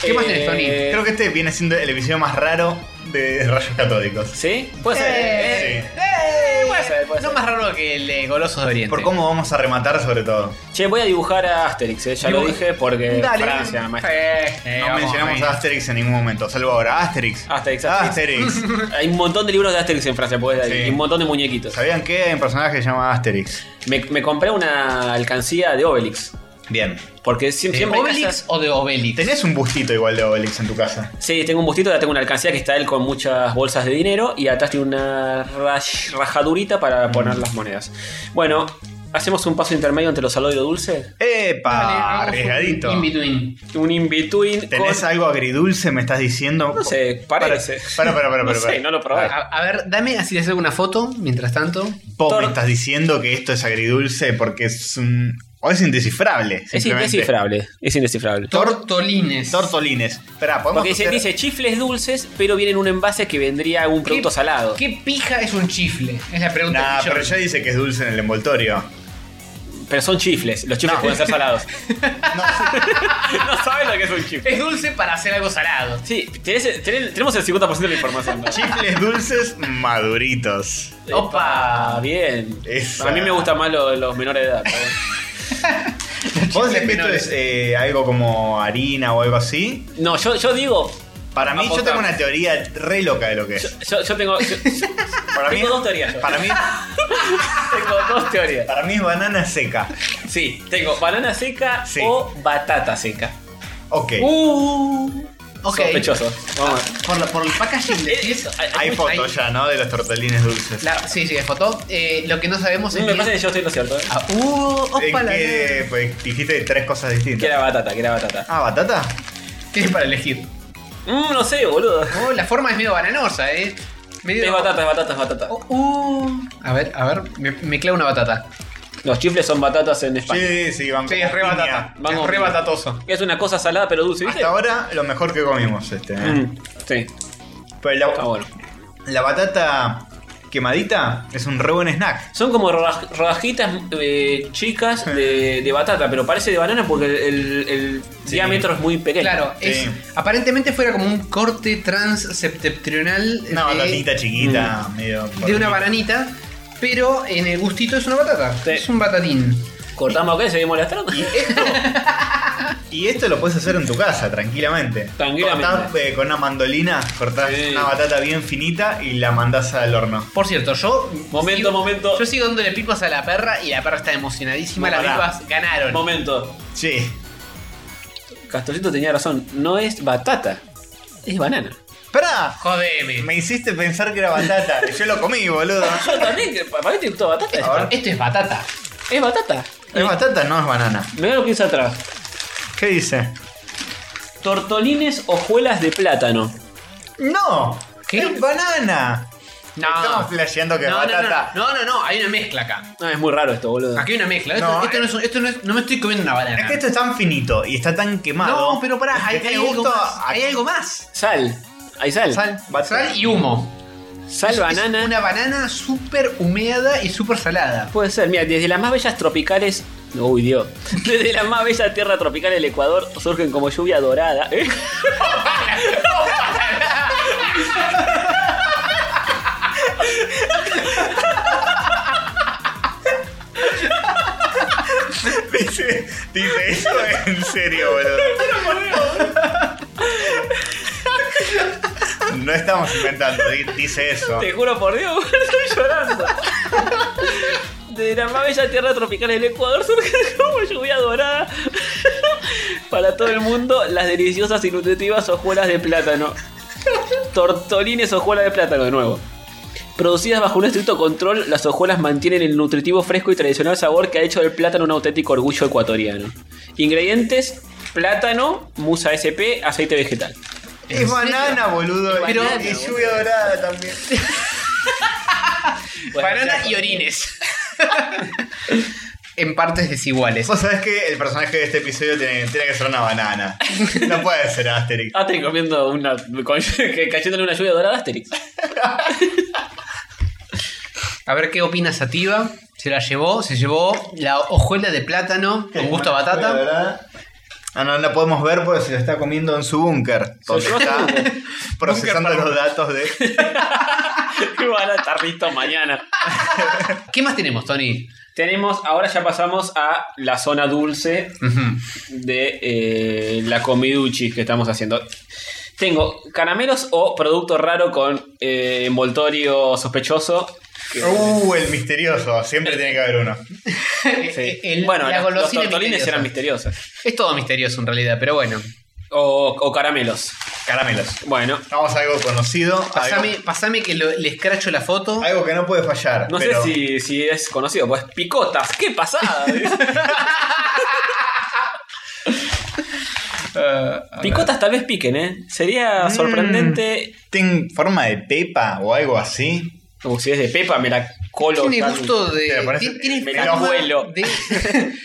Speaker 4: ¿Qué más tenés, Tony?
Speaker 3: Eh,
Speaker 2: Creo que este viene siendo el episodio más raro de Rayos Catódicos.
Speaker 3: ¿Sí? Puede ser.
Speaker 4: Eh,
Speaker 3: eh.
Speaker 2: Sí.
Speaker 4: Eh,
Speaker 3: puede ser, puede
Speaker 4: no
Speaker 3: ser.
Speaker 4: más raro que el de Golosos de Oriente.
Speaker 2: Por cómo vamos a rematar sobre todo.
Speaker 3: Che, voy a dibujar a Asterix, eh, ya lo
Speaker 4: Dibuja-
Speaker 3: dije, porque
Speaker 4: Dale.
Speaker 3: Francia, maestro.
Speaker 4: Eh, eh,
Speaker 2: No
Speaker 4: vamos,
Speaker 2: mencionamos
Speaker 4: venga.
Speaker 2: a Asterix en ningún momento, salvo ahora. Asterix.
Speaker 3: Asterix, Asterix.
Speaker 2: Asterix.
Speaker 3: Hay un montón de libros de Asterix en Francia, pues,
Speaker 2: Sí.
Speaker 3: y un montón de muñequitos.
Speaker 2: ¿Sabían que hay un personaje que se llama Asterix?
Speaker 3: Me, me compré una alcancía de Obelix,
Speaker 2: Bien.
Speaker 3: porque sie-
Speaker 4: ¿De
Speaker 3: siempre... en
Speaker 4: Eh, Obelix
Speaker 3: casa-
Speaker 4: o de Obelix?
Speaker 2: Tenés un bustito igual de Obelix en tu casa.
Speaker 3: Sí, tengo un bustito, ya tengo una alcancía que está él con muchas bolsas de dinero y atrás tiene una raj- rajadurita
Speaker 2: Mm.
Speaker 3: para poner las monedas. Bueno, hacemos un paso intermedio entre lo salado y lo dulce.
Speaker 2: ¡Epa!
Speaker 4: Dale, hagamos
Speaker 2: arriesgadito.
Speaker 4: un In between.
Speaker 3: Un in-between
Speaker 2: ¿Tenés
Speaker 3: con-
Speaker 2: algo agridulce, me estás diciendo?
Speaker 3: No sé, parece.
Speaker 2: Para, para, para.
Speaker 3: No sé, no lo probé.
Speaker 4: A, a ver, dame así les hago una foto mientras tanto.
Speaker 2: Po,
Speaker 3: Tor-
Speaker 2: me estás diciendo que esto es agridulce porque es un... O es indescifrable,
Speaker 3: Es
Speaker 2: simplemente.
Speaker 3: indescifrable, es indescifrable.
Speaker 4: Tortolines.
Speaker 2: Tortolines. Esperá, podemos
Speaker 3: Porque dice,
Speaker 2: hacer-
Speaker 3: dice chifles dulces, pero viene en un envase que vendría un producto salado.
Speaker 4: ¿Qué pija es un chifle? Es la pregunta
Speaker 2: Nah,
Speaker 4: que yo-
Speaker 2: pero ya dice que es dulce en el envoltorio.
Speaker 3: Pero son chifles, los chifles
Speaker 2: No.
Speaker 3: pueden ser salados.
Speaker 2: No,
Speaker 3: no sabes lo que es un chifle.
Speaker 4: Es dulce para hacer algo salado.
Speaker 3: Sí, tenés- tenés- tenemos el 50% de la información. ¿no?
Speaker 2: chifles dulces maduritos.
Speaker 3: Opa, bien.
Speaker 2: Esa.
Speaker 3: A mí me gusta más lo- los menores de edad. pero bueno.
Speaker 2: ¿Vos decís que esto
Speaker 4: menores.
Speaker 2: es eh, algo como harina o algo así?
Speaker 3: No, yo, yo digo.
Speaker 2: Para mí, yo
Speaker 3: Apostamos.
Speaker 2: tengo una teoría re loca de lo que
Speaker 3: Yo,
Speaker 2: es.
Speaker 3: yo- yo tengo. yo-
Speaker 2: Para mí,
Speaker 3: tengo dos teorías. yo.
Speaker 2: para mí,
Speaker 3: Tengo dos teorías.
Speaker 2: para mí es banana seca.
Speaker 3: Sí, tengo banana seca
Speaker 2: Sí.
Speaker 3: o batata seca.
Speaker 2: Ok.
Speaker 4: Uh, Ok.
Speaker 3: Sospechoso. Vamos.
Speaker 4: Por, la- por el packaging
Speaker 3: Eh,
Speaker 4: decís.
Speaker 2: Hay fotos ya, ¿no? De los tortellines dulces.
Speaker 4: La- sí, sí, hay foto. Eh, lo que no sabemos es.
Speaker 3: Me
Speaker 4: bien-
Speaker 3: parece que yo estoy en lo cierto. ¿eh?
Speaker 4: Ah, uh,
Speaker 2: ¿En
Speaker 4: opa, la-
Speaker 2: qué? Pues dijiste tres cosas
Speaker 3: Que
Speaker 2: distintas.
Speaker 3: era batata, que era batata.
Speaker 2: Ah, batata.
Speaker 4: Tienes para elegir.
Speaker 3: Mm, no sé, boludo.
Speaker 4: Oh, la forma es medio bananosa, eh. Medio...
Speaker 3: Es batata, es batata, es batata.
Speaker 4: Oh, uh. A ver, a ver, me, me clavo una batata.
Speaker 3: Los chifles son batatas en España.
Speaker 2: Sí, sí, van
Speaker 4: Sí, es re batata.
Speaker 3: Van
Speaker 4: es
Speaker 3: con
Speaker 4: re
Speaker 3: piña.
Speaker 4: batatoso.
Speaker 3: Es una cosa salada pero dulce, ¿viste?
Speaker 2: Hasta ahora, lo mejor que comimos este. ¿eh?
Speaker 3: Mm, sí,
Speaker 2: Pero la,
Speaker 3: está bueno.
Speaker 2: la batata quemadita es un re buen snack.
Speaker 3: Son como rodaj- rodajitas eh, chicas de, de batata, pero parece de banana porque el, el- el diámetro es muy pequeño.
Speaker 4: Claro, es,
Speaker 2: Sí.
Speaker 4: aparentemente fuera como un corte transceptrional
Speaker 2: Una
Speaker 4: de,
Speaker 2: batatita
Speaker 3: Mm.
Speaker 2: chiquita, medio.
Speaker 4: de una
Speaker 2: cortita.
Speaker 4: bananita, pero en el gustito es una batata.
Speaker 3: Sí.
Speaker 4: Es un batatín.
Speaker 3: Cortamos acá y seguimos lastrando.
Speaker 2: Y esto, y esto lo puedes hacer en tu casa, tranquilamente.
Speaker 3: Tranquilamente.
Speaker 2: Cortás, eh, con una mandolina, cortás
Speaker 3: Sí.
Speaker 2: una batata bien finita y la mandás al horno.
Speaker 4: Por cierto, yo.
Speaker 3: Momento,
Speaker 4: sigo-
Speaker 3: momento.
Speaker 4: Yo sigo dándole pipas a la perra y la perra está emocionadísima.
Speaker 2: Bueno,
Speaker 4: las
Speaker 2: pará.
Speaker 4: pipas ganaron.
Speaker 3: Momento.
Speaker 2: Sí.
Speaker 3: Castorcito tenía razón. No es batata, es banana.
Speaker 2: ¡Pará!
Speaker 4: Jodeme.
Speaker 2: Me hiciste pensar que era batata. Yo lo comí, boludo.
Speaker 3: Yo Ah, también, que para mí te gustó batata.
Speaker 2: A ver.
Speaker 4: Esto es batata.
Speaker 3: Es batata.
Speaker 2: Es batata, no es banana.
Speaker 3: Mirá lo que hice atrás.
Speaker 2: ¿Qué dice?
Speaker 3: Tortolines hojuelas de plátano.
Speaker 2: ¡No!
Speaker 4: ¿Qué?
Speaker 2: ¡Es banana!
Speaker 4: No.
Speaker 2: Estamos flasheando que
Speaker 4: no, no,
Speaker 2: batata.
Speaker 4: No, no, no, no, hay una mezcla acá.
Speaker 3: No, Ah, es muy raro esto, boludo.
Speaker 4: Aquí hay una mezcla. Esto
Speaker 2: No,
Speaker 4: no, eh. esto no, es, un- esto no, es- no me estoy comiendo una banana.
Speaker 2: Es que esto es tan finito y está tan quemado.
Speaker 4: no, pero pará, hay,
Speaker 2: que
Speaker 4: hay
Speaker 2: tiene
Speaker 4: algo
Speaker 2: gusto
Speaker 4: más,
Speaker 2: a-
Speaker 4: hay algo más.
Speaker 3: Sal. Hay sal. Sal,
Speaker 2: Sal, bat-
Speaker 4: Sal y humo. Es- es
Speaker 3: banana.
Speaker 4: una banana súper humeada y súper salada.
Speaker 3: Puede ser, mira, desde las más bellas tropicales. Uy, Dios. Desde la más bella tierra tropical del Ecuador surgen como lluvia dorada. ¿Eh?
Speaker 2: Dice, dice eso en serio, boludo. No estamos inventando, di- dice eso.
Speaker 3: Te juro por Dios, estoy llorando. Desde la más bella tierra tropical del Ecuador surgen como lluvia dorada. Para todo el mundo, las deliciosas y nutritivas hojuelas de plátano. Tortolines hojuelas de plátano, de nuevo. Producidas bajo un estricto control, las hojuelas mantienen el nutritivo fresco y tradicional sabor que ha hecho del plátano un auténtico orgullo ecuatoriano. Ingredientes: plátano, musa SP, aceite vegetal.
Speaker 2: Es banana, boludo.
Speaker 3: Es
Speaker 2: Pero
Speaker 3: banana,
Speaker 2: y
Speaker 3: boludo.
Speaker 2: lluvia dorada también.
Speaker 3: Bueno,
Speaker 4: banana
Speaker 3: ya-
Speaker 4: y orines. en partes desiguales.
Speaker 2: Vos sabés que el personaje de este episodio tiene, tiene que ser una banana. No puede ser Asterix.
Speaker 3: Asterix Ah, comiendo una. con- que- cayéndole una lluvia dorada a Asterix.
Speaker 4: A ver qué opina Sativa. Se la llevó, se llevó la hojuela de plátano con gusto a
Speaker 2: Lluvia
Speaker 4: batata.
Speaker 2: dorada. Ah, no, no podemos ver porque se lo está comiendo en su búnker. Donde
Speaker 3: yo.
Speaker 2: está procesando
Speaker 4: Búnker para-
Speaker 2: los datos de.
Speaker 3: Y van a estar listos mañana.
Speaker 4: ¿Qué más tenemos, Tony?
Speaker 3: Tenemos, ahora ya pasamos a la zona dulce
Speaker 4: Ujú.
Speaker 3: de eh, la comiduchi que estamos haciendo. Tengo caramelos o producto raro con eh, envoltorio sospechoso. que-
Speaker 2: Uh, el misterioso. Siempre tiene que haber uno.
Speaker 3: sí.
Speaker 4: El-
Speaker 3: bueno,
Speaker 4: la
Speaker 3: los, los
Speaker 4: golosina
Speaker 3: tortolines
Speaker 4: misteriosa.
Speaker 3: eran misteriosos.
Speaker 4: Es todo misterioso en realidad, pero bueno.
Speaker 3: O, o caramelos.
Speaker 2: Caramelos.
Speaker 3: Bueno,
Speaker 2: Vamos a algo conocido.
Speaker 4: Pasame,
Speaker 2: algo,
Speaker 4: pasame que lo- le escracho la foto.
Speaker 2: algo que no puede fallar.
Speaker 3: no
Speaker 2: pero-
Speaker 3: sé si, si es conocido, pues picotas. ¡Qué pasada! Picotas tal vez piquen, ¿eh?
Speaker 4: Mm.
Speaker 3: Sería sorprendente.
Speaker 2: ¿Tiene forma de pepa o algo así?
Speaker 3: Como si es de Pepa, me la colo.
Speaker 4: Tiene
Speaker 3: tan-
Speaker 4: gusto
Speaker 2: Te
Speaker 4: de.
Speaker 2: lo pones-
Speaker 4: ti- Tiene
Speaker 3: me lo
Speaker 4: forma
Speaker 3: vuelo.
Speaker 4: de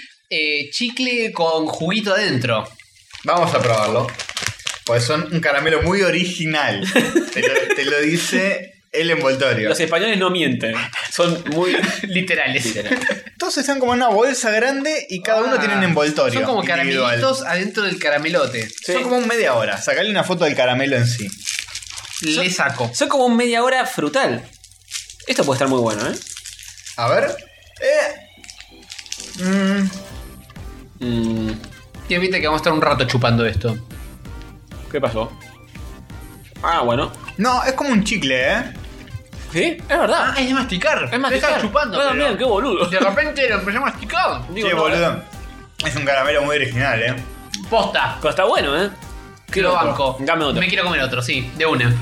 Speaker 4: eh, chicle con juguito adentro.
Speaker 2: Vamos a probarlo. Pues son un caramelo muy original. te, lo, te lo dice el envoltorio.
Speaker 3: Los españoles no mienten. Son muy.
Speaker 4: Literales.
Speaker 2: Todos están como en una bolsa grande y cada uno
Speaker 4: Ah,
Speaker 2: tiene un envoltorio.
Speaker 4: Son como
Speaker 2: individual.
Speaker 4: caramelitos adentro del caramelote.
Speaker 3: Sí.
Speaker 2: Son como un media hora. Sacale una foto del caramelo en sí.
Speaker 4: Le saco.
Speaker 3: Son como un media hora frutal. Esto puede estar muy bueno, ¿eh?
Speaker 2: A ver. Eh. Mm,
Speaker 3: Mm,
Speaker 4: Y viste que vamos a estar un rato chupando esto.
Speaker 3: ¿Qué pasó? Ah, bueno.
Speaker 2: No, es como un chicle, ¿eh?
Speaker 3: Sí, es verdad.
Speaker 4: Ah, es de masticar.
Speaker 3: es más
Speaker 4: Lo estaba
Speaker 3: picar.
Speaker 4: chupando.
Speaker 3: Yo
Speaker 4: pero
Speaker 3: también, qué boludo.
Speaker 4: De repente lo empecé a masticar.
Speaker 3: Digo,
Speaker 2: sí,
Speaker 3: no,
Speaker 2: boludo. Es un caramelo muy original, ¿eh?
Speaker 4: Posta.
Speaker 3: Pero está bueno, ¿eh? Quiero
Speaker 4: lo
Speaker 3: otro.
Speaker 4: banco.
Speaker 3: Dame otro.
Speaker 4: Me quiero comer otro, sí, de una.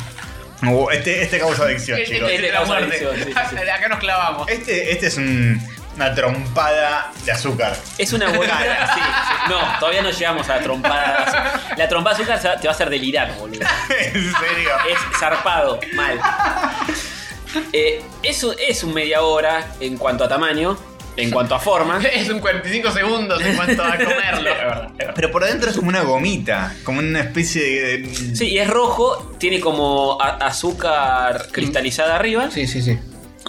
Speaker 2: Uh, este, este causa adicción,
Speaker 4: Este
Speaker 2: chicos.
Speaker 4: es de la
Speaker 3: Causa
Speaker 4: muerte.
Speaker 3: adicción, sí, sí, sí.
Speaker 4: Acá nos clavamos.
Speaker 2: Este, este es un- una trompada de azúcar.
Speaker 3: Es una buena. sí, sí. No, todavía no llegamos a la trompada. La trompada de azúcar se va- te va a hacer delirar, boludo.
Speaker 2: en serio.
Speaker 3: Es zarpado, mal. Eh, es, un- es un media hora en cuanto a tamaño, en cuanto a forma.
Speaker 4: Es un 45 segundos en cuanto a comerlo.
Speaker 2: Pero por adentro es como una gomita, como una especie de. de-
Speaker 3: Sí, y es rojo, tiene como a- azúcar cristalizada arriba.
Speaker 4: Sí, sí, sí.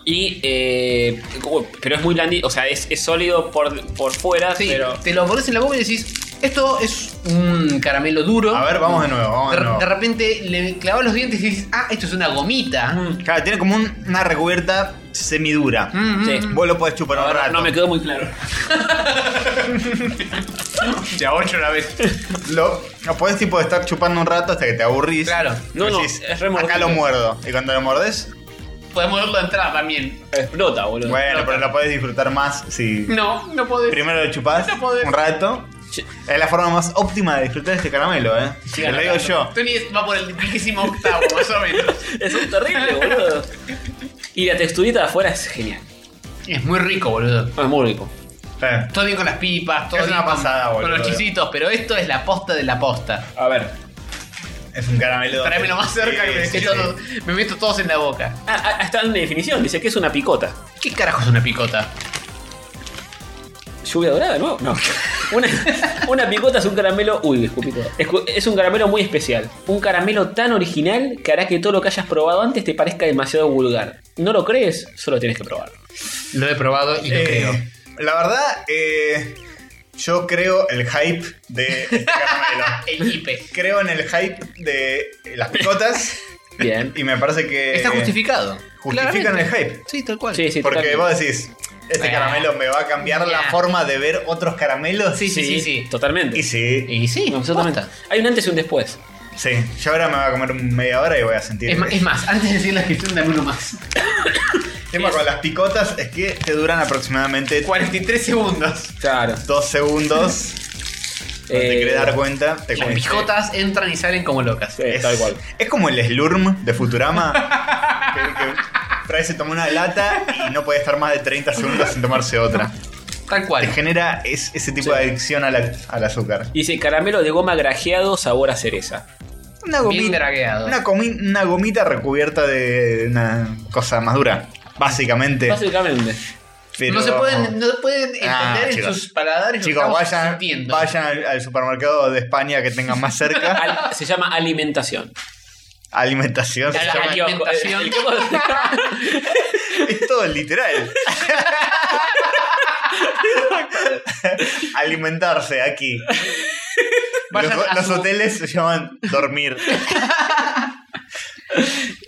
Speaker 3: Y, eh, como- pero es muy blandito, o sea, es, es sólido por, por fuera,
Speaker 4: Sí,
Speaker 3: pero
Speaker 4: te lo pones en la boca y decís, esto es un caramelo duro.
Speaker 2: A ver, vamos de nuevo, vamos
Speaker 4: De,
Speaker 2: de
Speaker 4: re-
Speaker 2: nuevo.
Speaker 4: de repente le clavas los dientes y dices, ah, esto es una gomita.
Speaker 3: Mm.
Speaker 2: Claro, tiene como un- una recubierta semidura.
Speaker 4: Mm, mm,
Speaker 3: Sí.
Speaker 4: mm.
Speaker 2: Vos lo podés chupar un
Speaker 3: ahora
Speaker 2: rato.
Speaker 3: no me quedó muy claro.
Speaker 2: Ya ocho una vez. Lo, lo podés tipo estar chupando un rato hasta que te aburrís.
Speaker 4: Claro.
Speaker 3: No,
Speaker 2: Y
Speaker 3: no,
Speaker 2: decís,
Speaker 3: es re
Speaker 2: Acá
Speaker 3: mordido".
Speaker 2: lo muerdo. Y cuando lo mordes,
Speaker 4: Podemos verlo entrar también.
Speaker 3: Explota, boludo.
Speaker 2: bueno, pero lo podés disfrutar más si.
Speaker 4: No, no podés.
Speaker 2: Primero lo chupás
Speaker 4: No Mm. podés.
Speaker 2: un rato.
Speaker 3: Che,
Speaker 2: Es la forma más óptima de disfrutar este caramelo, eh.
Speaker 4: Sí,
Speaker 2: Te lo digo yo.
Speaker 4: Tony es- va por el vigésimo octavo, más o menos.
Speaker 3: Es un terrible, boludo. Y la texturita de afuera es genial.
Speaker 4: Es muy rico, boludo.
Speaker 3: No, es Ah, muy rico.
Speaker 2: Eh.
Speaker 4: Todo bien con las pipas, todo
Speaker 2: Es
Speaker 4: bien
Speaker 2: una
Speaker 4: con-
Speaker 2: pasada,
Speaker 4: con,
Speaker 2: boludo.
Speaker 4: los chisitos, pero esto es la posta de la posta.
Speaker 3: A ver.
Speaker 2: Es un caramelo.
Speaker 4: Tráemelo más cerca
Speaker 2: Sí,
Speaker 4: que me,
Speaker 2: sí,
Speaker 4: meto
Speaker 2: sí.
Speaker 4: todos- me meto todos en la boca.
Speaker 3: Ah, ah, ah, está en la definición, dice que es una picota.
Speaker 4: ¿Qué carajo es una picota?
Speaker 3: ¿Lluvia dorada, no? No. Una, una picota es un caramelo. Uy, disculpe. Es, cu- es un caramelo muy especial. Un caramelo tan original que hará que todo lo que hayas probado antes te parezca demasiado vulgar. ¿No lo crees? Solo tienes que probarlo.
Speaker 4: Lo he probado y lo
Speaker 2: Eh,
Speaker 4: creo.
Speaker 2: La verdad, eh, yo creo el hype de este caramelo.
Speaker 4: El hipe.
Speaker 2: creo en el hype de las picotas
Speaker 3: Bien.
Speaker 2: y me parece que
Speaker 4: Está justificado.
Speaker 2: justifican
Speaker 4: Claramente.
Speaker 2: el hype.
Speaker 4: Sí, tal cual.
Speaker 3: Sí, sí,
Speaker 2: porque
Speaker 3: totalmente.
Speaker 2: vos decís, este
Speaker 4: Bueno.
Speaker 2: caramelo me va a cambiar la
Speaker 4: Ya.
Speaker 2: forma de ver otros caramelos.
Speaker 4: Sí, sí, sí, sí.
Speaker 3: Totalmente.
Speaker 2: Y sí,
Speaker 4: Y sí,
Speaker 3: Absolutamente.
Speaker 4: posta.
Speaker 3: Hay un antes y un después.
Speaker 2: sí. Yo ahora me voy a comer media hora y voy a sentir.
Speaker 4: Es, ma- es más, antes de decir la descripción, dame uno más.
Speaker 2: el tema con las picotas es que te duran aproximadamente
Speaker 4: 43 segundos.
Speaker 3: Claro.
Speaker 2: dos segundos. No
Speaker 3: Eh,
Speaker 2: te querés dar cuenta. Te
Speaker 4: Eh, Las
Speaker 2: comiste.
Speaker 4: picotas entran y salen como locas.
Speaker 3: Sí, tal cual.
Speaker 2: Es como el slurm de Futurama. que, que Trae se toma una lata y no puede estar más de 30 segundos sin tomarse otra.
Speaker 4: Tal cual.
Speaker 2: Te genera es- ese tipo de adicción a la- al azúcar.
Speaker 3: Dice caramelo de goma grajeado, sabor a cereza.
Speaker 2: Una
Speaker 4: Bien
Speaker 2: gomita,
Speaker 4: dragueado.
Speaker 2: una, comi- una gomita recubierta de una cosa más dura, básicamente.
Speaker 3: Básicamente.
Speaker 2: Pero-
Speaker 4: No se pueden, no pueden entender
Speaker 2: Ah,
Speaker 4: en
Speaker 2: chicos.
Speaker 4: sus paladares lo que
Speaker 2: Chicos,
Speaker 4: estamos
Speaker 2: vayan,
Speaker 4: sintiendo.
Speaker 2: vayan al, al supermercado de España que tengan más cerca.
Speaker 3: Al- se llama alimentación.
Speaker 2: Alimentación. se
Speaker 4: A la-
Speaker 2: llama-
Speaker 3: El kiosco,
Speaker 4: alimentación.
Speaker 3: el kiosco-
Speaker 2: Es todo literal. Alimentarse aquí.
Speaker 4: Vayan
Speaker 2: los
Speaker 4: a
Speaker 2: los
Speaker 4: su-
Speaker 2: hoteles se llaman dormir.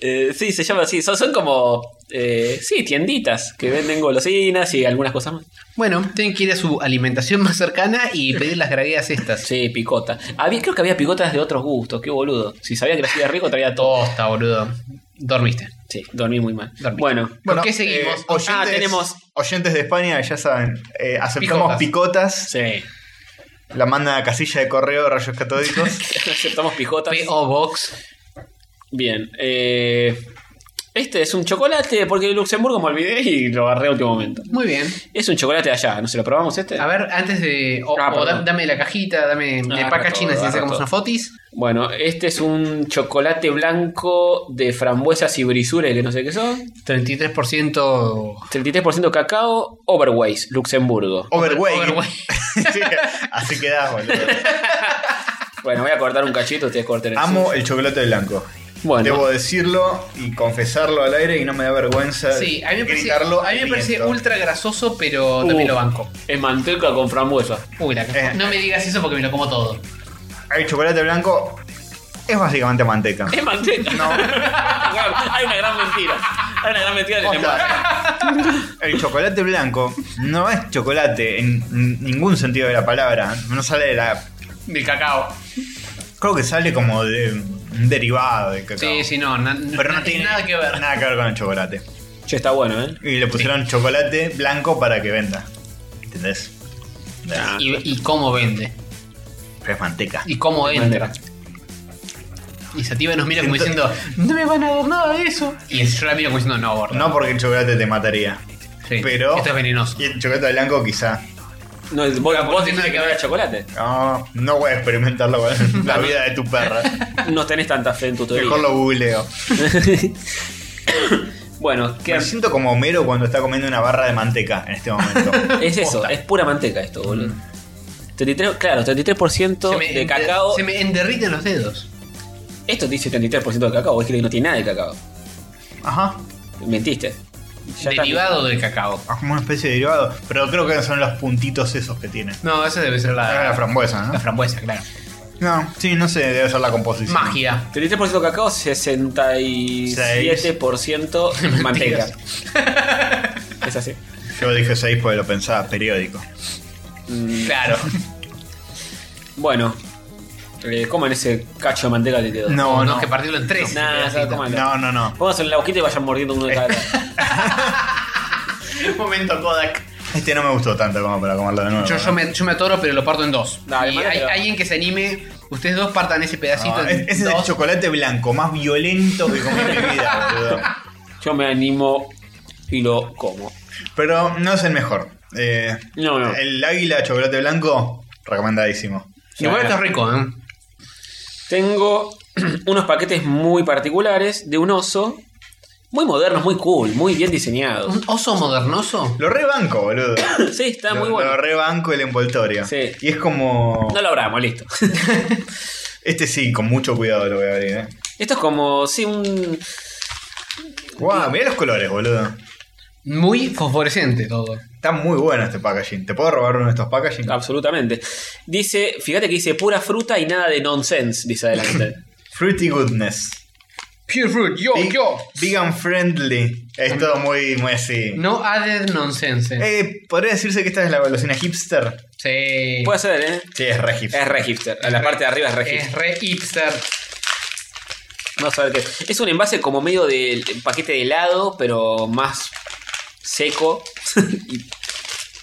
Speaker 3: Eh, sí, se llama así. Son, son como. eh, sí, tienditas que venden golosinas y algunas cosas más.
Speaker 4: Bueno, tienen que ir a su alimentación más cercana y pedir las gragueas estas.
Speaker 3: Sí, picota. Había, creo que había picotas de otros gustos, qué boludo. Si sabía que le hacía rico, traía todo.
Speaker 4: Tosta, boludo. Dormiste.
Speaker 3: Sí, dormí muy mal.
Speaker 4: Dormí.
Speaker 3: Bueno,
Speaker 4: ¿Por qué
Speaker 2: eh,
Speaker 4: seguimos?
Speaker 2: oyentes,
Speaker 3: Ah, tenemos-
Speaker 2: oyentes de España, ya saben, eh, aceptamos picotas.
Speaker 3: sí.
Speaker 2: La mandan a casilla de correo Rayos Catódicos.
Speaker 3: Aceptamos picotas.
Speaker 4: P.O. Box.
Speaker 3: Bien. eh, este es un chocolate, porque de Luxemburgo me olvidé y lo agarré a último momento.
Speaker 4: Muy bien.
Speaker 3: Es un chocolate de allá, ¿no se lo probamos este?
Speaker 4: A ver, antes de. O,
Speaker 3: Ah,
Speaker 4: o
Speaker 3: perdón.
Speaker 4: da- dame la cajita, dame
Speaker 3: Ah,
Speaker 4: el
Speaker 3: acá
Speaker 4: packaging,
Speaker 3: todo,
Speaker 4: así
Speaker 3: acá
Speaker 4: sacamos
Speaker 3: todo.
Speaker 4: unas fotis.
Speaker 3: Bueno, este es un chocolate blanco de frambuesas y brisures que no sé qué son.
Speaker 4: 33%.
Speaker 3: 33% cacao, Overweight, Luxemburgo.
Speaker 2: Overweight.
Speaker 4: Overweight.
Speaker 2: Sí, así quedás, boludo.
Speaker 3: Bueno, voy a cortar un cachito, ustedes corten el
Speaker 2: Amo
Speaker 3: suyo.
Speaker 2: el chocolate blanco.
Speaker 3: Bueno,
Speaker 2: Debo decirlo y confesarlo al aire y no me da vergüenza
Speaker 4: Sí, a mí me parece,
Speaker 2: gritarlo
Speaker 4: a mí me
Speaker 2: al
Speaker 4: parece
Speaker 2: viento.
Speaker 4: ultra grasoso, pero
Speaker 3: Uh.
Speaker 4: también lo banco.
Speaker 3: es manteca con frambuesa.
Speaker 4: Uy, la
Speaker 2: Eh.
Speaker 4: No me digas eso porque me lo como todo.
Speaker 2: El chocolate blanco es básicamente manteca.
Speaker 3: Es manteca.
Speaker 2: No,
Speaker 3: Hay una gran mentira. Hay una gran mentira que se
Speaker 2: posta. El chocolate blanco no es chocolate en ningún sentido de la palabra. No sale de la.
Speaker 4: Del cacao.
Speaker 2: Creo que sale como de un derivado del cacao.
Speaker 4: Sí, sí, no. na-
Speaker 2: Pero no
Speaker 4: na-
Speaker 2: tiene
Speaker 4: nada que ver.
Speaker 2: Nada que ver con el chocolate.
Speaker 3: Che, está bueno, ¿eh?
Speaker 2: Y le pusieron chocolate blanco para que venda. ¿Entendés?
Speaker 4: Y, y cómo vende.
Speaker 2: Pero es manteca.
Speaker 4: Y cómo entra. Y Sativa nos mira como diciendo, no me van a dar nada de eso. Y yo la miro como diciendo, no, gordo.
Speaker 2: No porque el chocolate te mataría.
Speaker 4: Sí,
Speaker 2: Pero.
Speaker 4: Esto es venenoso.
Speaker 2: Y el chocolate blanco quizá.
Speaker 3: No, el- vos,
Speaker 4: Claro,
Speaker 3: vos
Speaker 4: porque
Speaker 3: tenés
Speaker 4: tiene
Speaker 3: que
Speaker 4: que
Speaker 3: haber
Speaker 4: ver.
Speaker 3: chocolate.
Speaker 2: No, no voy a experimentarlo con la vida de tu perra.
Speaker 3: No tenés tanta fe en tu teoría.
Speaker 2: Mejor lo googleo.
Speaker 3: bueno, ¿qué-
Speaker 2: Me siento como Homero cuando está comiendo una barra de manteca en este momento.
Speaker 3: es eso, es pura manteca esto, boludo. 33, claro, 33% de
Speaker 4: ender-
Speaker 3: cacao.
Speaker 4: se Mm. me enderriten los dedos.
Speaker 3: Esto dice 33% de cacao, es que no tiene nada de cacao.
Speaker 2: Ajá.
Speaker 3: Mentiste. Ya está.
Speaker 4: Derivado del cacao.
Speaker 2: Es como una especie de derivado. Pero creo que son los puntitos esos que tiene.
Speaker 4: No, esa debe ser
Speaker 2: Ah,
Speaker 4: la,
Speaker 2: la frambuesa,
Speaker 4: la
Speaker 2: ¿no?
Speaker 4: frambuesa, claro.
Speaker 2: No, sí, no sé, debe ser la composición.
Speaker 4: Magia.
Speaker 3: 33% cacao, 67% manteca. es así.
Speaker 2: Yo dije 6 porque lo pensaba periódico.
Speaker 3: Mm,
Speaker 4: Claro.
Speaker 3: bueno, eh, coman ese cacho de manteca de dedo.
Speaker 2: No,
Speaker 4: No,
Speaker 2: no.
Speaker 4: no, que partirlo en tres.
Speaker 3: Nah,
Speaker 4: Así,
Speaker 3: no, comanlo.
Speaker 2: No, no, no.
Speaker 3: Pónganse en la boquita y vayan mordiendo uno de cada.
Speaker 4: Un momento, Kodak.
Speaker 2: Este no me gustó tanto como para comerlo de nuevo.
Speaker 4: Yo,
Speaker 2: ¿no?
Speaker 4: yo, me, yo me atoro, pero lo parto en dos.
Speaker 3: Dale,
Speaker 4: y
Speaker 3: mandate
Speaker 4: hay
Speaker 3: dos.
Speaker 4: alguien que se anime. Ustedes dos partan ese pedacito
Speaker 2: No,
Speaker 4: en
Speaker 2: es- Ah, ese es el
Speaker 4: dos.
Speaker 2: chocolate blanco más violento que comí en mi vida, boludo.
Speaker 3: Yo me animo y lo como.
Speaker 2: Pero no es el mejor. Eh,
Speaker 3: No, no.
Speaker 2: El águila chocolate blanco, recomendadísimo.
Speaker 4: Igual está rico, ¿eh?
Speaker 3: Tengo unos paquetes muy particulares de un oso. Muy modernos, muy cool, muy bien diseñados.
Speaker 4: ¿Un oso modernoso?
Speaker 2: Lo rebanco, boludo.
Speaker 3: Sí, está
Speaker 2: lo,
Speaker 3: muy bueno.
Speaker 2: Lo rebanco el envoltorio.
Speaker 3: Sí.
Speaker 2: Y es como.
Speaker 3: No lo abramos, listo.
Speaker 2: Este sí, con mucho cuidado lo voy a abrir, eh.
Speaker 3: Esto es como, sí, un...
Speaker 2: Guau, mirá los colores, boludo.
Speaker 4: Muy fosforescente todo.
Speaker 2: Está muy bueno este packaging. ¿Te puedo robar uno de estos packaging?
Speaker 3: Ah. Absolutamente. Dice, fíjate que dice pura fruta y nada de nonsense, dice adelante.
Speaker 2: Fruity goodness.
Speaker 4: Pure fruit, yo,
Speaker 2: Ve-
Speaker 4: yo.
Speaker 2: Vegan friendly. Es todo muy, muy así.
Speaker 4: No added nonsense.
Speaker 2: Eh, podría decirse que esta es la golosina hipster.
Speaker 4: Sí.
Speaker 3: Puede ser, ¿eh?
Speaker 2: Sí, es re hipster.
Speaker 3: Es re hipster. A la parte de arriba es re
Speaker 4: es
Speaker 3: hipster.
Speaker 4: re hipster.
Speaker 3: Vamos a ver qué es. Es un envase como medio de paquete de helado, pero más seco. Y-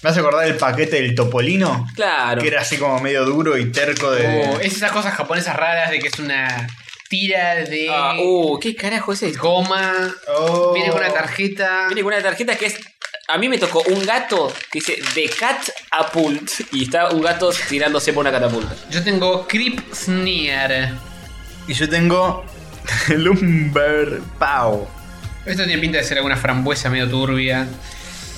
Speaker 2: Me hace acordar el paquete del topolino.
Speaker 3: claro.
Speaker 2: Que era así como medio duro y terco de.
Speaker 4: Oh, es esas cosas japonesas raras de que es una tira de
Speaker 3: Ah, uh, ¿qué carajo es esto?
Speaker 4: goma.
Speaker 2: Oh.
Speaker 4: Viene con una tarjeta.
Speaker 3: Tiene una tarjeta que es... A mí me tocó un gato que dice The Cat Apult y está un gato tirándose por una catapulta.
Speaker 4: Yo tengo Creep Sneer.
Speaker 2: Y yo tengo. Lumber Pow.
Speaker 4: Esto tiene pinta de ser alguna frambuesa medio turbia.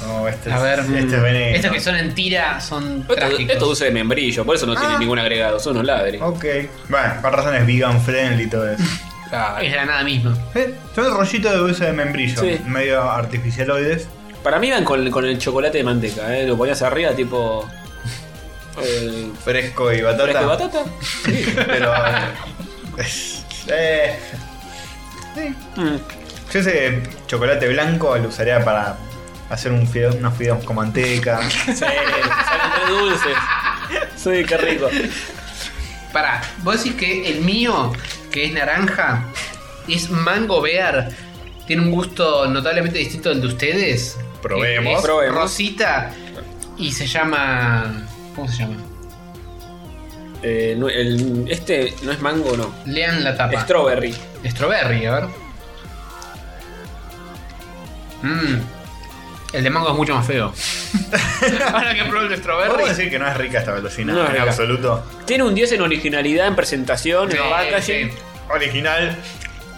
Speaker 2: No, este
Speaker 4: A
Speaker 2: es,
Speaker 4: ver.
Speaker 2: Este es veneno.
Speaker 4: Estos que son en tira son
Speaker 3: Esto,
Speaker 4: trágicos.
Speaker 3: esto usa de membrillo, por eso no tiene ningún agregado, son unos ladres.
Speaker 2: Ok. Bueno, con razón es vegan friendly y todo eso.
Speaker 3: Ah,
Speaker 4: Es la nada misma.
Speaker 2: Eh, son el rollito de dulce de membrillo.
Speaker 3: Sí.
Speaker 2: Medio artificialoides.
Speaker 3: Para mí van con, con el chocolate de manteca, ¿eh? Lo ponías arriba tipo... Eh,
Speaker 2: Fresco y batata.
Speaker 3: ¿Fresco de batata?
Speaker 2: Pero. eh, sí. Eh,
Speaker 3: Mm.
Speaker 2: Yo ese chocolate blanco lo usaría para hacer un fideo- unos fideos con manteca.
Speaker 3: Sí, salen re dulces. Sí, qué rico.
Speaker 4: Pará, vos decís que el mío, que es naranja, es mango bear. Tiene un gusto notablemente distinto al de ustedes.
Speaker 2: Probemos.
Speaker 4: Es
Speaker 3: Probemos.
Speaker 4: Rosita. Y se llama. ¿Cómo se llama?
Speaker 3: Eh, no- el- este no es mango, no.
Speaker 4: Lean la tapa.
Speaker 3: Strawberry.
Speaker 4: Strawberry, a ver. Mm. El de mango es mucho más feo. Ahora que probé el de
Speaker 2: ¿Puedo
Speaker 4: strawberry.
Speaker 2: decir que no es rica esta golosina?
Speaker 3: No es
Speaker 2: en
Speaker 3: rica.
Speaker 2: absoluto.
Speaker 3: Tiene un 10 en originalidad, en presentación,
Speaker 4: Sí,
Speaker 3: en packaging.
Speaker 4: sí.
Speaker 2: Original.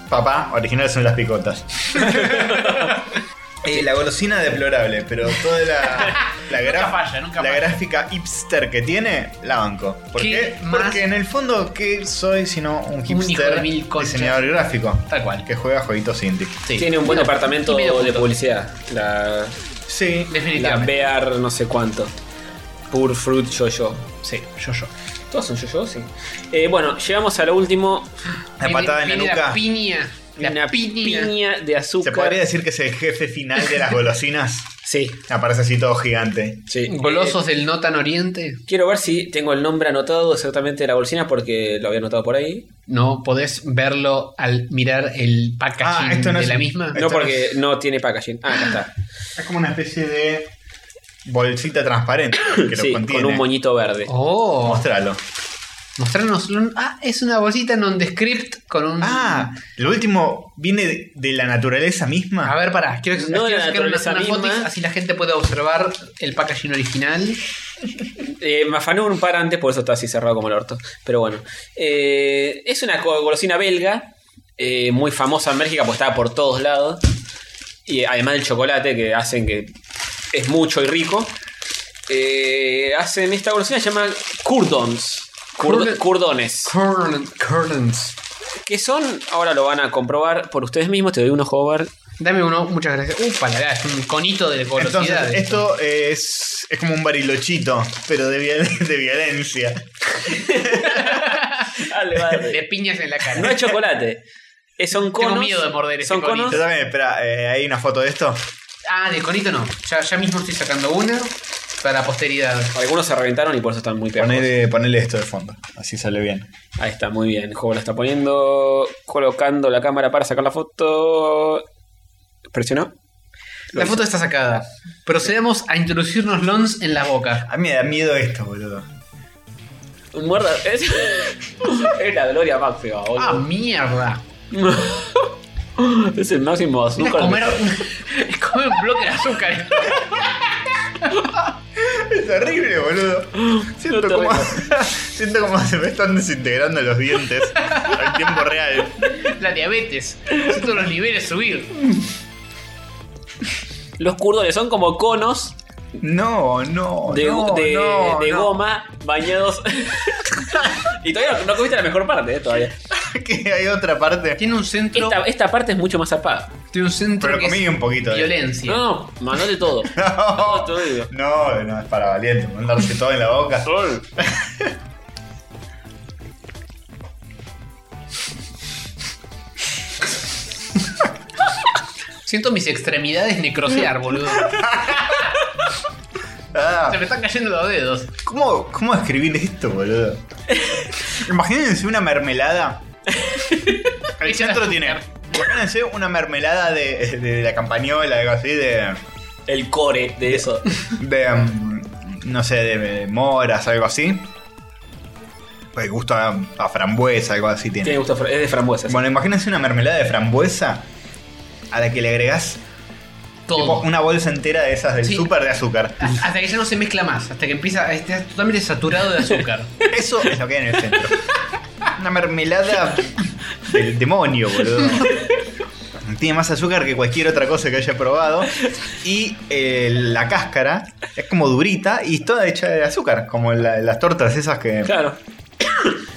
Speaker 2: Papá, original son las picotas. Eh, la golosina deplorable, pero toda la, la,
Speaker 4: Nunca
Speaker 2: graf-
Speaker 4: falla, nunca
Speaker 2: la
Speaker 4: falla.
Speaker 2: gráfica hipster que tiene, la banco. ¿Por
Speaker 4: ¿Qué
Speaker 2: qué?
Speaker 4: más?
Speaker 2: Porque en el fondo, ¿qué soy sino un
Speaker 4: hijo de
Speaker 2: hipster
Speaker 4: mil conchas.
Speaker 2: diseñador gráfico?
Speaker 4: Tal cual.
Speaker 2: Que juega jueguitos indie.
Speaker 4: Sí.
Speaker 3: Tiene un buen
Speaker 4: Bueno,
Speaker 3: departamento
Speaker 4: y medio
Speaker 3: de
Speaker 4: punto.
Speaker 3: publicidad. La,
Speaker 2: Sí.
Speaker 3: la
Speaker 4: Definitivamente.
Speaker 3: Bear no sé cuánto. Pure Fruit Yo-Yo.
Speaker 4: Sí, yo, yo.
Speaker 3: Todos son yo-yo, sí. Eh, bueno, llegamos a lo último.
Speaker 2: La
Speaker 4: Viene-
Speaker 2: patada en la
Speaker 4: viene
Speaker 2: nuca.
Speaker 4: La piña. La
Speaker 3: una
Speaker 4: piña.
Speaker 3: piña. de
Speaker 2: Se
Speaker 3: azúcar.
Speaker 2: podría decir que es el jefe final de las golosinas.
Speaker 3: Sí,
Speaker 2: Aparece así todo gigante.
Speaker 3: sí.
Speaker 4: Golosos del no tan oriente.
Speaker 3: Eh, quiero ver si tengo el nombre anotado exactamente de la bolsina porque lo había anotado por ahí.
Speaker 4: No podés verlo al mirar el packaging
Speaker 2: Ah, esto no
Speaker 4: de
Speaker 2: es-
Speaker 4: la misma.
Speaker 2: Ahí
Speaker 3: No
Speaker 2: está.
Speaker 3: porque no tiene packaging. Ah, acá está.
Speaker 2: Es como una especie de bolsita transparente que lo
Speaker 3: Sí,
Speaker 2: contiene.
Speaker 3: con un moñito verde.
Speaker 4: Oh,
Speaker 2: Mostralo.
Speaker 4: Mostrarnos. un- Ah, es una bolsita non-descript con un.
Speaker 2: Ah, lo último viene de, de la naturaleza misma.
Speaker 4: A ver, pará, quiero,
Speaker 3: No
Speaker 4: quiero
Speaker 3: de la
Speaker 4: sacar una,
Speaker 3: naturaleza
Speaker 4: una
Speaker 3: misma.
Speaker 4: fotis, así la gente puede observar el packaging original.
Speaker 3: Eh, me afanó un par antes, por eso está así cerrado como el orto. Pero bueno. Eh, es una co- golosina belga, eh, muy famosa en Bélgica, porque estaba por todos lados. Y eh, además del chocolate, que hacen que es mucho y rico. Eh, hacen esta golosina, se llama curdons. Curd-
Speaker 4: Curd-
Speaker 3: curdones.
Speaker 4: Curl- Curtains.
Speaker 3: Que son, ahora lo van a comprobar por ustedes mismos, te doy uno, Howard.
Speaker 4: Dame uno, muchas gracias. Upa, la verdad, es un conito de
Speaker 2: Entonces, este-
Speaker 4: golosidad.
Speaker 2: esto es, es como un barilochito, pero de, viol- de violencia.
Speaker 3: Dale, dale.
Speaker 4: De piñas en la
Speaker 3: No
Speaker 4: cara.
Speaker 3: es chocolate. Eh, Son conos.
Speaker 4: miedo de morder ese
Speaker 3: Son conos.
Speaker 4: conito.
Speaker 2: Yo también, espera, eh, ¿hay una foto de esto?
Speaker 4: Ah, de conito no. Ya, ya mismo estoy sacando una para la posteridad.
Speaker 3: Algunos se reventaron y por eso están muy pegajosos.
Speaker 2: Ponele, ponele esto de fondo, así sale bien.
Speaker 3: Ahí está, muy bien. Juego la está poniendo, colocando la cámara para sacar la foto. Presionó.
Speaker 4: La foto está sacada. Procedamos a introducirnos lons en la boca.
Speaker 2: A mí me da miedo esto, boludo.
Speaker 3: Un muerda. Es, es la gloria máxima,
Speaker 4: ¡Ah,
Speaker 3: boludo.
Speaker 4: mierda!
Speaker 2: Ah.
Speaker 3: es el máximo
Speaker 4: Es
Speaker 3: azúcar.
Speaker 4: comer, es comer un bloque de azúcar.
Speaker 2: Es horrible, boludo. Siento
Speaker 3: No te
Speaker 2: como,
Speaker 3: rías.
Speaker 2: siento como se me están desintegrando los dientes al tiempo real.
Speaker 4: La diabetes. Siento los niveles subir.
Speaker 3: Los curdones son como conos
Speaker 2: No, no,
Speaker 3: de,
Speaker 2: Oh, no,
Speaker 3: de-
Speaker 2: no,
Speaker 3: de
Speaker 2: no.
Speaker 3: goma bañados. y todavía no, no comiste la mejor parte, eh, todavía.
Speaker 2: que hay otra parte.
Speaker 4: Tiene un centro.
Speaker 3: Esta, esta parte es mucho más zarpada.
Speaker 4: Tiene un centro.
Speaker 2: Pero
Speaker 4: que
Speaker 2: comí
Speaker 4: es
Speaker 2: un poquito de-
Speaker 4: Violencia.
Speaker 3: No, no, mandate todo.
Speaker 2: No,
Speaker 3: Todo, todo, digo.
Speaker 2: no, no, es para valiente, mandarse todo en la boca.
Speaker 4: Siento mis extremidades necrosear, boludo. Se
Speaker 2: Ah,
Speaker 4: me están cayendo los dedos.
Speaker 2: ¿cómo, ¿Cómo escribir esto, boludo? Imagínense una mermelada. El centro tiene. Imagínense una mermelada de, de la campañola, algo así, de.
Speaker 3: El core de eso.
Speaker 2: de mm, no sé, de moras, algo así. Pues gusto a, a frambuesa, algo así tiene.
Speaker 3: Tiene gusto, a fra- es de frambuesas.
Speaker 2: Bueno, imagínense una mermelada de frambuesa a la que le agregás tipo,
Speaker 4: Todo.
Speaker 2: una bolsa entera de esas del
Speaker 4: Oh. Sí.
Speaker 2: súper de azúcar.
Speaker 4: Hasta que ya no se mezcla más. Hasta que empieza a estar totalmente saturado de azúcar.
Speaker 2: Eso es lo que hay en el centro. Una mermelada del demonio, boludo. Tiene más azúcar que cualquier otra cosa que haya probado. Y eh, la cáscara es como durita y toda hecha de azúcar, como la- las tortas esas que.
Speaker 3: Claro.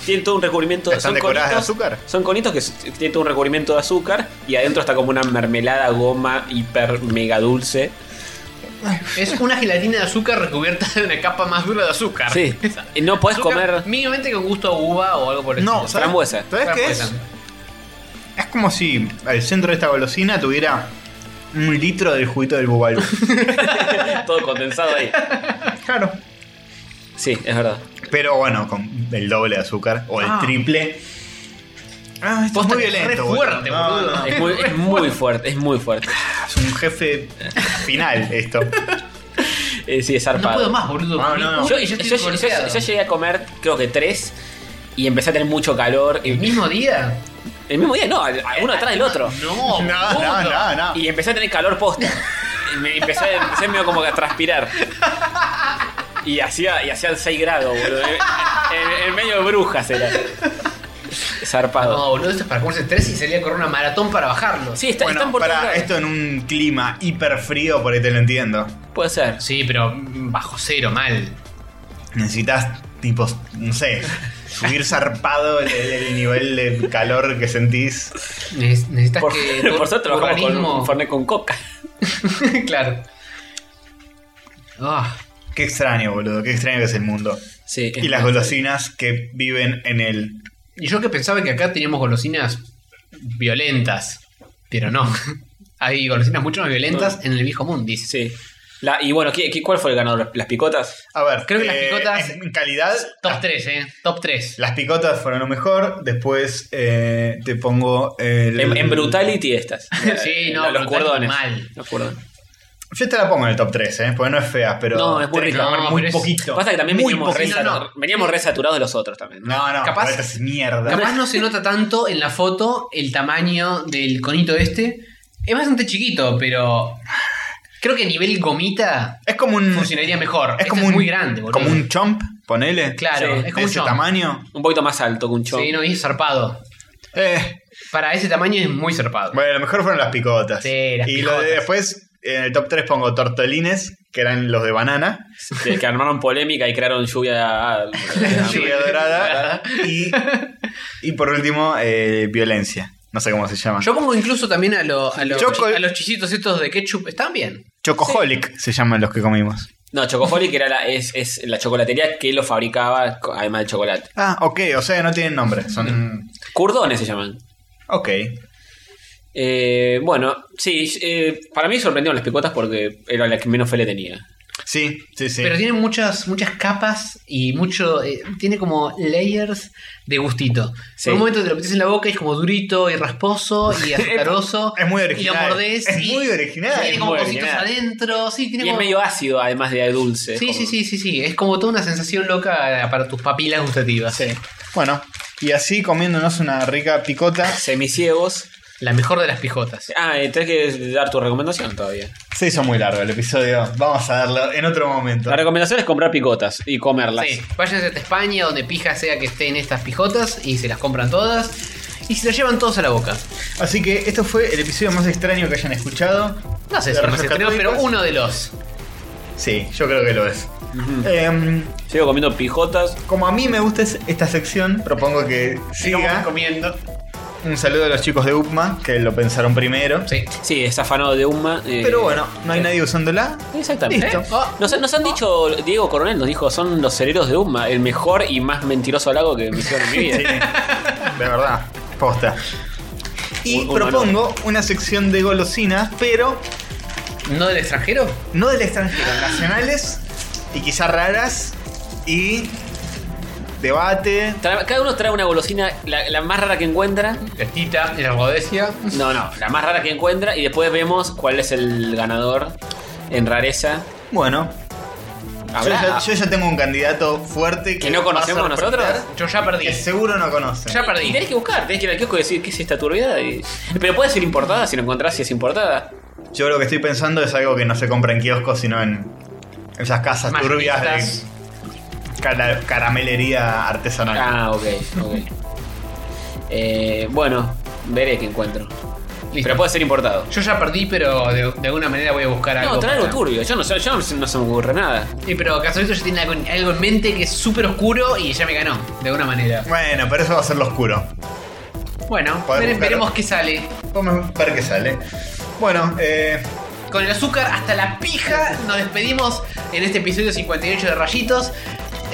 Speaker 3: Tienen todo un recubrimiento
Speaker 2: ¿Están decoradas de azúcar?
Speaker 3: Son conitos que s- tienen todo un recubrimiento de azúcar y adentro está como una mermelada goma hiper mega dulce.
Speaker 4: Es una gelatina de azúcar recubierta de una capa más dura de azúcar.
Speaker 3: Sí. Y No podés
Speaker 4: Azúcar
Speaker 3: comer
Speaker 4: Mínimamente con gusto a uva o algo por el
Speaker 2: No,
Speaker 4: estilo.
Speaker 2: ¿sabes?
Speaker 3: frambuesa.
Speaker 2: ¿Sabes qué es? Es como si al centro de esta golosina tuviera un litro del juguito del bubalú.
Speaker 3: todo condensado ahí.
Speaker 2: claro.
Speaker 3: Sí, es verdad.
Speaker 2: Pero bueno, con el doble de azúcar o el
Speaker 4: Ah.
Speaker 2: triple. Ah, esto es
Speaker 4: Posta
Speaker 2: muy
Speaker 4: que es
Speaker 2: violento.
Speaker 4: re fuerte,
Speaker 2: No,
Speaker 4: boludo.
Speaker 2: no,
Speaker 3: Es muy, es muy fuerte, es muy fuerte.
Speaker 2: es un jefe final esto.
Speaker 3: Eh, sí, es
Speaker 4: pues, No
Speaker 3: zarpado.
Speaker 4: puedo más, boludo.
Speaker 2: No, no, no.
Speaker 3: Yo, yo- yo- yo- yo llegué a comer, creo que tres, y empecé a tener mucho calor.
Speaker 4: ¿El
Speaker 3: Y,
Speaker 4: mismo día?
Speaker 3: el mismo día, no, al- uno atrás del otro.
Speaker 4: No,
Speaker 2: No, no, no, no.
Speaker 3: Y empecé a tener calor posta. Y me empecé, empecé medio como que a transpirar. Y hacía, y hacían 6 grados, boludo. En, en- en medio de brujas era. Zarpado.
Speaker 4: No, boludo, esto es para comerse tres y salir a correr una maratón para bajarlo.
Speaker 3: Sí, está,
Speaker 2: Bueno,
Speaker 3: están por todos
Speaker 2: para
Speaker 3: lados.
Speaker 2: esto en un clima hiper frío, por ahí te lo entiendo.
Speaker 3: Puede ser.
Speaker 4: Sí, pero mm, bajo cero, mal.
Speaker 2: Necesitas, tipo, no sé, subir zarpado el, el- el nivel de calor que sentís.
Speaker 4: Neces- Necesitas
Speaker 3: Por,
Speaker 4: que
Speaker 3: por
Speaker 4: tu-
Speaker 3: eso
Speaker 4: tu
Speaker 3: trabajamos con
Speaker 4: organismo-
Speaker 3: un Fernet con coca.
Speaker 4: claro. Ah,
Speaker 2: Qué extraño, boludo, qué extraño que es el mundo.
Speaker 3: Sí, es
Speaker 2: Y las
Speaker 3: muy
Speaker 2: golosinas que viven en el.
Speaker 4: Y yo que pensaba que acá teníamos golosinas violentas, pero no. Hay golosinas mucho más violentas en el viejo mundis.
Speaker 3: Sí. La- y bueno, ¿qué, qué- cuál fue el ganador? ¿Las picotas?
Speaker 2: A ver, eh,
Speaker 4: Creo que las picotas-
Speaker 2: En calidad,
Speaker 4: Top 3, ¿eh? Top 3.
Speaker 2: las picotas fueron lo mejor. Después eh, te pongo. El,
Speaker 3: En, en Brutality estas.
Speaker 4: Sí,
Speaker 3: Eh,
Speaker 4: no,
Speaker 3: los
Speaker 4: Brutality
Speaker 3: cordones.
Speaker 4: mal.
Speaker 3: Los cordones.
Speaker 2: Yo esta la pongo en el top 3, ¿eh? Porque no es fea, pero.
Speaker 3: No, es muy
Speaker 2: tenés que
Speaker 3: rica.
Speaker 2: comer
Speaker 4: No,
Speaker 2: muy
Speaker 4: pero es-
Speaker 2: poquito.
Speaker 3: Pasa que también
Speaker 4: Muy
Speaker 3: veníamos, re,
Speaker 4: poquito,
Speaker 3: satur-
Speaker 4: no.
Speaker 3: veníamos re saturados de los otros también.
Speaker 2: No, no,
Speaker 4: Capaz-
Speaker 2: capaz. Esta es mierda.
Speaker 4: Capaz no se nota tanto en la foto el tamaño del conito este. Es bastante chiquito, pero creo que a nivel gomita
Speaker 2: Es como un.
Speaker 4: funcionaría mejor.
Speaker 2: Mm.
Speaker 4: Este
Speaker 2: Es como
Speaker 4: es
Speaker 2: un.
Speaker 4: muy grande, boludo.
Speaker 2: Como un chomp, ponele.
Speaker 4: Claro,
Speaker 2: Sí.
Speaker 4: es como un
Speaker 2: ese
Speaker 4: chomp.
Speaker 2: tamaño.
Speaker 3: Un poquito más alto que un chon.
Speaker 4: Sí, no, y es zarpado.
Speaker 2: Eh.
Speaker 4: Para ese tamaño es muy zarpado.
Speaker 2: Bueno, lo mejor fueron las picotas.
Speaker 4: Sí, las
Speaker 2: y
Speaker 4: picotas.
Speaker 2: Lo de, después, en el top 3 pongo tortolines, que eran los de banana.
Speaker 3: Que, que armaron polémica y crearon lluvia. ah,
Speaker 4: Sí.
Speaker 2: lluvia dorada. y, y por último, eh, violencia. No sé cómo se llama.
Speaker 4: Yo pongo incluso también a, lo- a los-
Speaker 2: Choco-
Speaker 4: a los chisitos estos de ketchup. Están bien.
Speaker 2: Chocoholic se llaman los que comimos.
Speaker 3: No, Chocofoli, que era la, es, es la chocolatería que lo fabricaba, co- además del chocolate.
Speaker 2: Ah, ok, o sea, no tienen nombre. Son.
Speaker 3: Curdones se llaman.
Speaker 2: Ok.
Speaker 3: Eh, bueno, sí, eh, para mí sorprendieron las picotas porque era la que menos fe le tenía.
Speaker 2: Sí, sí, sí.
Speaker 4: Pero tiene muchas, muchas capas y mucho. eh, tiene como layers de gustito.
Speaker 3: Sí.
Speaker 4: Por un momento te lo metes en la boca y es como durito y rasposo y azucaroso.
Speaker 2: Es muy
Speaker 4: Y lo
Speaker 2: original.
Speaker 4: mordés.
Speaker 2: Es
Speaker 4: y-
Speaker 2: muy original.
Speaker 4: y
Speaker 3: Es
Speaker 4: Tiene como
Speaker 3: muy
Speaker 4: cositas
Speaker 3: original.
Speaker 4: adentro. Sí, tiene
Speaker 3: Y es
Speaker 4: como.
Speaker 3: medio ácido, además de dulce. es
Speaker 4: Sí,
Speaker 3: como-
Speaker 4: sí, sí, sí, sí. Es como toda una sensación loca eh, para tus papilas gustativas.
Speaker 2: Sí. Bueno, y así comiéndonos una rica picota.
Speaker 3: Semiciegos.
Speaker 4: La mejor de las pijotas.
Speaker 3: Ah, eh, tenés que dar tu recomendación todavía.
Speaker 2: Se hizo muy largo el episodio. Vamos a darlo en otro momento.
Speaker 3: La recomendación es comprar picotas y comerlas.
Speaker 4: Sí, váyanse hasta España, donde pija sea que estén estas pijotas, y se las compran todas, y se las llevan todos a la boca.
Speaker 2: Así que esto fue el episodio más extraño que hayan escuchado.
Speaker 4: No sé
Speaker 2: De
Speaker 4: si más
Speaker 2: Rayos
Speaker 4: extremo, pero
Speaker 2: Católicos.
Speaker 4: uno de los.
Speaker 2: Sí, yo creo que lo es.
Speaker 3: Ujú.
Speaker 2: Em,
Speaker 3: Sigo comiendo pijotas.
Speaker 2: como a mí me gusta es- esta sección, propongo que
Speaker 4: Sigamos
Speaker 2: siga.
Speaker 4: comiendo.
Speaker 2: Un saludo a los chicos de UPMA, que lo pensaron primero.
Speaker 4: Sí.
Speaker 3: Sí, es afanado de Uma. eh,
Speaker 2: Pero bueno, no hay
Speaker 3: sí.
Speaker 2: nadie usándola.
Speaker 3: Exactamente.
Speaker 2: Listo.
Speaker 3: Ah, Nos, nos han dicho, Diego Coronel nos dijo, son los cereros de Uma, el mejor y más mentiroso halago que me hicieron en mi vida.
Speaker 2: Sí, de verdad, posta. Y
Speaker 3: Un- un
Speaker 2: propongo una sección de golosinas, pero
Speaker 4: ¿No del extranjero?
Speaker 2: no del extranjero, nacionales y quizás raras y debate.
Speaker 3: Tra- Cada uno trae una golosina, la, la más rara que encuentra.
Speaker 4: Gastita, la Rodesia.
Speaker 3: No, no, la más rara que encuentra y después vemos cuál es el ganador en rareza.
Speaker 2: Bueno, yo
Speaker 3: Habrá-
Speaker 2: ya, yo ya tengo un candidato fuerte que,
Speaker 3: ¿Que no
Speaker 2: va a
Speaker 3: conocemos
Speaker 2: sorprender,
Speaker 3: nosotros?
Speaker 4: Yo ya perdí.
Speaker 2: Que seguro no conocen.
Speaker 4: Ya
Speaker 3: Y
Speaker 4: perdí.
Speaker 3: tenés que buscar, tenés que ir al kiosco y decir qué es esta turbidad. Y- Pero puede ser importada si lo encontrás si es importada.
Speaker 2: Yo lo que estoy pensando es algo que no se compra en kioscos, sino en esas casas turbias
Speaker 4: Mayoristas.
Speaker 2: de cara- caramelería artesanal.
Speaker 3: Ah, ok, ok. Eh, bueno, veré qué encuentro.
Speaker 4: Listo.
Speaker 3: Pero puede ser importado.
Speaker 4: Yo ya perdí, pero de, de alguna manera voy a buscar algo.
Speaker 3: No, trae algo
Speaker 4: para-
Speaker 3: turbio. Yo no, sé- yo no se- no se me ocurre nada.
Speaker 4: Sí, pero Casolito ya tiene algo, en- algo en mente que es súper oscuro y ya me ganó, de alguna manera.
Speaker 2: Bueno, pero eso va a ser lo oscuro.
Speaker 4: Bueno,
Speaker 2: Podemos
Speaker 4: vere-
Speaker 2: buscar-
Speaker 4: veremos qué sale.
Speaker 2: Vamos a ver qué sale. Bueno, eh,
Speaker 4: Con el azúcar hasta la pija, nos despedimos en este episodio 58 de Rayitos.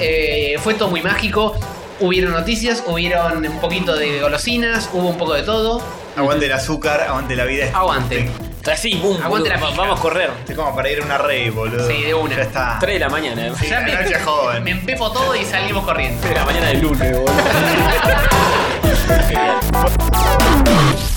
Speaker 4: Eh, fue todo muy mágico. Hubieron noticias, hubieron un poquito de golosinas, hubo un poco de todo.
Speaker 2: aguante el azúcar, aguante la vida.
Speaker 4: Aguante.
Speaker 3: Así, boom.
Speaker 4: Aguante la
Speaker 3: va-
Speaker 4: pija.
Speaker 3: Vamos a correr.
Speaker 2: Estoy como para ir a una rave, boludo.
Speaker 4: Sí, de una.
Speaker 2: Ya está.
Speaker 3: 3 de la mañana. eh.
Speaker 2: Sí,
Speaker 4: Ya
Speaker 2: la
Speaker 4: me-
Speaker 2: noche joven.
Speaker 4: Me empepo todo y salimos corriendo.
Speaker 3: de la mañana del lunes, boludo.